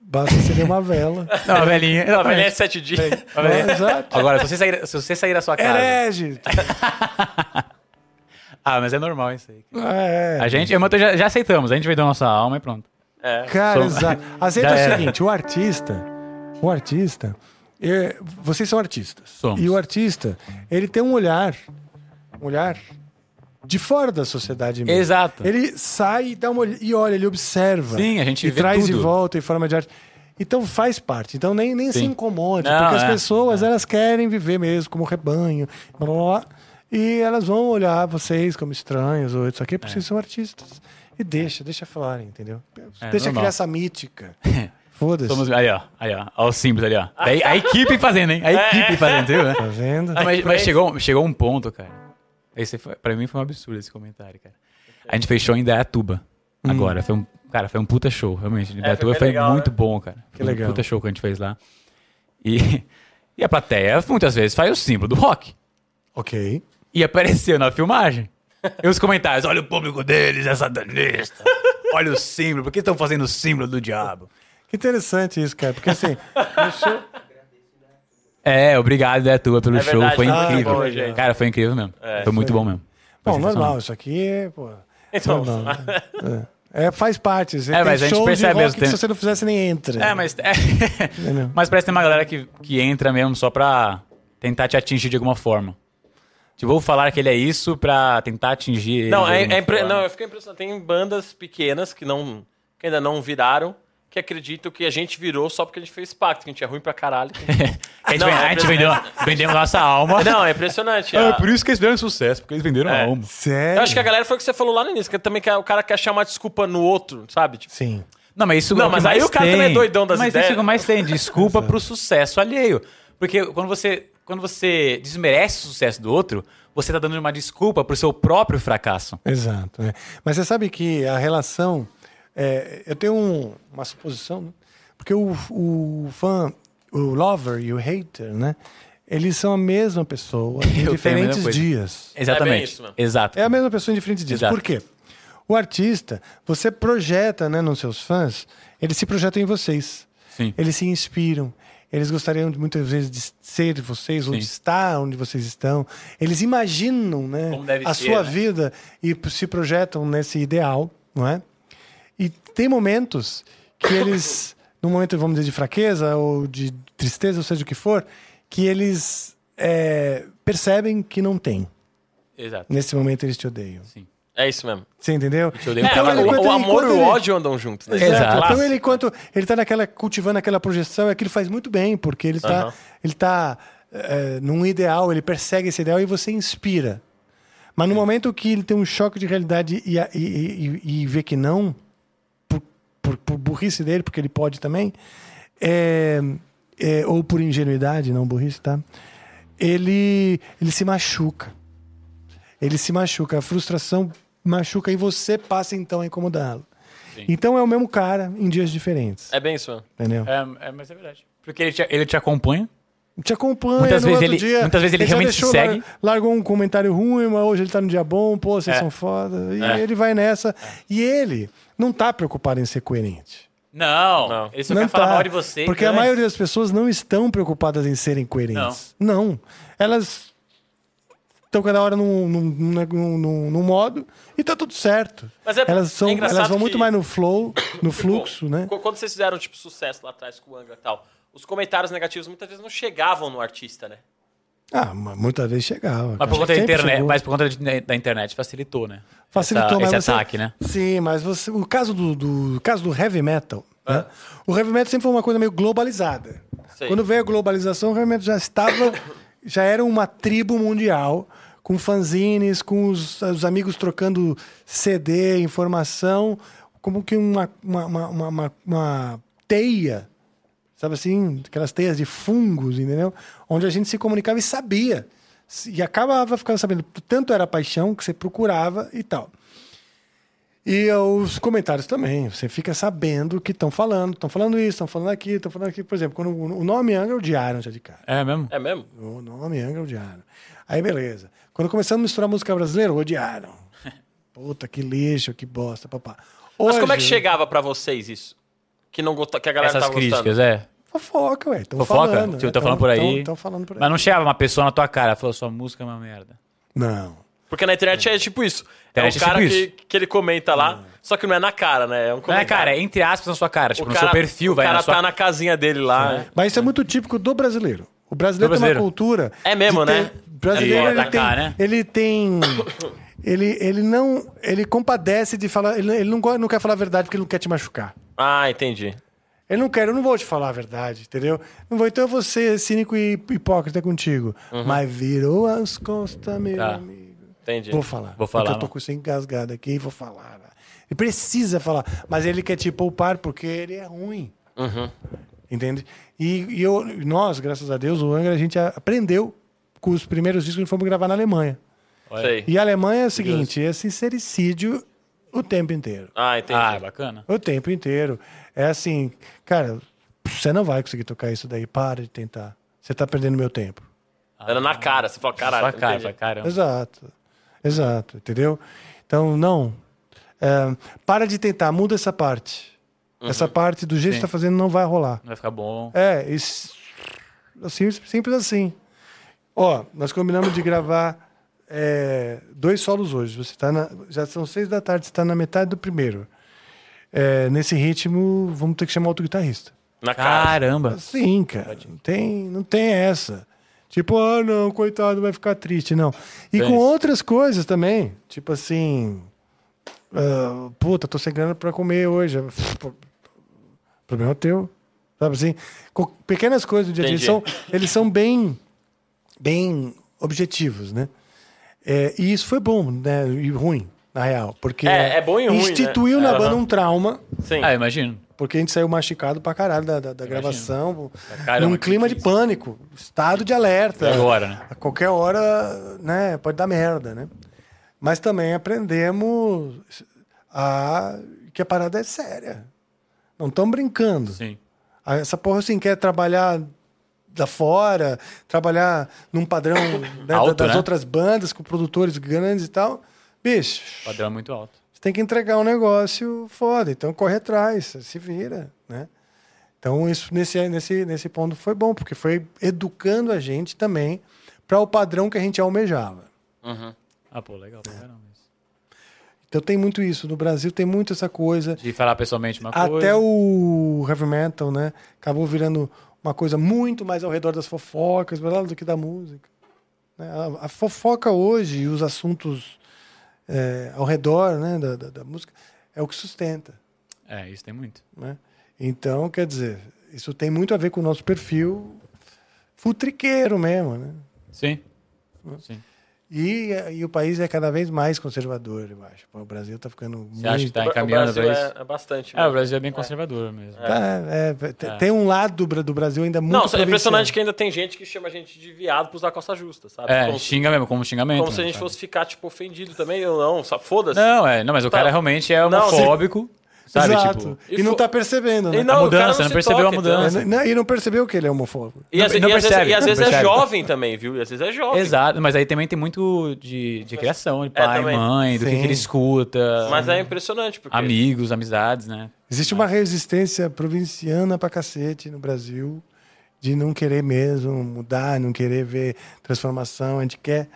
[SPEAKER 1] Basta acender uma vela.
[SPEAKER 5] Não, a *laughs* velhinha.
[SPEAKER 4] A velhinha é sete dias.
[SPEAKER 1] É, exato.
[SPEAKER 5] Agora, se você, sair, se você sair da sua casa.
[SPEAKER 1] Herege!
[SPEAKER 5] Ah, mas é normal isso aí.
[SPEAKER 1] Ah, é.
[SPEAKER 5] A gente, eu e o Matheus já, já aceitamos, a gente vendeu nossa alma e pronto.
[SPEAKER 1] Cara,
[SPEAKER 5] Som-
[SPEAKER 1] exato. Aceita
[SPEAKER 5] Já
[SPEAKER 1] o
[SPEAKER 5] era.
[SPEAKER 1] seguinte, o artista, o artista, é, vocês são artistas.
[SPEAKER 5] Somos.
[SPEAKER 1] E o artista, ele tem um olhar, um olhar de fora da sociedade mesmo.
[SPEAKER 5] Exato.
[SPEAKER 1] Ele sai e dá uma olh- e olha, ele observa.
[SPEAKER 5] Sim, a gente
[SPEAKER 1] e
[SPEAKER 5] vê
[SPEAKER 1] traz
[SPEAKER 5] tudo.
[SPEAKER 1] de volta em forma de arte. Então faz parte. Então nem, nem se
[SPEAKER 5] Sim.
[SPEAKER 1] incomode,
[SPEAKER 5] Não,
[SPEAKER 1] porque as
[SPEAKER 5] é.
[SPEAKER 1] pessoas elas querem viver mesmo como rebanho, blá, blá, blá. e elas vão olhar vocês como estranhos ou isso
[SPEAKER 5] É.
[SPEAKER 1] aqui, porque vocês são artistas. E deixa, deixa falarem, entendeu? deixa
[SPEAKER 5] É, normal.
[SPEAKER 1] criar essa mítica.
[SPEAKER 5] *laughs*
[SPEAKER 1] Foda-se.
[SPEAKER 5] Somos, ali, ó. Ali, ó. Ó, o simples ali, ó. Daí, a equipe fazendo, hein? A equipe fazendo, *laughs* viu? né?
[SPEAKER 1] Tá vendo?
[SPEAKER 5] Mas, mas chegou, chegou um ponto, cara. Esse foi, pra mim foi um absurdo esse comentário, cara. A gente fez show em Dayatuba. Agora, foi um, cara, foi um puta show, realmente. Em Dayatuba
[SPEAKER 4] bem
[SPEAKER 5] foi,
[SPEAKER 4] legal,
[SPEAKER 5] muito
[SPEAKER 4] né?
[SPEAKER 5] bom, cara. Foi um
[SPEAKER 1] legal.
[SPEAKER 5] puta show que a gente fez lá. E, *laughs* e a plateia, muitas vezes, faz o símbolo do rock.
[SPEAKER 1] Ok.
[SPEAKER 5] E apareceu na filmagem. E os comentários, olha o público deles, é satanista. Olha o símbolo, por que estão fazendo o símbolo do diabo?
[SPEAKER 1] Que interessante isso, cara. Porque
[SPEAKER 5] *laughs*
[SPEAKER 1] assim,
[SPEAKER 5] É, obrigado, Dayatuba, pelo
[SPEAKER 4] É
[SPEAKER 5] show.
[SPEAKER 4] verdade,
[SPEAKER 5] foi
[SPEAKER 4] muito
[SPEAKER 5] incrível.
[SPEAKER 4] bom, gente. É.
[SPEAKER 5] cara, foi incrível mesmo. foi muito bom mesmo. Foi
[SPEAKER 1] bom,
[SPEAKER 5] sensacional.
[SPEAKER 1] normal, isso aqui é, pô.
[SPEAKER 4] Então,
[SPEAKER 1] normal, né? É, É, faz parte. Você
[SPEAKER 5] É,
[SPEAKER 1] tem
[SPEAKER 5] mas a gente
[SPEAKER 1] show
[SPEAKER 5] percebe
[SPEAKER 1] de
[SPEAKER 5] às
[SPEAKER 1] rock que se
[SPEAKER 5] vezes-
[SPEAKER 1] você não fizesse nem entra.
[SPEAKER 5] É, mas.
[SPEAKER 1] é mesmo.
[SPEAKER 5] mas parece que tem uma galera que, que entra mesmo só pra tentar te atingir de alguma forma. Tipo, vou falar que ele é isso pra tentar atingir.
[SPEAKER 4] *laughs*
[SPEAKER 5] ele
[SPEAKER 4] Não,
[SPEAKER 5] de
[SPEAKER 4] é,
[SPEAKER 5] alguma
[SPEAKER 4] é impre-
[SPEAKER 5] forma.
[SPEAKER 4] não, eu fico impressionado. Tem bandas pequenas que, não, que ainda não viraram, que acreditam que a gente virou só porque a gente fez pacto, que a gente é ruim pra caralho.
[SPEAKER 5] *laughs* A gente,
[SPEAKER 4] Não,
[SPEAKER 5] vem- a
[SPEAKER 4] é
[SPEAKER 5] gente vendeu, vendemos nossa alma. Ah,
[SPEAKER 4] não, é impressionante. a-
[SPEAKER 5] isso que eles viram sucesso, porque eles venderam
[SPEAKER 4] É.
[SPEAKER 1] Sério?
[SPEAKER 4] Eu acho que a galera foi o que você falou lá no início, que também quer- o cara quer achar uma desculpa no outro, sabe? Tipo,
[SPEAKER 1] Sim.
[SPEAKER 5] Não, mas isso
[SPEAKER 4] Não,
[SPEAKER 5] é o que
[SPEAKER 4] mas aí
[SPEAKER 5] mais
[SPEAKER 4] o cara também
[SPEAKER 5] tem.
[SPEAKER 4] é doidão das
[SPEAKER 5] mas
[SPEAKER 4] ideias.
[SPEAKER 5] isso é o que mais tem, desculpa pro sucesso alheio. Porque quando você, quando você desmerece o sucesso do outro, você tá dando uma desculpa pro seu próprio fracasso.
[SPEAKER 1] Exato. é. Mas você sabe que a relação. é, eu tenho um- uma suposição, né? porque o, o fã, o lover e o hater, né? Eles são a mesma pessoa
[SPEAKER 5] *laughs*
[SPEAKER 1] em
[SPEAKER 5] mesma
[SPEAKER 1] diferentes
[SPEAKER 5] coisa.
[SPEAKER 1] dias.
[SPEAKER 5] Exatamente.
[SPEAKER 4] isso mesmo.
[SPEAKER 5] Exato.
[SPEAKER 1] É a mesma pessoa em diferentes dias.
[SPEAKER 5] Exato.
[SPEAKER 1] Por quê? O artista, você projeta né, nos seus fãs, eles se projetam em vocês.
[SPEAKER 5] Sim.
[SPEAKER 1] Eles se inspiram. Eles gostariam de, muitas vezes de ser vocês ou de estar onde vocês estão. Eles imaginam né,
[SPEAKER 4] Como deve
[SPEAKER 1] a
[SPEAKER 4] ser,
[SPEAKER 1] sua
[SPEAKER 4] né?
[SPEAKER 1] vida e p- se projetam nesse ideal, não é? E tem momentos que eles, num momento, vamos dizer, de fraqueza ou de tristeza, ou seja o que for, que eles eh, percebem que não tem.
[SPEAKER 4] Exato.
[SPEAKER 1] Nesse momento eles te odeiam.
[SPEAKER 4] É isso mesmo.
[SPEAKER 1] Você entendeu?
[SPEAKER 5] odeio
[SPEAKER 4] É,
[SPEAKER 1] Então, ele-
[SPEAKER 4] o,
[SPEAKER 1] enquanto
[SPEAKER 4] o
[SPEAKER 1] ele-
[SPEAKER 4] amor e
[SPEAKER 1] enquanto
[SPEAKER 4] o
[SPEAKER 1] ele-
[SPEAKER 4] ódio andam juntos. Né?
[SPEAKER 5] Exato.
[SPEAKER 1] Então ele enquanto ele tá naquela cultivando aquela projeção, aquilo faz muito bem, porque ele tá
[SPEAKER 4] Aham.
[SPEAKER 1] ele tá eh, num ideal, ele persegue esse ideal e você inspira. Mas no
[SPEAKER 4] É.
[SPEAKER 1] momento que ele tem um choque de realidade e, a- e, e- e vê que não, por, por, por burrice dele, porque ele pode também, eh, eh, ou por ingenuidade, não burrice, tá? Ele, ele se machuca. Ele se machuca. A frustração machuca e você passa então a incomodá-lo. Então é o mesmo cara em dias diferentes.
[SPEAKER 4] É bem isso mesmo.
[SPEAKER 1] Entendeu?
[SPEAKER 5] É, é, mas é verdade. Porque ele te, ele te acompanha.
[SPEAKER 1] Te acompanha
[SPEAKER 5] Muitas
[SPEAKER 1] no
[SPEAKER 5] vezes
[SPEAKER 1] outro
[SPEAKER 5] ele-
[SPEAKER 1] dia.
[SPEAKER 5] muitas vezes ele
[SPEAKER 1] já
[SPEAKER 5] realmente
[SPEAKER 1] deixou,
[SPEAKER 5] te segue.
[SPEAKER 1] lar- Largou um comentário ruim, mas hoje ele tá no dia bom, pô,
[SPEAKER 5] É.
[SPEAKER 1] vocês são foda. E ele vai nessa. E ele não tá preocupado em ser coerente.
[SPEAKER 5] Não, é
[SPEAKER 4] Não.
[SPEAKER 5] ele só
[SPEAKER 1] não
[SPEAKER 5] quer falar
[SPEAKER 1] tá.
[SPEAKER 5] mal de você.
[SPEAKER 1] Porque a
[SPEAKER 5] né?
[SPEAKER 1] maioria das pessoas não estão preocupadas em serem coerentes. Não. Elas estão cada hora num, num, num- num- num modo e tá tudo certo.
[SPEAKER 4] Mas é-
[SPEAKER 1] elas, são,
[SPEAKER 4] é engraçado
[SPEAKER 1] elas vão
[SPEAKER 4] que-
[SPEAKER 1] muito mais no flow,
[SPEAKER 5] *coughs*
[SPEAKER 1] no fluxo, né?
[SPEAKER 4] Qu- Quando vocês fizeram, tipo, sucesso lá atrás com o Angra e tal, os comentários negativos muitas vezes não chegavam no artista, né?
[SPEAKER 1] Ah, mas muitas vezes chegava.
[SPEAKER 5] Mas
[SPEAKER 1] cara.
[SPEAKER 5] por, conta da
[SPEAKER 1] Sempre
[SPEAKER 5] internet,
[SPEAKER 1] chegou.
[SPEAKER 5] mas por conta de- da internet facilitou, né?
[SPEAKER 1] facilitou
[SPEAKER 5] Essa-
[SPEAKER 1] mais
[SPEAKER 5] esse
[SPEAKER 1] você-
[SPEAKER 5] ataque, né?
[SPEAKER 1] Sim, mas você, o caso do, do- o caso do heavy metal, né? o heavy metal sempre foi uma coisa meio globalizada.
[SPEAKER 4] Sei.
[SPEAKER 1] Quando veio a globalização, o heavy metal já estava, já era uma tribo mundial com fanzines, com os, os amigos trocando CD, informação, como que uma, uma, uma, uma- uma- uma teia, sabe assim, aquelas teias de fungos, entendeu? Onde a gente se comunicava e sabia. E acabava ficando sabendo. Tanto era a paixão que você procurava e tal. E os comentários também. Você fica sabendo o que estão falando. Estão falando isso, estão falando aqui, estão falando aqui. Por exemplo, quando o o nome Angra odiaram já de cara.
[SPEAKER 5] É mesmo?
[SPEAKER 4] É mesmo?
[SPEAKER 1] O nome Angra odiaram. Aí beleza. Quando começamos a misturar música brasileira, odiaram.
[SPEAKER 5] *laughs*
[SPEAKER 1] Puta, que lixo, que bosta, papá.
[SPEAKER 4] Mas como é que
[SPEAKER 1] Hoje-
[SPEAKER 4] chegava pra vocês isso? Que, não gosta, que a galera
[SPEAKER 5] Essas
[SPEAKER 4] tava
[SPEAKER 5] críticas,
[SPEAKER 4] gostando.
[SPEAKER 5] é.
[SPEAKER 1] Fofoca, ué. Tão
[SPEAKER 5] Fofoca?
[SPEAKER 1] falando.
[SPEAKER 5] Tipo,
[SPEAKER 1] né?
[SPEAKER 5] tão falando por aí.
[SPEAKER 1] Tão, tão falando por aí.
[SPEAKER 5] Mas não chegava uma pessoa na tua cara, falou, sua música é uma merda.
[SPEAKER 1] Não.
[SPEAKER 4] Porque na internet é tipo isso. É
[SPEAKER 5] Internet
[SPEAKER 4] o
[SPEAKER 5] é
[SPEAKER 4] cara
[SPEAKER 5] tipo
[SPEAKER 4] que, que ele comenta lá,
[SPEAKER 1] Hum.
[SPEAKER 4] só que não é na cara, né? É um
[SPEAKER 5] Não é,
[SPEAKER 4] comentário.
[SPEAKER 5] cara, é entre aspas na sua cara, tipo, no seu perfil,
[SPEAKER 4] o
[SPEAKER 5] vai
[SPEAKER 4] cara
[SPEAKER 5] na sua...
[SPEAKER 4] tá na casinha dele lá. né?
[SPEAKER 1] Mas isso é muito típico do brasileiro. O brasileiro,
[SPEAKER 5] Do
[SPEAKER 1] tem
[SPEAKER 5] brasileiro.
[SPEAKER 1] uma cultura.
[SPEAKER 4] É mesmo,
[SPEAKER 1] de ter-
[SPEAKER 4] né?
[SPEAKER 1] O brasileiro,
[SPEAKER 5] De
[SPEAKER 1] ele,
[SPEAKER 5] atacar,
[SPEAKER 1] tem,
[SPEAKER 5] né?
[SPEAKER 1] ele tem. Ele, ele não. Ele compadece de falar. Ele, ele não, go- não quer falar a verdade porque ele não quer te machucar.
[SPEAKER 4] Ah, entendi.
[SPEAKER 1] Ele não quer, eu não vou te falar a verdade, entendeu? Não vou, então eu vou ser cínico e hipócrita contigo. Mas virou as costas, meu
[SPEAKER 5] Uhum. Tá.
[SPEAKER 1] amigo.
[SPEAKER 4] Entendi.
[SPEAKER 1] Vou falar.
[SPEAKER 5] Vou falar,
[SPEAKER 1] Porque eu tô
[SPEAKER 5] mano.
[SPEAKER 1] com isso engasgado aqui e vou falar. né? Ele precisa falar. Mas ele quer te poupar porque ele é ruim. Entende? E, e eu, nós, graças a Deus, o Angra, a gente a- aprendeu com os primeiros discos que fomos gravar na Alemanha.
[SPEAKER 4] Sei.
[SPEAKER 1] E a Alemanha é o seguinte, é sincericídio o tempo inteiro.
[SPEAKER 4] Ah, entendi.
[SPEAKER 5] Ah, é bacana.
[SPEAKER 1] O tempo inteiro. É assim, cara, você não vai conseguir tocar isso daí. Para de tentar. Você tá perdendo meu tempo.
[SPEAKER 4] Era na cara. Você fala, caralho.
[SPEAKER 5] Sua cara,
[SPEAKER 4] entendi.
[SPEAKER 5] vai, caramba.
[SPEAKER 4] É
[SPEAKER 1] Exato. Exato, entendeu? Então, não. É, para de tentar, muda essa parte. Essa parte do jeito que está fazendo não vai rolar.
[SPEAKER 5] Vai ficar bom.
[SPEAKER 1] É, isso, assim, simples assim. Ó, nós combinamos de gravar é, dois solos hoje. Você tá na, já são seis da tarde, você está na metade do primeiro. É, nesse ritmo, vamos ter que chamar outro guitarrista.
[SPEAKER 4] Na cara. É
[SPEAKER 5] Caramba.
[SPEAKER 1] Sim, cara. Não tem, não tem essa. Tipo, ah, não, coitado, vai ficar triste, não.
[SPEAKER 4] É
[SPEAKER 1] E com outras coisas também. Tipo assim. ah, puta, tô sem grana pra comer hoje. Problema teu. Sabe assim? Co- Pequenas coisas do dia a dia. Eles são,
[SPEAKER 4] Entendi.
[SPEAKER 1] eles são bem, bem objetivos, né? É, e isso foi bom, né? E ruim, na real. Porque
[SPEAKER 4] É, é bom e ruim, né?
[SPEAKER 1] instituiu na
[SPEAKER 4] Aham.
[SPEAKER 1] banda um trauma.
[SPEAKER 4] Sim.
[SPEAKER 5] Ah, imagino.
[SPEAKER 1] Porque a gente saiu machucado pra caralho da, da, da gravação.
[SPEAKER 5] Caramba,
[SPEAKER 1] num
[SPEAKER 5] que
[SPEAKER 1] clima de
[SPEAKER 5] triste.
[SPEAKER 1] pânico. Estado de alerta.
[SPEAKER 5] E agora, né?
[SPEAKER 1] A qualquer hora, né? Pode dar merda, né? Mas também aprendemos a, que a parada é séria. Não estão brincando.
[SPEAKER 5] Sim.
[SPEAKER 1] Ah, Essa porra, assim, quer trabalhar da fora, trabalhar num padrão né,
[SPEAKER 5] Alto,
[SPEAKER 1] das
[SPEAKER 5] né?
[SPEAKER 1] outras bandas, com produtores grandes e tal. Bicho,
[SPEAKER 5] Padrão é muito alto.
[SPEAKER 1] você tem que entregar um negócio foda, então corre atrás, se vira, né? Então isso nesse nesse nesse ponto foi bom, porque foi educando a gente também para o padrão que a gente almejava.
[SPEAKER 5] Ah, pô, legal pra caramba. isso.
[SPEAKER 1] Então tem muito isso no Brasil, tem muito essa coisa.
[SPEAKER 5] De falar pessoalmente uma coisa.
[SPEAKER 1] Até o heavy metal, né, acabou virando uma coisa muito mais ao redor das fofocas blá, blá, do que da música. né? A, a fofoca hoje e os assuntos eh, ao redor, né, da- da- da música é o que sustenta.
[SPEAKER 5] É, isso tem muito.
[SPEAKER 1] né? Então, quer dizer, isso tem muito a ver com o nosso perfil futriqueiro mesmo, né?
[SPEAKER 5] Sim.
[SPEAKER 1] E, e o país é cada vez mais conservador, eu acho. O Brasil tá ficando
[SPEAKER 5] Você acha que tá
[SPEAKER 4] caminhando
[SPEAKER 5] encaminhando pra isso?
[SPEAKER 4] É, é bastante.
[SPEAKER 5] É, o
[SPEAKER 4] mesmo.
[SPEAKER 5] Brasil é bem conservador mesmo.
[SPEAKER 1] Tá, é, te- tem um lado do, Bra- do Brasil ainda muito
[SPEAKER 4] Não, é
[SPEAKER 1] provinciano.
[SPEAKER 4] impressionante que ainda tem gente que chama a gente de viado por usar calça justa, sabe?
[SPEAKER 5] É,
[SPEAKER 4] como, se-
[SPEAKER 5] xinga mesmo, como xingamento.
[SPEAKER 4] como se a
[SPEAKER 5] né,
[SPEAKER 4] gente
[SPEAKER 5] sabe?
[SPEAKER 4] fosse ficar, tipo, ofendido também ou não, sabe? Foda-se.
[SPEAKER 5] Não, é, não, mas o
[SPEAKER 4] Tá.
[SPEAKER 5] cara realmente é
[SPEAKER 4] Não, sim.
[SPEAKER 5] homofóbico, sabe?
[SPEAKER 1] Exato.
[SPEAKER 5] Tipo,
[SPEAKER 1] e
[SPEAKER 4] E
[SPEAKER 1] não
[SPEAKER 4] fo-
[SPEAKER 1] tá percebendo, né?
[SPEAKER 4] E não,
[SPEAKER 5] A
[SPEAKER 4] o cara
[SPEAKER 5] mudança, não
[SPEAKER 4] se
[SPEAKER 5] percebeu
[SPEAKER 4] toca,
[SPEAKER 5] a mudança.
[SPEAKER 4] então.
[SPEAKER 1] É, não- e não percebeu que ele é homofóbico.
[SPEAKER 4] E, às,
[SPEAKER 5] Não
[SPEAKER 4] e às vezes,
[SPEAKER 5] percebe,
[SPEAKER 4] e às
[SPEAKER 5] não
[SPEAKER 4] vezes é
[SPEAKER 5] percebe.
[SPEAKER 4] jovem também, viu? E às vezes é jovem.
[SPEAKER 5] Exato, mas aí também tem muito de, de criação, de pai,
[SPEAKER 4] É. também.
[SPEAKER 5] mãe, do que,
[SPEAKER 1] Sim.
[SPEAKER 5] que ele escuta,
[SPEAKER 4] Mas é impressionante, porque...
[SPEAKER 5] amigos, amizades, né?
[SPEAKER 1] Existe uma resistência provinciana pra cacete no Brasil de não querer mesmo mudar, não querer ver transformação, a gente quer.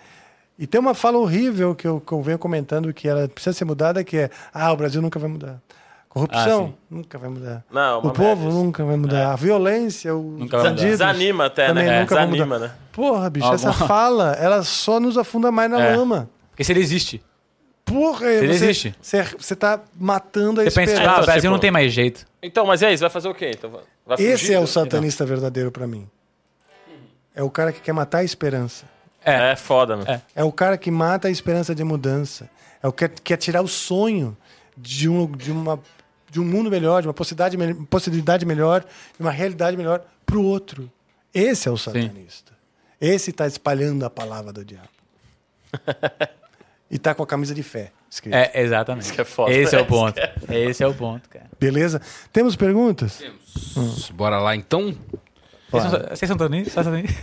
[SPEAKER 1] E tem uma fala horrível que eu, que eu venho comentando que ela precisa ser mudada, que é ah, o Brasil nunca vai mudar.
[SPEAKER 5] Ah, é
[SPEAKER 1] Corrupção nunca vai mudar.
[SPEAKER 4] Não,
[SPEAKER 1] o
[SPEAKER 4] uma
[SPEAKER 1] povo
[SPEAKER 4] merda isso.
[SPEAKER 1] nunca vai mudar. A violência, o
[SPEAKER 5] Nunca vai mudar.
[SPEAKER 4] Desanima até,
[SPEAKER 1] também
[SPEAKER 4] né? É,
[SPEAKER 1] nunca vai
[SPEAKER 4] Desanima,
[SPEAKER 1] mudar.
[SPEAKER 4] né?
[SPEAKER 1] Porra, bicho,
[SPEAKER 5] Ah,
[SPEAKER 1] essa
[SPEAKER 5] bom.
[SPEAKER 1] fala, ela só nos afunda mais na
[SPEAKER 5] É.
[SPEAKER 1] lama.
[SPEAKER 5] Porque se ele existe,
[SPEAKER 1] Porra,
[SPEAKER 5] Ele
[SPEAKER 1] você,
[SPEAKER 5] existe.
[SPEAKER 1] Você, você tá matando a
[SPEAKER 5] você pensa,
[SPEAKER 1] esperança.
[SPEAKER 5] ah,
[SPEAKER 4] então,
[SPEAKER 5] o Brasil
[SPEAKER 4] tipo-
[SPEAKER 5] não tem mais jeito.
[SPEAKER 4] Então, mas e aí? Você vai fazer o quê? Então, vai fugir?
[SPEAKER 1] Esse é o satanista verdadeiro pra mim. É o cara que quer matar a esperança.
[SPEAKER 4] É foda, né?
[SPEAKER 1] É o cara que mata a esperança de mudança. É o que quer tirar o sonho de um, de uma, de um mundo melhor, de uma possibilidade, me- possibilidade melhor, de uma realidade melhor pro outro. Esse é o satanista. *laughs* Esse tá espalhando a palavra do diabo. e tá com a camisa de fé. skate.
[SPEAKER 5] É, exatamente.
[SPEAKER 4] que é foda.
[SPEAKER 5] Esse é o
[SPEAKER 4] Isso que
[SPEAKER 5] ponto. Esse é o ponto, cara.
[SPEAKER 1] Beleza? Temos perguntas?
[SPEAKER 6] Bora lá então.
[SPEAKER 5] Vocês são- Vocês são Toninho? Só Toninho?
[SPEAKER 4] *laughs*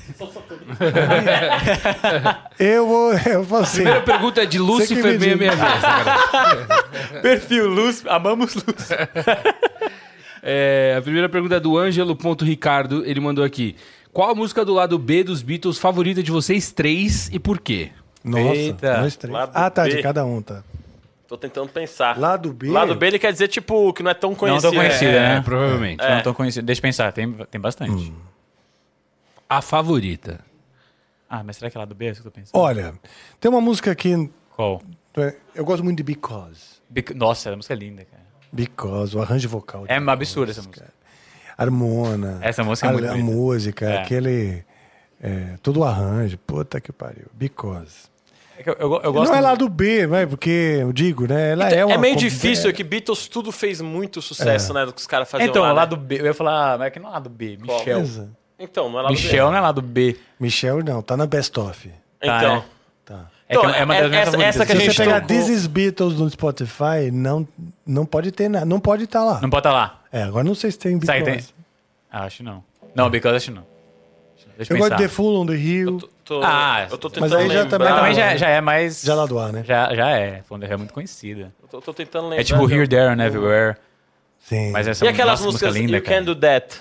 [SPEAKER 1] Eu vou. *laughs* Eu falo assim.
[SPEAKER 6] Primeira pergunta é de
[SPEAKER 1] Você que me diga.
[SPEAKER 6] Lúcifer 666. cara.
[SPEAKER 5] Perfil, luz, amamos luz.
[SPEAKER 6] É, a primeira pergunta é do Ângelo.ricardo. Ele mandou aqui. Qual a música do lado B dos Beatles favorita de vocês três e por quê?
[SPEAKER 1] Nossa,
[SPEAKER 5] Eita.
[SPEAKER 1] nós três.
[SPEAKER 4] Lado
[SPEAKER 1] Ah, tá,
[SPEAKER 4] B.
[SPEAKER 1] de cada um, tá.
[SPEAKER 4] Tô tentando pensar.
[SPEAKER 1] Lado B.
[SPEAKER 4] Lado B ele quer dizer, tipo, que não é tão conhecido.
[SPEAKER 5] tão conhecido,
[SPEAKER 4] É.
[SPEAKER 5] né? É.
[SPEAKER 6] provavelmente.
[SPEAKER 5] Não tô conhecido. Deixa eu pensar, tem, tem bastante.
[SPEAKER 6] A favorita.
[SPEAKER 5] Ah, mas será que é lá do B? É isso que eu tô pensando.
[SPEAKER 1] Olha, tem uma música aqui. é,
[SPEAKER 5] Qual?
[SPEAKER 1] Eu gosto muito de Because.
[SPEAKER 5] Bec- Nossa, a música é linda, cara.
[SPEAKER 1] Because, o arranjo vocal.
[SPEAKER 5] É uma absurda essa música.
[SPEAKER 1] Harmona.
[SPEAKER 5] Essa música é
[SPEAKER 1] a,
[SPEAKER 5] muito
[SPEAKER 1] a
[SPEAKER 5] bonita.
[SPEAKER 1] música,
[SPEAKER 5] É.
[SPEAKER 1] aquele. é, todo o arranjo. Puta que pariu. Because.
[SPEAKER 5] É que eu, eu- eu gosto
[SPEAKER 1] não é
[SPEAKER 5] muito- Então,
[SPEAKER 1] lado B, vai, porque eu digo, né? Ela é,
[SPEAKER 4] É,
[SPEAKER 1] uma
[SPEAKER 4] meio
[SPEAKER 1] com-
[SPEAKER 4] difícil, é que Beatles tudo fez muito sucesso, né? Do que os caras faziam
[SPEAKER 5] Então,
[SPEAKER 4] lá,
[SPEAKER 5] lá,
[SPEAKER 4] né?
[SPEAKER 5] do B. Eu ia falar, mas que não é lá do B.
[SPEAKER 4] Qual?
[SPEAKER 5] Michel.
[SPEAKER 1] Beleza.
[SPEAKER 4] Então, não é lá do B.
[SPEAKER 5] Michel não é lá do B.
[SPEAKER 1] Michel não, tá na best of.
[SPEAKER 4] Então,
[SPEAKER 5] né?
[SPEAKER 1] Tá.
[SPEAKER 5] É, que
[SPEAKER 4] Então,
[SPEAKER 5] é uma das
[SPEAKER 4] é-
[SPEAKER 5] minhas
[SPEAKER 4] essa-
[SPEAKER 5] favoritas.
[SPEAKER 4] essa que a
[SPEAKER 1] Se
[SPEAKER 4] gente-
[SPEAKER 1] você pegar
[SPEAKER 4] tocou-
[SPEAKER 1] This is Beatles no Spotify, não, não pode ter nada. Não pode estar lá.
[SPEAKER 5] Não pode estar lá.
[SPEAKER 1] É, agora não sei se tem
[SPEAKER 5] Sabe,
[SPEAKER 1] Beatles.
[SPEAKER 5] tem... Ah, acho não. Não, Because acho não. Deixa
[SPEAKER 1] Eu
[SPEAKER 5] eu
[SPEAKER 1] gosto de The
[SPEAKER 5] pensar.
[SPEAKER 1] Fool on the Hill.
[SPEAKER 4] tô-
[SPEAKER 5] Ah,
[SPEAKER 4] eu tô
[SPEAKER 5] mas
[SPEAKER 4] tentando
[SPEAKER 1] aí já
[SPEAKER 4] lembrar.
[SPEAKER 1] também
[SPEAKER 5] Mas
[SPEAKER 1] tá
[SPEAKER 5] também
[SPEAKER 1] bom,
[SPEAKER 5] já,
[SPEAKER 1] né?
[SPEAKER 5] já é mais...
[SPEAKER 1] Já lá do ar, né?
[SPEAKER 5] Já, já é. Fundo é muito conhecida.
[SPEAKER 4] Eu tô, tô tentando lembrar.
[SPEAKER 5] É tipo Here, There and Everywhere.
[SPEAKER 1] Sim.
[SPEAKER 5] Mas é- essa
[SPEAKER 4] E aquelas
[SPEAKER 5] nossa,
[SPEAKER 4] músicas
[SPEAKER 5] música linda,
[SPEAKER 4] You
[SPEAKER 5] cara.
[SPEAKER 4] Can Do That?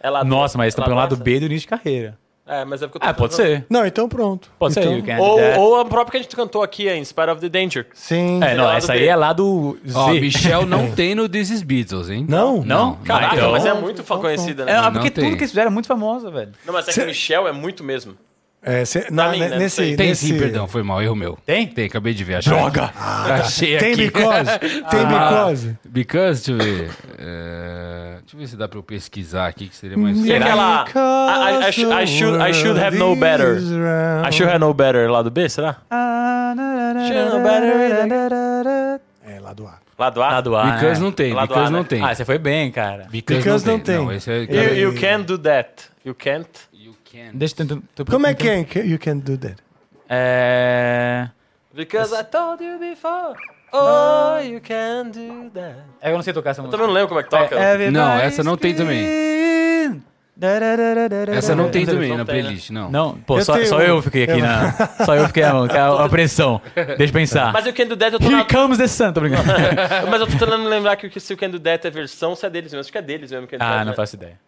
[SPEAKER 4] É lá do-
[SPEAKER 5] Nossa, mas
[SPEAKER 4] é
[SPEAKER 5] tá pelo lado
[SPEAKER 4] dessa?
[SPEAKER 5] B do início de carreira.
[SPEAKER 4] É, mas é porque eu tô
[SPEAKER 5] Ah, pode
[SPEAKER 4] tentando-
[SPEAKER 5] ser. É.
[SPEAKER 1] Não, então pronto.
[SPEAKER 5] Pode
[SPEAKER 1] então,
[SPEAKER 5] ser. You can do
[SPEAKER 4] Ou,
[SPEAKER 5] that.
[SPEAKER 4] ou a própria que a gente cantou aqui, é In Spite of the Danger.
[SPEAKER 1] Sim.
[SPEAKER 5] É, não,
[SPEAKER 4] lado
[SPEAKER 5] essa
[SPEAKER 4] B.
[SPEAKER 5] aí é lá do Z.
[SPEAKER 6] Ó, Michel não tem no This is Beatles, hein?
[SPEAKER 1] Não?
[SPEAKER 5] Não?
[SPEAKER 4] Caraca,
[SPEAKER 5] Ah, então-
[SPEAKER 4] mas é muito fa- conhecida, né?
[SPEAKER 5] É, ah,
[SPEAKER 6] Não
[SPEAKER 5] porque
[SPEAKER 6] tem.
[SPEAKER 5] tudo que eles fizeram é muito famosa, velho.
[SPEAKER 4] Não, mas é que
[SPEAKER 1] Cê-
[SPEAKER 4] Michel é muito mesmo.
[SPEAKER 1] É, cê- na-
[SPEAKER 4] mim, né? Não
[SPEAKER 1] nesse,
[SPEAKER 4] sei.
[SPEAKER 6] Tem
[SPEAKER 1] nesse-
[SPEAKER 6] sim, perdão, foi mal, erro meu.
[SPEAKER 5] Tem?
[SPEAKER 6] Tem, acabei de ver. Achei. Droga! *laughs* Achei
[SPEAKER 1] Tem
[SPEAKER 6] aqui.
[SPEAKER 4] *laughs*
[SPEAKER 1] Because? Tem
[SPEAKER 4] Ah.
[SPEAKER 1] Because?
[SPEAKER 6] Because, deixa eu ver. É, Deixa eu ver se dá pra eu pesquisar aqui, que seria mais...
[SPEAKER 4] E aquela... Ah, I, I- I should, I should- I should have no better. I should have no better lá do B, será?
[SPEAKER 1] É, lá do ar.
[SPEAKER 4] Lá do A?
[SPEAKER 5] Lá do A.
[SPEAKER 6] Because
[SPEAKER 5] né?
[SPEAKER 6] não tem,
[SPEAKER 4] Lá do
[SPEAKER 6] Because
[SPEAKER 4] A,
[SPEAKER 6] não
[SPEAKER 4] né?
[SPEAKER 6] tem.
[SPEAKER 5] Ah, você foi bem, cara.
[SPEAKER 1] Because não tem.
[SPEAKER 6] esse é...
[SPEAKER 4] You, you can do that. You can't.
[SPEAKER 6] You can.
[SPEAKER 5] Deixa eu tentar. tô-
[SPEAKER 1] Como é que é?
[SPEAKER 4] Então-
[SPEAKER 1] You can do that.
[SPEAKER 5] É.
[SPEAKER 4] Because I told you before. Oh, you can do that.
[SPEAKER 5] é, Eu não sei tocar essa música.
[SPEAKER 4] Também não lembro como é que toca.
[SPEAKER 6] Não, essa não tem também. Essa não tem também
[SPEAKER 4] não
[SPEAKER 6] na
[SPEAKER 4] tem, né?
[SPEAKER 6] playlist, não.
[SPEAKER 5] Não, pô,
[SPEAKER 1] Eu
[SPEAKER 5] só,
[SPEAKER 1] tenho
[SPEAKER 5] só
[SPEAKER 1] um.
[SPEAKER 5] eu fiquei aqui
[SPEAKER 1] Eu-
[SPEAKER 5] na. *laughs* Só eu fiquei na que é a, a pressão. Deixa eu pensar.
[SPEAKER 4] Mas o Can Do That eu tô
[SPEAKER 5] Here
[SPEAKER 4] na...
[SPEAKER 5] comes the sun, tô
[SPEAKER 4] *laughs*
[SPEAKER 5] brincando.
[SPEAKER 4] Mas eu tô tentando lembrar que o que- se o Can Do That é versão, se é deles mesmo. Acho que é deles mesmo. Can Do
[SPEAKER 5] *laughs* ah,
[SPEAKER 4] That,
[SPEAKER 5] não
[SPEAKER 4] né?
[SPEAKER 5] faço ideia.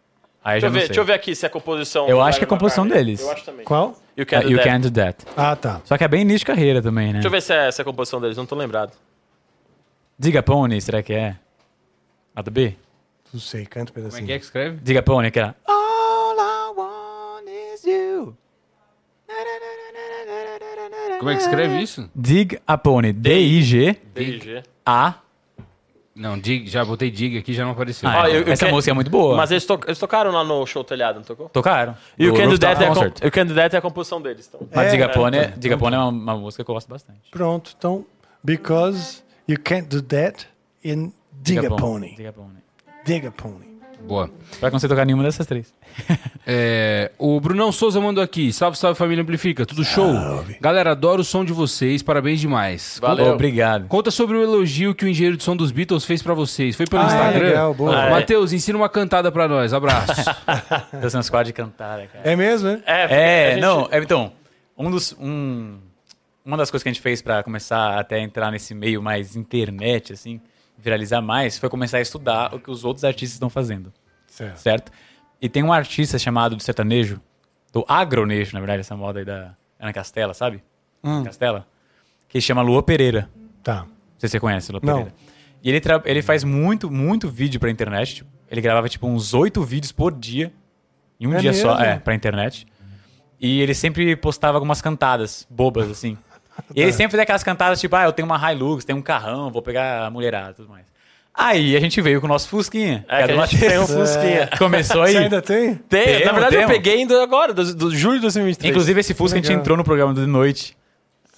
[SPEAKER 5] Aí
[SPEAKER 4] Deixa
[SPEAKER 5] eu já
[SPEAKER 4] eu,
[SPEAKER 5] não
[SPEAKER 4] ver,
[SPEAKER 5] sei.
[SPEAKER 4] deixa eu ver aqui se é a composição.
[SPEAKER 5] Eu
[SPEAKER 4] do
[SPEAKER 5] acho que é a
[SPEAKER 4] Brian
[SPEAKER 5] composição
[SPEAKER 4] McCartney.
[SPEAKER 5] deles.
[SPEAKER 4] Eu acho também.
[SPEAKER 1] Qual?
[SPEAKER 4] You Can
[SPEAKER 5] É,
[SPEAKER 4] Do
[SPEAKER 5] You
[SPEAKER 4] That.
[SPEAKER 5] can do that.
[SPEAKER 1] Ah, tá.
[SPEAKER 5] Só que é bem início de carreira também, né?
[SPEAKER 4] Deixa eu ver se é, se é a composição deles, não tô lembrado.
[SPEAKER 5] Diga Pony, será que é? A do B?
[SPEAKER 1] Não sei, canta um
[SPEAKER 6] Como é que
[SPEAKER 1] pedacinho.
[SPEAKER 6] é que escreve?
[SPEAKER 5] Diga Pony, que era.
[SPEAKER 6] Como é que escreve isso?
[SPEAKER 5] Dig a Pony. D-I-G.
[SPEAKER 4] DG.
[SPEAKER 5] A.
[SPEAKER 6] Não, dig, já botei dig aqui, já não apareceu.
[SPEAKER 5] Ah,
[SPEAKER 4] eu- eu
[SPEAKER 5] essa
[SPEAKER 4] que-
[SPEAKER 5] música é muito boa.
[SPEAKER 4] Mas eles, to- eles tocaram lá no show telhado, não tocou?
[SPEAKER 5] Tocaram.
[SPEAKER 4] E o Can Do That é a com-
[SPEAKER 5] concert.
[SPEAKER 4] You Can Do That é a composição deles. Então.
[SPEAKER 5] Mas
[SPEAKER 1] É,
[SPEAKER 5] Diga
[SPEAKER 1] é,
[SPEAKER 5] Pony é, Diga Pony é uma, uma música que eu gosto bastante.
[SPEAKER 1] Pronto, então. Because you can't do that in Dig a Pony.
[SPEAKER 5] Diga Pony.
[SPEAKER 1] Dig a Pony.
[SPEAKER 6] Boa.
[SPEAKER 5] Pra que não sei tocar nenhuma dessas três.
[SPEAKER 6] É, o Brunão Souza mandou aqui. Salve, salve família Amplifica, tudo show? Galera, adoro o som de vocês, parabéns demais.
[SPEAKER 4] Valeu.
[SPEAKER 5] Obrigado.
[SPEAKER 6] Conta sobre o elogio que o engenheiro de som dos Beatles fez pra vocês. Foi pelo
[SPEAKER 1] Ah,
[SPEAKER 6] Instagram.
[SPEAKER 1] legal, boa.
[SPEAKER 6] Ah, é. Matheus, ensina uma cantada pra
[SPEAKER 4] *laughs*
[SPEAKER 6] nós. Abraço. *laughs*
[SPEAKER 5] Tá sendo squad de cantada, cara.
[SPEAKER 1] É mesmo, né?
[SPEAKER 4] É, porque
[SPEAKER 5] É,
[SPEAKER 4] a gente-
[SPEAKER 5] não, é, então, um dos, um, uma das coisas que a gente fez pra começar até a entrar nesse meio mais internet, assim, viralizar mais, foi começar a estudar o que os outros artistas estão fazendo,
[SPEAKER 1] Certo.
[SPEAKER 5] certo? E tem um artista chamado do sertanejo, do agronejo, na verdade, essa moda aí da Ana Castela, sabe? Ana Castela, que chama Lua Pereira.
[SPEAKER 1] Tá.
[SPEAKER 5] Não sei se você conhece o Lua
[SPEAKER 1] Não.
[SPEAKER 5] Pereira. E ele, tra- ele faz muito, muito vídeo pra internet. tipo, ele gravava, tipo, uns oito vídeos por dia. Em um
[SPEAKER 1] É
[SPEAKER 5] dia só,
[SPEAKER 1] mesmo?
[SPEAKER 5] é, pra internet. E ele sempre postava algumas cantadas
[SPEAKER 1] *laughs*
[SPEAKER 5] bobas, assim. E ele sempre fazia aquelas cantadas, tipo, ah, eu tenho uma Hilux, tenho um carrão, vou pegar a mulherada e tudo mais. Aí a gente veio com o nosso Fusquinha.
[SPEAKER 4] É, que a gente tem um Fusquinha.
[SPEAKER 5] É. Começou
[SPEAKER 1] Você
[SPEAKER 5] aí.
[SPEAKER 1] ainda tem?
[SPEAKER 4] Tem,
[SPEAKER 5] Temos,
[SPEAKER 4] na verdade eu
[SPEAKER 5] temos.
[SPEAKER 4] peguei ainda agora, do, do julho de 2023.
[SPEAKER 5] Inclusive, esse Fusca a gente
[SPEAKER 1] Legal.
[SPEAKER 5] entrou no programa de noite.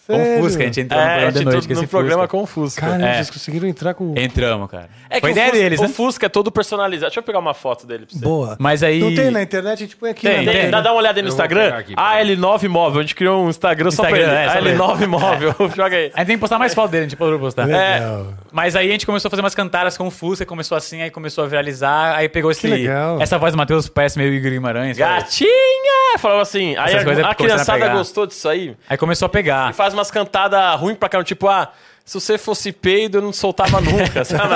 [SPEAKER 1] Sério?
[SPEAKER 5] Com Fusca, a gente entrou tá no
[SPEAKER 4] É,
[SPEAKER 5] programa
[SPEAKER 4] a
[SPEAKER 5] de
[SPEAKER 4] gente
[SPEAKER 5] noite. com
[SPEAKER 4] entrou
[SPEAKER 5] esse
[SPEAKER 4] num programa
[SPEAKER 5] Fusca.
[SPEAKER 4] com o Fusca.
[SPEAKER 1] Caramba,
[SPEAKER 5] É.
[SPEAKER 1] vocês conseguiram entrar com.
[SPEAKER 5] Entramos, cara.
[SPEAKER 4] É que
[SPEAKER 5] Foi
[SPEAKER 4] o
[SPEAKER 5] ideia
[SPEAKER 4] Fusca,
[SPEAKER 5] deles,
[SPEAKER 4] o
[SPEAKER 5] né?
[SPEAKER 4] Fusca é todo personalizado. Deixa eu pegar uma foto dele pra você.
[SPEAKER 1] Boa.
[SPEAKER 5] Mas aí.
[SPEAKER 1] Não tem na internet, a gente põe aqui.
[SPEAKER 4] Tem,
[SPEAKER 1] né?
[SPEAKER 4] tem, Dá, dá uma olhada aí no
[SPEAKER 6] Eu vou pegar
[SPEAKER 4] Instagram.
[SPEAKER 6] aqui, peraí.
[SPEAKER 4] AL9 Móvel. A gente criou um Instagram, só pra ele.
[SPEAKER 5] Instagram, é, só pra ele. É.
[SPEAKER 4] AL9 Móvel. *laughs* Joga aí.
[SPEAKER 5] A gente tem que postar mais foto dele, a gente poderia postar.
[SPEAKER 1] Legal.
[SPEAKER 5] É.
[SPEAKER 4] É.
[SPEAKER 5] Mas aí a gente começou a fazer umas cantadas com o Fusca, começou assim, aí começou a viralizar, aí pegou esse,
[SPEAKER 1] legal.
[SPEAKER 5] essa voz do Matheus, parece meio Igor Guimarães. sabe?
[SPEAKER 4] Gatinha! Falava assim. Aí
[SPEAKER 5] Essas coisas
[SPEAKER 4] a, a
[SPEAKER 5] começaram a
[SPEAKER 4] criançada
[SPEAKER 5] pegar.
[SPEAKER 4] gostou disso aí.
[SPEAKER 5] Aí começou a pegar.
[SPEAKER 4] E faz umas cantadas ruins pra caramba. Tipo, ah, se você fosse peido, eu não soltava nunca. *laughs* sabe?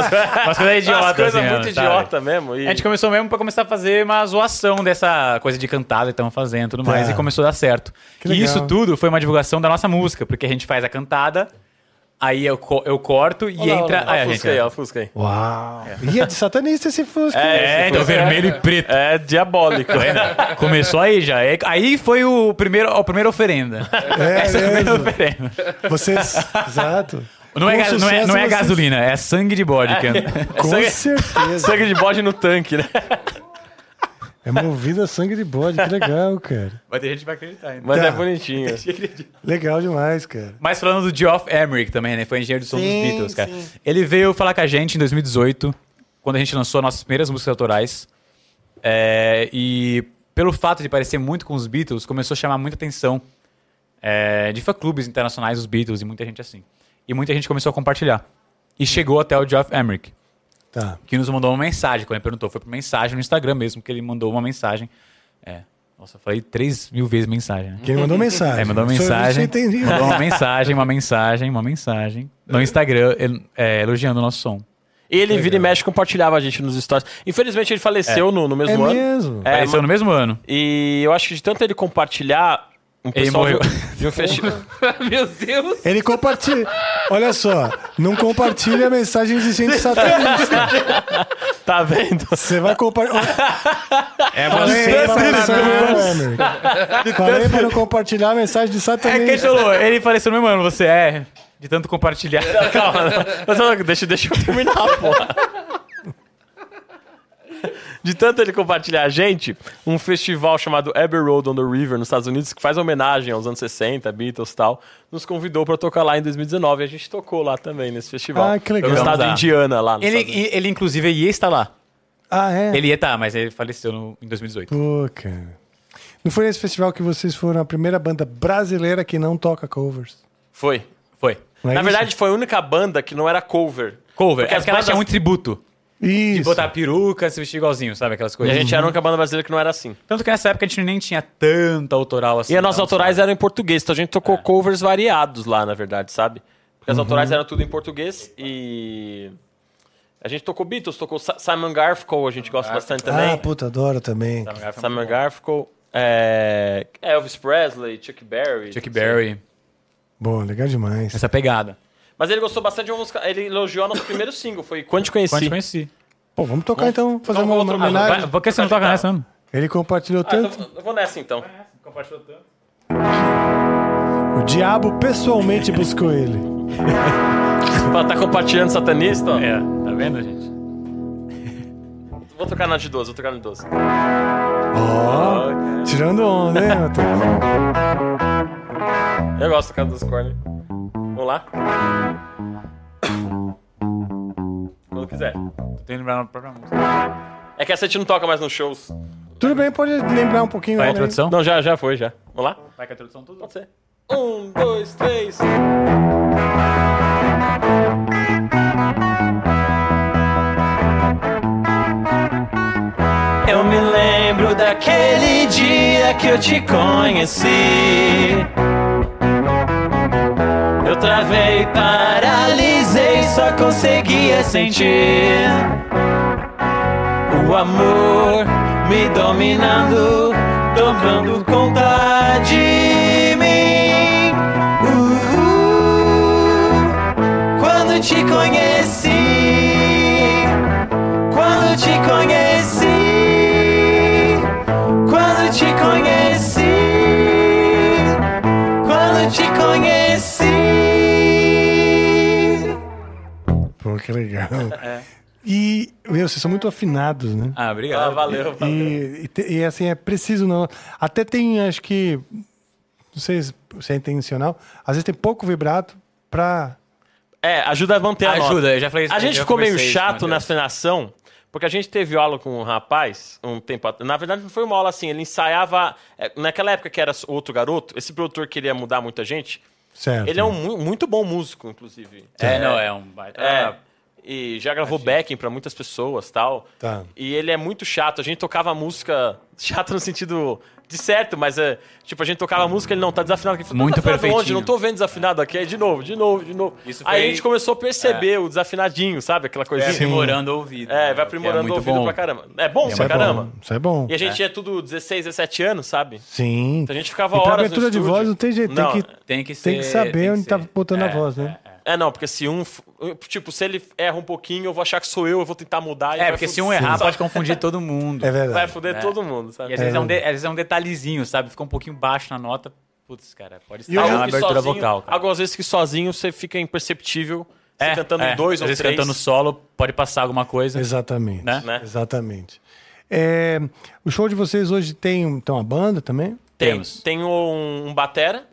[SPEAKER 5] Umas coisas idiotas,
[SPEAKER 4] Umas coisas
[SPEAKER 5] assim,
[SPEAKER 4] muito
[SPEAKER 5] sabe?
[SPEAKER 4] idiota mesmo. E...
[SPEAKER 5] A gente começou mesmo pra começar a fazer uma zoação dessa coisa de cantada que estamos fazendo e tudo mais,
[SPEAKER 1] Tá.
[SPEAKER 5] e começou a dar certo.
[SPEAKER 1] Que
[SPEAKER 5] e
[SPEAKER 1] legal.
[SPEAKER 5] isso tudo foi uma divulgação da nossa música, porque a gente faz a cantada, aí eu, co- eu corto e
[SPEAKER 4] Olha lá,
[SPEAKER 5] entra.
[SPEAKER 4] olha lá,
[SPEAKER 5] Aí
[SPEAKER 4] Olha
[SPEAKER 5] a
[SPEAKER 4] o
[SPEAKER 5] gente-
[SPEAKER 4] Fusca aí, ó, o Fusca aí.
[SPEAKER 1] Uau. E é de satanista esse Fusca.
[SPEAKER 5] É, então vermelho e preto. Tá
[SPEAKER 4] É diabólico.
[SPEAKER 5] Começou aí já. É- Aí foi o primeiro, a primeira oferenda. *laughs*
[SPEAKER 1] É
[SPEAKER 5] Essa é a primeira
[SPEAKER 1] mesmo.
[SPEAKER 5] oferenda.
[SPEAKER 1] Vocês. Exato.
[SPEAKER 5] Não é,
[SPEAKER 1] Com
[SPEAKER 5] ga- não é-
[SPEAKER 1] sucesso
[SPEAKER 5] não é
[SPEAKER 1] vocês-
[SPEAKER 5] gasolina, é sangue de bode. que-
[SPEAKER 1] Com
[SPEAKER 4] Sangue-
[SPEAKER 1] certeza.
[SPEAKER 4] Sangue de bode no tanque, né?
[SPEAKER 1] É movido a sangue de bode. Que legal, cara.
[SPEAKER 5] Vai ter gente que vai acreditar. Hein?
[SPEAKER 4] Mas
[SPEAKER 1] Tá.
[SPEAKER 4] é bonitinho.
[SPEAKER 1] Legal demais, cara.
[SPEAKER 5] Mas falando do Geoff Emerick também, né? Foi engenheiro de som dos Beatles, cara. Ele veio falar com a gente em 2018, quando a gente lançou nossas primeiras músicas autorais. É, e pelo fato de parecer muito com os Beatles, começou a chamar muita atenção é, de fã-clubes internacionais, os Beatles e muita gente assim. E muita gente começou a compartilhar. E chegou até o Geoff Emerick.
[SPEAKER 1] Tá.
[SPEAKER 5] que nos mandou uma mensagem. Quando ele perguntou, foi por mensagem no Instagram mesmo, que ele mandou uma mensagem. É. Nossa, eu falei três mil vezes mensagem, né?
[SPEAKER 1] Quem mandou mensagem?
[SPEAKER 5] É, mandou uma
[SPEAKER 1] Só- Você né?
[SPEAKER 5] mensagem.
[SPEAKER 1] entendi.
[SPEAKER 5] Mandou uma mensagem, uma mensagem, uma mensagem. No Instagram, el- é, elogiando o nosso som.
[SPEAKER 4] Ele vira e mexe, compartilhava a gente nos stories. Infelizmente, ele faleceu no, no
[SPEAKER 1] É
[SPEAKER 4] mesmo ano.
[SPEAKER 1] mesmo.
[SPEAKER 4] É,
[SPEAKER 5] Apareceu no mesmo ano.
[SPEAKER 4] E eu acho que de tanto ele compartilhar, o pessoal
[SPEAKER 5] morreu.
[SPEAKER 4] viu-
[SPEAKER 1] *laughs*
[SPEAKER 4] viu festi-
[SPEAKER 6] Meu Deus!
[SPEAKER 1] Ele compartilha. Olha só, não compartilha a mensagem de gente satanista.
[SPEAKER 4] Tá vendo?
[SPEAKER 1] Você vai compartilhar.
[SPEAKER 5] É
[SPEAKER 1] Falei pra não
[SPEAKER 5] você.
[SPEAKER 1] compartilhar, Emerson. Falei pra não compartilhar a mensagem de
[SPEAKER 5] É que ele
[SPEAKER 1] satanista.
[SPEAKER 5] falou, ele apareceu no mesmo ano, você é. De tanto compartilhar.
[SPEAKER 4] Calma, não, não, deixa, deixa eu terminar, porra. De tanto ele compartilhar a gente, um festival chamado Abbey Road on the River, nos Estados Unidos, que faz homenagem aos anos 60, Beatles e tal, nos convidou pra tocar lá em 2019. E a gente tocou lá também nesse festival.
[SPEAKER 1] Ah, que legal.
[SPEAKER 4] No estado
[SPEAKER 5] Vamos
[SPEAKER 4] de
[SPEAKER 5] lá.
[SPEAKER 4] Indiana, lá. nos
[SPEAKER 5] Ele,
[SPEAKER 4] Estados Unidos.
[SPEAKER 5] ele, inclusive, ia estar lá.
[SPEAKER 1] Ah, é?
[SPEAKER 5] Ele ia estar, mas ele faleceu no- em 2018.
[SPEAKER 1] Pô, cara. Não foi nesse festival que vocês foram a primeira banda brasileira que não toca covers?
[SPEAKER 4] Foi.
[SPEAKER 5] Foi.
[SPEAKER 1] Não é
[SPEAKER 4] Na
[SPEAKER 1] isso?
[SPEAKER 4] verdade, foi a única banda que não era cover.
[SPEAKER 5] Cover.
[SPEAKER 4] Porque
[SPEAKER 5] é
[SPEAKER 4] as
[SPEAKER 5] porque ela
[SPEAKER 4] bandas-
[SPEAKER 5] tinha muito tributo.
[SPEAKER 1] Isso. Ah,
[SPEAKER 5] Botar peruca, se vestir igualzinho, sabe? Aquelas
[SPEAKER 4] E a
[SPEAKER 5] coisas.
[SPEAKER 4] gente era a única banda brasileira que não era assim.
[SPEAKER 5] Tanto que nessa época a gente nem tinha tanta autoral assim.
[SPEAKER 4] E as nossas
[SPEAKER 5] não,
[SPEAKER 4] autorais
[SPEAKER 5] sabe?
[SPEAKER 4] eram em português, então a gente tocou covers variados lá, na verdade, sabe? Porque as autorais eram tudo em português e. A gente tocou Beatles, tocou Sa- Simon Garfunkel, a gente gosta bastante
[SPEAKER 1] Ah,
[SPEAKER 4] também.
[SPEAKER 1] puta, adoro também.
[SPEAKER 4] Simon é Garfunkel, é... Elvis Presley, Chuck Berry.
[SPEAKER 5] Chuck Berry.
[SPEAKER 1] Bom, legal demais.
[SPEAKER 5] Essa pegada.
[SPEAKER 4] Mas ele gostou bastante de uma música, ele elogiou nosso primeiro single, foi Quando Te Conheci.
[SPEAKER 5] Quando eu te conheci.
[SPEAKER 1] Pô, vamos tocar então, fazer uma, uma
[SPEAKER 4] outra música.
[SPEAKER 1] homenagem.
[SPEAKER 5] Por que você não toca nessa, mano?
[SPEAKER 1] Ele compartilhou
[SPEAKER 4] Ah,
[SPEAKER 1] tanto.
[SPEAKER 4] então eu vou nessa então.
[SPEAKER 5] então
[SPEAKER 1] O diabo pessoalmente buscou ele.
[SPEAKER 4] Pra tá compartilhando satanista, ó.
[SPEAKER 5] É, tá vendo, gente?
[SPEAKER 4] Vou tocar na de 12, vou tocar na de 12.
[SPEAKER 1] Ó, tirando onda, né, Matheus?
[SPEAKER 4] Eu gosto de tocar dos cornes. Vamos lá? Quando quiser.
[SPEAKER 5] Tô tendo lembrar na própria música.
[SPEAKER 4] É que essa a gente não toca mais nos shows.
[SPEAKER 1] Tudo bem, pode lembrar um pouquinho.
[SPEAKER 5] Vai a
[SPEAKER 1] ela aí.
[SPEAKER 5] introdução?
[SPEAKER 4] Não, já, já foi, já. Vamos lá?
[SPEAKER 5] Vai com a introdução tudo.
[SPEAKER 4] Pode ser. Um, dois, três.
[SPEAKER 8] Eu me lembro daquele dia que eu te conheci. Eu travei, paralisei, só conseguia sentir o amor me dominando, tomando conta de mim. Uhul. Quando te conheci quando te conheci, quando te conheci, quando te conheci.
[SPEAKER 1] Pô, que legal.
[SPEAKER 5] É.
[SPEAKER 1] E, meu, vocês são muito afinados, né?
[SPEAKER 5] Ah,
[SPEAKER 4] Ah,
[SPEAKER 5] obrigado.
[SPEAKER 4] valeu. valeu.
[SPEAKER 1] E, e te- e, assim, é preciso não. Até tem, acho que. Não sei, se é intencional, às vezes tem pouco vibrato pra.
[SPEAKER 4] É, ajuda a manter a nota.
[SPEAKER 5] Ajuda, eu já falei isso.
[SPEAKER 4] A
[SPEAKER 5] eu
[SPEAKER 4] gente
[SPEAKER 5] já
[SPEAKER 4] ficou meio
[SPEAKER 5] conversei isso com o
[SPEAKER 4] chato
[SPEAKER 5] Matheus.
[SPEAKER 4] nessa nação, porque a gente teve aula com um rapaz um tempo atrás. Na verdade, não foi uma aula assim, ele ensaiava. é, Naquela época que era outro garoto, esse produtor queria mudar muita gente.
[SPEAKER 5] Ah,
[SPEAKER 1] Certo.
[SPEAKER 4] Ele é um mu- muito bom músico, inclusive.
[SPEAKER 5] É, não, é um baita.
[SPEAKER 4] É. E já gravou backing pra muitas pessoas tal.
[SPEAKER 1] Tá.
[SPEAKER 4] E ele é muito chato. A gente tocava música. Chato no sentido de certo, mas é. Tipo, a gente tocava música, ele não tá desafinado aqui. Eu falei,
[SPEAKER 5] Muito
[SPEAKER 4] tá desafinado
[SPEAKER 5] perfeitinho.
[SPEAKER 4] Onde? Não tô vendo desafinado aqui. Aí de novo, de novo, de novo.
[SPEAKER 5] Isso
[SPEAKER 4] Aí
[SPEAKER 5] foi-
[SPEAKER 4] a gente começou a perceber o desafinadinho, sabe? Aquela
[SPEAKER 5] Vai
[SPEAKER 4] coisinha.
[SPEAKER 5] É, aprimorando o ouvido.
[SPEAKER 4] É,
[SPEAKER 5] né, que
[SPEAKER 4] vai aprimorando
[SPEAKER 5] muito
[SPEAKER 4] o ouvido
[SPEAKER 5] bom.
[SPEAKER 4] pra caramba. É bom pra
[SPEAKER 1] bom,
[SPEAKER 4] caramba.
[SPEAKER 1] Isso é bom.
[SPEAKER 4] E a gente é. tudo 16, 17 anos, sabe?
[SPEAKER 1] Sim.
[SPEAKER 4] Então a gente
[SPEAKER 1] E
[SPEAKER 4] ficava
[SPEAKER 1] pra
[SPEAKER 4] horas. no
[SPEAKER 1] abertura de
[SPEAKER 4] estúdio.
[SPEAKER 1] voz não tem jeito, tem
[SPEAKER 4] Não,
[SPEAKER 1] que-
[SPEAKER 5] Tem que
[SPEAKER 1] Tem que
[SPEAKER 5] ser-
[SPEAKER 1] saber
[SPEAKER 5] tem
[SPEAKER 1] onde
[SPEAKER 5] ser-
[SPEAKER 1] tá botando
[SPEAKER 5] é,
[SPEAKER 1] a voz, né?
[SPEAKER 4] É, não, porque se um. f- Tipo, se ele erra um pouquinho, eu vou achar que sou eu, eu vou tentar mudar. e
[SPEAKER 5] É,
[SPEAKER 4] vai
[SPEAKER 5] porque
[SPEAKER 4] fu-
[SPEAKER 5] se um errar, pode confundir todo mundo.
[SPEAKER 1] É,
[SPEAKER 4] Vai
[SPEAKER 1] verdade.
[SPEAKER 4] foder todo mundo, sabe?
[SPEAKER 5] E às vezes, é um de- às vezes é um detalhezinho, sabe? Fica um pouquinho baixo na nota. Putz, cara, pode
[SPEAKER 1] eu-
[SPEAKER 5] estragar uma
[SPEAKER 4] que
[SPEAKER 5] abertura
[SPEAKER 4] um sozinho-
[SPEAKER 5] vocal. Cara. É,
[SPEAKER 4] Algumas vezes que sozinho você fica imperceptível. Você cantando em dois
[SPEAKER 5] às
[SPEAKER 4] ou
[SPEAKER 5] vezes
[SPEAKER 4] três.
[SPEAKER 5] cantando solo, pode passar alguma coisa.
[SPEAKER 1] Exatamente.
[SPEAKER 5] Né?
[SPEAKER 4] Né?
[SPEAKER 1] Exatamente. É, o show de vocês hoje tem então, a banda também?
[SPEAKER 4] Tem,
[SPEAKER 5] Temos.
[SPEAKER 4] tem um, um batera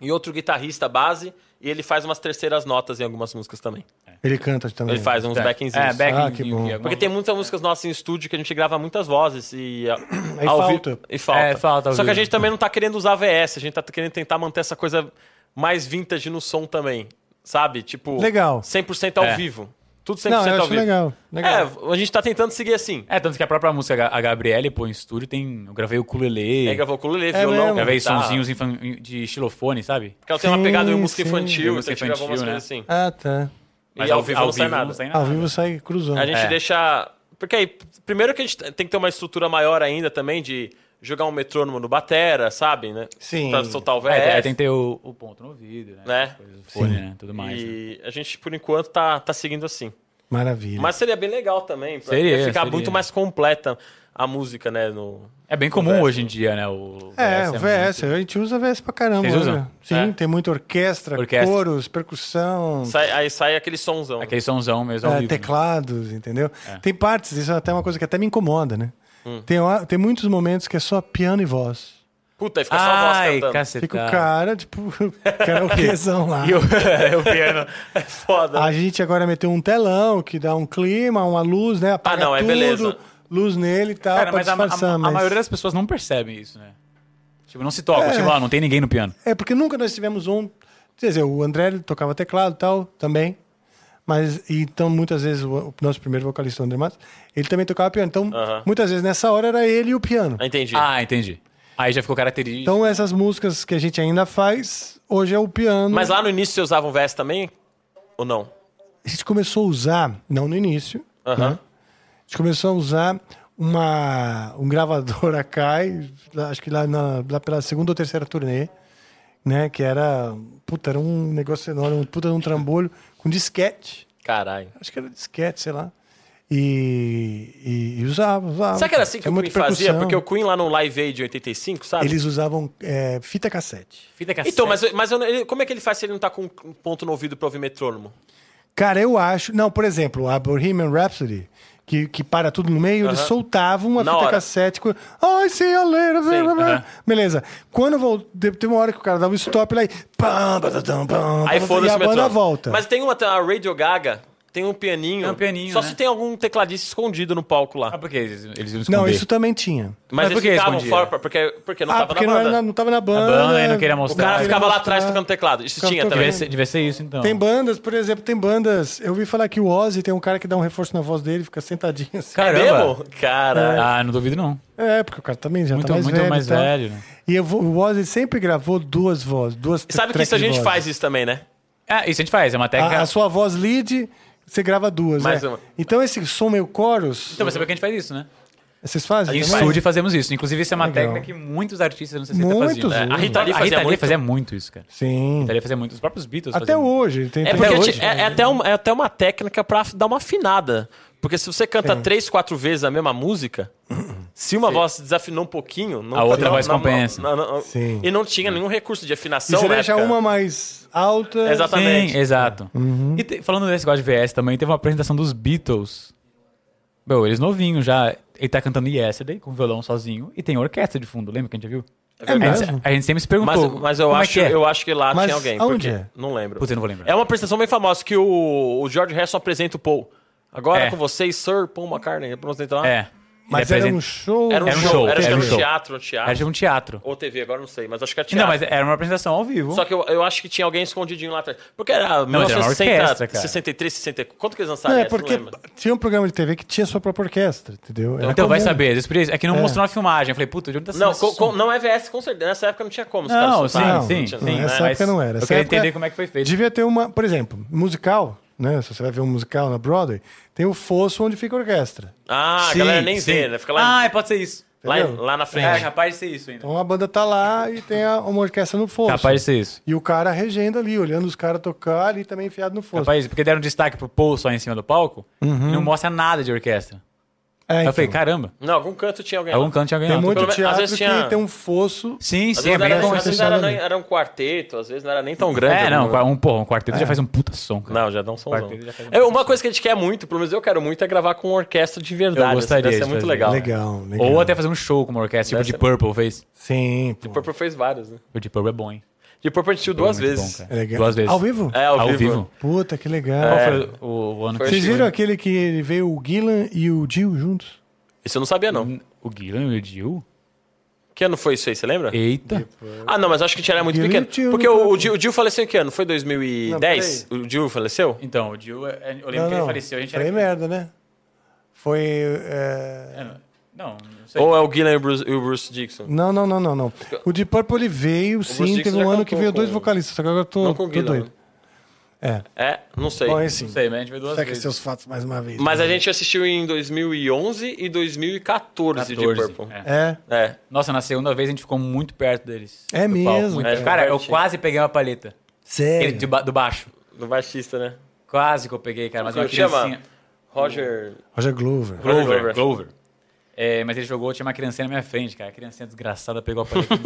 [SPEAKER 4] e outro guitarrista base. E ele faz umas terceiras notas em algumas músicas também.
[SPEAKER 1] Ele canta também.
[SPEAKER 4] Ele faz um uns
[SPEAKER 5] É,
[SPEAKER 4] backingzinhos.
[SPEAKER 5] É, backing.
[SPEAKER 1] Ah, que bom.
[SPEAKER 5] alguma-
[SPEAKER 4] Porque tem muitas músicas nossas em estúdio que a gente grava muitas vozes e a-
[SPEAKER 1] Aí
[SPEAKER 4] ao vi-
[SPEAKER 1] falta.
[SPEAKER 4] e falta.
[SPEAKER 5] É, falta ao
[SPEAKER 4] Só que a
[SPEAKER 5] vivo.
[SPEAKER 4] gente também não tá querendo usar VS, a gente tá querendo tentar manter essa coisa mais vintage no som também, sabe? Tipo,
[SPEAKER 1] Legal.
[SPEAKER 4] 100% ao
[SPEAKER 5] É.
[SPEAKER 4] vivo. Tudo 100%
[SPEAKER 1] Não, eu
[SPEAKER 4] ao
[SPEAKER 1] acho
[SPEAKER 4] vivo.
[SPEAKER 1] legal. legal.
[SPEAKER 4] É, a gente tá tentando seguir assim.
[SPEAKER 5] É, tanto que a própria música, Ga- a Gabriele, pô, em estúdio, tem. Eu gravei o ukulele.
[SPEAKER 4] Aí gravou ukulele,
[SPEAKER 1] É
[SPEAKER 4] violão,
[SPEAKER 1] mesmo.
[SPEAKER 5] Gravei
[SPEAKER 4] guitarra.
[SPEAKER 5] sonzinhos infan- de xilofone, sabe?
[SPEAKER 4] Porque ela tem uma pegada em
[SPEAKER 1] Sim,
[SPEAKER 4] música
[SPEAKER 1] sim.
[SPEAKER 4] infantil,
[SPEAKER 5] Música
[SPEAKER 4] então a gente gravou umas
[SPEAKER 5] infantil, né?
[SPEAKER 4] coisas assim.
[SPEAKER 1] Ah, tá.
[SPEAKER 4] E ao, vivo não sai nada.
[SPEAKER 1] Ao vivo sai cruzando.
[SPEAKER 4] A gente
[SPEAKER 5] É.
[SPEAKER 4] deixa. Porque aí, primeiro que a gente tem que ter uma estrutura maior ainda também de jogar um metrônomo no batera, sabe, né?
[SPEAKER 1] Sim.
[SPEAKER 4] Pra soltar o VS.
[SPEAKER 5] É, tem que ter o, o ponto no ouvido, né?
[SPEAKER 4] Né?
[SPEAKER 5] As coisas, o fone, né? Tudo mais. né?
[SPEAKER 4] E a gente, por enquanto, tá, tá seguindo assim.
[SPEAKER 1] Maravilha.
[SPEAKER 4] Mas seria bem legal também, pra
[SPEAKER 5] Seria,
[SPEAKER 4] ficar
[SPEAKER 5] seria.
[SPEAKER 4] muito mais completa a música, né? No...
[SPEAKER 5] É bem comum
[SPEAKER 4] Conversa,
[SPEAKER 5] hoje em dia, né? O
[SPEAKER 1] É,
[SPEAKER 5] muito-
[SPEAKER 1] o VS, a gente usa VS pra caramba.
[SPEAKER 5] Vocês
[SPEAKER 1] né?
[SPEAKER 5] usam?
[SPEAKER 1] Sim,
[SPEAKER 4] É.
[SPEAKER 1] tem muita orquestra,
[SPEAKER 5] Orquestra.
[SPEAKER 1] coros, percussão,
[SPEAKER 4] Sai, aí sai aquele sonzão. né?
[SPEAKER 5] Aquele somzão mesmo. ao
[SPEAKER 1] é,
[SPEAKER 5] vivo, né?
[SPEAKER 1] teclados, entendeu? Tem partes, isso é até uma coisa que até me incomoda, né? Tem, hora- tem muitos momentos que é só piano e voz.
[SPEAKER 4] Puta, aí fica É só a voz
[SPEAKER 5] Ai,
[SPEAKER 4] cantando. *laughs*
[SPEAKER 5] cacetado. *laughs*
[SPEAKER 1] Fica o cara, tipo, karaokezão lá.
[SPEAKER 5] tá- E o, *laughs* é, o piano.
[SPEAKER 4] Foda.
[SPEAKER 1] A gente agora meteu um telão que dá um clima, uma luz, né? Apaga
[SPEAKER 4] Ah, não, é
[SPEAKER 1] tudo,
[SPEAKER 4] beleza.
[SPEAKER 1] luz nele e tal,
[SPEAKER 5] Cara,
[SPEAKER 1] pra
[SPEAKER 5] mas a, a-
[SPEAKER 1] disfarçar,
[SPEAKER 5] a
[SPEAKER 1] mas...
[SPEAKER 5] maioria das pessoas não percebe isso, né? Tipo, não se toca. Tipo, ah, não tem ninguém no piano.
[SPEAKER 1] É, porque nunca nós tivemos um... Quer dizer, o André ele tocava teclado e tal, também. Mas, e então, muitas vezes, o, o nosso primeiro vocalista, o André Matos, ele também tocava piano. Então,
[SPEAKER 4] Aham.
[SPEAKER 1] muitas vezes, nessa hora, era ele e o piano.
[SPEAKER 4] Ah, Entendi.
[SPEAKER 5] Ah, entendi. Aí já ficou característico.
[SPEAKER 1] Então, essas músicas que a gente ainda faz, hoje é o piano.
[SPEAKER 4] Mas lá no início você usava um verso também? Ou não?
[SPEAKER 1] A gente começou a usar, não no início,
[SPEAKER 4] Aham.
[SPEAKER 1] né? a gente começou a usar uma, um gravador Akai, lá- acho que lá, na, lá pela segunda ou terceira turnê, né? Que era, puta, era um negócio enorme, um puta de um trambolho com disquete.
[SPEAKER 4] Caralho.
[SPEAKER 1] Acho que era disquete, sei lá. E, e, e usava, usava.
[SPEAKER 4] Sabe que era assim que
[SPEAKER 1] Tinha
[SPEAKER 5] É
[SPEAKER 4] o Queen
[SPEAKER 1] muita
[SPEAKER 4] fazia?
[SPEAKER 1] percussão.
[SPEAKER 4] Porque o Queen lá no Live Aid de 85, sabe?
[SPEAKER 1] Eles usavam é, fita cassete.
[SPEAKER 5] Fita cassete.
[SPEAKER 4] Então, mas, mas eu não- ele- como é que ele faz se ele não tá com um ponto no ouvido pra ouvir metrônomo?
[SPEAKER 1] Cara, eu acho. Não, por exemplo, a Bohemian Rhapsody, que, que para tudo no meio, eles soltavam uma
[SPEAKER 4] Na
[SPEAKER 1] fita
[SPEAKER 4] hora.
[SPEAKER 1] cassete. Com... Ai, sim, a leira.
[SPEAKER 5] aham.
[SPEAKER 1] Beleza. Quando eu vou. Tem uma hora que o cara dava um stop lá e. Pam, badadam, pam,
[SPEAKER 4] Aí
[SPEAKER 1] badadam, e
[SPEAKER 4] foda-se
[SPEAKER 1] a
[SPEAKER 4] o metrônomo.
[SPEAKER 1] banda volta.
[SPEAKER 4] Mas tem uma, tem a Radio Gaga, tem um pianinho.
[SPEAKER 5] Tem um pianinho,
[SPEAKER 4] Só
[SPEAKER 5] né?
[SPEAKER 4] se tem algum tecladista escondido no palco lá.
[SPEAKER 5] Ah, por que eles, eles iam esconder?
[SPEAKER 1] Não, isso também tinha.
[SPEAKER 4] Mas,
[SPEAKER 5] Mas por
[SPEAKER 4] eles
[SPEAKER 5] que
[SPEAKER 4] ficavam
[SPEAKER 5] escondia?
[SPEAKER 4] fora, pra- porque, porque não
[SPEAKER 1] ah,
[SPEAKER 4] tava
[SPEAKER 1] porque
[SPEAKER 4] na
[SPEAKER 1] não, era
[SPEAKER 4] banda.
[SPEAKER 1] na- não tava na banda.
[SPEAKER 5] banda, aí não queria
[SPEAKER 4] O
[SPEAKER 5] mostrar.
[SPEAKER 4] cara
[SPEAKER 1] Não,
[SPEAKER 4] ficava
[SPEAKER 1] queria
[SPEAKER 4] lá atrás
[SPEAKER 1] mostrar.
[SPEAKER 4] tocando teclado. Isso
[SPEAKER 1] Ficava
[SPEAKER 4] tinha também.
[SPEAKER 5] Devia ser, devia ser isso, então.
[SPEAKER 1] Tem bandas, por exemplo, tem bandas. Eu ouvi falar que o Ozzy tem um cara que dá um reforço na voz dele, fica sentadinho assim.
[SPEAKER 5] Caramba.
[SPEAKER 4] Mesmo? Cara.
[SPEAKER 5] É ah, não duvido, não.
[SPEAKER 1] É, porque o cara também já
[SPEAKER 5] Muito
[SPEAKER 1] tá mais
[SPEAKER 5] muito
[SPEAKER 1] velho.
[SPEAKER 5] mais
[SPEAKER 1] e tal.
[SPEAKER 5] velho, né?
[SPEAKER 1] E eu vou- o Ozzy sempre gravou duas vozes, duas
[SPEAKER 4] Sabe que
[SPEAKER 1] tracks
[SPEAKER 4] isso a
[SPEAKER 1] de
[SPEAKER 4] gente
[SPEAKER 1] voz.
[SPEAKER 4] faz isso também, né?
[SPEAKER 5] Ah, isso a gente faz, é uma técnica.
[SPEAKER 1] A, a sua voz lead, você grava duas.
[SPEAKER 4] Mais
[SPEAKER 1] é.
[SPEAKER 4] uma.
[SPEAKER 1] Então esse som meio coros,
[SPEAKER 5] Então, você sabe que a gente faz isso, né?
[SPEAKER 1] vocês fazem?
[SPEAKER 5] Em
[SPEAKER 1] também?
[SPEAKER 5] estúdio fazemos isso. Inclusive, isso é uma
[SPEAKER 1] Legal.
[SPEAKER 5] técnica que muitos artistas não 60
[SPEAKER 1] Muitos,
[SPEAKER 5] faziam.
[SPEAKER 1] né?
[SPEAKER 4] A Rita Lee
[SPEAKER 5] tá A Rita
[SPEAKER 4] fazia
[SPEAKER 5] Lee
[SPEAKER 4] muito.
[SPEAKER 5] fazia muito isso, cara. A
[SPEAKER 1] Sim.
[SPEAKER 5] Rita Lee fazia muito. Os próprios Beatles
[SPEAKER 1] Até
[SPEAKER 5] faziam muito.
[SPEAKER 1] hoje. Tem,
[SPEAKER 4] É
[SPEAKER 1] tem
[SPEAKER 4] porque
[SPEAKER 1] hoje. né?
[SPEAKER 4] ti- é, é até um- é até uma técnica pra dar uma afinada. Porque se você canta três, quatro vezes a mesma música, se uma voz desafinou um pouquinho, não
[SPEAKER 5] A outra
[SPEAKER 4] não-
[SPEAKER 5] voz
[SPEAKER 4] não-
[SPEAKER 5] compensa.
[SPEAKER 4] não- não- não-
[SPEAKER 1] Sim.
[SPEAKER 4] E não tinha nenhum recurso de afinação.
[SPEAKER 1] E você
[SPEAKER 4] na
[SPEAKER 1] deixa
[SPEAKER 4] época.
[SPEAKER 1] uma mais alta.
[SPEAKER 4] Exatamente.
[SPEAKER 5] Sim, é exato.
[SPEAKER 1] Uhum.
[SPEAKER 5] E te- falando desse negócio de VS também, teve uma apresentação dos Beatles. Meu, eles novinhos já. Ele tá cantando Yesterday com violão sozinho e tem orquestra de fundo, lembra que a gente já viu?
[SPEAKER 1] É
[SPEAKER 5] A gente,
[SPEAKER 1] mesmo?
[SPEAKER 5] a gente sempre se perguntou.
[SPEAKER 4] Mas, mas eu,
[SPEAKER 5] como é
[SPEAKER 4] acho,
[SPEAKER 5] que é?
[SPEAKER 4] eu acho que lá
[SPEAKER 1] Mas
[SPEAKER 4] tinha alguém.
[SPEAKER 1] aonde
[SPEAKER 4] porque-
[SPEAKER 1] é?
[SPEAKER 4] Não lembro.
[SPEAKER 5] Putz, eu não vou lembrar.
[SPEAKER 4] É uma apresentação bem famosa que o, o George Harrison apresenta o Paul. Agora
[SPEAKER 5] É.
[SPEAKER 4] com vocês, Sir Paul McCartney. Ele apresenta lá.
[SPEAKER 5] É.
[SPEAKER 1] Mas
[SPEAKER 5] Ele
[SPEAKER 1] era
[SPEAKER 5] apresenta-
[SPEAKER 1] um show.
[SPEAKER 4] Era um,
[SPEAKER 5] Era um
[SPEAKER 4] show,
[SPEAKER 5] show,
[SPEAKER 4] Era,
[SPEAKER 5] era
[SPEAKER 4] era
[SPEAKER 5] um
[SPEAKER 4] um
[SPEAKER 5] show.
[SPEAKER 4] teatro, um teatro.
[SPEAKER 5] Era de um teatro.
[SPEAKER 4] Ou TV, agora não sei, mas acho que era teatro.
[SPEAKER 5] Não, mas era uma apresentação ao vivo.
[SPEAKER 4] Só que eu, eu acho que tinha alguém escondidinho lá atrás. Porque era
[SPEAKER 5] Hum? mas era uma
[SPEAKER 4] 1960,
[SPEAKER 5] orquestra, cara.
[SPEAKER 4] 63, 64. Quanto que eles
[SPEAKER 1] Não,
[SPEAKER 4] dançaram?
[SPEAKER 1] é
[SPEAKER 4] essa?
[SPEAKER 1] porque
[SPEAKER 4] Não lembro.
[SPEAKER 1] tinha um programa de TV que tinha sua própria orquestra, entendeu? Era
[SPEAKER 5] Então, vai
[SPEAKER 1] comum.
[SPEAKER 5] saber. às vezes por isso. É que não
[SPEAKER 1] É.
[SPEAKER 5] mostrou na filmagem. Eu falei, puta, de onde tá saindo
[SPEAKER 4] Não,
[SPEAKER 5] esse
[SPEAKER 4] co-
[SPEAKER 5] som?
[SPEAKER 4] co- não é VS, com certeza. Nessa época não tinha como. os
[SPEAKER 5] Não,
[SPEAKER 4] caras soltarem,
[SPEAKER 5] sim,
[SPEAKER 1] não,
[SPEAKER 5] sim,
[SPEAKER 4] tinha-
[SPEAKER 5] sim.
[SPEAKER 1] não, Nessa
[SPEAKER 4] né?
[SPEAKER 1] época não era.
[SPEAKER 5] Eu
[SPEAKER 1] Essa
[SPEAKER 5] queria
[SPEAKER 1] época-
[SPEAKER 5] entender como é que foi feito.
[SPEAKER 1] Devia ter uma, por exemplo, musical, né? Se você vai ver um musical na Broadway, tem o fosso onde fica a orquestra.
[SPEAKER 4] Ah, a
[SPEAKER 5] Sim,
[SPEAKER 4] galera nem
[SPEAKER 5] sim.
[SPEAKER 4] vê, né? Fica lá,
[SPEAKER 5] Ah, pode ser isso.
[SPEAKER 4] lá,
[SPEAKER 1] entendeu?
[SPEAKER 4] lá na
[SPEAKER 5] É,
[SPEAKER 4] frente.
[SPEAKER 5] capaz de ser isso ainda.
[SPEAKER 1] Então a banda tá lá e tem a- uma orquestra no fosso.
[SPEAKER 5] Capaz de ser isso.
[SPEAKER 1] E o cara regendo ali, olhando os caras tocar ali também enfiado no fosso.
[SPEAKER 5] Capaz, porque deram destaque pro Paul só em cima do palco e não mostra nada de orquestra.
[SPEAKER 1] Uhum. É,
[SPEAKER 5] Aí
[SPEAKER 1] então,
[SPEAKER 5] Eu falei, caramba,
[SPEAKER 4] Não, algum canto tinha alguém.
[SPEAKER 5] algum
[SPEAKER 4] lá.
[SPEAKER 5] canto tinha
[SPEAKER 1] tem
[SPEAKER 5] ganhado.
[SPEAKER 1] muito
[SPEAKER 4] pelo menos- às
[SPEAKER 1] teatro
[SPEAKER 4] vezes tinha-
[SPEAKER 1] que tem um fosso.
[SPEAKER 5] Sim,
[SPEAKER 4] Às
[SPEAKER 5] sim, é
[SPEAKER 4] vezes
[SPEAKER 5] bem
[SPEAKER 4] era,
[SPEAKER 1] com-
[SPEAKER 4] às vezes
[SPEAKER 1] fechado
[SPEAKER 4] era, nem-
[SPEAKER 1] ali.
[SPEAKER 4] era um quarteto, às vezes não era nem tão grande. né?
[SPEAKER 5] É, não,
[SPEAKER 4] algum-
[SPEAKER 5] um, porra, um quarteto
[SPEAKER 1] É.
[SPEAKER 5] já faz um puta som, cara.
[SPEAKER 4] Não, já dá um somzão.
[SPEAKER 5] Quarteto já faz um
[SPEAKER 4] É, uma coisa que a gente quer muito, pelo menos eu quero muito, é gravar com orquestra de verdade. assim,
[SPEAKER 5] gostaria
[SPEAKER 4] Deve ser
[SPEAKER 5] de
[SPEAKER 4] muito
[SPEAKER 5] fazer.
[SPEAKER 4] legal.
[SPEAKER 1] Legal, legal.
[SPEAKER 5] Ou até tipo fazer um show com uma orquestra, tipo de Purple fez.
[SPEAKER 1] Sim, pô.
[SPEAKER 4] O Purple fez vários, né?
[SPEAKER 5] O de Purple é bom, hein?
[SPEAKER 4] De Purple a gente assistiu duas
[SPEAKER 5] Muito
[SPEAKER 4] vezes.
[SPEAKER 5] bom,
[SPEAKER 1] É
[SPEAKER 5] cara.
[SPEAKER 1] legal.
[SPEAKER 5] Duas vezes.
[SPEAKER 1] Ao vivo?
[SPEAKER 4] É, ao, vivo.
[SPEAKER 1] Puta, que legal.
[SPEAKER 5] Qual foi o, o ano que
[SPEAKER 4] Foi-
[SPEAKER 1] É. Vocês
[SPEAKER 4] Acho que-
[SPEAKER 1] viram aquele que ele veio o Gillan e o Jill juntos?
[SPEAKER 4] Isso eu não sabia, não.
[SPEAKER 5] O Guilherme e o Jill?
[SPEAKER 4] Que ano foi isso aí, você lembra?
[SPEAKER 5] Eita.
[SPEAKER 4] Ah, não, mas acho que a gente era muito
[SPEAKER 1] Guilherme
[SPEAKER 4] pequeno.
[SPEAKER 1] Tio, né?
[SPEAKER 4] Porque
[SPEAKER 1] não
[SPEAKER 4] o,
[SPEAKER 1] foi?
[SPEAKER 4] o, Gil, o Gil faleceu em que ano? Foi 2010?
[SPEAKER 1] Não,
[SPEAKER 4] o Gil faleceu?
[SPEAKER 5] Então, o Jill, é- é- eu
[SPEAKER 1] Não,
[SPEAKER 5] lembro que ele
[SPEAKER 1] não.
[SPEAKER 5] faleceu, a gente
[SPEAKER 1] Foi
[SPEAKER 5] era...
[SPEAKER 1] merda, né? Foi. é,
[SPEAKER 5] É, não- Não, não sei.
[SPEAKER 4] Ou é o Guilherme e o Bruce, e o Bruce Dixon?
[SPEAKER 1] Não, não, não, não, não. O Deep Purple ele veio, sim,
[SPEAKER 4] Dixon
[SPEAKER 1] teve
[SPEAKER 4] já
[SPEAKER 1] um ano que
[SPEAKER 4] cantou
[SPEAKER 1] veio dois
[SPEAKER 4] com-
[SPEAKER 1] vocalistas, só que agora eu tô,
[SPEAKER 4] não com
[SPEAKER 1] tô
[SPEAKER 4] o Guilherme.
[SPEAKER 1] doido. É.
[SPEAKER 4] É, não sei.
[SPEAKER 1] Bom, é assim.
[SPEAKER 5] Não sei, mas a gente veio duas
[SPEAKER 1] Segue
[SPEAKER 5] vezes.
[SPEAKER 1] seus fatos mais uma vez.
[SPEAKER 4] Mas a gente assistiu em 2011 e 2014 de
[SPEAKER 5] 14,
[SPEAKER 4] Purple.
[SPEAKER 5] é.
[SPEAKER 1] É,
[SPEAKER 4] É.
[SPEAKER 5] Nossa, na segunda vez a gente ficou muito perto deles.
[SPEAKER 1] É
[SPEAKER 5] Do
[SPEAKER 1] mesmo,
[SPEAKER 5] muito
[SPEAKER 1] cara. É.
[SPEAKER 5] perto. Cara, eu
[SPEAKER 4] Pertinho.
[SPEAKER 5] quase peguei uma palheta. Aquele
[SPEAKER 1] sério.
[SPEAKER 5] de ba- do baixo.
[SPEAKER 4] Do baixista, né?
[SPEAKER 5] Quase que eu peguei, cara. Mas é
[SPEAKER 4] Como
[SPEAKER 5] uma
[SPEAKER 4] que chama?
[SPEAKER 5] criancinha...
[SPEAKER 4] Roger.
[SPEAKER 1] Roger Glover.
[SPEAKER 5] Glover. Glover. É, mas ele jogou, tinha uma criancinha na minha frente, cara. A criancinha desgraçada pegou
[SPEAKER 1] *laughs*
[SPEAKER 5] a palheta.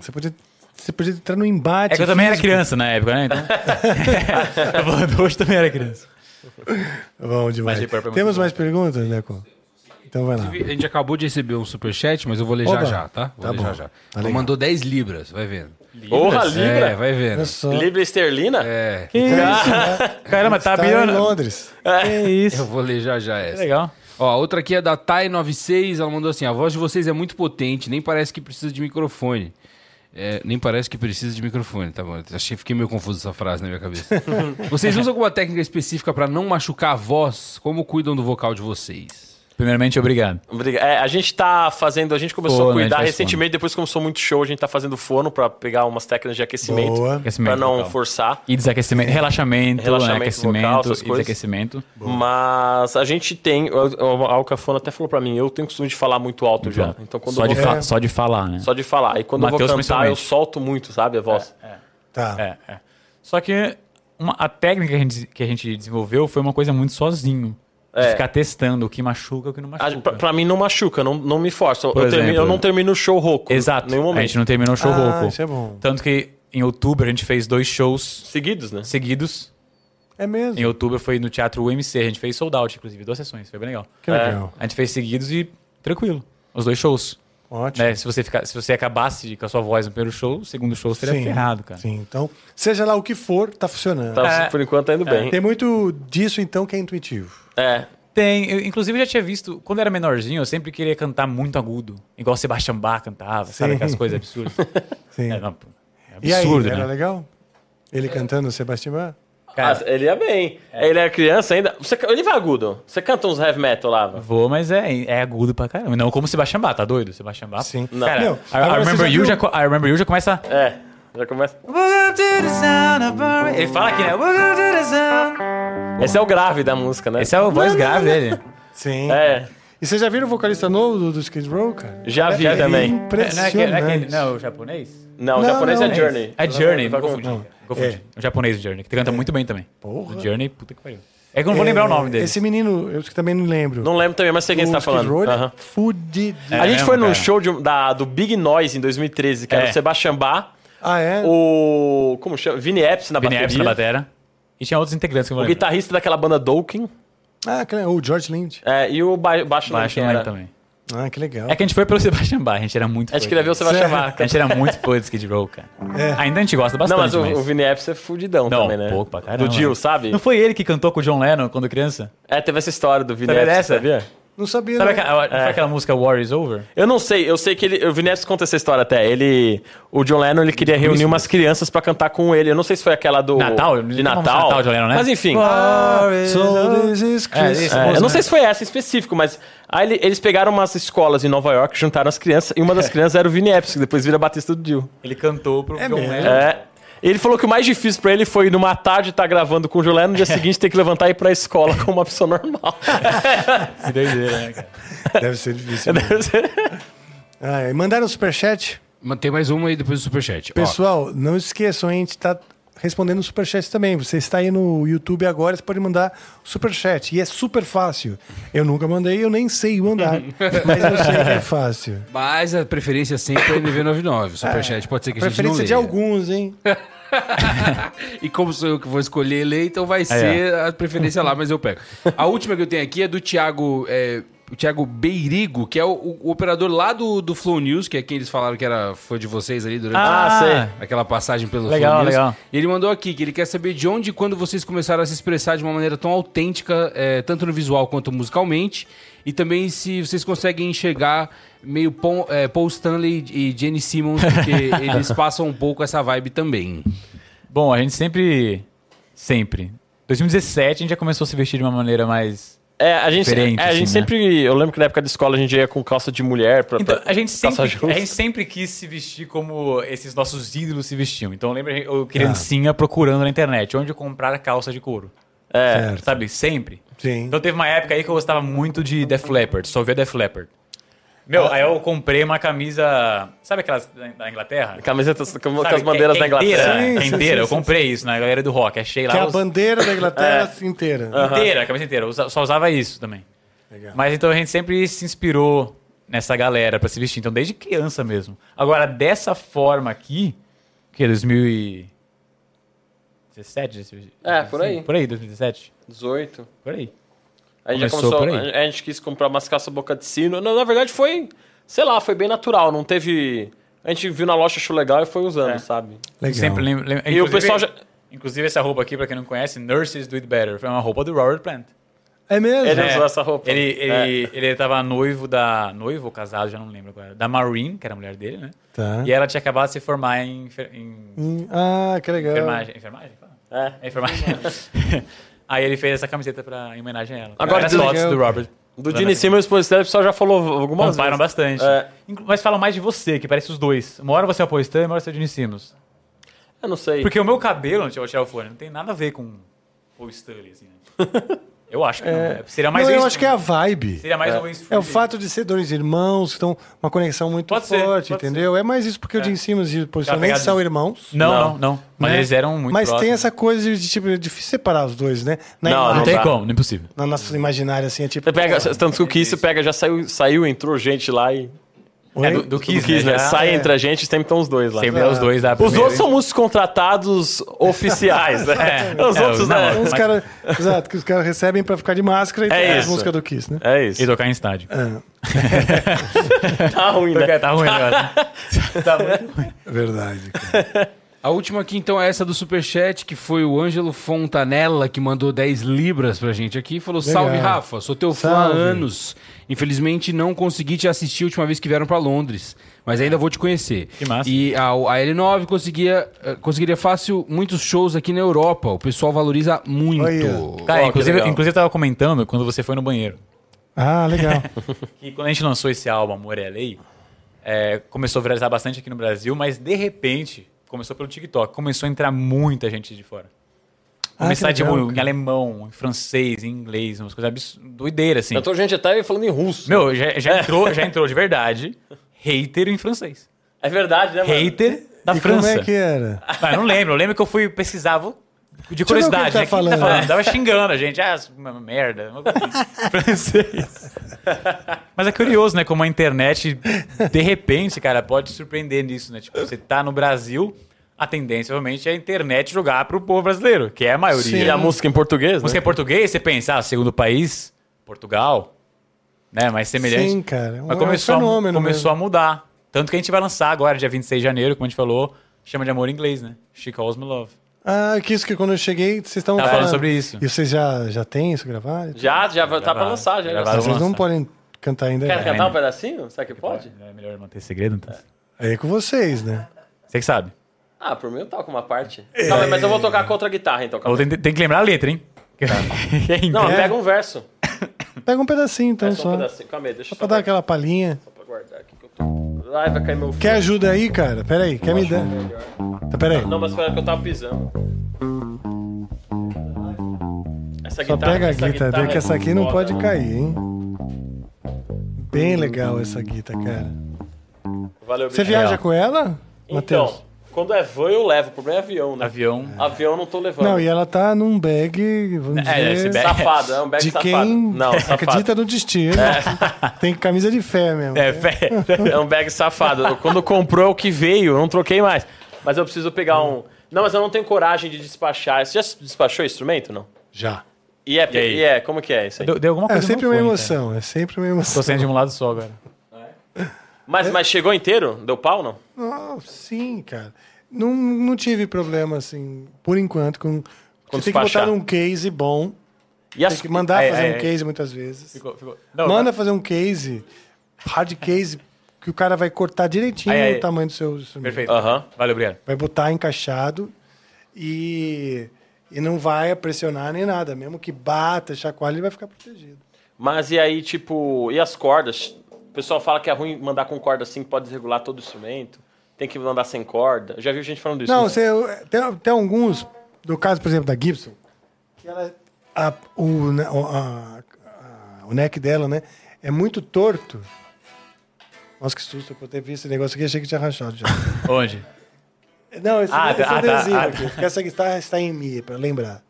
[SPEAKER 1] Você podia, você podia entrar no embate.
[SPEAKER 5] é que eu também era criança na época,
[SPEAKER 1] *laughs*
[SPEAKER 5] né? Então... *laughs* eu falando hoje também era criança.
[SPEAKER 1] Bom demais.
[SPEAKER 5] Mas Deep Purple é muito
[SPEAKER 1] Temos
[SPEAKER 5] bom.
[SPEAKER 1] mais perguntas, Neco? Então vai lá.
[SPEAKER 6] A gente acabou de receber um superchat, mas eu vou ler
[SPEAKER 1] Oba.
[SPEAKER 6] já já, tá? Vou
[SPEAKER 1] Tá
[SPEAKER 6] ler
[SPEAKER 1] bom.
[SPEAKER 6] já já.
[SPEAKER 1] Tá
[SPEAKER 6] Ele
[SPEAKER 1] legal.
[SPEAKER 6] mandou 10 libras, vai vendo.
[SPEAKER 4] Porra, Libra.
[SPEAKER 6] É, vai vendo.
[SPEAKER 1] Olha só.
[SPEAKER 4] Libra esterlina?
[SPEAKER 6] É,
[SPEAKER 5] Caramba, tá
[SPEAKER 1] Tá
[SPEAKER 5] abrindo.
[SPEAKER 1] em Londres.
[SPEAKER 5] É *laughs* isso.
[SPEAKER 6] eu vou ler já já essa.
[SPEAKER 5] Legal.
[SPEAKER 6] Ó, outra aqui é da Thay96, ela mandou assim: a voz de vocês é muito potente, nem parece que precisa de microfone. É, nem parece que precisa de microfone, tá bom? Eu Achei, fiquei meio confuso essa frase na minha cabeça. vocês usam alguma técnica específica pra não machucar a voz? Como cuidam do vocal de vocês?
[SPEAKER 5] Primeiramente, obrigado.
[SPEAKER 4] Obrigado. É, a gente tá fazendo, a gente começou
[SPEAKER 5] Fono,
[SPEAKER 4] a cuidar
[SPEAKER 5] a gente faz
[SPEAKER 4] recentemente, depois que começou muito show, a gente tá fazendo forno pra pegar umas técnicas de aquecimento,
[SPEAKER 1] Boa.
[SPEAKER 5] Aquecimento
[SPEAKER 4] pra não
[SPEAKER 5] vocal.
[SPEAKER 4] forçar.
[SPEAKER 5] E desaquecimento, relaxamento,
[SPEAKER 4] Relaxamento
[SPEAKER 5] né, aquecimento
[SPEAKER 4] vocal, essas
[SPEAKER 5] e
[SPEAKER 4] coisas.
[SPEAKER 5] desaquecimento.
[SPEAKER 4] Mas a gente tem, o Alcafona até falou pra mim, eu tenho costume de falar muito alto já. Então quando
[SPEAKER 5] só,
[SPEAKER 4] eu
[SPEAKER 5] de
[SPEAKER 4] vou,
[SPEAKER 5] fa- só de falar, né?
[SPEAKER 4] só de falar. E quando eu
[SPEAKER 5] Mateus,
[SPEAKER 4] vou cantar, eu
[SPEAKER 5] principalmente.
[SPEAKER 4] solto muito, sabe, a voz.
[SPEAKER 1] Tá.
[SPEAKER 5] É, é. Só que uma- a técnica que a, gente, que a gente desenvolveu foi uma coisa muito sozinho. De
[SPEAKER 4] É. Ah,
[SPEAKER 5] ficar testando o que machuca e o que não
[SPEAKER 4] A-
[SPEAKER 5] machuca.
[SPEAKER 4] pra, pra mim não machuca, não, não me força. Eu,
[SPEAKER 5] Por
[SPEAKER 4] termino-
[SPEAKER 5] exemplo.
[SPEAKER 4] eu não termino o show rouco.
[SPEAKER 5] Exato.
[SPEAKER 4] Em nenhum
[SPEAKER 5] A
[SPEAKER 4] momento.
[SPEAKER 5] gente não terminou o show
[SPEAKER 1] Ah,
[SPEAKER 5] rouco.
[SPEAKER 1] isso é bom.
[SPEAKER 5] Tanto que em outubro a gente fez dois shows
[SPEAKER 4] Seguidos, né?
[SPEAKER 5] seguidos.
[SPEAKER 1] É mesmo.
[SPEAKER 5] Em outubro foi no Teatro UMC. A gente fez sold out, inclusive, duas sessões. Foi bem legal.
[SPEAKER 1] Que legal.
[SPEAKER 5] A gente fez seguidos e tranquilo. Os dois shows.
[SPEAKER 1] Ótimo.
[SPEAKER 5] Né? Se, você ficar, se você acabasse com a sua voz no primeiro show, o segundo show seria ferrado, cara.
[SPEAKER 1] Sim, então, seja lá o que for, tá funcionando.
[SPEAKER 4] Tá,
[SPEAKER 5] É.
[SPEAKER 4] Por enquanto tá indo bem.
[SPEAKER 1] Tem muito disso, então, que é intuitivo.
[SPEAKER 4] É.
[SPEAKER 5] Tem, eu, inclusive eu já tinha visto, quando eu era menorzinho, eu sempre queria cantar muito agudo. Igual Sebastião Bach cantava, sabe?
[SPEAKER 1] Sim.
[SPEAKER 5] Aquelas coisas absurdas.
[SPEAKER 1] *laughs* Sim.
[SPEAKER 5] É, não, pô, é
[SPEAKER 1] e aí,
[SPEAKER 5] absurdo,
[SPEAKER 1] era
[SPEAKER 5] né?
[SPEAKER 1] legal? Ele cantando Sebastião?
[SPEAKER 5] Cara,
[SPEAKER 4] Ah, ele é bem. Ele é criança ainda. Você, ele vai agudo. Você canta uns heavy metal lá. vai.
[SPEAKER 5] Vou, mas é, é agudo pra caramba. Não como Sebastião Bach, tá doido? Sebastião Bach.
[SPEAKER 1] Sim.
[SPEAKER 5] Não. Cara,
[SPEAKER 1] Meu,
[SPEAKER 5] I- I,
[SPEAKER 1] agora você
[SPEAKER 5] remember
[SPEAKER 1] já
[SPEAKER 5] you
[SPEAKER 1] viu-
[SPEAKER 5] já, co- I Remember You já começa...
[SPEAKER 4] É. Já começa.
[SPEAKER 5] Ele fala aqui, né?
[SPEAKER 4] Esse é o grave da música, né?
[SPEAKER 5] Esse é o voz grave dele.
[SPEAKER 1] Sim.
[SPEAKER 4] É.
[SPEAKER 1] E vocês já viram o vocalista novo do, do Skid Row, cara?
[SPEAKER 4] Já vi também.
[SPEAKER 5] Não é, aquele- não, é aquele-
[SPEAKER 1] Impressionante.
[SPEAKER 5] não, é o japonês?
[SPEAKER 4] Não, o
[SPEAKER 1] Não,
[SPEAKER 4] japonês
[SPEAKER 1] não,
[SPEAKER 4] é Journey.
[SPEAKER 5] É Journey, não
[SPEAKER 4] Tá
[SPEAKER 5] confundi.
[SPEAKER 4] confundindo.
[SPEAKER 5] Confundi.
[SPEAKER 1] É.
[SPEAKER 5] O japonês o Journey, que
[SPEAKER 4] É.
[SPEAKER 5] canta muito bem também.
[SPEAKER 1] Porra.
[SPEAKER 5] O Journey, puta que pariu. É que eu não vou lembrar o nome dele.
[SPEAKER 1] Esse menino, eu que também não lembro.
[SPEAKER 4] Não lembro também, mas sei quem
[SPEAKER 1] O
[SPEAKER 4] você tá
[SPEAKER 1] Skid
[SPEAKER 4] falando.
[SPEAKER 1] Row, ele é
[SPEAKER 4] Aham. É.
[SPEAKER 1] fudido.
[SPEAKER 4] a gente
[SPEAKER 5] É mesmo,
[SPEAKER 4] foi num
[SPEAKER 5] cara?
[SPEAKER 4] show de- um- da, do Big Noise em 2013, que era
[SPEAKER 5] É.
[SPEAKER 4] o Sebastian Bach,
[SPEAKER 1] Ah, é?
[SPEAKER 4] o. Como chama? Vini Epps na
[SPEAKER 5] Vini
[SPEAKER 4] é bateria.
[SPEAKER 5] Epps na batera. E tinha outros integrantes que eu vou
[SPEAKER 4] O
[SPEAKER 5] lembrar.
[SPEAKER 4] guitarrista daquela banda Dokken.
[SPEAKER 1] Ah, que le- o George Lynch.
[SPEAKER 4] é, e o ba baixo, não
[SPEAKER 5] Baixo
[SPEAKER 4] lembro quem
[SPEAKER 5] não lembro
[SPEAKER 4] era.
[SPEAKER 5] também.
[SPEAKER 1] Ah, que legal.
[SPEAKER 5] É que a gente foi pelo *laughs* Sebastian Bach, a gente era muito
[SPEAKER 4] A gente queria ver o
[SPEAKER 5] Sebastian
[SPEAKER 4] Sebastian chamar.
[SPEAKER 5] A gente era muito fã de Skid Row, cara. Ainda a gente gosta
[SPEAKER 4] Não,
[SPEAKER 5] bastante,
[SPEAKER 4] mas
[SPEAKER 5] mas...
[SPEAKER 4] o, o Vini Epps é fudidão
[SPEAKER 5] Não,
[SPEAKER 4] também, né?
[SPEAKER 5] pouco pra caramba.
[SPEAKER 4] Do Dio, sabe?
[SPEAKER 5] Não foi ele que cantou com o John Lennon quando criança?
[SPEAKER 4] É, teve essa história do Vini
[SPEAKER 5] Sabe
[SPEAKER 4] Epps,
[SPEAKER 5] dessa?
[SPEAKER 4] sabia?
[SPEAKER 1] Não sabia.
[SPEAKER 5] Sabe
[SPEAKER 1] não.
[SPEAKER 5] aquela,
[SPEAKER 4] É.
[SPEAKER 5] foi aquela música War Is Over?
[SPEAKER 4] Eu não sei, eu sei que ele. O Vini Epps conta essa história até. Ele. O John Lennon ele queria reunir umas crianças pra cantar com ele. Eu não sei se foi aquela do.
[SPEAKER 5] Natal?
[SPEAKER 4] De Natal.
[SPEAKER 5] Natal, John Lennon, né?
[SPEAKER 4] Mas enfim.
[SPEAKER 1] Ah, So this is Christmas.
[SPEAKER 5] isso.
[SPEAKER 4] É, eu não sei se foi essa em específico, mas aí ele- eles pegaram umas escolas em Nova York, juntaram as crianças, e
[SPEAKER 5] É.
[SPEAKER 4] uma das crianças era o Vini Epps, que depois vira Batista do Dio.
[SPEAKER 5] Ele cantou pro John
[SPEAKER 1] mesmo?
[SPEAKER 5] Lennon.
[SPEAKER 4] É. Ele falou que o mais difícil pra ele foi numa tarde estar gravando com o Julé,
[SPEAKER 5] É.
[SPEAKER 4] no dia seguinte ter que levantar e ir pra escola como uma pessoa normal. É.
[SPEAKER 5] Que doideira, né, cara?
[SPEAKER 1] Deve ser difícil. Ah, e mandaram o superchat.
[SPEAKER 6] Mas Tem mais uma aí depois do superchat. Ó,
[SPEAKER 1] Pessoal, não esqueçam, a gente está respondendo superchats também. Você está aí no YouTube agora, você pode mandar superchat. E é super fácil. Eu nunca mandei, eu nem sei
[SPEAKER 5] *laughs*
[SPEAKER 1] mandar. mas eu sei que é fácil.
[SPEAKER 6] *laughs* mas a preferência sempre é NV99. O superchat pode ser que a gente não
[SPEAKER 1] É. Preferência de
[SPEAKER 6] leia.
[SPEAKER 1] alguns, hein?
[SPEAKER 5] Tá
[SPEAKER 6] E como sou eu que vou escolher ler, então
[SPEAKER 5] É.
[SPEAKER 6] vai ser a preferência lá, mas eu pego. A última que eu tenho aqui é do Thiago, é, o Thiago Beirigo, que é o, o operador lá do, do Flow News, que é quem eles falaram que era fã de vocês ali durante
[SPEAKER 5] Ah,
[SPEAKER 6] a- aquela passagem pelo
[SPEAKER 5] Legal,
[SPEAKER 6] Flow News.
[SPEAKER 5] legal.
[SPEAKER 6] E ele mandou aqui que ele quer saber de onde e quando vocês começaram a se expressar de uma maneira tão autêntica, é, tanto no visual quanto musicalmente, e também se vocês conseguem enxergar meio Paul, é, Paul Stanley e Jenny
[SPEAKER 5] *laughs*
[SPEAKER 6] Simmons, porque eles passam um pouco essa vibe também.
[SPEAKER 5] Bom, a gente sempre... Sempre. 2017 a gente já começou a se vestir de uma maneira mais...
[SPEAKER 4] É, a gente,
[SPEAKER 5] Diferente,
[SPEAKER 4] é, a gente
[SPEAKER 5] assim,
[SPEAKER 4] sempre. Eu lembro que na época da escola a gente ia com calça de mulher pra.
[SPEAKER 1] Tá,
[SPEAKER 5] Então,
[SPEAKER 4] pra-
[SPEAKER 5] a gente, sempre,
[SPEAKER 4] calça justa.
[SPEAKER 5] a gente sempre quis se vestir como esses nossos ídolos se vestiam. Então lembra eu
[SPEAKER 1] É.
[SPEAKER 5] criancinha procurando na internet onde comprar calça de couro.
[SPEAKER 4] É.
[SPEAKER 1] Certo.
[SPEAKER 5] Sabe? Sempre.
[SPEAKER 1] Sim.
[SPEAKER 5] Então teve uma época aí que eu gostava muito de Def Leppard, só via Def Leppard. Meu,
[SPEAKER 1] Ah.
[SPEAKER 5] aí eu comprei uma camisa, sabe aquelas da- da Inglaterra?
[SPEAKER 4] Camiseta com, com
[SPEAKER 5] Sabe,
[SPEAKER 4] as bandeiras
[SPEAKER 5] que
[SPEAKER 4] da
[SPEAKER 5] é
[SPEAKER 4] Inglaterra.
[SPEAKER 5] Inteira,
[SPEAKER 1] Sim,
[SPEAKER 5] é
[SPEAKER 1] sim,
[SPEAKER 5] inteira.
[SPEAKER 1] sim,
[SPEAKER 5] eu
[SPEAKER 1] sim,
[SPEAKER 5] comprei isso na galera do rock, achei
[SPEAKER 1] Que é
[SPEAKER 5] lá
[SPEAKER 1] a
[SPEAKER 5] os- É.
[SPEAKER 1] bandeira da
[SPEAKER 5] *laughs*
[SPEAKER 1] Inglaterra inteira.
[SPEAKER 5] inteira, a camisa inteira. Eu usa- só usava isso também. Mas então a gente sempre se inspirou nessa galera pra se vestir, então desde criança mesmo. Agora dessa forma aqui, que é 2017,
[SPEAKER 4] É, por aí.
[SPEAKER 5] Por aí, 2017.
[SPEAKER 4] 18.
[SPEAKER 5] Por aí.
[SPEAKER 4] A gente já começou.
[SPEAKER 5] Começou por aí.
[SPEAKER 4] A, a gente quis comprar umas calças boca de sino. Não, na verdade foi. Sei lá, foi bem natural. Não teve. A gente viu na loja, achou legal e foi usando,
[SPEAKER 5] É.
[SPEAKER 4] sabe?
[SPEAKER 1] Legal.
[SPEAKER 5] Sempre lembro, lembro-
[SPEAKER 4] E o
[SPEAKER 5] inclusive-
[SPEAKER 4] pessoal já.
[SPEAKER 5] Inclusive, essa roupa aqui, pra quem não conhece, Nurses Do It Better, foi uma roupa do Robert Plant.
[SPEAKER 1] É mesmo?
[SPEAKER 4] Ele
[SPEAKER 5] É.
[SPEAKER 4] usou essa roupa. É.
[SPEAKER 5] Ele, ele, ele tava noivo da. noivo ou casado, já não lembro agora. Da Maureen, que era a mulher dele, né?
[SPEAKER 1] Tá.
[SPEAKER 5] E ela tinha acabado de se formar em. enfer- em
[SPEAKER 1] Hum, Ah, que legal.
[SPEAKER 5] enfermagem. Enfermagem? Fala.
[SPEAKER 4] É.
[SPEAKER 5] É enfermagem. Aí ele fez essa camiseta pra, em homenagem a ela.
[SPEAKER 4] Agora,
[SPEAKER 5] as
[SPEAKER 4] do-
[SPEAKER 5] fotos do Robert.
[SPEAKER 4] Do Gene Simmons pro Stanley, o pessoal já falou algumas
[SPEAKER 5] Comparam
[SPEAKER 4] vezes.
[SPEAKER 5] bastante.
[SPEAKER 4] É.
[SPEAKER 5] Inclu- Mas falam mais de você, que parece os dois. Uma hora você é o Paul Stanley, uma hora você é o Gene Simmons.
[SPEAKER 4] Eu não sei.
[SPEAKER 5] Porque o meu cabelo, deixa eu tirar o fone, não tem nada a ver com Paul Stanley, assim, né? Eu acho que não. Seria mais
[SPEAKER 1] Não, eu
[SPEAKER 5] Wayne-
[SPEAKER 1] acho que é a vibe.
[SPEAKER 5] Seria mais um Wayne
[SPEAKER 1] É o
[SPEAKER 5] Freeman.
[SPEAKER 1] fato de ser dois irmãos, que estão uma conexão muito
[SPEAKER 5] Pode ser,
[SPEAKER 1] forte,
[SPEAKER 5] pode
[SPEAKER 1] entendeu? É mais isso porque o Jim Simmons e o Paul Stanley nem
[SPEAKER 5] pegada-
[SPEAKER 1] são irmãos.
[SPEAKER 5] Não, não, não. Mas
[SPEAKER 1] né?
[SPEAKER 5] eles eram muito
[SPEAKER 1] Mas tem
[SPEAKER 5] próximos.
[SPEAKER 1] essa coisa de, de, tipo, é difícil separar os dois, né? Na
[SPEAKER 4] Não,
[SPEAKER 1] imagem,
[SPEAKER 4] não
[SPEAKER 5] Não tem
[SPEAKER 4] dá.
[SPEAKER 5] como, não é impossível.
[SPEAKER 1] Na nossa imaginária, assim, é tipo...
[SPEAKER 4] Você pega, tanto que isso pega, já saiu, saiu, entrou gente lá e.
[SPEAKER 1] Oi?
[SPEAKER 5] do, do Kiss,
[SPEAKER 4] Do Kiss,
[SPEAKER 5] né?
[SPEAKER 4] né?
[SPEAKER 5] Já-
[SPEAKER 4] Sai
[SPEAKER 1] é.
[SPEAKER 4] entre a gente, sempre estão os dois lá.
[SPEAKER 5] Sempre é os dois da
[SPEAKER 4] Os
[SPEAKER 5] primeira,
[SPEAKER 4] outros são músicos contratados oficiais, né? Os
[SPEAKER 5] *laughs* É,
[SPEAKER 4] outros
[SPEAKER 5] não,
[SPEAKER 4] né?
[SPEAKER 1] Então, os caras... Exato, que os caras recebem pra ficar de máscara e
[SPEAKER 4] É
[SPEAKER 1] tocar as
[SPEAKER 4] isso.
[SPEAKER 1] músicas do Kiss, né?
[SPEAKER 4] É
[SPEAKER 5] E
[SPEAKER 4] isso.
[SPEAKER 5] tocar em estádio.
[SPEAKER 4] Tá ruim, né?
[SPEAKER 5] Porque Tá ruim agora. tá muito ruim.
[SPEAKER 1] Verdade. cara.
[SPEAKER 6] A última aqui, então, é essa do Superchat, que foi o Ângelo Fontanella, que mandou 10 libras pra gente aqui. e Falou, salve,
[SPEAKER 1] Legal.
[SPEAKER 6] Rafa, sou teu fã há
[SPEAKER 1] Salve."
[SPEAKER 6] anos. Infelizmente, não consegui te assistir a última vez que vieram pra Londres, mas ainda vou te conhecer.
[SPEAKER 5] Que massa.
[SPEAKER 6] E a, a L9 conseguia, eh, conseguiria fácil muitos shows aqui na Europa. O pessoal valoriza muito.
[SPEAKER 1] Olha.
[SPEAKER 5] Cara,
[SPEAKER 4] Ó, que
[SPEAKER 5] inclusive,
[SPEAKER 4] legal.
[SPEAKER 5] inclusive eu tava comentando quando você foi no banheiro.
[SPEAKER 1] Ah,
[SPEAKER 4] *laughs*
[SPEAKER 1] legal.
[SPEAKER 5] Que quando a gente lançou esse álbum, Amor é Lei, é, começou a viralizar bastante aqui no Brasil, mas de repente, começou pelo TikTok, começou a entrar muita gente de fora.
[SPEAKER 1] Ah,
[SPEAKER 5] Começar,
[SPEAKER 1] que
[SPEAKER 5] tipo,
[SPEAKER 1] legal,
[SPEAKER 5] em alemão, em francês, em inglês, umas coisas abs... doideiras, assim.
[SPEAKER 4] Já tô gente até falando em russo.
[SPEAKER 5] Meu, já, já entrou, já entrou de verdade hater em francês.
[SPEAKER 4] É verdade, né, mano?
[SPEAKER 5] Hater da
[SPEAKER 1] e
[SPEAKER 5] França.
[SPEAKER 1] como é que era?
[SPEAKER 5] Ah, eu não lembro. Eu lembro que eu fui pesquisar vou- de curiosidade.
[SPEAKER 1] tá
[SPEAKER 5] né? Quem
[SPEAKER 1] falando?
[SPEAKER 5] Tava xingando a gente. Ah, uma merda. uma coisa
[SPEAKER 1] *laughs*
[SPEAKER 5] assim. Francês. Mas é curioso, né? Como a internet, de repente, cara, pode te surpreender nisso, né? Tipo, você tá no Brasil, a tendência, obviamente, é a internet jogar pro povo brasileiro, que é a maioria.
[SPEAKER 1] Sim. É.
[SPEAKER 4] E a música em português, né?
[SPEAKER 5] Música em português, você pensa, ah, segundo país, Portugal. né? Mais semelhante.
[SPEAKER 1] Sim, cara. É um-
[SPEAKER 5] Mas
[SPEAKER 1] é um
[SPEAKER 5] começou, a,
[SPEAKER 1] fenômeno
[SPEAKER 5] começou a mudar. Tanto que a gente vai lançar agora, dia 26 de janeiro, como a gente falou, chama de amor em inglês, né? She calls me love.
[SPEAKER 1] Ah, que isso que quando eu cheguei, vocês estão
[SPEAKER 5] Tava falando sobre isso.
[SPEAKER 1] E vocês já, já têm isso gravado?
[SPEAKER 4] Já, já, tá pra
[SPEAKER 5] Gravaram,
[SPEAKER 4] lançar, já.
[SPEAKER 5] gravaram.
[SPEAKER 1] Vocês não
[SPEAKER 5] lançar.
[SPEAKER 1] podem cantar ainda.
[SPEAKER 4] Quer
[SPEAKER 1] É.
[SPEAKER 4] cantar um pedacinho? Será que pode?
[SPEAKER 5] É melhor manter segredo, então.
[SPEAKER 1] Aí é com vocês, né?
[SPEAKER 5] Você que sabe.
[SPEAKER 4] Ah, por mim eu toco uma parte.
[SPEAKER 1] É.
[SPEAKER 4] Calma aí, mas eu vou tocar com outra guitarra, então.
[SPEAKER 5] Ou
[SPEAKER 4] Calma aí.
[SPEAKER 5] tem, tem que lembrar a letra, hein? *laughs*
[SPEAKER 4] Não,
[SPEAKER 1] É.
[SPEAKER 4] pega um verso.
[SPEAKER 1] Pega um pedacinho então
[SPEAKER 4] Só um
[SPEAKER 1] só.
[SPEAKER 4] pedacinho. Calma aí, deixa
[SPEAKER 1] Só
[SPEAKER 4] eu
[SPEAKER 1] pra
[SPEAKER 4] só
[SPEAKER 1] dar aquela palhinha.
[SPEAKER 4] só pra guardar aqui que eu tô... Ai, vai cair meu...
[SPEAKER 1] Quer ajuda aí, cara? Pera aí, quer me dar? Tá, pera aí.
[SPEAKER 4] Não, mas foi que eu tava pisando. Essa
[SPEAKER 1] Só
[SPEAKER 4] guitarra,
[SPEAKER 1] pega a
[SPEAKER 4] essa
[SPEAKER 1] guita dele, que
[SPEAKER 4] é
[SPEAKER 1] essa aqui não
[SPEAKER 4] foda.
[SPEAKER 1] pode cair, hein? Bem legal essa guita, cara.
[SPEAKER 4] Valeu,
[SPEAKER 1] Você
[SPEAKER 4] bicho.
[SPEAKER 1] viaja com ela, Matheus?
[SPEAKER 4] É, Então, quando é van eu levo, o problema é avião, né?
[SPEAKER 5] Avião.
[SPEAKER 4] Avião não tô levando.
[SPEAKER 1] Não, e ela tá num bag, vamos
[SPEAKER 5] É,
[SPEAKER 1] dizer,
[SPEAKER 5] esse bag-
[SPEAKER 4] Safado, é um bag
[SPEAKER 1] de
[SPEAKER 4] safado.
[SPEAKER 1] quem
[SPEAKER 4] Não, safado.
[SPEAKER 1] acredita no destino. *laughs* Tem camisa de fé mesmo.
[SPEAKER 4] É, velho. É um bag safado. Quando comprou é o que veio, eu não troquei mais. Mas eu preciso pegar um. Não, mas eu não tenho coragem de despachar. Você já despachou instrumento, não?
[SPEAKER 1] Já.
[SPEAKER 4] E é, e é como que é isso aí?
[SPEAKER 5] Deu, deu alguma
[SPEAKER 1] É
[SPEAKER 5] coisa. no
[SPEAKER 1] sempre uma
[SPEAKER 4] né?
[SPEAKER 5] fone,
[SPEAKER 1] emoção, é sempre uma
[SPEAKER 5] cara. Tô
[SPEAKER 1] emoção.
[SPEAKER 5] saindo de um lado só agora.
[SPEAKER 1] É?
[SPEAKER 4] Mas, mas chegou inteiro? Deu pau, não?
[SPEAKER 1] Ah, sim, cara. Não, não tive problema, assim, por enquanto, com.
[SPEAKER 4] Com
[SPEAKER 1] Você tem que botar
[SPEAKER 4] despachar.
[SPEAKER 1] num case bom.
[SPEAKER 4] E as...
[SPEAKER 1] Tem que mandar
[SPEAKER 5] É,
[SPEAKER 1] fazer
[SPEAKER 5] é,
[SPEAKER 1] um
[SPEAKER 5] é.
[SPEAKER 1] case muitas vezes.
[SPEAKER 5] Ficou, ficou. *laughs* Não,
[SPEAKER 1] Manda fazer um case, hard case, que o cara vai cortar direitinho
[SPEAKER 5] Aí, aí.
[SPEAKER 1] o tamanho do seu instrumento.
[SPEAKER 5] Perfeito.
[SPEAKER 4] Aham.
[SPEAKER 5] Valeu, obrigado.
[SPEAKER 1] Vai botar encaixado e, e não vai pressionar nem nada. Mesmo que bata, chacoalhe, ele vai ficar protegido.
[SPEAKER 4] Mas e aí, tipo, e as cordas? O pessoal fala que é ruim mandar com corda assim, que pode desregular todo o instrumento. Tem que mandar sem corda. Eu Já vi gente falando disso.
[SPEAKER 1] Não,
[SPEAKER 4] né?
[SPEAKER 1] você, tem, tem alguns, no caso, por exemplo, da Gibson, que ela, a, o, ne- o- a- a- o neck dela, né, é muito torto. Nossa, que susto, por ter visto esse negócio aqui, achei que tinha rachado já.
[SPEAKER 5] Onde?
[SPEAKER 1] Não, esse,
[SPEAKER 5] Ah,
[SPEAKER 1] esse
[SPEAKER 5] tá,
[SPEAKER 1] adesivo
[SPEAKER 5] ah, tá,
[SPEAKER 1] aqui, porque essa guitarra está em mi, para lembrar.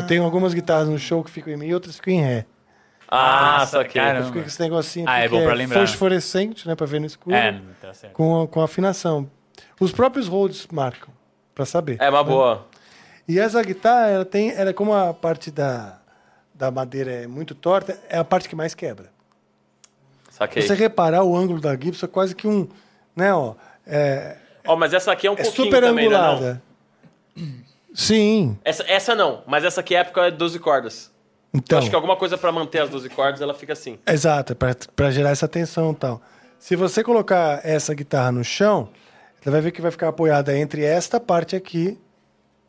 [SPEAKER 1] Eu tenho algumas guitarras no show que ficam em mi e outras ficam em ré.
[SPEAKER 4] Ah,
[SPEAKER 5] Nossa,
[SPEAKER 4] saquei.
[SPEAKER 5] cara.
[SPEAKER 1] Eu fico com esse negocinho
[SPEAKER 5] Ah,
[SPEAKER 1] aqui
[SPEAKER 5] é bom
[SPEAKER 1] que
[SPEAKER 5] pra lembrar.
[SPEAKER 1] fosforescente, né, para ver no escuro,
[SPEAKER 5] É, não tá certo.
[SPEAKER 1] com, a- com a afinação. Os próprios holds marcam, para saber.
[SPEAKER 4] É uma boa.
[SPEAKER 1] E essa guitarra, ela tem, ela é como a parte da, da madeira é muito torta, é a parte que mais quebra.
[SPEAKER 4] Saquei.
[SPEAKER 1] Se você reparar o ângulo da Gibson, é quase que um, né, ó, é,
[SPEAKER 4] Ó, mas essa aqui é um
[SPEAKER 1] é
[SPEAKER 4] pouquinho
[SPEAKER 1] super
[SPEAKER 4] também, né, não?
[SPEAKER 1] angulada.
[SPEAKER 5] né,
[SPEAKER 1] Sim,
[SPEAKER 4] Essa, essa não, mas essa aqui é época é 12 cordas. Eu
[SPEAKER 1] então.
[SPEAKER 4] acho que alguma coisa pra manter as 12 cordas, ela fica assim.
[SPEAKER 1] Exato, para gerar essa tensão e tal. Se você colocar essa guitarra no chão, você vai ver que vai ficar apoiada entre esta parte aqui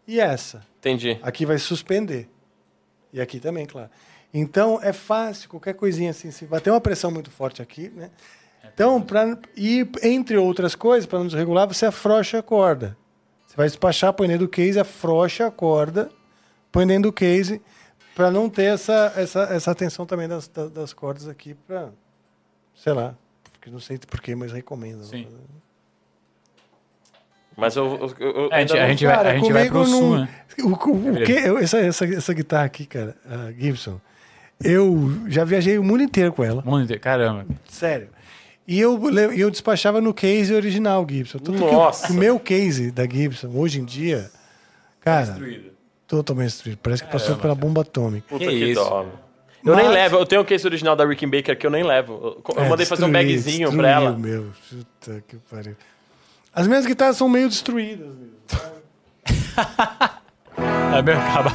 [SPEAKER 1] e essa.
[SPEAKER 4] Entendi.
[SPEAKER 1] Aqui vai suspender. E aqui também, claro. Então é fácil, qualquer coisinha assim, se bater uma pressão muito forte aqui, né? Então, pra, e entre outras coisas, para não desregular, você afrouxa a corda. Você vai despachar, põe dentro do case, afrouxa a corda, põe dentro do case, para não ter essa, essa, essa tensão também das, da- das, cordas aqui, para, sei lá, porque não sei porquê, mas recomendo. né?
[SPEAKER 5] Sim.
[SPEAKER 4] Mas eu. eu, eu- eu
[SPEAKER 5] A gente,
[SPEAKER 4] ainda
[SPEAKER 5] a
[SPEAKER 4] não-
[SPEAKER 5] gente vai, a gente vai pro sul,
[SPEAKER 1] não-
[SPEAKER 5] né?
[SPEAKER 1] O, o- o que, eu- essa, essa, essa guitarra aqui, cara, a Gibson, eu já viajei o mundo inteiro com ela.
[SPEAKER 5] Mundo inteiro. Caramba.
[SPEAKER 1] Sério. E eu, le- eu despachava no case original Gibson. Tanto que o- o
[SPEAKER 4] Nossa.
[SPEAKER 1] meu case da Gibson, hoje em dia, cara, totalmente destruído. Parece que passou pela bomba atômica.
[SPEAKER 4] Puta
[SPEAKER 5] Que
[SPEAKER 4] que,
[SPEAKER 5] isso.
[SPEAKER 4] dó. mano. Eu nem
[SPEAKER 1] Mas-
[SPEAKER 4] levo, eu tenho o case original da Rick Baker que eu nem levo. Eu, eu
[SPEAKER 1] É,
[SPEAKER 4] mandei fazer um
[SPEAKER 1] destruí-
[SPEAKER 4] bagzinho
[SPEAKER 1] destruiu
[SPEAKER 4] pra ela.
[SPEAKER 1] o Meu, puta que pariu. As minhas guitarras são meio destruídas. Mesmo.
[SPEAKER 5] É mesmo, acaba.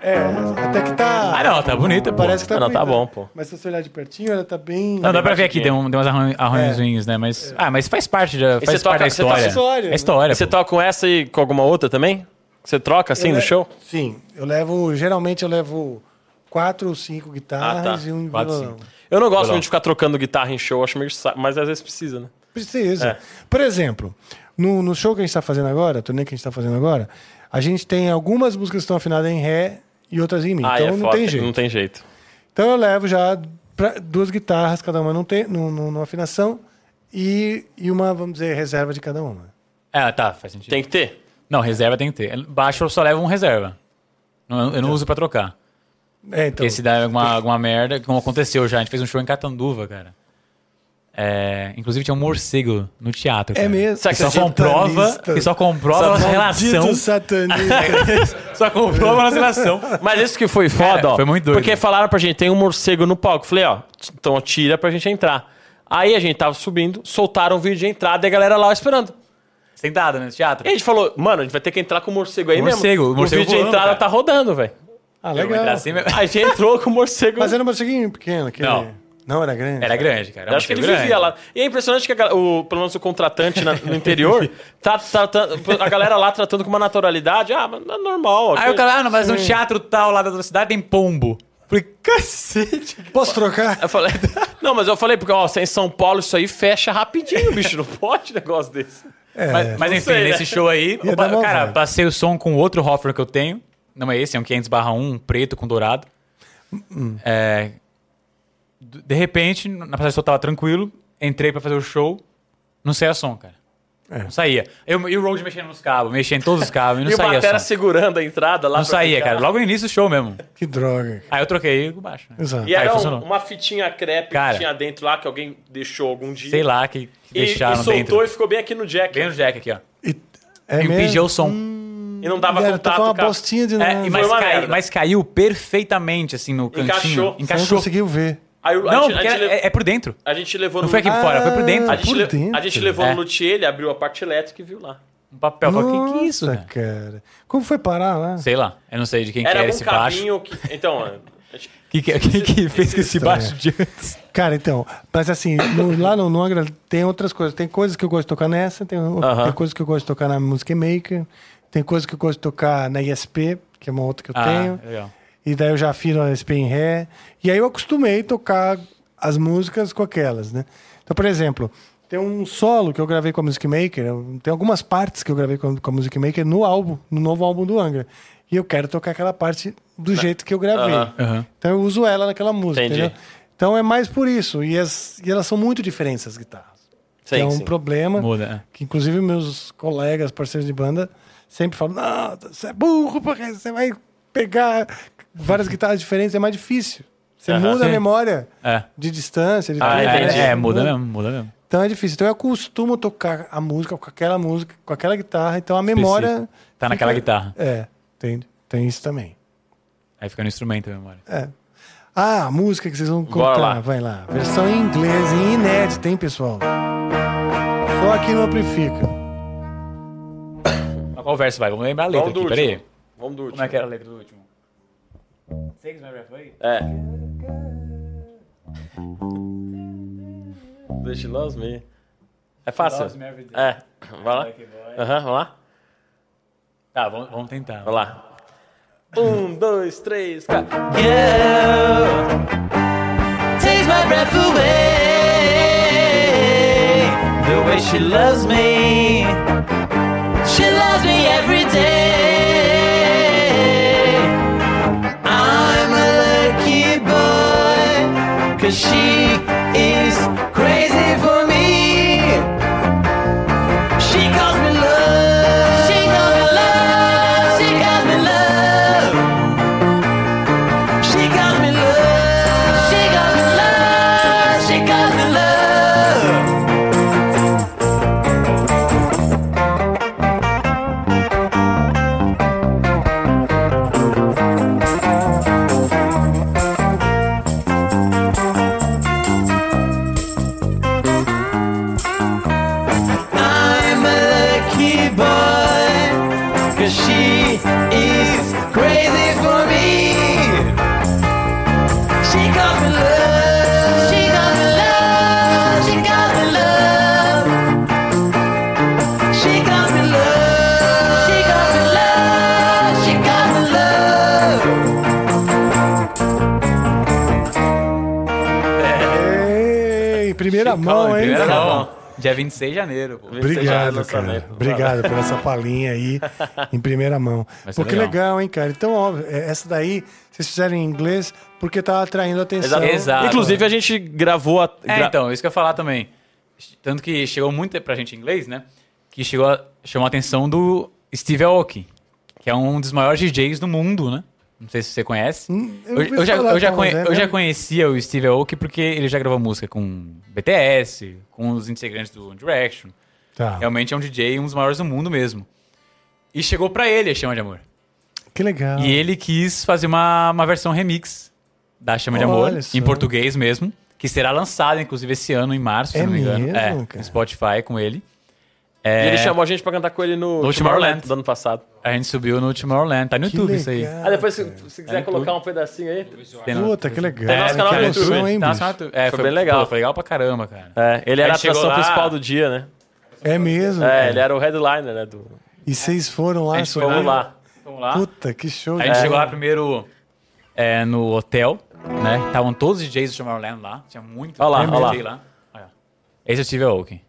[SPEAKER 1] É, até que tá.
[SPEAKER 5] Ah, não, tá bonita, pô.
[SPEAKER 1] Parece que tá.
[SPEAKER 4] Ah, não, tá
[SPEAKER 1] bonita.
[SPEAKER 4] bom, pô.
[SPEAKER 1] Mas se você olhar de pertinho, ela tá bem.
[SPEAKER 5] Não, dá pra ver aqui, deu, um, deu umas arran-
[SPEAKER 1] É.
[SPEAKER 5] arranhõezinhos, né? Mas, Ah, mas faz parte, da,
[SPEAKER 4] E
[SPEAKER 5] faz
[SPEAKER 4] você
[SPEAKER 5] parte da
[SPEAKER 4] toca- você toca
[SPEAKER 5] história.
[SPEAKER 1] história, né?
[SPEAKER 5] É história.
[SPEAKER 4] E Você
[SPEAKER 5] pô.
[SPEAKER 4] toca com essa e com alguma outra também? Você troca assim
[SPEAKER 1] Eu
[SPEAKER 4] no
[SPEAKER 1] le-
[SPEAKER 4] show?
[SPEAKER 1] né? Sim, eu levo. Geralmente eu levo quatro ou cinco guitarras
[SPEAKER 4] Ah, tá.
[SPEAKER 1] e um
[SPEAKER 5] Quatro,
[SPEAKER 1] violão.
[SPEAKER 4] Eu não gosto muito de ficar trocando guitarra em show, eu acho meio sa... mas às vezes precisa, né?
[SPEAKER 1] Precisa.
[SPEAKER 4] É.
[SPEAKER 1] Por exemplo, no, no show que a gente está fazendo agora, a turnê que a gente está fazendo agora, a gente tem algumas músicas que estão afinadas em ré e outras em mi.
[SPEAKER 4] ah,
[SPEAKER 1] então
[SPEAKER 4] é
[SPEAKER 1] não
[SPEAKER 4] foda,
[SPEAKER 1] tem jeito.
[SPEAKER 4] Não tem jeito.
[SPEAKER 1] Então eu levo já pra- duas guitarras, cada uma num te- num- num- numa afinação, e, e uma, vamos dizer, reserva de cada uma.
[SPEAKER 5] Ah, tá, faz sentido.
[SPEAKER 4] Tem que ter.
[SPEAKER 5] Não, reserva tem que ter. Baixo eu só levo um reserva. Não, Eu, eu não
[SPEAKER 4] Tá.
[SPEAKER 5] uso pra trocar.
[SPEAKER 1] É, então.
[SPEAKER 5] Porque se dá alguma, alguma merda, como aconteceu já, a gente fez um show em Catanduva, cara. É, inclusive tinha um morcego no teatro.
[SPEAKER 1] É
[SPEAKER 5] cara.
[SPEAKER 1] mesmo.
[SPEAKER 5] Que só
[SPEAKER 1] Satanista.
[SPEAKER 5] comprova, que só comprova a
[SPEAKER 1] Maldito
[SPEAKER 5] relação. *laughs* É,
[SPEAKER 1] satanista.
[SPEAKER 5] Só comprova a nossa relação.
[SPEAKER 4] Mas isso que foi foda,
[SPEAKER 5] Cara,
[SPEAKER 4] ó.
[SPEAKER 5] foi muito doido.
[SPEAKER 4] Porque falaram pra gente, tem um morcego no palco. Falei, ó, t- então tira pra gente entrar. Aí a gente tava subindo, soltaram o vídeo de entrada e a galera lá esperando.
[SPEAKER 5] Sentado, né? No teatro.
[SPEAKER 4] E a
[SPEAKER 1] É
[SPEAKER 4] gente falou, mano, a gente vai ter que entrar com o morcego aí
[SPEAKER 5] Morcego, o
[SPEAKER 4] mesmo.
[SPEAKER 5] morcego
[SPEAKER 4] o vídeo
[SPEAKER 5] voando,
[SPEAKER 4] de entrada
[SPEAKER 5] cara.
[SPEAKER 4] tá rodando, velho.
[SPEAKER 1] ah,
[SPEAKER 5] Eu vou entrar
[SPEAKER 1] legal.
[SPEAKER 5] assim mesmo.
[SPEAKER 4] A gente entrou com o morcego.
[SPEAKER 1] Mas era um morceguinho pequeno. Aquele...
[SPEAKER 5] Não.
[SPEAKER 1] Não, era grande.
[SPEAKER 5] Era grande, cara. É um
[SPEAKER 4] Eu acho que ele
[SPEAKER 5] grande.
[SPEAKER 4] vivia lá. E é impressionante que, a gal- o, pelo menos o contratante na- no
[SPEAKER 5] *laughs*
[SPEAKER 4] interior, tá, tá- tá- a galera lá tratando com uma naturalidade. Ah, mas é normal.
[SPEAKER 5] Aí o cara, ah, não, mas no teatro tal lá da outra cidade tem pombo. Falei, cacete.
[SPEAKER 1] Posso trocar?
[SPEAKER 4] Eu falei, não, mas eu falei, porque, ó, se é em São Paulo isso aí fecha rapidinho, bicho. Não pode um negócio desse.
[SPEAKER 1] É.
[SPEAKER 5] Mas, mas
[SPEAKER 4] Não
[SPEAKER 5] enfim,
[SPEAKER 4] sei, né?
[SPEAKER 5] nesse show aí,
[SPEAKER 1] Ia
[SPEAKER 5] opa,
[SPEAKER 1] dar mó
[SPEAKER 5] cara,
[SPEAKER 1] vibe.
[SPEAKER 5] passei o som com outro Hoffner que eu tenho. Não é esse, é um 500 1, um preto com dourado.
[SPEAKER 1] Hum,
[SPEAKER 5] É, d- de repente, na passagem de som eu tava tranquilo, entrei pra fazer o show, não saía som, cara.
[SPEAKER 1] É.
[SPEAKER 5] Não saía. Eu, e o Road mexendo nos cabos, mexendo em todos os cabos, e não
[SPEAKER 4] e o
[SPEAKER 5] saía
[SPEAKER 4] Batera
[SPEAKER 5] som.
[SPEAKER 4] segurando a entrada lá.
[SPEAKER 5] Não
[SPEAKER 4] pra
[SPEAKER 5] saía,
[SPEAKER 4] ficar.
[SPEAKER 5] cara. Logo no início do show mesmo.
[SPEAKER 1] Que droga.
[SPEAKER 5] Aí eu troquei o baixo. né?
[SPEAKER 1] Exato.
[SPEAKER 4] E era um-
[SPEAKER 5] funcionou.
[SPEAKER 4] uma fitinha crepe
[SPEAKER 5] Cara.
[SPEAKER 4] que tinha dentro lá, que alguém deixou algum dia.
[SPEAKER 5] Sei lá que que
[SPEAKER 4] E, e
[SPEAKER 5] deixaram
[SPEAKER 4] soltou
[SPEAKER 5] dentro.
[SPEAKER 4] e ficou bem aqui no jack.
[SPEAKER 5] Bem no jack aqui, ó.
[SPEAKER 1] E, é Hum,
[SPEAKER 5] Impediu o som.
[SPEAKER 4] E não dava
[SPEAKER 1] Cara,
[SPEAKER 4] contato,
[SPEAKER 1] Foi tá uma
[SPEAKER 4] cara.
[SPEAKER 1] bostinha de
[SPEAKER 5] É,
[SPEAKER 1] nada.
[SPEAKER 5] e mas,
[SPEAKER 4] uma
[SPEAKER 5] cai-
[SPEAKER 4] merda.
[SPEAKER 5] mas caiu perfeitamente, assim, no cantinho.
[SPEAKER 4] Encaixou.
[SPEAKER 1] Você não
[SPEAKER 5] Encaixou.
[SPEAKER 1] conseguiu ver.
[SPEAKER 4] Aí o- a,
[SPEAKER 5] Não,
[SPEAKER 4] gente,
[SPEAKER 5] porque
[SPEAKER 4] a, gente
[SPEAKER 5] é,
[SPEAKER 4] le-
[SPEAKER 5] é por dentro.
[SPEAKER 4] a gente levou
[SPEAKER 5] Não
[SPEAKER 4] no...
[SPEAKER 5] foi aqui
[SPEAKER 1] Ah,
[SPEAKER 5] fora, foi por dentro.
[SPEAKER 4] a, gente
[SPEAKER 1] Por
[SPEAKER 4] le-
[SPEAKER 1] dentro.
[SPEAKER 4] a gente levou
[SPEAKER 5] É.
[SPEAKER 4] no luthier, ele abriu a parte elétrica e viu lá.
[SPEAKER 5] Um papel. Eu falei, que que é isso,
[SPEAKER 1] Nossa,
[SPEAKER 5] cara?
[SPEAKER 1] cara? Como foi parar lá?
[SPEAKER 5] Sei lá. Eu não sei de quem que
[SPEAKER 4] Era
[SPEAKER 5] era
[SPEAKER 4] algum
[SPEAKER 5] esse baixo.
[SPEAKER 4] caminho que... Então, a gente-
[SPEAKER 5] O que, que, que, que fez com esse baixo
[SPEAKER 4] *laughs*
[SPEAKER 5] de antes?
[SPEAKER 1] Cara, então, mas assim, no- lá no Nogra tem outras coisas. Tem coisas que eu gosto de tocar nessa, tem, o- tem coisas que eu gosto de tocar na Music Maker, tem coisas que eu gosto de tocar na ISP, que é uma outra que eu tenho.
[SPEAKER 5] Ah, legal.
[SPEAKER 1] E daí eu já afino a SP em Ré. E aí eu acostumei a tocar as músicas com aquelas, né? Então, por exemplo, tem um solo que eu gravei com a Music Maker, eu- tem algumas partes que eu gravei com a, com a Music Maker no álbum, no novo álbum do Angra. E eu quero tocar aquela parte do jeito que eu gravei.
[SPEAKER 5] Tá. Aham.
[SPEAKER 1] Então eu uso ela naquela música,
[SPEAKER 4] Entendi.
[SPEAKER 1] entendeu? Então é mais por isso. E, as- e elas são muito diferentes, as guitarras. Que é um problema
[SPEAKER 5] Muda.
[SPEAKER 1] que inclusive meus colegas, parceiros de banda, sempre falam: não, você é burro, porque você vai pegar
[SPEAKER 5] *laughs*
[SPEAKER 1] várias guitarras diferentes, é mais difícil. Você
[SPEAKER 4] Aham.
[SPEAKER 1] muda a
[SPEAKER 5] Sim.
[SPEAKER 1] memória
[SPEAKER 5] É.
[SPEAKER 1] de distância, de
[SPEAKER 5] Ah,
[SPEAKER 1] tudo,
[SPEAKER 5] é,
[SPEAKER 1] né?
[SPEAKER 5] é, muda mesmo, muda mesmo.
[SPEAKER 1] Então é difícil. Então eu costumo tocar a música com aquela música, com aquela guitarra, então a memória.
[SPEAKER 5] Tá naquela guitarra.
[SPEAKER 1] É, tem, tem isso também.
[SPEAKER 5] Aí fica no instrumento a memória.
[SPEAKER 4] É.
[SPEAKER 1] Ah, a música que vocês vão contar,
[SPEAKER 4] lá.
[SPEAKER 1] vai lá. Versão em inglês e inédita, hein, pessoal? Só aqui no Amplifica.
[SPEAKER 5] Mas qual verso vai? Vamos lembrar a letra
[SPEAKER 4] Vamos do
[SPEAKER 5] aqui, peraí.
[SPEAKER 4] último. Vamos do último.
[SPEAKER 5] Como é que era a letra do último? Sei que você vai lembrar, foi?
[SPEAKER 4] É. Deixa loves me. É fácil.
[SPEAKER 5] me every day.
[SPEAKER 4] É. Vai lá. Aham, vamos lá.
[SPEAKER 5] Tá, vamos, vamos tentar.
[SPEAKER 4] Vamos lá. Um, dois, três, quatro.
[SPEAKER 8] Girl, takes my breath away. The way she loves me, she loves me every day. I'm a lucky boy, cause she is crazy for me. She calls me love. She calls me love. She calls me love. She calls me love. She calls me love. She calls me love. I'm a lucky boy. Cause she is crazy for me. She calls me love. She calls me love. She calls me love. She calls me love. She calls me love. She calls me love.
[SPEAKER 1] Ei, primeira mão, hein?
[SPEAKER 5] Primeira
[SPEAKER 1] cara?
[SPEAKER 5] mão. Dia 26 de janeiro, pô.
[SPEAKER 1] Obrigado,
[SPEAKER 4] Seja
[SPEAKER 1] cara.
[SPEAKER 4] lançamento.
[SPEAKER 1] Obrigado por essa palhinha aí em primeira mão.
[SPEAKER 5] Vai ser
[SPEAKER 1] Pô, que
[SPEAKER 5] legal.
[SPEAKER 1] legal, hein, cara? Então, óbvio, é- essa daí vocês fizeram em inglês porque tá atraindo a atenção.
[SPEAKER 5] Exato. Exato.
[SPEAKER 4] Inclusive, a gente gravou a.
[SPEAKER 5] É,
[SPEAKER 4] gra-
[SPEAKER 5] então, isso que eu ia falar também. Tanto que chegou muito pra gente em inglês, né? Que chegou a, chamou a atenção do Steve Aoki, que é um dos maiores DJs do mundo, né? Não sei se você conhece.
[SPEAKER 1] Hum, Eu,
[SPEAKER 5] Eu,
[SPEAKER 1] ouvi
[SPEAKER 5] eu já,
[SPEAKER 1] falar
[SPEAKER 5] eu, já
[SPEAKER 1] tal,
[SPEAKER 5] conhe-
[SPEAKER 1] né?
[SPEAKER 5] eu já conhecia o Steve Aoki porque ele já gravou música com BTS, com os integrantes do One Direction.
[SPEAKER 1] Tá.
[SPEAKER 5] Realmente é um DJ, um dos maiores do mundo mesmo. E chegou pra ele a Chama de Amor.
[SPEAKER 1] Que legal.
[SPEAKER 5] E é ele quis fazer uma, uma versão remix da Chama de
[SPEAKER 1] Olha
[SPEAKER 5] Amor,
[SPEAKER 1] só.
[SPEAKER 5] em português mesmo, que será lançada, inclusive, esse ano, em março,
[SPEAKER 1] É
[SPEAKER 5] se não me engano.
[SPEAKER 1] mesmo,
[SPEAKER 5] é,
[SPEAKER 1] cara?
[SPEAKER 5] no Spotify com ele.
[SPEAKER 4] E
[SPEAKER 5] É,
[SPEAKER 4] ele chamou a gente pra cantar com ele no,
[SPEAKER 5] No Tomorrowland.
[SPEAKER 4] do ano passado.
[SPEAKER 5] A gente subiu no Tomorrowland, tá no
[SPEAKER 1] Que
[SPEAKER 5] YouTube isso aí.
[SPEAKER 1] legal,
[SPEAKER 4] Ah, depois se,
[SPEAKER 1] cara.
[SPEAKER 4] se quiser
[SPEAKER 5] É,
[SPEAKER 4] colocar um pedacinho aí.
[SPEAKER 5] Tem no-
[SPEAKER 1] Puta, que legal.
[SPEAKER 4] Tem nosso canal
[SPEAKER 1] que
[SPEAKER 4] no
[SPEAKER 1] emoção,
[SPEAKER 4] YouTube.
[SPEAKER 1] hein,
[SPEAKER 5] tá no
[SPEAKER 1] bicho?
[SPEAKER 5] canal do- é,
[SPEAKER 4] Foi bem legal.
[SPEAKER 5] pô, foi legal pra caramba, cara.
[SPEAKER 4] É, ele era a
[SPEAKER 5] Aí chegou
[SPEAKER 4] atração
[SPEAKER 5] lá-
[SPEAKER 4] principal do dia, né?
[SPEAKER 1] É mesmo.
[SPEAKER 4] É,
[SPEAKER 1] cara.
[SPEAKER 4] ele era o headliner, né? Do...
[SPEAKER 1] E vocês foram lá,
[SPEAKER 5] A gente foi
[SPEAKER 1] subiram?
[SPEAKER 4] Vamos lá.
[SPEAKER 5] Vamos lá.
[SPEAKER 1] Puta, que show.
[SPEAKER 5] Ah. A gente chegou lá primeiro é, no hotel, né? Estavam todos os DJs do Tomorrowland lá. Tinha muito
[SPEAKER 4] Olha lá,
[SPEAKER 5] muito
[SPEAKER 4] olha
[SPEAKER 5] DJ lá. Olha. Esse é o Steve Aoki.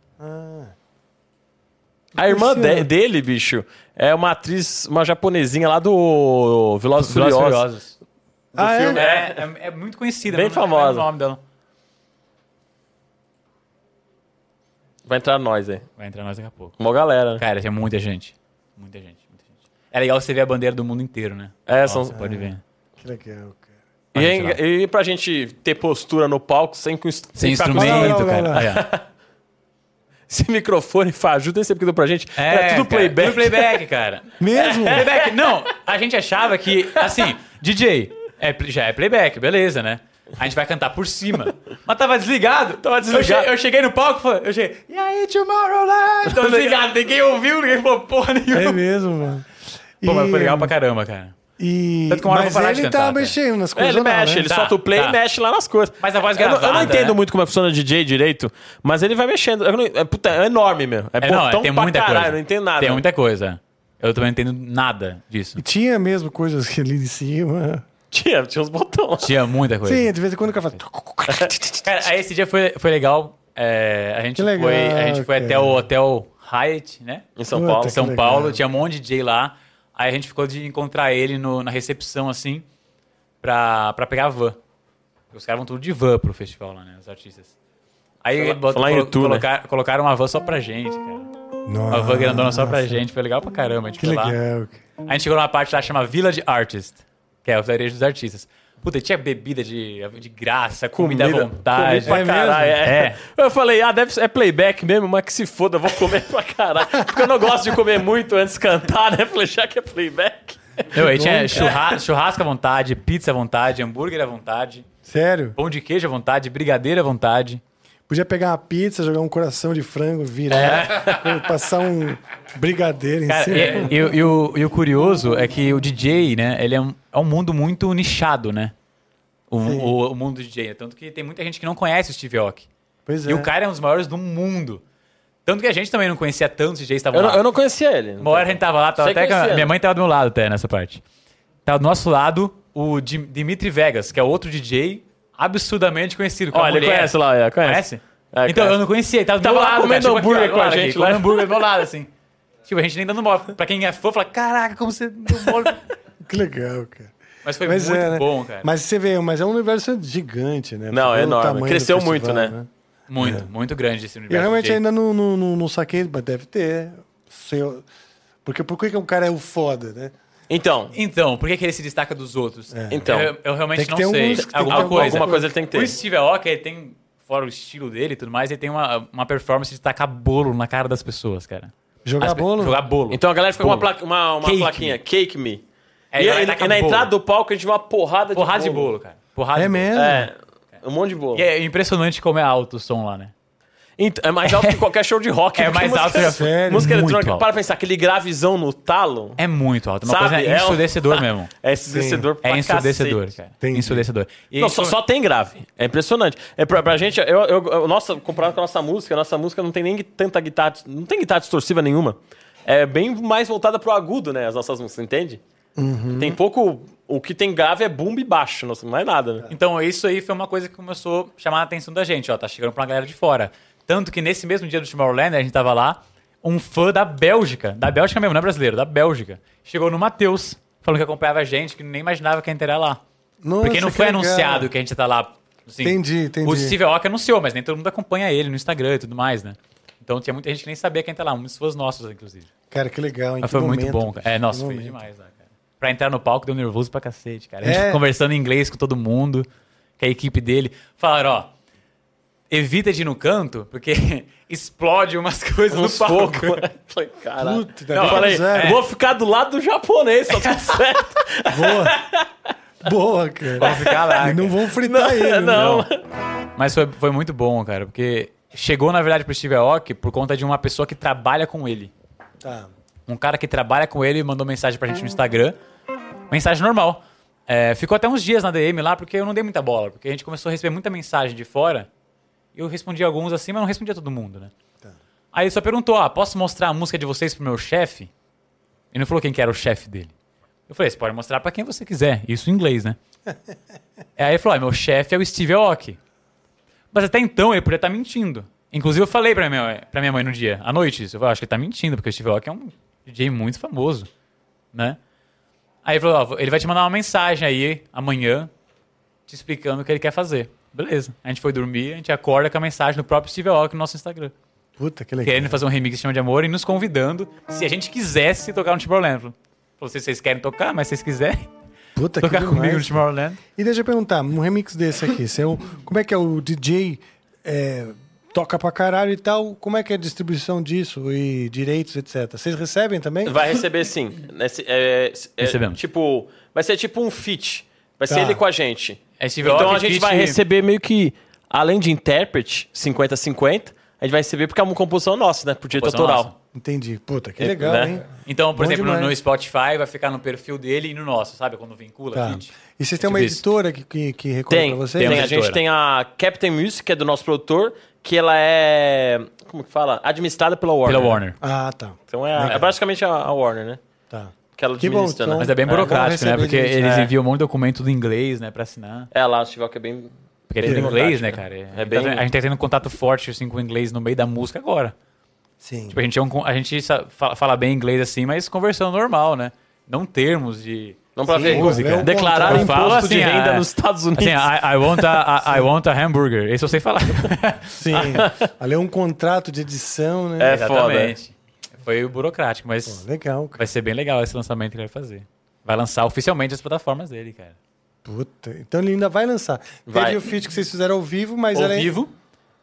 [SPEAKER 4] A irmã
[SPEAKER 1] Impressionante.
[SPEAKER 4] de- dele, bicho, é uma atriz, uma japonesinha lá do Velozes e
[SPEAKER 5] Velozes
[SPEAKER 4] Furiosos.
[SPEAKER 5] e Furiosos.
[SPEAKER 1] Ah, é?
[SPEAKER 5] É, é, é muito conhecida.
[SPEAKER 4] Bem
[SPEAKER 5] mas não lembro
[SPEAKER 4] famosa.
[SPEAKER 5] o nome dela.
[SPEAKER 4] Vai entrar nós aí.
[SPEAKER 5] Vai entrar nós daqui a pouco.
[SPEAKER 4] Uma galera. né?
[SPEAKER 5] Cara, tinha muita gente. Muita gente, muita gente. É legal você ver a bandeira do mundo inteiro, né?
[SPEAKER 4] É,
[SPEAKER 5] Ó,
[SPEAKER 4] são-
[SPEAKER 5] Você pode ver.
[SPEAKER 1] Que legal, cara.
[SPEAKER 4] E,
[SPEAKER 5] Vai
[SPEAKER 4] em-
[SPEAKER 5] entrar.
[SPEAKER 4] e pra gente ter postura no palco sem que o instru-
[SPEAKER 5] Sem
[SPEAKER 4] ficar com
[SPEAKER 1] Olha lá,
[SPEAKER 4] *laughs*
[SPEAKER 5] instrumento,
[SPEAKER 1] olha lá,
[SPEAKER 5] cara.
[SPEAKER 1] olha
[SPEAKER 5] Aí, ó.
[SPEAKER 4] Esse microfone fajuto, nem sei porque deu pra gente. era É,
[SPEAKER 1] É,
[SPEAKER 4] tudo
[SPEAKER 5] cara,
[SPEAKER 4] playback.
[SPEAKER 5] É. Tudo
[SPEAKER 4] *laughs*
[SPEAKER 5] playback, cara.
[SPEAKER 1] Mesmo?
[SPEAKER 5] Playback, não, a gente achava que, assim, DJ, é pl- já é playback, beleza, né? A gente vai cantar por cima. Mas tava desligado. Tava Eu,
[SPEAKER 4] desligado.
[SPEAKER 5] che- eu cheguei no palco, falei- eu cheguei, e aí, Tomorrowland? Tava desligado, ninguém ouviu, ninguém falou porra nenhuma.
[SPEAKER 1] É mesmo, mano. E,
[SPEAKER 5] Pô, mas foi legal pra caramba, cara.
[SPEAKER 1] E...
[SPEAKER 5] Tanto que uma hora eu
[SPEAKER 1] Mas
[SPEAKER 5] vou parar
[SPEAKER 1] ele
[SPEAKER 5] de né?
[SPEAKER 1] tá
[SPEAKER 5] tentar, cara.
[SPEAKER 1] mexendo nas
[SPEAKER 4] É,
[SPEAKER 1] coisas.
[SPEAKER 4] ele
[SPEAKER 1] não,
[SPEAKER 4] mexe,
[SPEAKER 1] né?
[SPEAKER 4] ele
[SPEAKER 5] Tá,
[SPEAKER 4] solta o play
[SPEAKER 5] tá.
[SPEAKER 4] e mexe lá nas coisas.
[SPEAKER 5] Mas a voz
[SPEAKER 4] eu, não- eu
[SPEAKER 5] gravada,
[SPEAKER 4] não entendo
[SPEAKER 5] né?
[SPEAKER 4] muito como é que funciona DJ direito, mas ele vai mexendo. Eu não- é, puta, é enorme mesmo. É,
[SPEAKER 5] É,
[SPEAKER 4] botão
[SPEAKER 5] não, é, tem
[SPEAKER 4] pra
[SPEAKER 5] muita
[SPEAKER 4] caralho,
[SPEAKER 5] coisa.
[SPEAKER 4] não entendo nada.
[SPEAKER 5] Tem muita coisa. Eu também não entendo nada disso.
[SPEAKER 1] Tinha mesmo coisas que ali de cima.
[SPEAKER 4] Tinha, tinha uns botões.
[SPEAKER 5] Tinha muita coisa.
[SPEAKER 1] Sim, de vez em quando o cara fala.
[SPEAKER 5] Cara, aí esse dia foi, foi legal. É, a gente
[SPEAKER 1] Que legal,
[SPEAKER 5] foi, a gente foi até
[SPEAKER 1] cara.
[SPEAKER 5] o hotel Hyatt, né?
[SPEAKER 4] Em São
[SPEAKER 1] Puta,
[SPEAKER 4] Paulo.
[SPEAKER 1] que
[SPEAKER 5] São
[SPEAKER 1] legal.
[SPEAKER 5] Paulo, tinha um monte de DJ lá. Aí a gente ficou de encontrar ele no- na recepção, assim, pra, pra pegar a van. Os caras vão tudo de van pro festival lá, né? Os artistas. Aí botou-
[SPEAKER 4] falar em
[SPEAKER 5] colo-
[SPEAKER 4] tu, né?
[SPEAKER 5] colocar- colocaram uma van só pra gente, cara. Uma van grandona só pra gente. Foi legal pra caramba. A gente
[SPEAKER 1] Ah, Que
[SPEAKER 5] foi lá.
[SPEAKER 1] legal. cara.
[SPEAKER 5] A gente chegou numa parte lá que chama Village Artist, que é o vilarejo dos artistas. Puta, tinha bebida de, de graça, *laughs* comida, à vontade.
[SPEAKER 4] Comida pra caralho. É.
[SPEAKER 5] É.
[SPEAKER 4] Eu falei, ah, deve ser, é playback mesmo, mas que se foda, eu vou comer pra caralho. Porque eu não gosto de comer muito antes de cantar, né? Falei, já que é playback.
[SPEAKER 5] Não, aí tinha churra- churrasco à vontade, pizza à vontade, hambúrguer à vontade,
[SPEAKER 1] Sério?
[SPEAKER 5] pão de queijo à vontade, brigadeiro à vontade.
[SPEAKER 1] Podia pegar uma pizza, jogar um coração de frango, virar, *laughs* passar um brigadeiro em
[SPEAKER 5] É. Cara, é,
[SPEAKER 1] cima.
[SPEAKER 4] é
[SPEAKER 5] e, e o- e o, e o curioso é que o DJ, né, ele é um, é um mundo muito nichado, né? O, o- o mundo do DJ. né? Tanto que tem muita gente que não conhece o Steve Aoki.
[SPEAKER 1] Pois é.
[SPEAKER 5] E o cara é um dos maiores do mundo. Tanto que a gente também não conhecia tantos DJs que estavam
[SPEAKER 4] Eu
[SPEAKER 5] lá.
[SPEAKER 4] não, eu não conhecia ele.
[SPEAKER 5] Uma hora a gente tava lá,
[SPEAKER 4] Sei
[SPEAKER 5] tava até com a-
[SPEAKER 4] conhecer, né?
[SPEAKER 5] minha mãe tava do meu lado até nessa parte. Tava do nosso lado o Dim- Dimitri Vegas, que é outro DJ absurdamente conhecido. Com a
[SPEAKER 4] Olha, ele
[SPEAKER 5] mulher.
[SPEAKER 4] conhece lá, é, conhece.
[SPEAKER 5] Conhece?
[SPEAKER 4] É,
[SPEAKER 5] então,
[SPEAKER 4] conhece.
[SPEAKER 5] eu não conhecia, ele tava do
[SPEAKER 4] Tava
[SPEAKER 5] meu
[SPEAKER 4] lá
[SPEAKER 5] lado.
[SPEAKER 4] comendo
[SPEAKER 5] cara, tipo, aqui,
[SPEAKER 4] hambúrguer
[SPEAKER 5] ó,
[SPEAKER 4] com a
[SPEAKER 5] aqui,
[SPEAKER 4] gente né? lá.
[SPEAKER 5] Comendo hambúrguer do meu lado,
[SPEAKER 4] *laughs*
[SPEAKER 5] assim. Tipo, a gente nem dando bola. Pra quem é fã, fala, caraca, como você deu bola.
[SPEAKER 1] Que legal, cara.
[SPEAKER 5] Mas foi
[SPEAKER 1] Mas
[SPEAKER 5] muito
[SPEAKER 1] é, né?
[SPEAKER 5] bom, cara.
[SPEAKER 1] Mas você vê, mas é um universo gigante, né?
[SPEAKER 4] Não,
[SPEAKER 1] Você
[SPEAKER 4] é
[SPEAKER 1] vê o
[SPEAKER 4] enorme.
[SPEAKER 1] tamanho do
[SPEAKER 4] Cresceu muito,
[SPEAKER 1] festival,
[SPEAKER 4] né?
[SPEAKER 5] Muito, muito grande esse
[SPEAKER 1] Eu
[SPEAKER 5] universo.
[SPEAKER 1] realmente
[SPEAKER 5] DJ.
[SPEAKER 1] ainda não, não, não, não saquei, mas deve ter. Seu... Porque por que que um cara é o foda, né?
[SPEAKER 4] Então,
[SPEAKER 5] Então, por que, que ele se destaca dos outros?
[SPEAKER 4] Então.
[SPEAKER 5] eu, eu realmente
[SPEAKER 1] É. Tem que
[SPEAKER 5] não
[SPEAKER 1] ter
[SPEAKER 5] sei.
[SPEAKER 1] alguns que tem que
[SPEAKER 5] alguma,
[SPEAKER 1] ter alguma
[SPEAKER 5] coisa.
[SPEAKER 4] alguma coisa ele tem que ter.
[SPEAKER 5] O Steve Aoki, ele tem, fora o estilo dele e tudo mais, ele tem uma, uma performance de tacar bolo na cara das pessoas, cara.
[SPEAKER 1] Jogar
[SPEAKER 5] As pe-
[SPEAKER 1] bolo?
[SPEAKER 5] Jogar bolo.
[SPEAKER 4] então a galera ficou com uma, placa, uma, uma
[SPEAKER 5] Cake
[SPEAKER 4] plaquinha, Cake Me.
[SPEAKER 5] É,
[SPEAKER 4] e
[SPEAKER 5] a galera
[SPEAKER 4] e-
[SPEAKER 5] taca
[SPEAKER 4] e na
[SPEAKER 5] bolo.
[SPEAKER 4] entrada do palco a gente viu uma porrada de
[SPEAKER 5] Porrada de
[SPEAKER 4] bolo.
[SPEAKER 5] bolo, cara. Porrada
[SPEAKER 1] É
[SPEAKER 5] de bolo.
[SPEAKER 1] mesmo?
[SPEAKER 4] É, um monte de bolo.
[SPEAKER 5] E é impressionante como é alto o som lá, né?
[SPEAKER 4] Então, é mais alto que qualquer show de rock.
[SPEAKER 5] É
[SPEAKER 4] porque
[SPEAKER 5] mais
[SPEAKER 4] música-
[SPEAKER 5] alto que já foi.
[SPEAKER 1] Sério?
[SPEAKER 4] Música
[SPEAKER 5] Muito
[SPEAKER 4] eletrônica,
[SPEAKER 5] alto.
[SPEAKER 4] para pensar, aquele gravizão no talo.
[SPEAKER 5] É muito alto. Uma
[SPEAKER 4] Sabe?
[SPEAKER 5] coisa
[SPEAKER 4] É um-
[SPEAKER 5] ensurdecedor mesmo.
[SPEAKER 4] É ensurdecedor *laughs* pra
[SPEAKER 5] É ensurdecedor,
[SPEAKER 4] cacete.
[SPEAKER 5] cara.
[SPEAKER 1] Entendi.
[SPEAKER 5] Ensurdecedor. E
[SPEAKER 4] Não,
[SPEAKER 5] isso-
[SPEAKER 4] só, só tem grave. É impressionante. É pra, pra gente, eu, eu- eu- nossa, comparado com a nossa música, a nossa música não tem nem tanta guitarra, não tem guitarra distorsiva nenhuma. É bem mais voltada pro agudo, né? As nossas músicas, entende?
[SPEAKER 5] Uhum.
[SPEAKER 4] Tem pouco. O que tem grave é boom e baixo, nossa, não é nada, né?
[SPEAKER 5] Então, isso aí foi uma coisa que começou a chamar a atenção da gente, ó. Tá chegando pra uma galera de fora. Tanto que nesse mesmo dia do Tomorrowland, né, a gente tava lá, um fã da Bélgica, da Bélgica mesmo, não é brasileiro, da Bélgica, chegou no Matheus, falando que acompanhava a gente, que nem imaginava que a gente era lá.
[SPEAKER 1] Nossa,
[SPEAKER 5] Porque não
[SPEAKER 1] que
[SPEAKER 5] foi
[SPEAKER 1] é legal.
[SPEAKER 5] anunciado que a gente tá lá. assim.
[SPEAKER 1] Entendi, entendi.
[SPEAKER 5] O Steve Aoki anunciou, mas nem todo mundo acompanha ele no Instagram e tudo mais, né? Então tinha muita gente que nem sabia quem tá lá, muitos fãs nossos, inclusive.
[SPEAKER 1] Cara, que legal, hein?
[SPEAKER 5] Mas
[SPEAKER 1] Que
[SPEAKER 5] foi
[SPEAKER 1] momento,
[SPEAKER 5] muito bom, cara. É,
[SPEAKER 1] bicho,
[SPEAKER 5] nossa,
[SPEAKER 1] que
[SPEAKER 5] foi
[SPEAKER 1] momento.
[SPEAKER 5] demais lá, cara. Pra entrar no palco, deu nervoso pra cacete, cara. A
[SPEAKER 9] É.
[SPEAKER 5] gente ficou conversando em inglês com todo mundo, com a equipe dele. Falaram, ó, evita de ir no canto, porque *laughs* explode umas *laughs* coisas
[SPEAKER 4] Uns
[SPEAKER 5] no palco. *laughs*
[SPEAKER 4] fogo. *laughs* Falei, caralho.
[SPEAKER 1] Puta,
[SPEAKER 4] Eu
[SPEAKER 1] tá
[SPEAKER 4] falei,
[SPEAKER 1] zero.
[SPEAKER 4] vou ficar do lado do japonês, tá tudo certo.
[SPEAKER 1] Boa, cara.
[SPEAKER 5] Ficar lá,
[SPEAKER 1] E não vão fritar ele.
[SPEAKER 4] não.
[SPEAKER 5] Mas foi, foi muito bom, cara, porque chegou, na verdade, pro Steve Aoki por conta de uma pessoa que trabalha com ele.
[SPEAKER 1] Tá.
[SPEAKER 5] Um cara que trabalha com ele mandou mensagem pra gente no Instagram. Mensagem normal. É, ficou até uns dias na DM lá, porque eu não dei muita bola. Porque a gente começou a receber muita mensagem de fora. E eu respondi alguns assim, mas não respondia todo mundo, né? Aí ele só perguntou, ah, posso mostrar a música de vocês pro meu chefe? Ele não falou quem que era o chefe dele. Eu falei, você pode mostrar pra quem você quiser. Isso em inglês, né? *laughs* Aí ele falou, ah, meu chefe é o Steve Aoki. Mas até então ele podia estar mentindo. Inclusive eu falei pra minha, pra minha mãe no dia, à noite, isso. eu falei, acho que ele tá mentindo, porque o Steve Aoki é um DJ muito famoso, né? Aí ele falou, ó, ele vai te mandar uma mensagem aí, amanhã, te explicando o que ele quer fazer. Beleza. A gente foi dormir, a gente acorda com a mensagem do próprio Steve Aoki no nosso Instagram.
[SPEAKER 1] Puta, que legal.
[SPEAKER 5] Querendo fazer um remix que chama de amor e nos convidando, se a gente quisesse tocar no Timberland. Falou, se vocês querem tocar, mas se vocês
[SPEAKER 1] *laughs*
[SPEAKER 5] quiserem
[SPEAKER 1] Puta, que
[SPEAKER 5] tocar comigo no
[SPEAKER 1] demais.
[SPEAKER 5] Timberland.
[SPEAKER 1] E deixa eu perguntar, um remix desse aqui, você é um- como é que é o DJ é, toca pra caralho e tal, como é que é a distribuição disso e direitos, etc. Vocês recebem também?
[SPEAKER 4] *laughs* Vai receber sim. Nesse- é- é-
[SPEAKER 5] Recebemos.
[SPEAKER 4] Tipo, vai ser tipo um fit. Vai ser
[SPEAKER 1] Tá.
[SPEAKER 4] ele com a gente.
[SPEAKER 5] É Steve
[SPEAKER 4] Então
[SPEAKER 5] Aoki,
[SPEAKER 4] a gente
[SPEAKER 5] feat-
[SPEAKER 4] vai receber meio que, além de intérprete, 50-50, a gente vai receber porque é uma composição nossa, né? Pro direito
[SPEAKER 5] Composição
[SPEAKER 4] autoral.
[SPEAKER 1] Entendi. Puta,
[SPEAKER 5] É,
[SPEAKER 1] que legal,
[SPEAKER 4] né?
[SPEAKER 1] hein?
[SPEAKER 5] Então, por
[SPEAKER 1] Bom
[SPEAKER 5] exemplo, no,
[SPEAKER 1] demais.
[SPEAKER 5] no Spotify vai ficar no perfil dele e no nosso, sabe? Quando vincula,
[SPEAKER 1] Tá.
[SPEAKER 5] feat.
[SPEAKER 1] E vocês têm uma
[SPEAKER 5] Tipo isso.
[SPEAKER 1] editora que, que, que recolhe
[SPEAKER 4] Tem,
[SPEAKER 1] pra vocês?
[SPEAKER 4] tem.
[SPEAKER 5] Tem uma
[SPEAKER 4] A gente
[SPEAKER 5] editora.
[SPEAKER 4] tem a Captain Music, que é do nosso produtor, que ela é. Como que fala? Administrada pela Warner.
[SPEAKER 5] Pela Warner.
[SPEAKER 1] Ah, tá.
[SPEAKER 4] Então é, é basicamente a, a Warner, né?
[SPEAKER 1] tá.
[SPEAKER 4] Que ela
[SPEAKER 1] Que bom,
[SPEAKER 4] administra,
[SPEAKER 1] então.
[SPEAKER 4] né?
[SPEAKER 5] Mas é bem
[SPEAKER 1] É,
[SPEAKER 5] burocrático,
[SPEAKER 1] bom
[SPEAKER 5] né?
[SPEAKER 1] receber
[SPEAKER 5] Porque
[SPEAKER 1] disso.
[SPEAKER 5] eles
[SPEAKER 4] É.
[SPEAKER 5] enviam um monte de documento do inglês, né? Pra assinar.
[SPEAKER 4] É lá, o Steve Aoki é bem.
[SPEAKER 5] Porque tem
[SPEAKER 4] Bem
[SPEAKER 5] inglês,
[SPEAKER 4] democrático,
[SPEAKER 5] né,
[SPEAKER 4] né?
[SPEAKER 5] cara?
[SPEAKER 4] É
[SPEAKER 5] A gente tá
[SPEAKER 4] bem-
[SPEAKER 5] tendo- A gente tá tendo um contato forte assim, com o inglês no meio da música agora.
[SPEAKER 1] Sim.
[SPEAKER 5] Tipo, a gente, é um con- a gente sa- fala, fala bem inglês assim, mas conversando normal, né? Não termos de...
[SPEAKER 4] Não pra ver.
[SPEAKER 1] música.
[SPEAKER 4] Declarar
[SPEAKER 5] Eu
[SPEAKER 4] é um imposto
[SPEAKER 5] falo
[SPEAKER 4] de
[SPEAKER 5] assim,
[SPEAKER 4] renda
[SPEAKER 5] é.
[SPEAKER 4] nos Estados Unidos.
[SPEAKER 5] Assim, I, I want a, I, I want a hamburger. Esse eu sei falar. *laughs*
[SPEAKER 1] Sim. Ali é um contrato de edição, né?
[SPEAKER 4] *laughs* É foda.
[SPEAKER 5] Exatamente. Foi burocrático, mas...
[SPEAKER 1] Legal, cara.
[SPEAKER 5] Vai ser bem legal esse lançamento que ele vai fazer. Vai lançar oficialmente as plataformas dele, cara.
[SPEAKER 1] Puta. Então ele ainda vai lançar.
[SPEAKER 4] Vai.
[SPEAKER 1] Teve o feat que vocês fizeram ao vivo, mas é-
[SPEAKER 5] Ao
[SPEAKER 1] era...
[SPEAKER 5] vivo,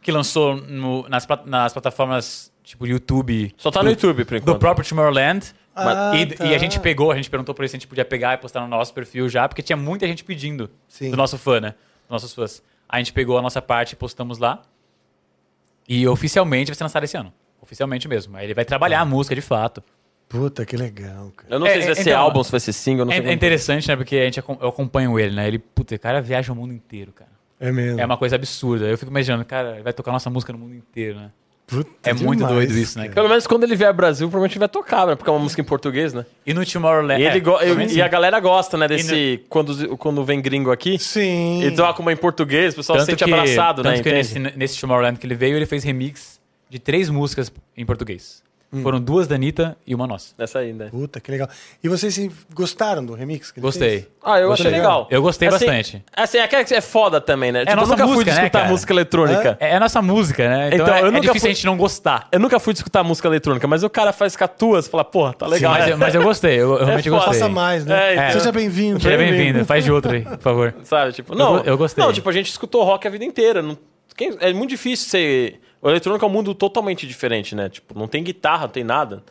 [SPEAKER 5] que lançou no- nas, pla- nas plataformas tipo YouTube.
[SPEAKER 4] Só tá no
[SPEAKER 5] do-
[SPEAKER 4] YouTube, por
[SPEAKER 5] Do
[SPEAKER 4] enquanto.
[SPEAKER 5] próprio Tomorrowland.
[SPEAKER 1] Ah,
[SPEAKER 5] e,
[SPEAKER 1] tá.
[SPEAKER 5] e a gente pegou, a gente perguntou pra ele se a gente podia pegar e postar no nosso perfil já, porque tinha muita gente pedindo
[SPEAKER 1] Sim.
[SPEAKER 5] do nosso fã, né? Dos nossos fãs. A gente pegou a nossa parte e postamos lá. E oficialmente vai ser lançado esse ano. Oficialmente mesmo. Aí ele vai trabalhar a música de fato.
[SPEAKER 1] Puta, que legal, cara.
[SPEAKER 4] Eu não
[SPEAKER 5] É,
[SPEAKER 4] sei se vai
[SPEAKER 5] é,
[SPEAKER 4] ser
[SPEAKER 5] então,
[SPEAKER 4] álbum, se vai ser single, não
[SPEAKER 5] É,
[SPEAKER 4] sei
[SPEAKER 5] é
[SPEAKER 4] como-
[SPEAKER 5] interessante, né? Porque a gente, acom- eu acompanho ele, né? Ele, puta, o cara viaja o mundo inteiro, cara.
[SPEAKER 1] É mesmo.
[SPEAKER 5] É uma coisa absurda. Eu fico imaginando, cara, ele vai tocar nossa música no mundo inteiro, né?
[SPEAKER 1] Puta,
[SPEAKER 5] É muito
[SPEAKER 1] demais,
[SPEAKER 5] doido isso, né,
[SPEAKER 1] cara?
[SPEAKER 4] Pelo menos quando ele vier ao Brasil, provavelmente vai tocar, né? Porque é uma música em português, né?
[SPEAKER 5] E no Tomorrowland.
[SPEAKER 4] E, ele
[SPEAKER 5] é,
[SPEAKER 4] go-
[SPEAKER 5] também
[SPEAKER 4] e-
[SPEAKER 5] sim.
[SPEAKER 4] e a galera gosta, né? Desse. Quando, os- quando vem gringo aqui,
[SPEAKER 1] Sim.
[SPEAKER 4] e toca uma em português, o pessoal se
[SPEAKER 5] Tanto
[SPEAKER 4] sente
[SPEAKER 5] que-
[SPEAKER 4] abraçado, né?
[SPEAKER 5] tanto que
[SPEAKER 4] Entende?
[SPEAKER 5] nesse, nesse Tomorrowland que ele veio, ele fez remix de três músicas em português.
[SPEAKER 4] Hum.
[SPEAKER 5] Foram duas da Anitta e uma nossa.
[SPEAKER 4] Nessa né? ainda.
[SPEAKER 1] Puta, que legal. E vocês sim, gostaram do remix que ele
[SPEAKER 5] Gostei.
[SPEAKER 1] fez?
[SPEAKER 4] Ah, eu
[SPEAKER 1] Gostei.
[SPEAKER 4] achei legal.
[SPEAKER 5] Eu gostei
[SPEAKER 4] Assim-
[SPEAKER 5] bastante.
[SPEAKER 4] Assim, é que é- é foda também, né? Tipo,
[SPEAKER 5] nossa
[SPEAKER 4] eu nunca fui
[SPEAKER 5] música, né,
[SPEAKER 4] escutar
[SPEAKER 5] cara?
[SPEAKER 4] música eletrônica.
[SPEAKER 5] É, é a nossa música, né? Então,
[SPEAKER 4] Então,
[SPEAKER 5] é,
[SPEAKER 4] eu
[SPEAKER 5] é
[SPEAKER 4] nunca
[SPEAKER 5] difícil
[SPEAKER 4] fui-
[SPEAKER 5] a gente não gostar.
[SPEAKER 4] Eu nunca fui escutar música eletrônica, mas o cara faz com a tua, você fala, porra, tá legal.
[SPEAKER 5] Mas,
[SPEAKER 4] né?
[SPEAKER 5] eu, mas eu gostei, eu, eu realmente
[SPEAKER 4] foda.
[SPEAKER 5] gostei.
[SPEAKER 1] Faça mais, né?
[SPEAKER 4] É, então.
[SPEAKER 1] Seja bem-vindo.
[SPEAKER 5] Seja bem-vindo, faz de outra aí, por favor.
[SPEAKER 4] *laughs* Sabe, tipo, não.
[SPEAKER 5] go- eu gostei.
[SPEAKER 4] Não, tipo, a gente escutou rock a vida inteira. não- quem- é muito difícil ser. O eletrônico é um mundo totalmente diferente, né? Tipo, não tem guitarra, não tem nada.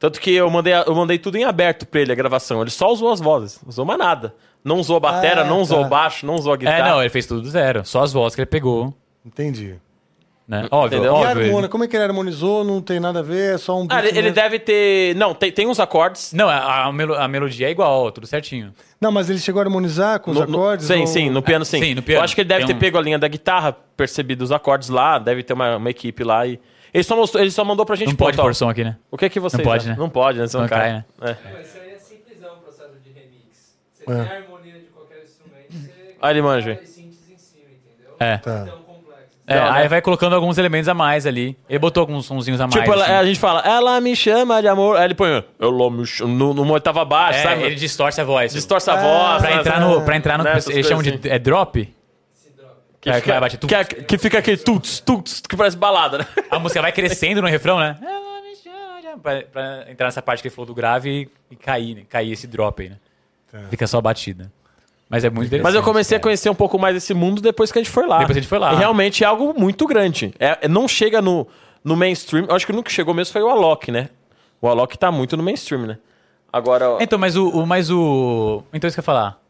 [SPEAKER 4] Tanto que eu mandei, a- eu mandei tudo em aberto pra ele, a gravação. Ele só usou as vozes, não usou mais nada. Não usou a batera,
[SPEAKER 1] Ah,
[SPEAKER 4] não usou
[SPEAKER 1] tá.
[SPEAKER 4] o baixo, não usou a
[SPEAKER 5] É,
[SPEAKER 4] guitarra.
[SPEAKER 5] não, ele fez tudo do zero. Só as vozes que ele pegou,
[SPEAKER 1] Entendi.
[SPEAKER 5] né? Óbvio,
[SPEAKER 4] Hum, Entendeu?
[SPEAKER 1] E
[SPEAKER 5] óbvio. ele-
[SPEAKER 1] harmônica, como é que ele harmonizou? Não tem nada a ver, é só um beat
[SPEAKER 4] Ah, ele, ele
[SPEAKER 1] mesmo.
[SPEAKER 4] deve ter. Não, tem, tem uns acordes.
[SPEAKER 5] Não, a, a melo- a melodia é igual, tudo certinho.
[SPEAKER 1] Não, mas ele chegou a harmonizar com os
[SPEAKER 4] No- no-
[SPEAKER 1] acordes?
[SPEAKER 4] sim,
[SPEAKER 1] ou-
[SPEAKER 4] sim, no piano sim.
[SPEAKER 5] É, sim, no piano.
[SPEAKER 4] Eu acho que ele deve
[SPEAKER 5] Tem
[SPEAKER 4] ter
[SPEAKER 5] um-
[SPEAKER 4] pego a linha da guitarra, percebido os acordes lá, deve ter uma, uma equipe lá e. Ele só, mostrou, ele só mandou pra gente
[SPEAKER 5] Não pode
[SPEAKER 4] pô,
[SPEAKER 5] pôr
[SPEAKER 4] Tom,
[SPEAKER 5] som aqui, né?
[SPEAKER 4] O que é que você.
[SPEAKER 5] pode, né?
[SPEAKER 4] Não pode, né? Você não
[SPEAKER 5] Não
[SPEAKER 4] cai,
[SPEAKER 5] cai, né?
[SPEAKER 4] É.
[SPEAKER 10] Isso aí é simplesão o processo de remix. Você tem
[SPEAKER 1] Ah,
[SPEAKER 10] a harmonia de qualquer instrumento, você
[SPEAKER 4] Aí ele manja.
[SPEAKER 10] coloca os synths em cima, entendeu?
[SPEAKER 5] É.
[SPEAKER 10] Tão
[SPEAKER 1] Tá.
[SPEAKER 10] complexo.
[SPEAKER 5] É,
[SPEAKER 4] Não,
[SPEAKER 5] aí
[SPEAKER 4] né?
[SPEAKER 5] vai colocando alguns elementos a mais ali. Ele botou alguns sonzinhos a mais.
[SPEAKER 4] Tipo, ela-
[SPEAKER 5] assim.
[SPEAKER 4] a gente fala, ela me chama de amor. Aí ele põe, ela me chama, no- numa oitava baixa,
[SPEAKER 5] É,
[SPEAKER 4] sabe?
[SPEAKER 5] ele distorce a voz.
[SPEAKER 4] distorce a voz.
[SPEAKER 5] Pra
[SPEAKER 4] sabe?
[SPEAKER 5] entrar no. Pra entrar no
[SPEAKER 4] Né, essas
[SPEAKER 5] eles chamam
[SPEAKER 4] coisas
[SPEAKER 5] de é, drop.
[SPEAKER 4] Que
[SPEAKER 5] É,
[SPEAKER 4] fica,
[SPEAKER 5] que bate tu-
[SPEAKER 4] que, que fica aquele tuts, tuts, que parece balada, né?
[SPEAKER 5] A música vai crescendo no refrão,
[SPEAKER 4] *laughs*
[SPEAKER 5] né? Pra, pra entrar nessa parte que ele falou do grave e, e cair, né? Cair esse drop aí, né? Fica só a batida. Mas é muito interessante.
[SPEAKER 4] Tá. Mas eu comecei a conhecer um pouco mais esse mundo depois que a gente foi lá.
[SPEAKER 5] Depois que a gente foi lá.
[SPEAKER 4] E realmente é algo muito grande. É, é- não chega no, no mainstream. Eu acho que nunca chegou mesmo foi o Alok, né? O Alok tá muito no mainstream, né? Agora,
[SPEAKER 5] Então, mas o, o- Mas o. Então isso que eu ia falar.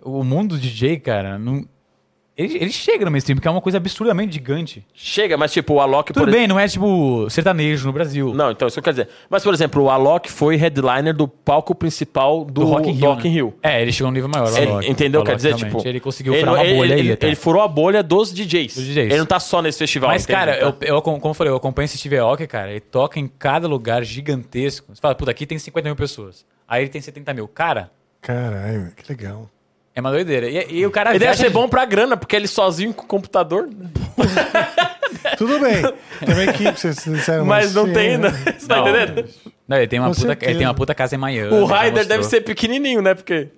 [SPEAKER 5] O mundo do DJ, cara, não. Ele, ele chega no mainstream, porque é uma coisa absurdamente gigante.
[SPEAKER 4] chega, mas tipo, o Alok...
[SPEAKER 5] Tudo
[SPEAKER 4] por
[SPEAKER 5] bem, não é tipo sertanejo no Brasil.
[SPEAKER 4] Não, então, isso que eu quero dizer. Mas, por exemplo, o Alok foi headliner do palco principal do, Rock in Rio.
[SPEAKER 5] né? É, ele chegou a um nível maior. o
[SPEAKER 4] Ele-
[SPEAKER 5] Alok.
[SPEAKER 4] entendeu?
[SPEAKER 5] O
[SPEAKER 4] Quer
[SPEAKER 5] Alok,
[SPEAKER 4] dizer,
[SPEAKER 5] realmente.
[SPEAKER 4] tipo...
[SPEAKER 5] Ele conseguiu furar uma
[SPEAKER 4] ele-
[SPEAKER 5] bolha
[SPEAKER 4] ele,
[SPEAKER 5] aí até.
[SPEAKER 4] ele furou a bolha dos DJs.
[SPEAKER 5] Dos DJs.
[SPEAKER 4] Ele não tá só nesse festival.
[SPEAKER 5] Mas,
[SPEAKER 4] entende?
[SPEAKER 5] cara,
[SPEAKER 4] Então-
[SPEAKER 5] eu, eu, como eu falei, eu acompanho esse Steve Aoki, cara. Ele toca em cada lugar gigantesco. Você fala, puta, aqui tem 50 mil pessoas. Aí ele tem 70 mil. Cara,
[SPEAKER 1] Caralho, meu, que legal.
[SPEAKER 5] é uma doideira. E, e o cara
[SPEAKER 4] Ele deve
[SPEAKER 5] viaja
[SPEAKER 4] ser
[SPEAKER 5] de-
[SPEAKER 4] bom pra grana, porque ele sozinho com o computador...
[SPEAKER 1] Tudo bem. Também que vocês disseram
[SPEAKER 4] Mas não
[SPEAKER 1] sim,
[SPEAKER 4] tem, né?
[SPEAKER 1] né?
[SPEAKER 4] *laughs* Você tá
[SPEAKER 5] Não.
[SPEAKER 4] entendendo?
[SPEAKER 5] Não, ele tem, uma
[SPEAKER 1] Com
[SPEAKER 5] puta,
[SPEAKER 1] certeza.
[SPEAKER 5] ele tem uma puta casa em Miami.
[SPEAKER 4] O
[SPEAKER 5] ele já
[SPEAKER 4] Raider
[SPEAKER 5] mostrou.
[SPEAKER 4] deve ser pequenininho, né? Porque.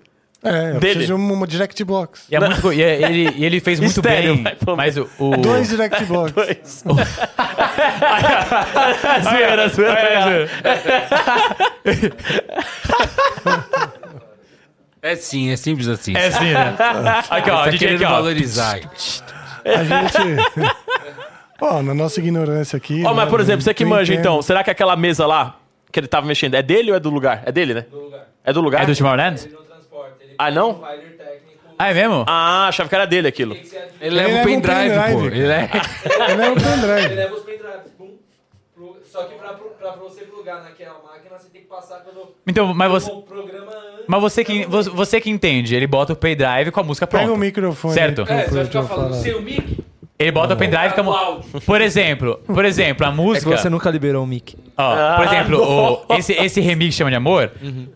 [SPEAKER 1] É, eu preciso de uma direct box.
[SPEAKER 5] E, é muito- e é- ele, e ele fez muito
[SPEAKER 4] Estéreo,
[SPEAKER 5] bem.
[SPEAKER 4] vai, pelo
[SPEAKER 5] mas o. o-
[SPEAKER 1] Dois
[SPEAKER 4] *laughs*
[SPEAKER 1] direct box.
[SPEAKER 4] Zoeira, zoeira.
[SPEAKER 6] É sim, é simples assim.
[SPEAKER 5] *laughs* É assim, né? Aqui, ó,
[SPEAKER 6] tá
[SPEAKER 5] DJ aqui,
[SPEAKER 6] querendo
[SPEAKER 5] ó.
[SPEAKER 6] valorizar.
[SPEAKER 1] A gente. *laughs* Ó, na nossa ignorância aqui.
[SPEAKER 4] Ó,
[SPEAKER 1] né,
[SPEAKER 4] mas por exemplo, você que
[SPEAKER 1] não
[SPEAKER 4] manja,
[SPEAKER 1] entendo.
[SPEAKER 4] então, será que aquela mesa lá que ele tava mexendo é dele ou é do lugar? É dele, né? Do
[SPEAKER 10] lugar.
[SPEAKER 4] É do lugar?
[SPEAKER 5] É do Tomorrowland?
[SPEAKER 10] Ele não transporta. Ele
[SPEAKER 4] Ah, não?
[SPEAKER 10] tem um rider técnico.
[SPEAKER 5] Ah, é mesmo?
[SPEAKER 4] Ah, achava que era dele aquilo.
[SPEAKER 10] Tem que ser admitido.
[SPEAKER 6] Ele leva
[SPEAKER 1] leva
[SPEAKER 6] o
[SPEAKER 1] um
[SPEAKER 6] pendrive,
[SPEAKER 1] pendrive,
[SPEAKER 6] pô.
[SPEAKER 1] cara.
[SPEAKER 6] Ele leva...
[SPEAKER 1] Ele é um
[SPEAKER 10] Ele
[SPEAKER 1] pendrive.
[SPEAKER 10] leva os pendrives. Bum. Pro- Só que pra, pra, pra você plugar naquela máquina, você tem que passar pelo
[SPEAKER 5] Então, mas você.
[SPEAKER 10] pelo programa antes.
[SPEAKER 5] Mas você que, vo- você que entende, ele bota o pendrive com a música pronta.
[SPEAKER 1] Pega o microfone.
[SPEAKER 5] Certo.
[SPEAKER 1] aí,
[SPEAKER 10] É,
[SPEAKER 1] pro
[SPEAKER 10] você vai ficar
[SPEAKER 1] produtor
[SPEAKER 10] falando,
[SPEAKER 1] falar.
[SPEAKER 10] seu mic,
[SPEAKER 5] Ele bota o pendrive com a música. Por exemplo, por exemplo, a
[SPEAKER 9] É que
[SPEAKER 5] música.
[SPEAKER 9] você nunca liberou o mic.
[SPEAKER 5] Ó, por exemplo, o- esse, esse remix chama de amor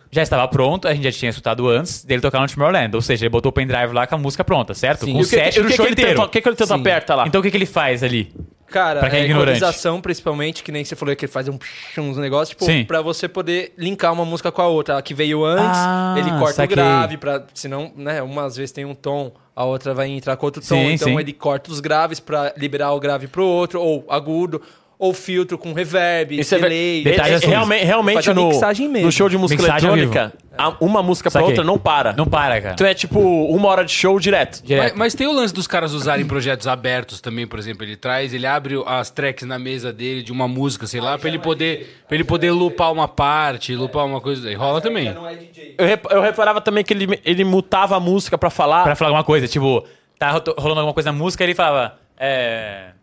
[SPEAKER 5] já estava pronto, a gente já tinha escutado antes dele tocar no Tomorrowland. Ou seja, ele botou o pendrive lá com a música pronta, certo?
[SPEAKER 9] Sim.
[SPEAKER 5] Com
[SPEAKER 9] E
[SPEAKER 5] o
[SPEAKER 9] o que-
[SPEAKER 5] set
[SPEAKER 4] o
[SPEAKER 5] do
[SPEAKER 4] que, que
[SPEAKER 5] show
[SPEAKER 4] ele
[SPEAKER 5] inteiro.
[SPEAKER 4] tentou, o que, que ele tentou aperta lá?
[SPEAKER 5] Então o que, que ele faz ali? Pra
[SPEAKER 9] Cara,
[SPEAKER 5] quem é
[SPEAKER 9] é
[SPEAKER 5] ignorante.
[SPEAKER 9] equalização, principalmente, que nem você falou que ele faz um psh, uns negócios, tipo,
[SPEAKER 5] Sim.
[SPEAKER 9] pra você poder linkar uma música com a outra. A que veio antes,
[SPEAKER 5] Ah,
[SPEAKER 9] ele corta
[SPEAKER 5] saquei.
[SPEAKER 9] o grave, pra, senão, né, umas vezes tem um tom, a outra vai entrar com outro tom,
[SPEAKER 5] Sim,
[SPEAKER 9] então
[SPEAKER 5] sim.
[SPEAKER 9] ele corta os graves pra liberar o grave pro outro, ou agudo, ou filtro com reverb,
[SPEAKER 4] Isso é ver-
[SPEAKER 9] delay.
[SPEAKER 4] Ele-
[SPEAKER 5] Detalhes
[SPEAKER 4] ele-
[SPEAKER 5] assuntos.
[SPEAKER 4] realmente, realmente
[SPEAKER 9] Faz a
[SPEAKER 4] no,
[SPEAKER 9] mixagem mesmo.
[SPEAKER 4] no show de música
[SPEAKER 5] Mixagem ao
[SPEAKER 4] eletrônica, a- uma música pra
[SPEAKER 5] Saquei.
[SPEAKER 4] outra não para.
[SPEAKER 5] Não para, cara.
[SPEAKER 4] Então é tipo uma hora de show direto.
[SPEAKER 6] Mas,
[SPEAKER 5] Direto.
[SPEAKER 6] mas tem o lance dos caras usarem projetos abertos também, por exemplo, ele traz, ele abre as tracks na mesa dele de uma música, sei
[SPEAKER 10] Ah,
[SPEAKER 6] lá, pra ele poder, pra ele poder loopar uma parte, loopar uma coisa, e rola também.
[SPEAKER 10] não é DJ.
[SPEAKER 4] Eu, rep- eu reparava também que ele, ele mutava a música pra falar.
[SPEAKER 5] Pra falar alguma coisa, tipo, tá ro- rolando alguma coisa na música, ele falava, é.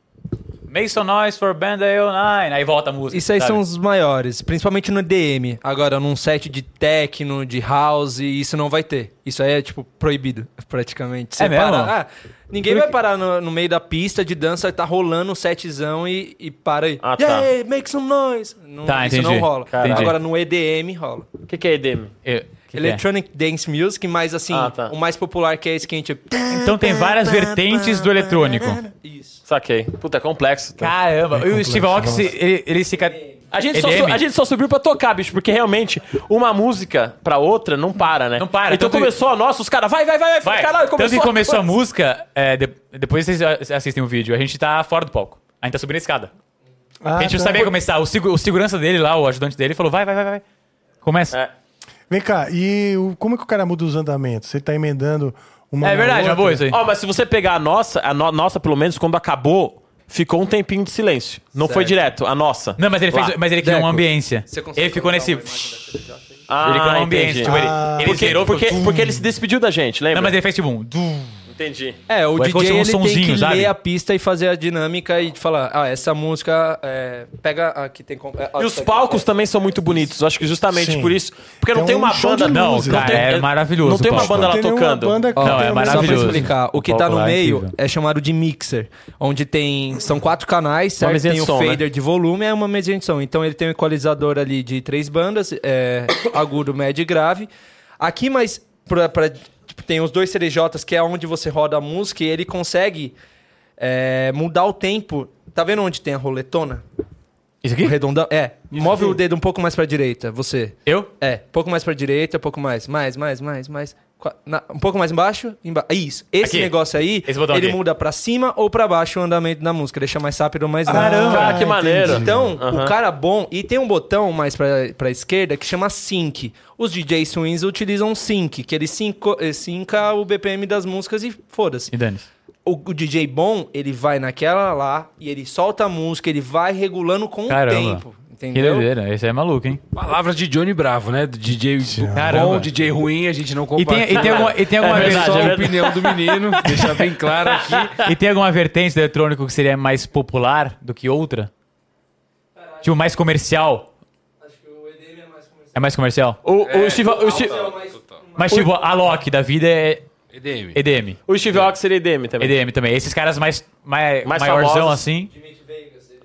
[SPEAKER 5] Make some noise for Band AO9. Aí volta a música.
[SPEAKER 9] Isso aí
[SPEAKER 5] sabe?
[SPEAKER 9] são os maiores, principalmente no EDM. Agora, num set de techno, de house, isso não vai ter. Isso aí é, tipo, proibido, *laughs* praticamente.
[SPEAKER 5] É mesmo?
[SPEAKER 9] para- Ah, ninguém vai parar no, no meio da pista de dança, tá rolando um setzão e, e para aí.
[SPEAKER 4] Ah, tá.
[SPEAKER 9] Yeah, make some noise! Não,
[SPEAKER 5] Tá,
[SPEAKER 9] isso
[SPEAKER 5] entendi.
[SPEAKER 9] não rola.
[SPEAKER 5] Entendi.
[SPEAKER 9] Agora, no EDM rola.
[SPEAKER 4] O que, que é EDM?
[SPEAKER 5] Eu- que que é?
[SPEAKER 9] Electronic Dance Music, mas assim,
[SPEAKER 4] Ah, tá.
[SPEAKER 9] o mais popular que é esse que a gente...
[SPEAKER 5] Então tem várias vertentes do eletrônico.
[SPEAKER 9] Isso.
[SPEAKER 4] Saquei. Puta, é complexo. tá?
[SPEAKER 5] Caramba, e o Steve Aoki, se- ele, é ele se. ca-
[SPEAKER 4] A gente, só,
[SPEAKER 5] EDM?
[SPEAKER 4] su- a gente só subiu pra tocar, bicho, porque realmente uma música pra outra não para, né?
[SPEAKER 5] Não para,
[SPEAKER 4] Então
[SPEAKER 5] tanto-
[SPEAKER 4] começou a nossa, os caras, vai, vai, vai, vai,
[SPEAKER 5] Vai.
[SPEAKER 4] caralho, começou.
[SPEAKER 5] Tanto que começou a música, é, de- depois vocês a- assistem o vídeo, a gente tá fora do palco. A gente tá subindo a escada.
[SPEAKER 1] Ah,
[SPEAKER 5] a gente não
[SPEAKER 1] tá.
[SPEAKER 4] é
[SPEAKER 5] sabia começar. O, segu- o segurança dele lá, o ajudante dele, falou: vai, vai, vai, vai. Começa.
[SPEAKER 4] É.
[SPEAKER 1] Vem cá, e o- como é que o cara muda os andamentos? Você tá emendando uma.
[SPEAKER 5] É
[SPEAKER 1] na
[SPEAKER 5] verdade, é uma
[SPEAKER 1] outra?
[SPEAKER 5] boa isso aí.
[SPEAKER 4] Ó, mas se você pegar a nossa, a no- nossa, pelo menos, quando acabou, ficou um tempinho de silêncio. Não foi direto, a nossa.
[SPEAKER 5] Não, mas ele fez.
[SPEAKER 4] Lá.
[SPEAKER 5] Mas ele criou uma ambiência. Ele ficou nesse.
[SPEAKER 4] um Ah,
[SPEAKER 5] Ele criou um ambiente.
[SPEAKER 4] entendi. Ah,
[SPEAKER 5] Tipo, ele, ele
[SPEAKER 4] porque,
[SPEAKER 5] zerou,
[SPEAKER 4] porque,
[SPEAKER 5] ficou-
[SPEAKER 4] porque ele se despediu da gente, lembra?
[SPEAKER 5] Não, mas ele fez tipo um. du-
[SPEAKER 4] Entendi.
[SPEAKER 9] É, o
[SPEAKER 5] Vai
[SPEAKER 9] DJ
[SPEAKER 5] continuar um
[SPEAKER 9] ele tem
[SPEAKER 5] sonzinho,
[SPEAKER 9] que
[SPEAKER 5] sabe?
[SPEAKER 9] ler a pista e fazer a dinâmica e falar, ah, essa música é, pega a que tem... com- é, ó,
[SPEAKER 4] E os
[SPEAKER 9] tá aqui,
[SPEAKER 4] palcos também são muito bonitos. Acho que justamente
[SPEAKER 1] Sim.
[SPEAKER 4] por isso. Porque não
[SPEAKER 1] É
[SPEAKER 4] tem
[SPEAKER 1] um
[SPEAKER 4] uma
[SPEAKER 1] show
[SPEAKER 4] banda.
[SPEAKER 1] de
[SPEAKER 5] Não,
[SPEAKER 1] Música.
[SPEAKER 5] cara,
[SPEAKER 4] tem-
[SPEAKER 5] é maravilhoso.
[SPEAKER 4] Não tem
[SPEAKER 5] o
[SPEAKER 4] uma
[SPEAKER 5] palco.
[SPEAKER 4] banda lá
[SPEAKER 1] Tem nenhuma
[SPEAKER 4] tá tocando.
[SPEAKER 1] banda que
[SPEAKER 9] Ó,
[SPEAKER 5] Não,
[SPEAKER 1] tem
[SPEAKER 5] é
[SPEAKER 1] um-
[SPEAKER 9] Só pra
[SPEAKER 5] maravilhoso.
[SPEAKER 9] explicar, o que
[SPEAKER 5] O
[SPEAKER 9] tá
[SPEAKER 5] palco
[SPEAKER 9] no
[SPEAKER 5] lá é
[SPEAKER 9] meio
[SPEAKER 5] incrível.
[SPEAKER 9] é chamado de mixer, onde tem são quatro canais, certo?
[SPEAKER 4] mesinha
[SPEAKER 9] Tem
[SPEAKER 4] de
[SPEAKER 9] o
[SPEAKER 4] som,
[SPEAKER 5] né?
[SPEAKER 9] fader de volume, é uma mesinha de som. Então ele tem um equalizador ali de três bandas, é, agudo, médio e grave. Aqui mais pra, pra- tipo, tem os dois CDJs que é onde você roda a música e ele consegue é, mudar o tempo. Tá vendo onde tem a roletona?
[SPEAKER 5] Isso aqui?
[SPEAKER 9] Redondão? É. Move o dedo um pouco mais pra um direita, você.
[SPEAKER 5] Eu?
[SPEAKER 9] É, pouco mais pra direita, pouco mais. Mais, mais, mais, mais. qua- na- um pouco mais embaixo? Emba- é Isso. Esse
[SPEAKER 5] Aqui.
[SPEAKER 9] negócio aí,
[SPEAKER 5] Esse botão
[SPEAKER 9] ele
[SPEAKER 5] aqui.
[SPEAKER 9] muda pra cima ou pra baixo o andamento da música, deixa mais rápido ou mais lento.
[SPEAKER 4] Cara, Ah, que maneiro.
[SPEAKER 9] Então,
[SPEAKER 4] Aham.
[SPEAKER 9] o cara bom. E tem um botão mais pra, pra esquerda que chama sync. Os DJs swings utilizam sync, que ele sinco- eh, sinca o BPM das músicas e foda-se.
[SPEAKER 5] E dane
[SPEAKER 9] O, o DJ bom, ele vai naquela lá e ele solta a música, ele vai regulando
[SPEAKER 4] Um
[SPEAKER 9] com
[SPEAKER 5] Caramba.
[SPEAKER 9] o tempo.
[SPEAKER 5] Que
[SPEAKER 9] Entendeu?
[SPEAKER 5] doideira, esse aí é maluco, hein?
[SPEAKER 6] Palavras de Johnny Bravo, né? Do DJ bom,
[SPEAKER 5] Caramba.
[SPEAKER 6] DJ ruim, a gente não
[SPEAKER 5] E tem,
[SPEAKER 6] compartilha.
[SPEAKER 5] e tem alguma, e tem alguma
[SPEAKER 6] É
[SPEAKER 5] vertente-
[SPEAKER 6] só a opinião do *laughs* menino, deixar bem claro aqui.
[SPEAKER 5] E tem alguma vertente do eletrônico que seria mais popular do que outra? Tipo, mais comercial?
[SPEAKER 10] Acho que o EDM é mais comercial.
[SPEAKER 5] É mais comercial?
[SPEAKER 4] O, o Steve, o Steve,
[SPEAKER 10] É o mais...
[SPEAKER 5] Mas, tipo, a Loki da vida é
[SPEAKER 6] EDM.
[SPEAKER 5] EDM.
[SPEAKER 4] o Steve Aoki seria EDM também.
[SPEAKER 5] EDM também. Esses caras mais, mais,
[SPEAKER 4] Mais
[SPEAKER 5] maiorzão
[SPEAKER 4] famosos.
[SPEAKER 5] assim.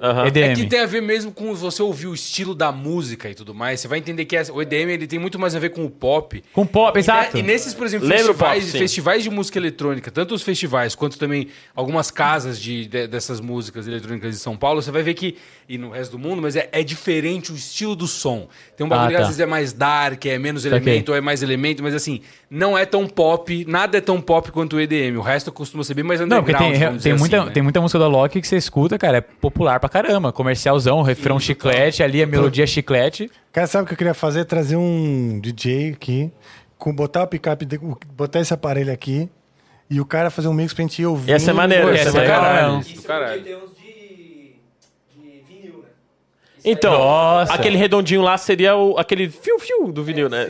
[SPEAKER 4] Aham.
[SPEAKER 6] É que
[SPEAKER 5] EDM.
[SPEAKER 6] tem a ver mesmo com você ouvir o estilo da música e tudo mais. Você vai entender que essa- o EDM ele tem muito mais a ver com o pop.
[SPEAKER 5] Com pop,
[SPEAKER 6] E,
[SPEAKER 5] exato.
[SPEAKER 6] e nesses, por exemplo,
[SPEAKER 4] Lembra o
[SPEAKER 6] festivais,
[SPEAKER 4] pop, sim.
[SPEAKER 6] festivais de música eletrônica, tanto os festivais quanto também algumas casas de, de- dessas músicas eletrônicas de São Paulo, você vai ver que, e no resto do mundo, mas é, é diferente o estilo do som. Tem um bagulho
[SPEAKER 5] Ah,
[SPEAKER 6] que
[SPEAKER 5] tá.
[SPEAKER 6] às vezes é mais dark, é menos
[SPEAKER 5] Saquei.
[SPEAKER 6] elemento, ou é mais elemento, mas assim, não é tão pop, nada é tão pop quanto o EDM. O resto costuma ser bem mais
[SPEAKER 5] Não, porque
[SPEAKER 6] underground,
[SPEAKER 5] tem,
[SPEAKER 6] vamos
[SPEAKER 5] tem
[SPEAKER 6] dizer
[SPEAKER 5] muita,
[SPEAKER 6] assim, né?
[SPEAKER 5] tem muita música da Loki que você escuta, cara, é popular pra caramba. Comercialzão, refrão chiclete, ali a melodia chiclete.
[SPEAKER 1] Cara, sabe o que eu queria fazer? Trazer um DJ aqui, com, botar o picape, de- o- botar esse aparelho aqui, e o cara fazer um mix pra gente ir ouvir.
[SPEAKER 4] Ia ser maneiro,
[SPEAKER 5] Pô,
[SPEAKER 4] ia
[SPEAKER 5] ia
[SPEAKER 4] ser
[SPEAKER 5] ser
[SPEAKER 4] legal.
[SPEAKER 5] caralho.
[SPEAKER 10] Isso
[SPEAKER 6] é Caralho.
[SPEAKER 10] porque tem uns de... de vinil, né?
[SPEAKER 4] Então,
[SPEAKER 5] Nossa.
[SPEAKER 4] aquele redondinho lá seria o, aquele fio-fio do vinil, né?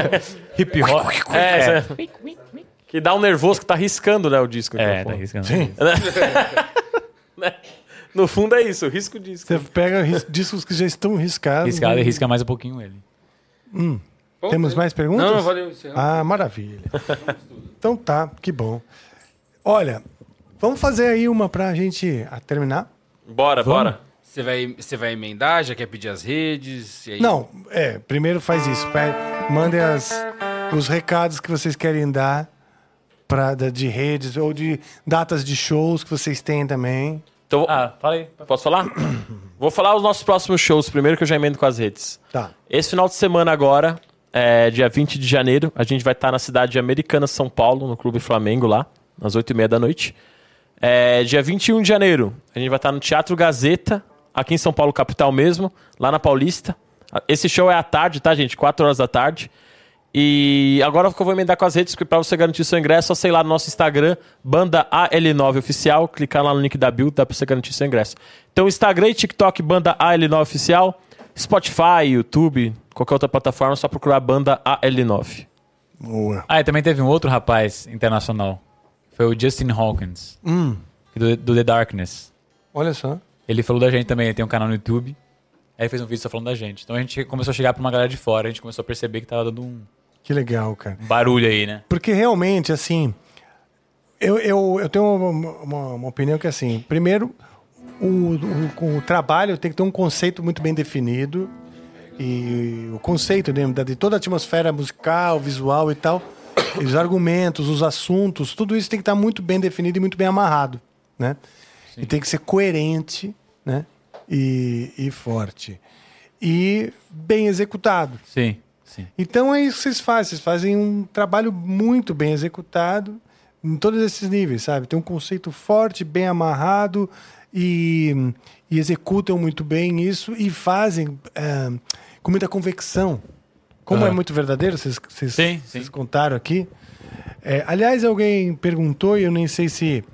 [SPEAKER 5] *laughs* Hip hop.
[SPEAKER 4] é, essa- que dá um nervoso que tá riscando, né, o disco.
[SPEAKER 5] É,
[SPEAKER 4] então,
[SPEAKER 5] tá
[SPEAKER 4] pô.
[SPEAKER 5] arriscando.
[SPEAKER 4] No fundo é isso, risco disco.
[SPEAKER 1] Você pega
[SPEAKER 4] *laughs*
[SPEAKER 1] ris- discos que já estão riscados.
[SPEAKER 4] é
[SPEAKER 5] Riscado e risca mais um pouquinho ele.
[SPEAKER 1] Temos mais perguntas?
[SPEAKER 6] né? Não, não, valeu. encerramos.
[SPEAKER 1] Ah, maravilha. então tá, que bom. Olha, vamos fazer aí uma pra gente ah, terminar?
[SPEAKER 4] Bora, bora.
[SPEAKER 6] Você vai, você vai emendar, já quer pedir as redes? e aí-
[SPEAKER 1] Não, é, primeiro faz isso. pe- Mandem as, os recados que vocês querem dar pra, da- de redes ou de datas de shows que vocês têm também.
[SPEAKER 4] Então,
[SPEAKER 5] Ah, fala aí.
[SPEAKER 4] posso falar? *coughs* Vou falar os nossos próximos shows primeiro, que eu já emendo com as redes.
[SPEAKER 1] Tá.
[SPEAKER 4] Esse final de semana agora, é, dia 20 de janeiro, a gente vai estar na cidade de Americana, São Paulo, no Clube Flamengo, lá, às 8h30 da noite. É, dia 21 de janeiro, a gente vai estar no Teatro Gazeta, aqui em São Paulo, capital mesmo, lá na Paulista. Esse show é à tarde, tá, gente? 4 horas da tarde. E agora que eu vou emendar com as redes, porque pra você garantir seu ingresso, é só sei lá no nosso Instagram, banda AL9 oficial, clicar lá no link da build, dá pra você garantir seu ingresso. Então, Instagram e TikTok, banda AL9 oficial, Spotify, YouTube, qualquer outra plataforma, é só procurar a banda AL9.
[SPEAKER 1] Boa.
[SPEAKER 5] Ah, e também teve um outro rapaz internacional. Foi o Justin Hawkins, do, do The Darkness.
[SPEAKER 1] Olha só.
[SPEAKER 5] Ele falou da gente também, ele tem um canal no YouTube. Aí fez um vídeo só falando da gente. Então a gente começou a chegar pra uma galera de fora, a gente começou a perceber que tava dando um
[SPEAKER 1] Que legal, cara.
[SPEAKER 5] barulho aí, né?
[SPEAKER 1] Porque realmente, assim, eu, eu, eu tenho uma, uma- uma opinião que, assim, primeiro, o, o, o trabalho tem que ter um conceito muito bem definido. E o conceito né, da- de toda a atmosfera musical, visual e tal, e os argumentos, os assuntos, tudo isso tem que estar muito bem definido e muito bem amarrado. Né? E tem que ser coerente né? e, e forte. E bem executado.
[SPEAKER 5] Sim, sim.
[SPEAKER 1] Então é isso que vocês fazem. Vocês fazem um trabalho muito bem executado em todos esses níveis, sabe? Tem um conceito forte, bem amarrado e, e executam muito bem isso e fazem eh, com muita convecção. Como é muito verdadeiro, vocês, vocês,
[SPEAKER 5] Ah. Sim,
[SPEAKER 1] vocês
[SPEAKER 5] sim.
[SPEAKER 1] contaram aqui. Eh, aliás, alguém perguntou e eu nem sei se,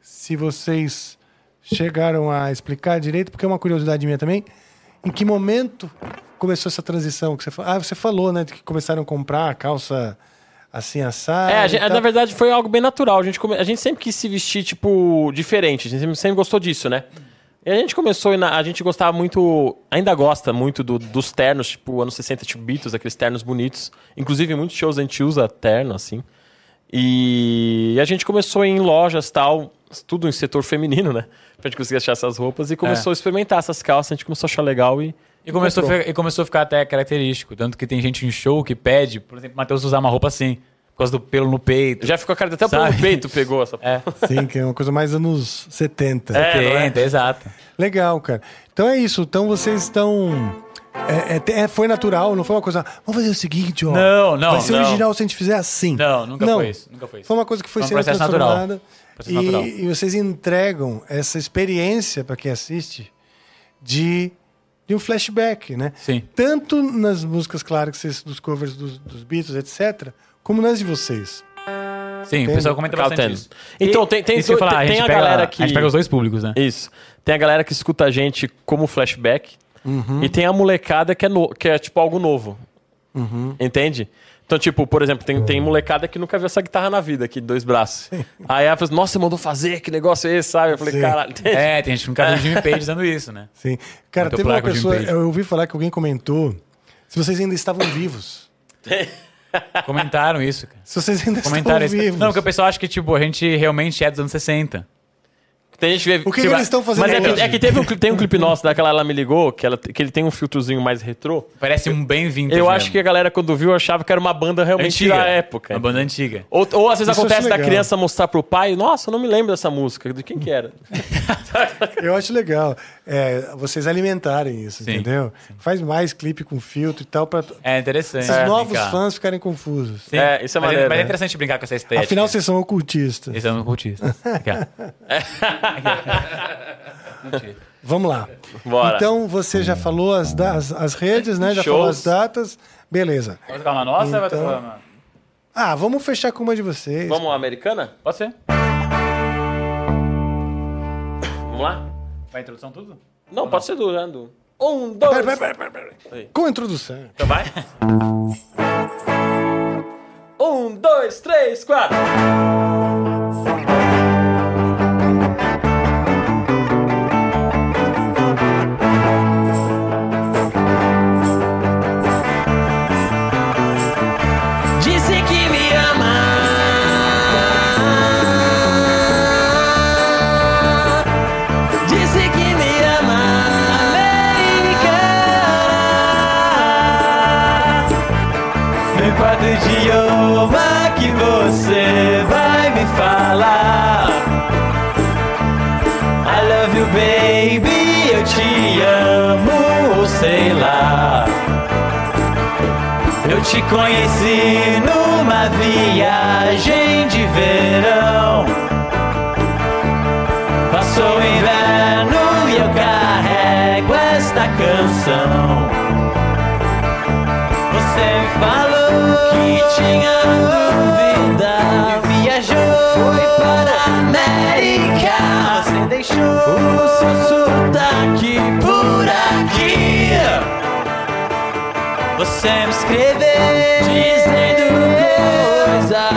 [SPEAKER 1] se vocês chegaram a explicar direito, porque é uma curiosidade minha também. Em que momento começou essa transição? Que você falou? Ah, você falou, né? de Que começaram a comprar a calça assim, assada.
[SPEAKER 4] É,
[SPEAKER 5] Ah,
[SPEAKER 4] a
[SPEAKER 1] e
[SPEAKER 4] gente-
[SPEAKER 5] então.
[SPEAKER 1] tal.
[SPEAKER 4] na verdade foi algo bem natural. A gente, come- a gente sempre quis se vestir, tipo, diferente. A gente sempre, sempre gostou disso, né? E a gente começou, a ir na- a gente gostava muito, ainda gosta muito do- dos ternos, tipo, anos 60, tipo Beatles, aqueles ternos bonitos. Inclusive, em muitos shows a gente usa terno, assim. E a gente começou em lojas tal, tudo em setor feminino, né? *laughs* Pra gente conseguir achar essas roupas. E começou a experimentar essas calças, a gente começou a achar legal e.
[SPEAKER 5] É. E começou, a ficar, e começou a ficar até característico. Tanto que tem gente em show que pede, por exemplo, o Matheus usar uma roupa assim, por causa do pelo no peito.
[SPEAKER 4] Já ficou a cara até pelo
[SPEAKER 5] Sabe?
[SPEAKER 4] peito pegou
[SPEAKER 5] *laughs*
[SPEAKER 4] essa.
[SPEAKER 5] É,
[SPEAKER 1] Sim, que é uma coisa mais anos 70.
[SPEAKER 4] É, não é?
[SPEAKER 5] 70, exato.
[SPEAKER 1] Legal, cara. Então é isso. Então vocês estão É- é- te- é- foi natural, não foi uma coisa. Vamos fazer o seguinte, ó.
[SPEAKER 5] Não, não,
[SPEAKER 1] Vai ser
[SPEAKER 5] não.
[SPEAKER 1] original se a gente fizer assim.
[SPEAKER 5] Não, nunca foi isso. Nunca foi isso.
[SPEAKER 1] Foi uma coisa que foi
[SPEAKER 5] Foi um
[SPEAKER 1] sendo
[SPEAKER 5] processo natural.
[SPEAKER 1] transformada.
[SPEAKER 5] Processo natural.
[SPEAKER 1] E, e vocês entregam essa experiência para quem assiste de, de um flashback, né?
[SPEAKER 5] Sim.
[SPEAKER 1] Tanto nas músicas, claro, que vocês, dos covers dos, dos Beatles, etc., como nas de vocês.
[SPEAKER 5] Sim, o pessoal comenta
[SPEAKER 4] Acaba
[SPEAKER 5] bastante
[SPEAKER 4] tendo.
[SPEAKER 5] isso.
[SPEAKER 4] Então, tem, tem,
[SPEAKER 5] Isso que eu ia falar,
[SPEAKER 4] tem- tem a,
[SPEAKER 5] pega-
[SPEAKER 4] galera que.
[SPEAKER 5] A gente pega os dois públicos, né?
[SPEAKER 4] Isso. Tem a galera que escuta a gente como flashback.
[SPEAKER 1] Uhum.
[SPEAKER 4] E tem a molecada que é, no- que é tipo algo novo.
[SPEAKER 1] Uhum.
[SPEAKER 4] Entende? Então, tipo, por exemplo, tem, tem molecada que nunca viu essa guitarra na vida, aqui, de dois braços. Aí ela fala assim, nossa, você mandou fazer, que negócio é esse, sabe? Eu falei,
[SPEAKER 1] Sim.
[SPEAKER 4] caralho, entende?
[SPEAKER 5] *laughs* É, tem gente que nunca viu o Jimmy Page dizendo isso, *laughs* né?
[SPEAKER 1] Sim. Cara,
[SPEAKER 5] Muito
[SPEAKER 1] teve uma
[SPEAKER 5] placa de um
[SPEAKER 1] pessoa.
[SPEAKER 5] Page.
[SPEAKER 1] Eu ouvi falar que alguém comentou se vocês ainda estavam vivos.
[SPEAKER 5] Comentaram
[SPEAKER 1] *laughs*
[SPEAKER 5] isso, cara.
[SPEAKER 1] Se vocês ainda
[SPEAKER 5] Comentaram
[SPEAKER 1] estavam
[SPEAKER 5] isso.
[SPEAKER 1] vivos.
[SPEAKER 5] Não, porque o pessoal acha que, tipo, a gente realmente é dos anos 60.
[SPEAKER 4] *laughs* Tem gente que vê-
[SPEAKER 1] O que, que
[SPEAKER 4] tipo,
[SPEAKER 1] eles estão fazendo
[SPEAKER 4] Mas é que,
[SPEAKER 1] hoje?
[SPEAKER 4] é que teve um, cli- tem um clipe nosso daquela Ela Me Ligou, que, ela, que ele tem um filtrozinho mais retrô.
[SPEAKER 5] Parece um bem-vindo.
[SPEAKER 4] Eu acho que a galera, quando viu, achava que era uma banda realmente da época.
[SPEAKER 5] Uma banda antiga.
[SPEAKER 4] Ou, ou às
[SPEAKER 1] Isso
[SPEAKER 4] vezes
[SPEAKER 1] eu acho
[SPEAKER 4] acontece da
[SPEAKER 1] legal.
[SPEAKER 4] criança mostrar pro pai, nossa, eu não me lembro dessa música, de quem que era?
[SPEAKER 1] Eu acho legal é, vocês alimentarem isso,
[SPEAKER 5] Sim.
[SPEAKER 1] entendeu? Faz mais clipe com filtro e tal para
[SPEAKER 5] É interessante.
[SPEAKER 1] esses novos
[SPEAKER 5] brincar.
[SPEAKER 1] fãs ficarem confusos.
[SPEAKER 5] Sim.
[SPEAKER 4] É, isso é
[SPEAKER 5] mas
[SPEAKER 4] maneiro,
[SPEAKER 5] Mas é
[SPEAKER 4] né?
[SPEAKER 5] interessante brincar com essa estética.
[SPEAKER 1] Afinal, vocês são ocultistas.
[SPEAKER 5] Eles são cultistas.
[SPEAKER 1] *laughs* Vamos lá.
[SPEAKER 4] Bora.
[SPEAKER 1] Então, você já falou as, da- as, as redes, né? Já falou
[SPEAKER 4] Shows.
[SPEAKER 1] as datas. Beleza.
[SPEAKER 5] Vai tocar uma nossa ou vai
[SPEAKER 1] Então-
[SPEAKER 5] tocar uma...
[SPEAKER 1] Ah, vamos fechar com uma de vocês.
[SPEAKER 4] Vamos lá, americana?
[SPEAKER 5] Pode ser?
[SPEAKER 4] Vamos lá?
[SPEAKER 5] Vai introdução tudo?
[SPEAKER 4] Não, pode ser durando. Um, dois.
[SPEAKER 1] Pera, pera, pera, pera, pera. Com a introdução.
[SPEAKER 4] Então vai. um, dois, três, quatro.
[SPEAKER 8] Disse que me ama. Disse que me ama. América. Em quatro idioma que você vai me falar. I love you, baby. Eu te amo, ou sei lá. Eu te conheci numa viagem de verão. Passou o inverno e eu carrego esta canção. Você me falou que tinha dúvida. Viajou, foi para a América. Você deixou o seu sotaque por aqui. Você me escreveu dizendo coisas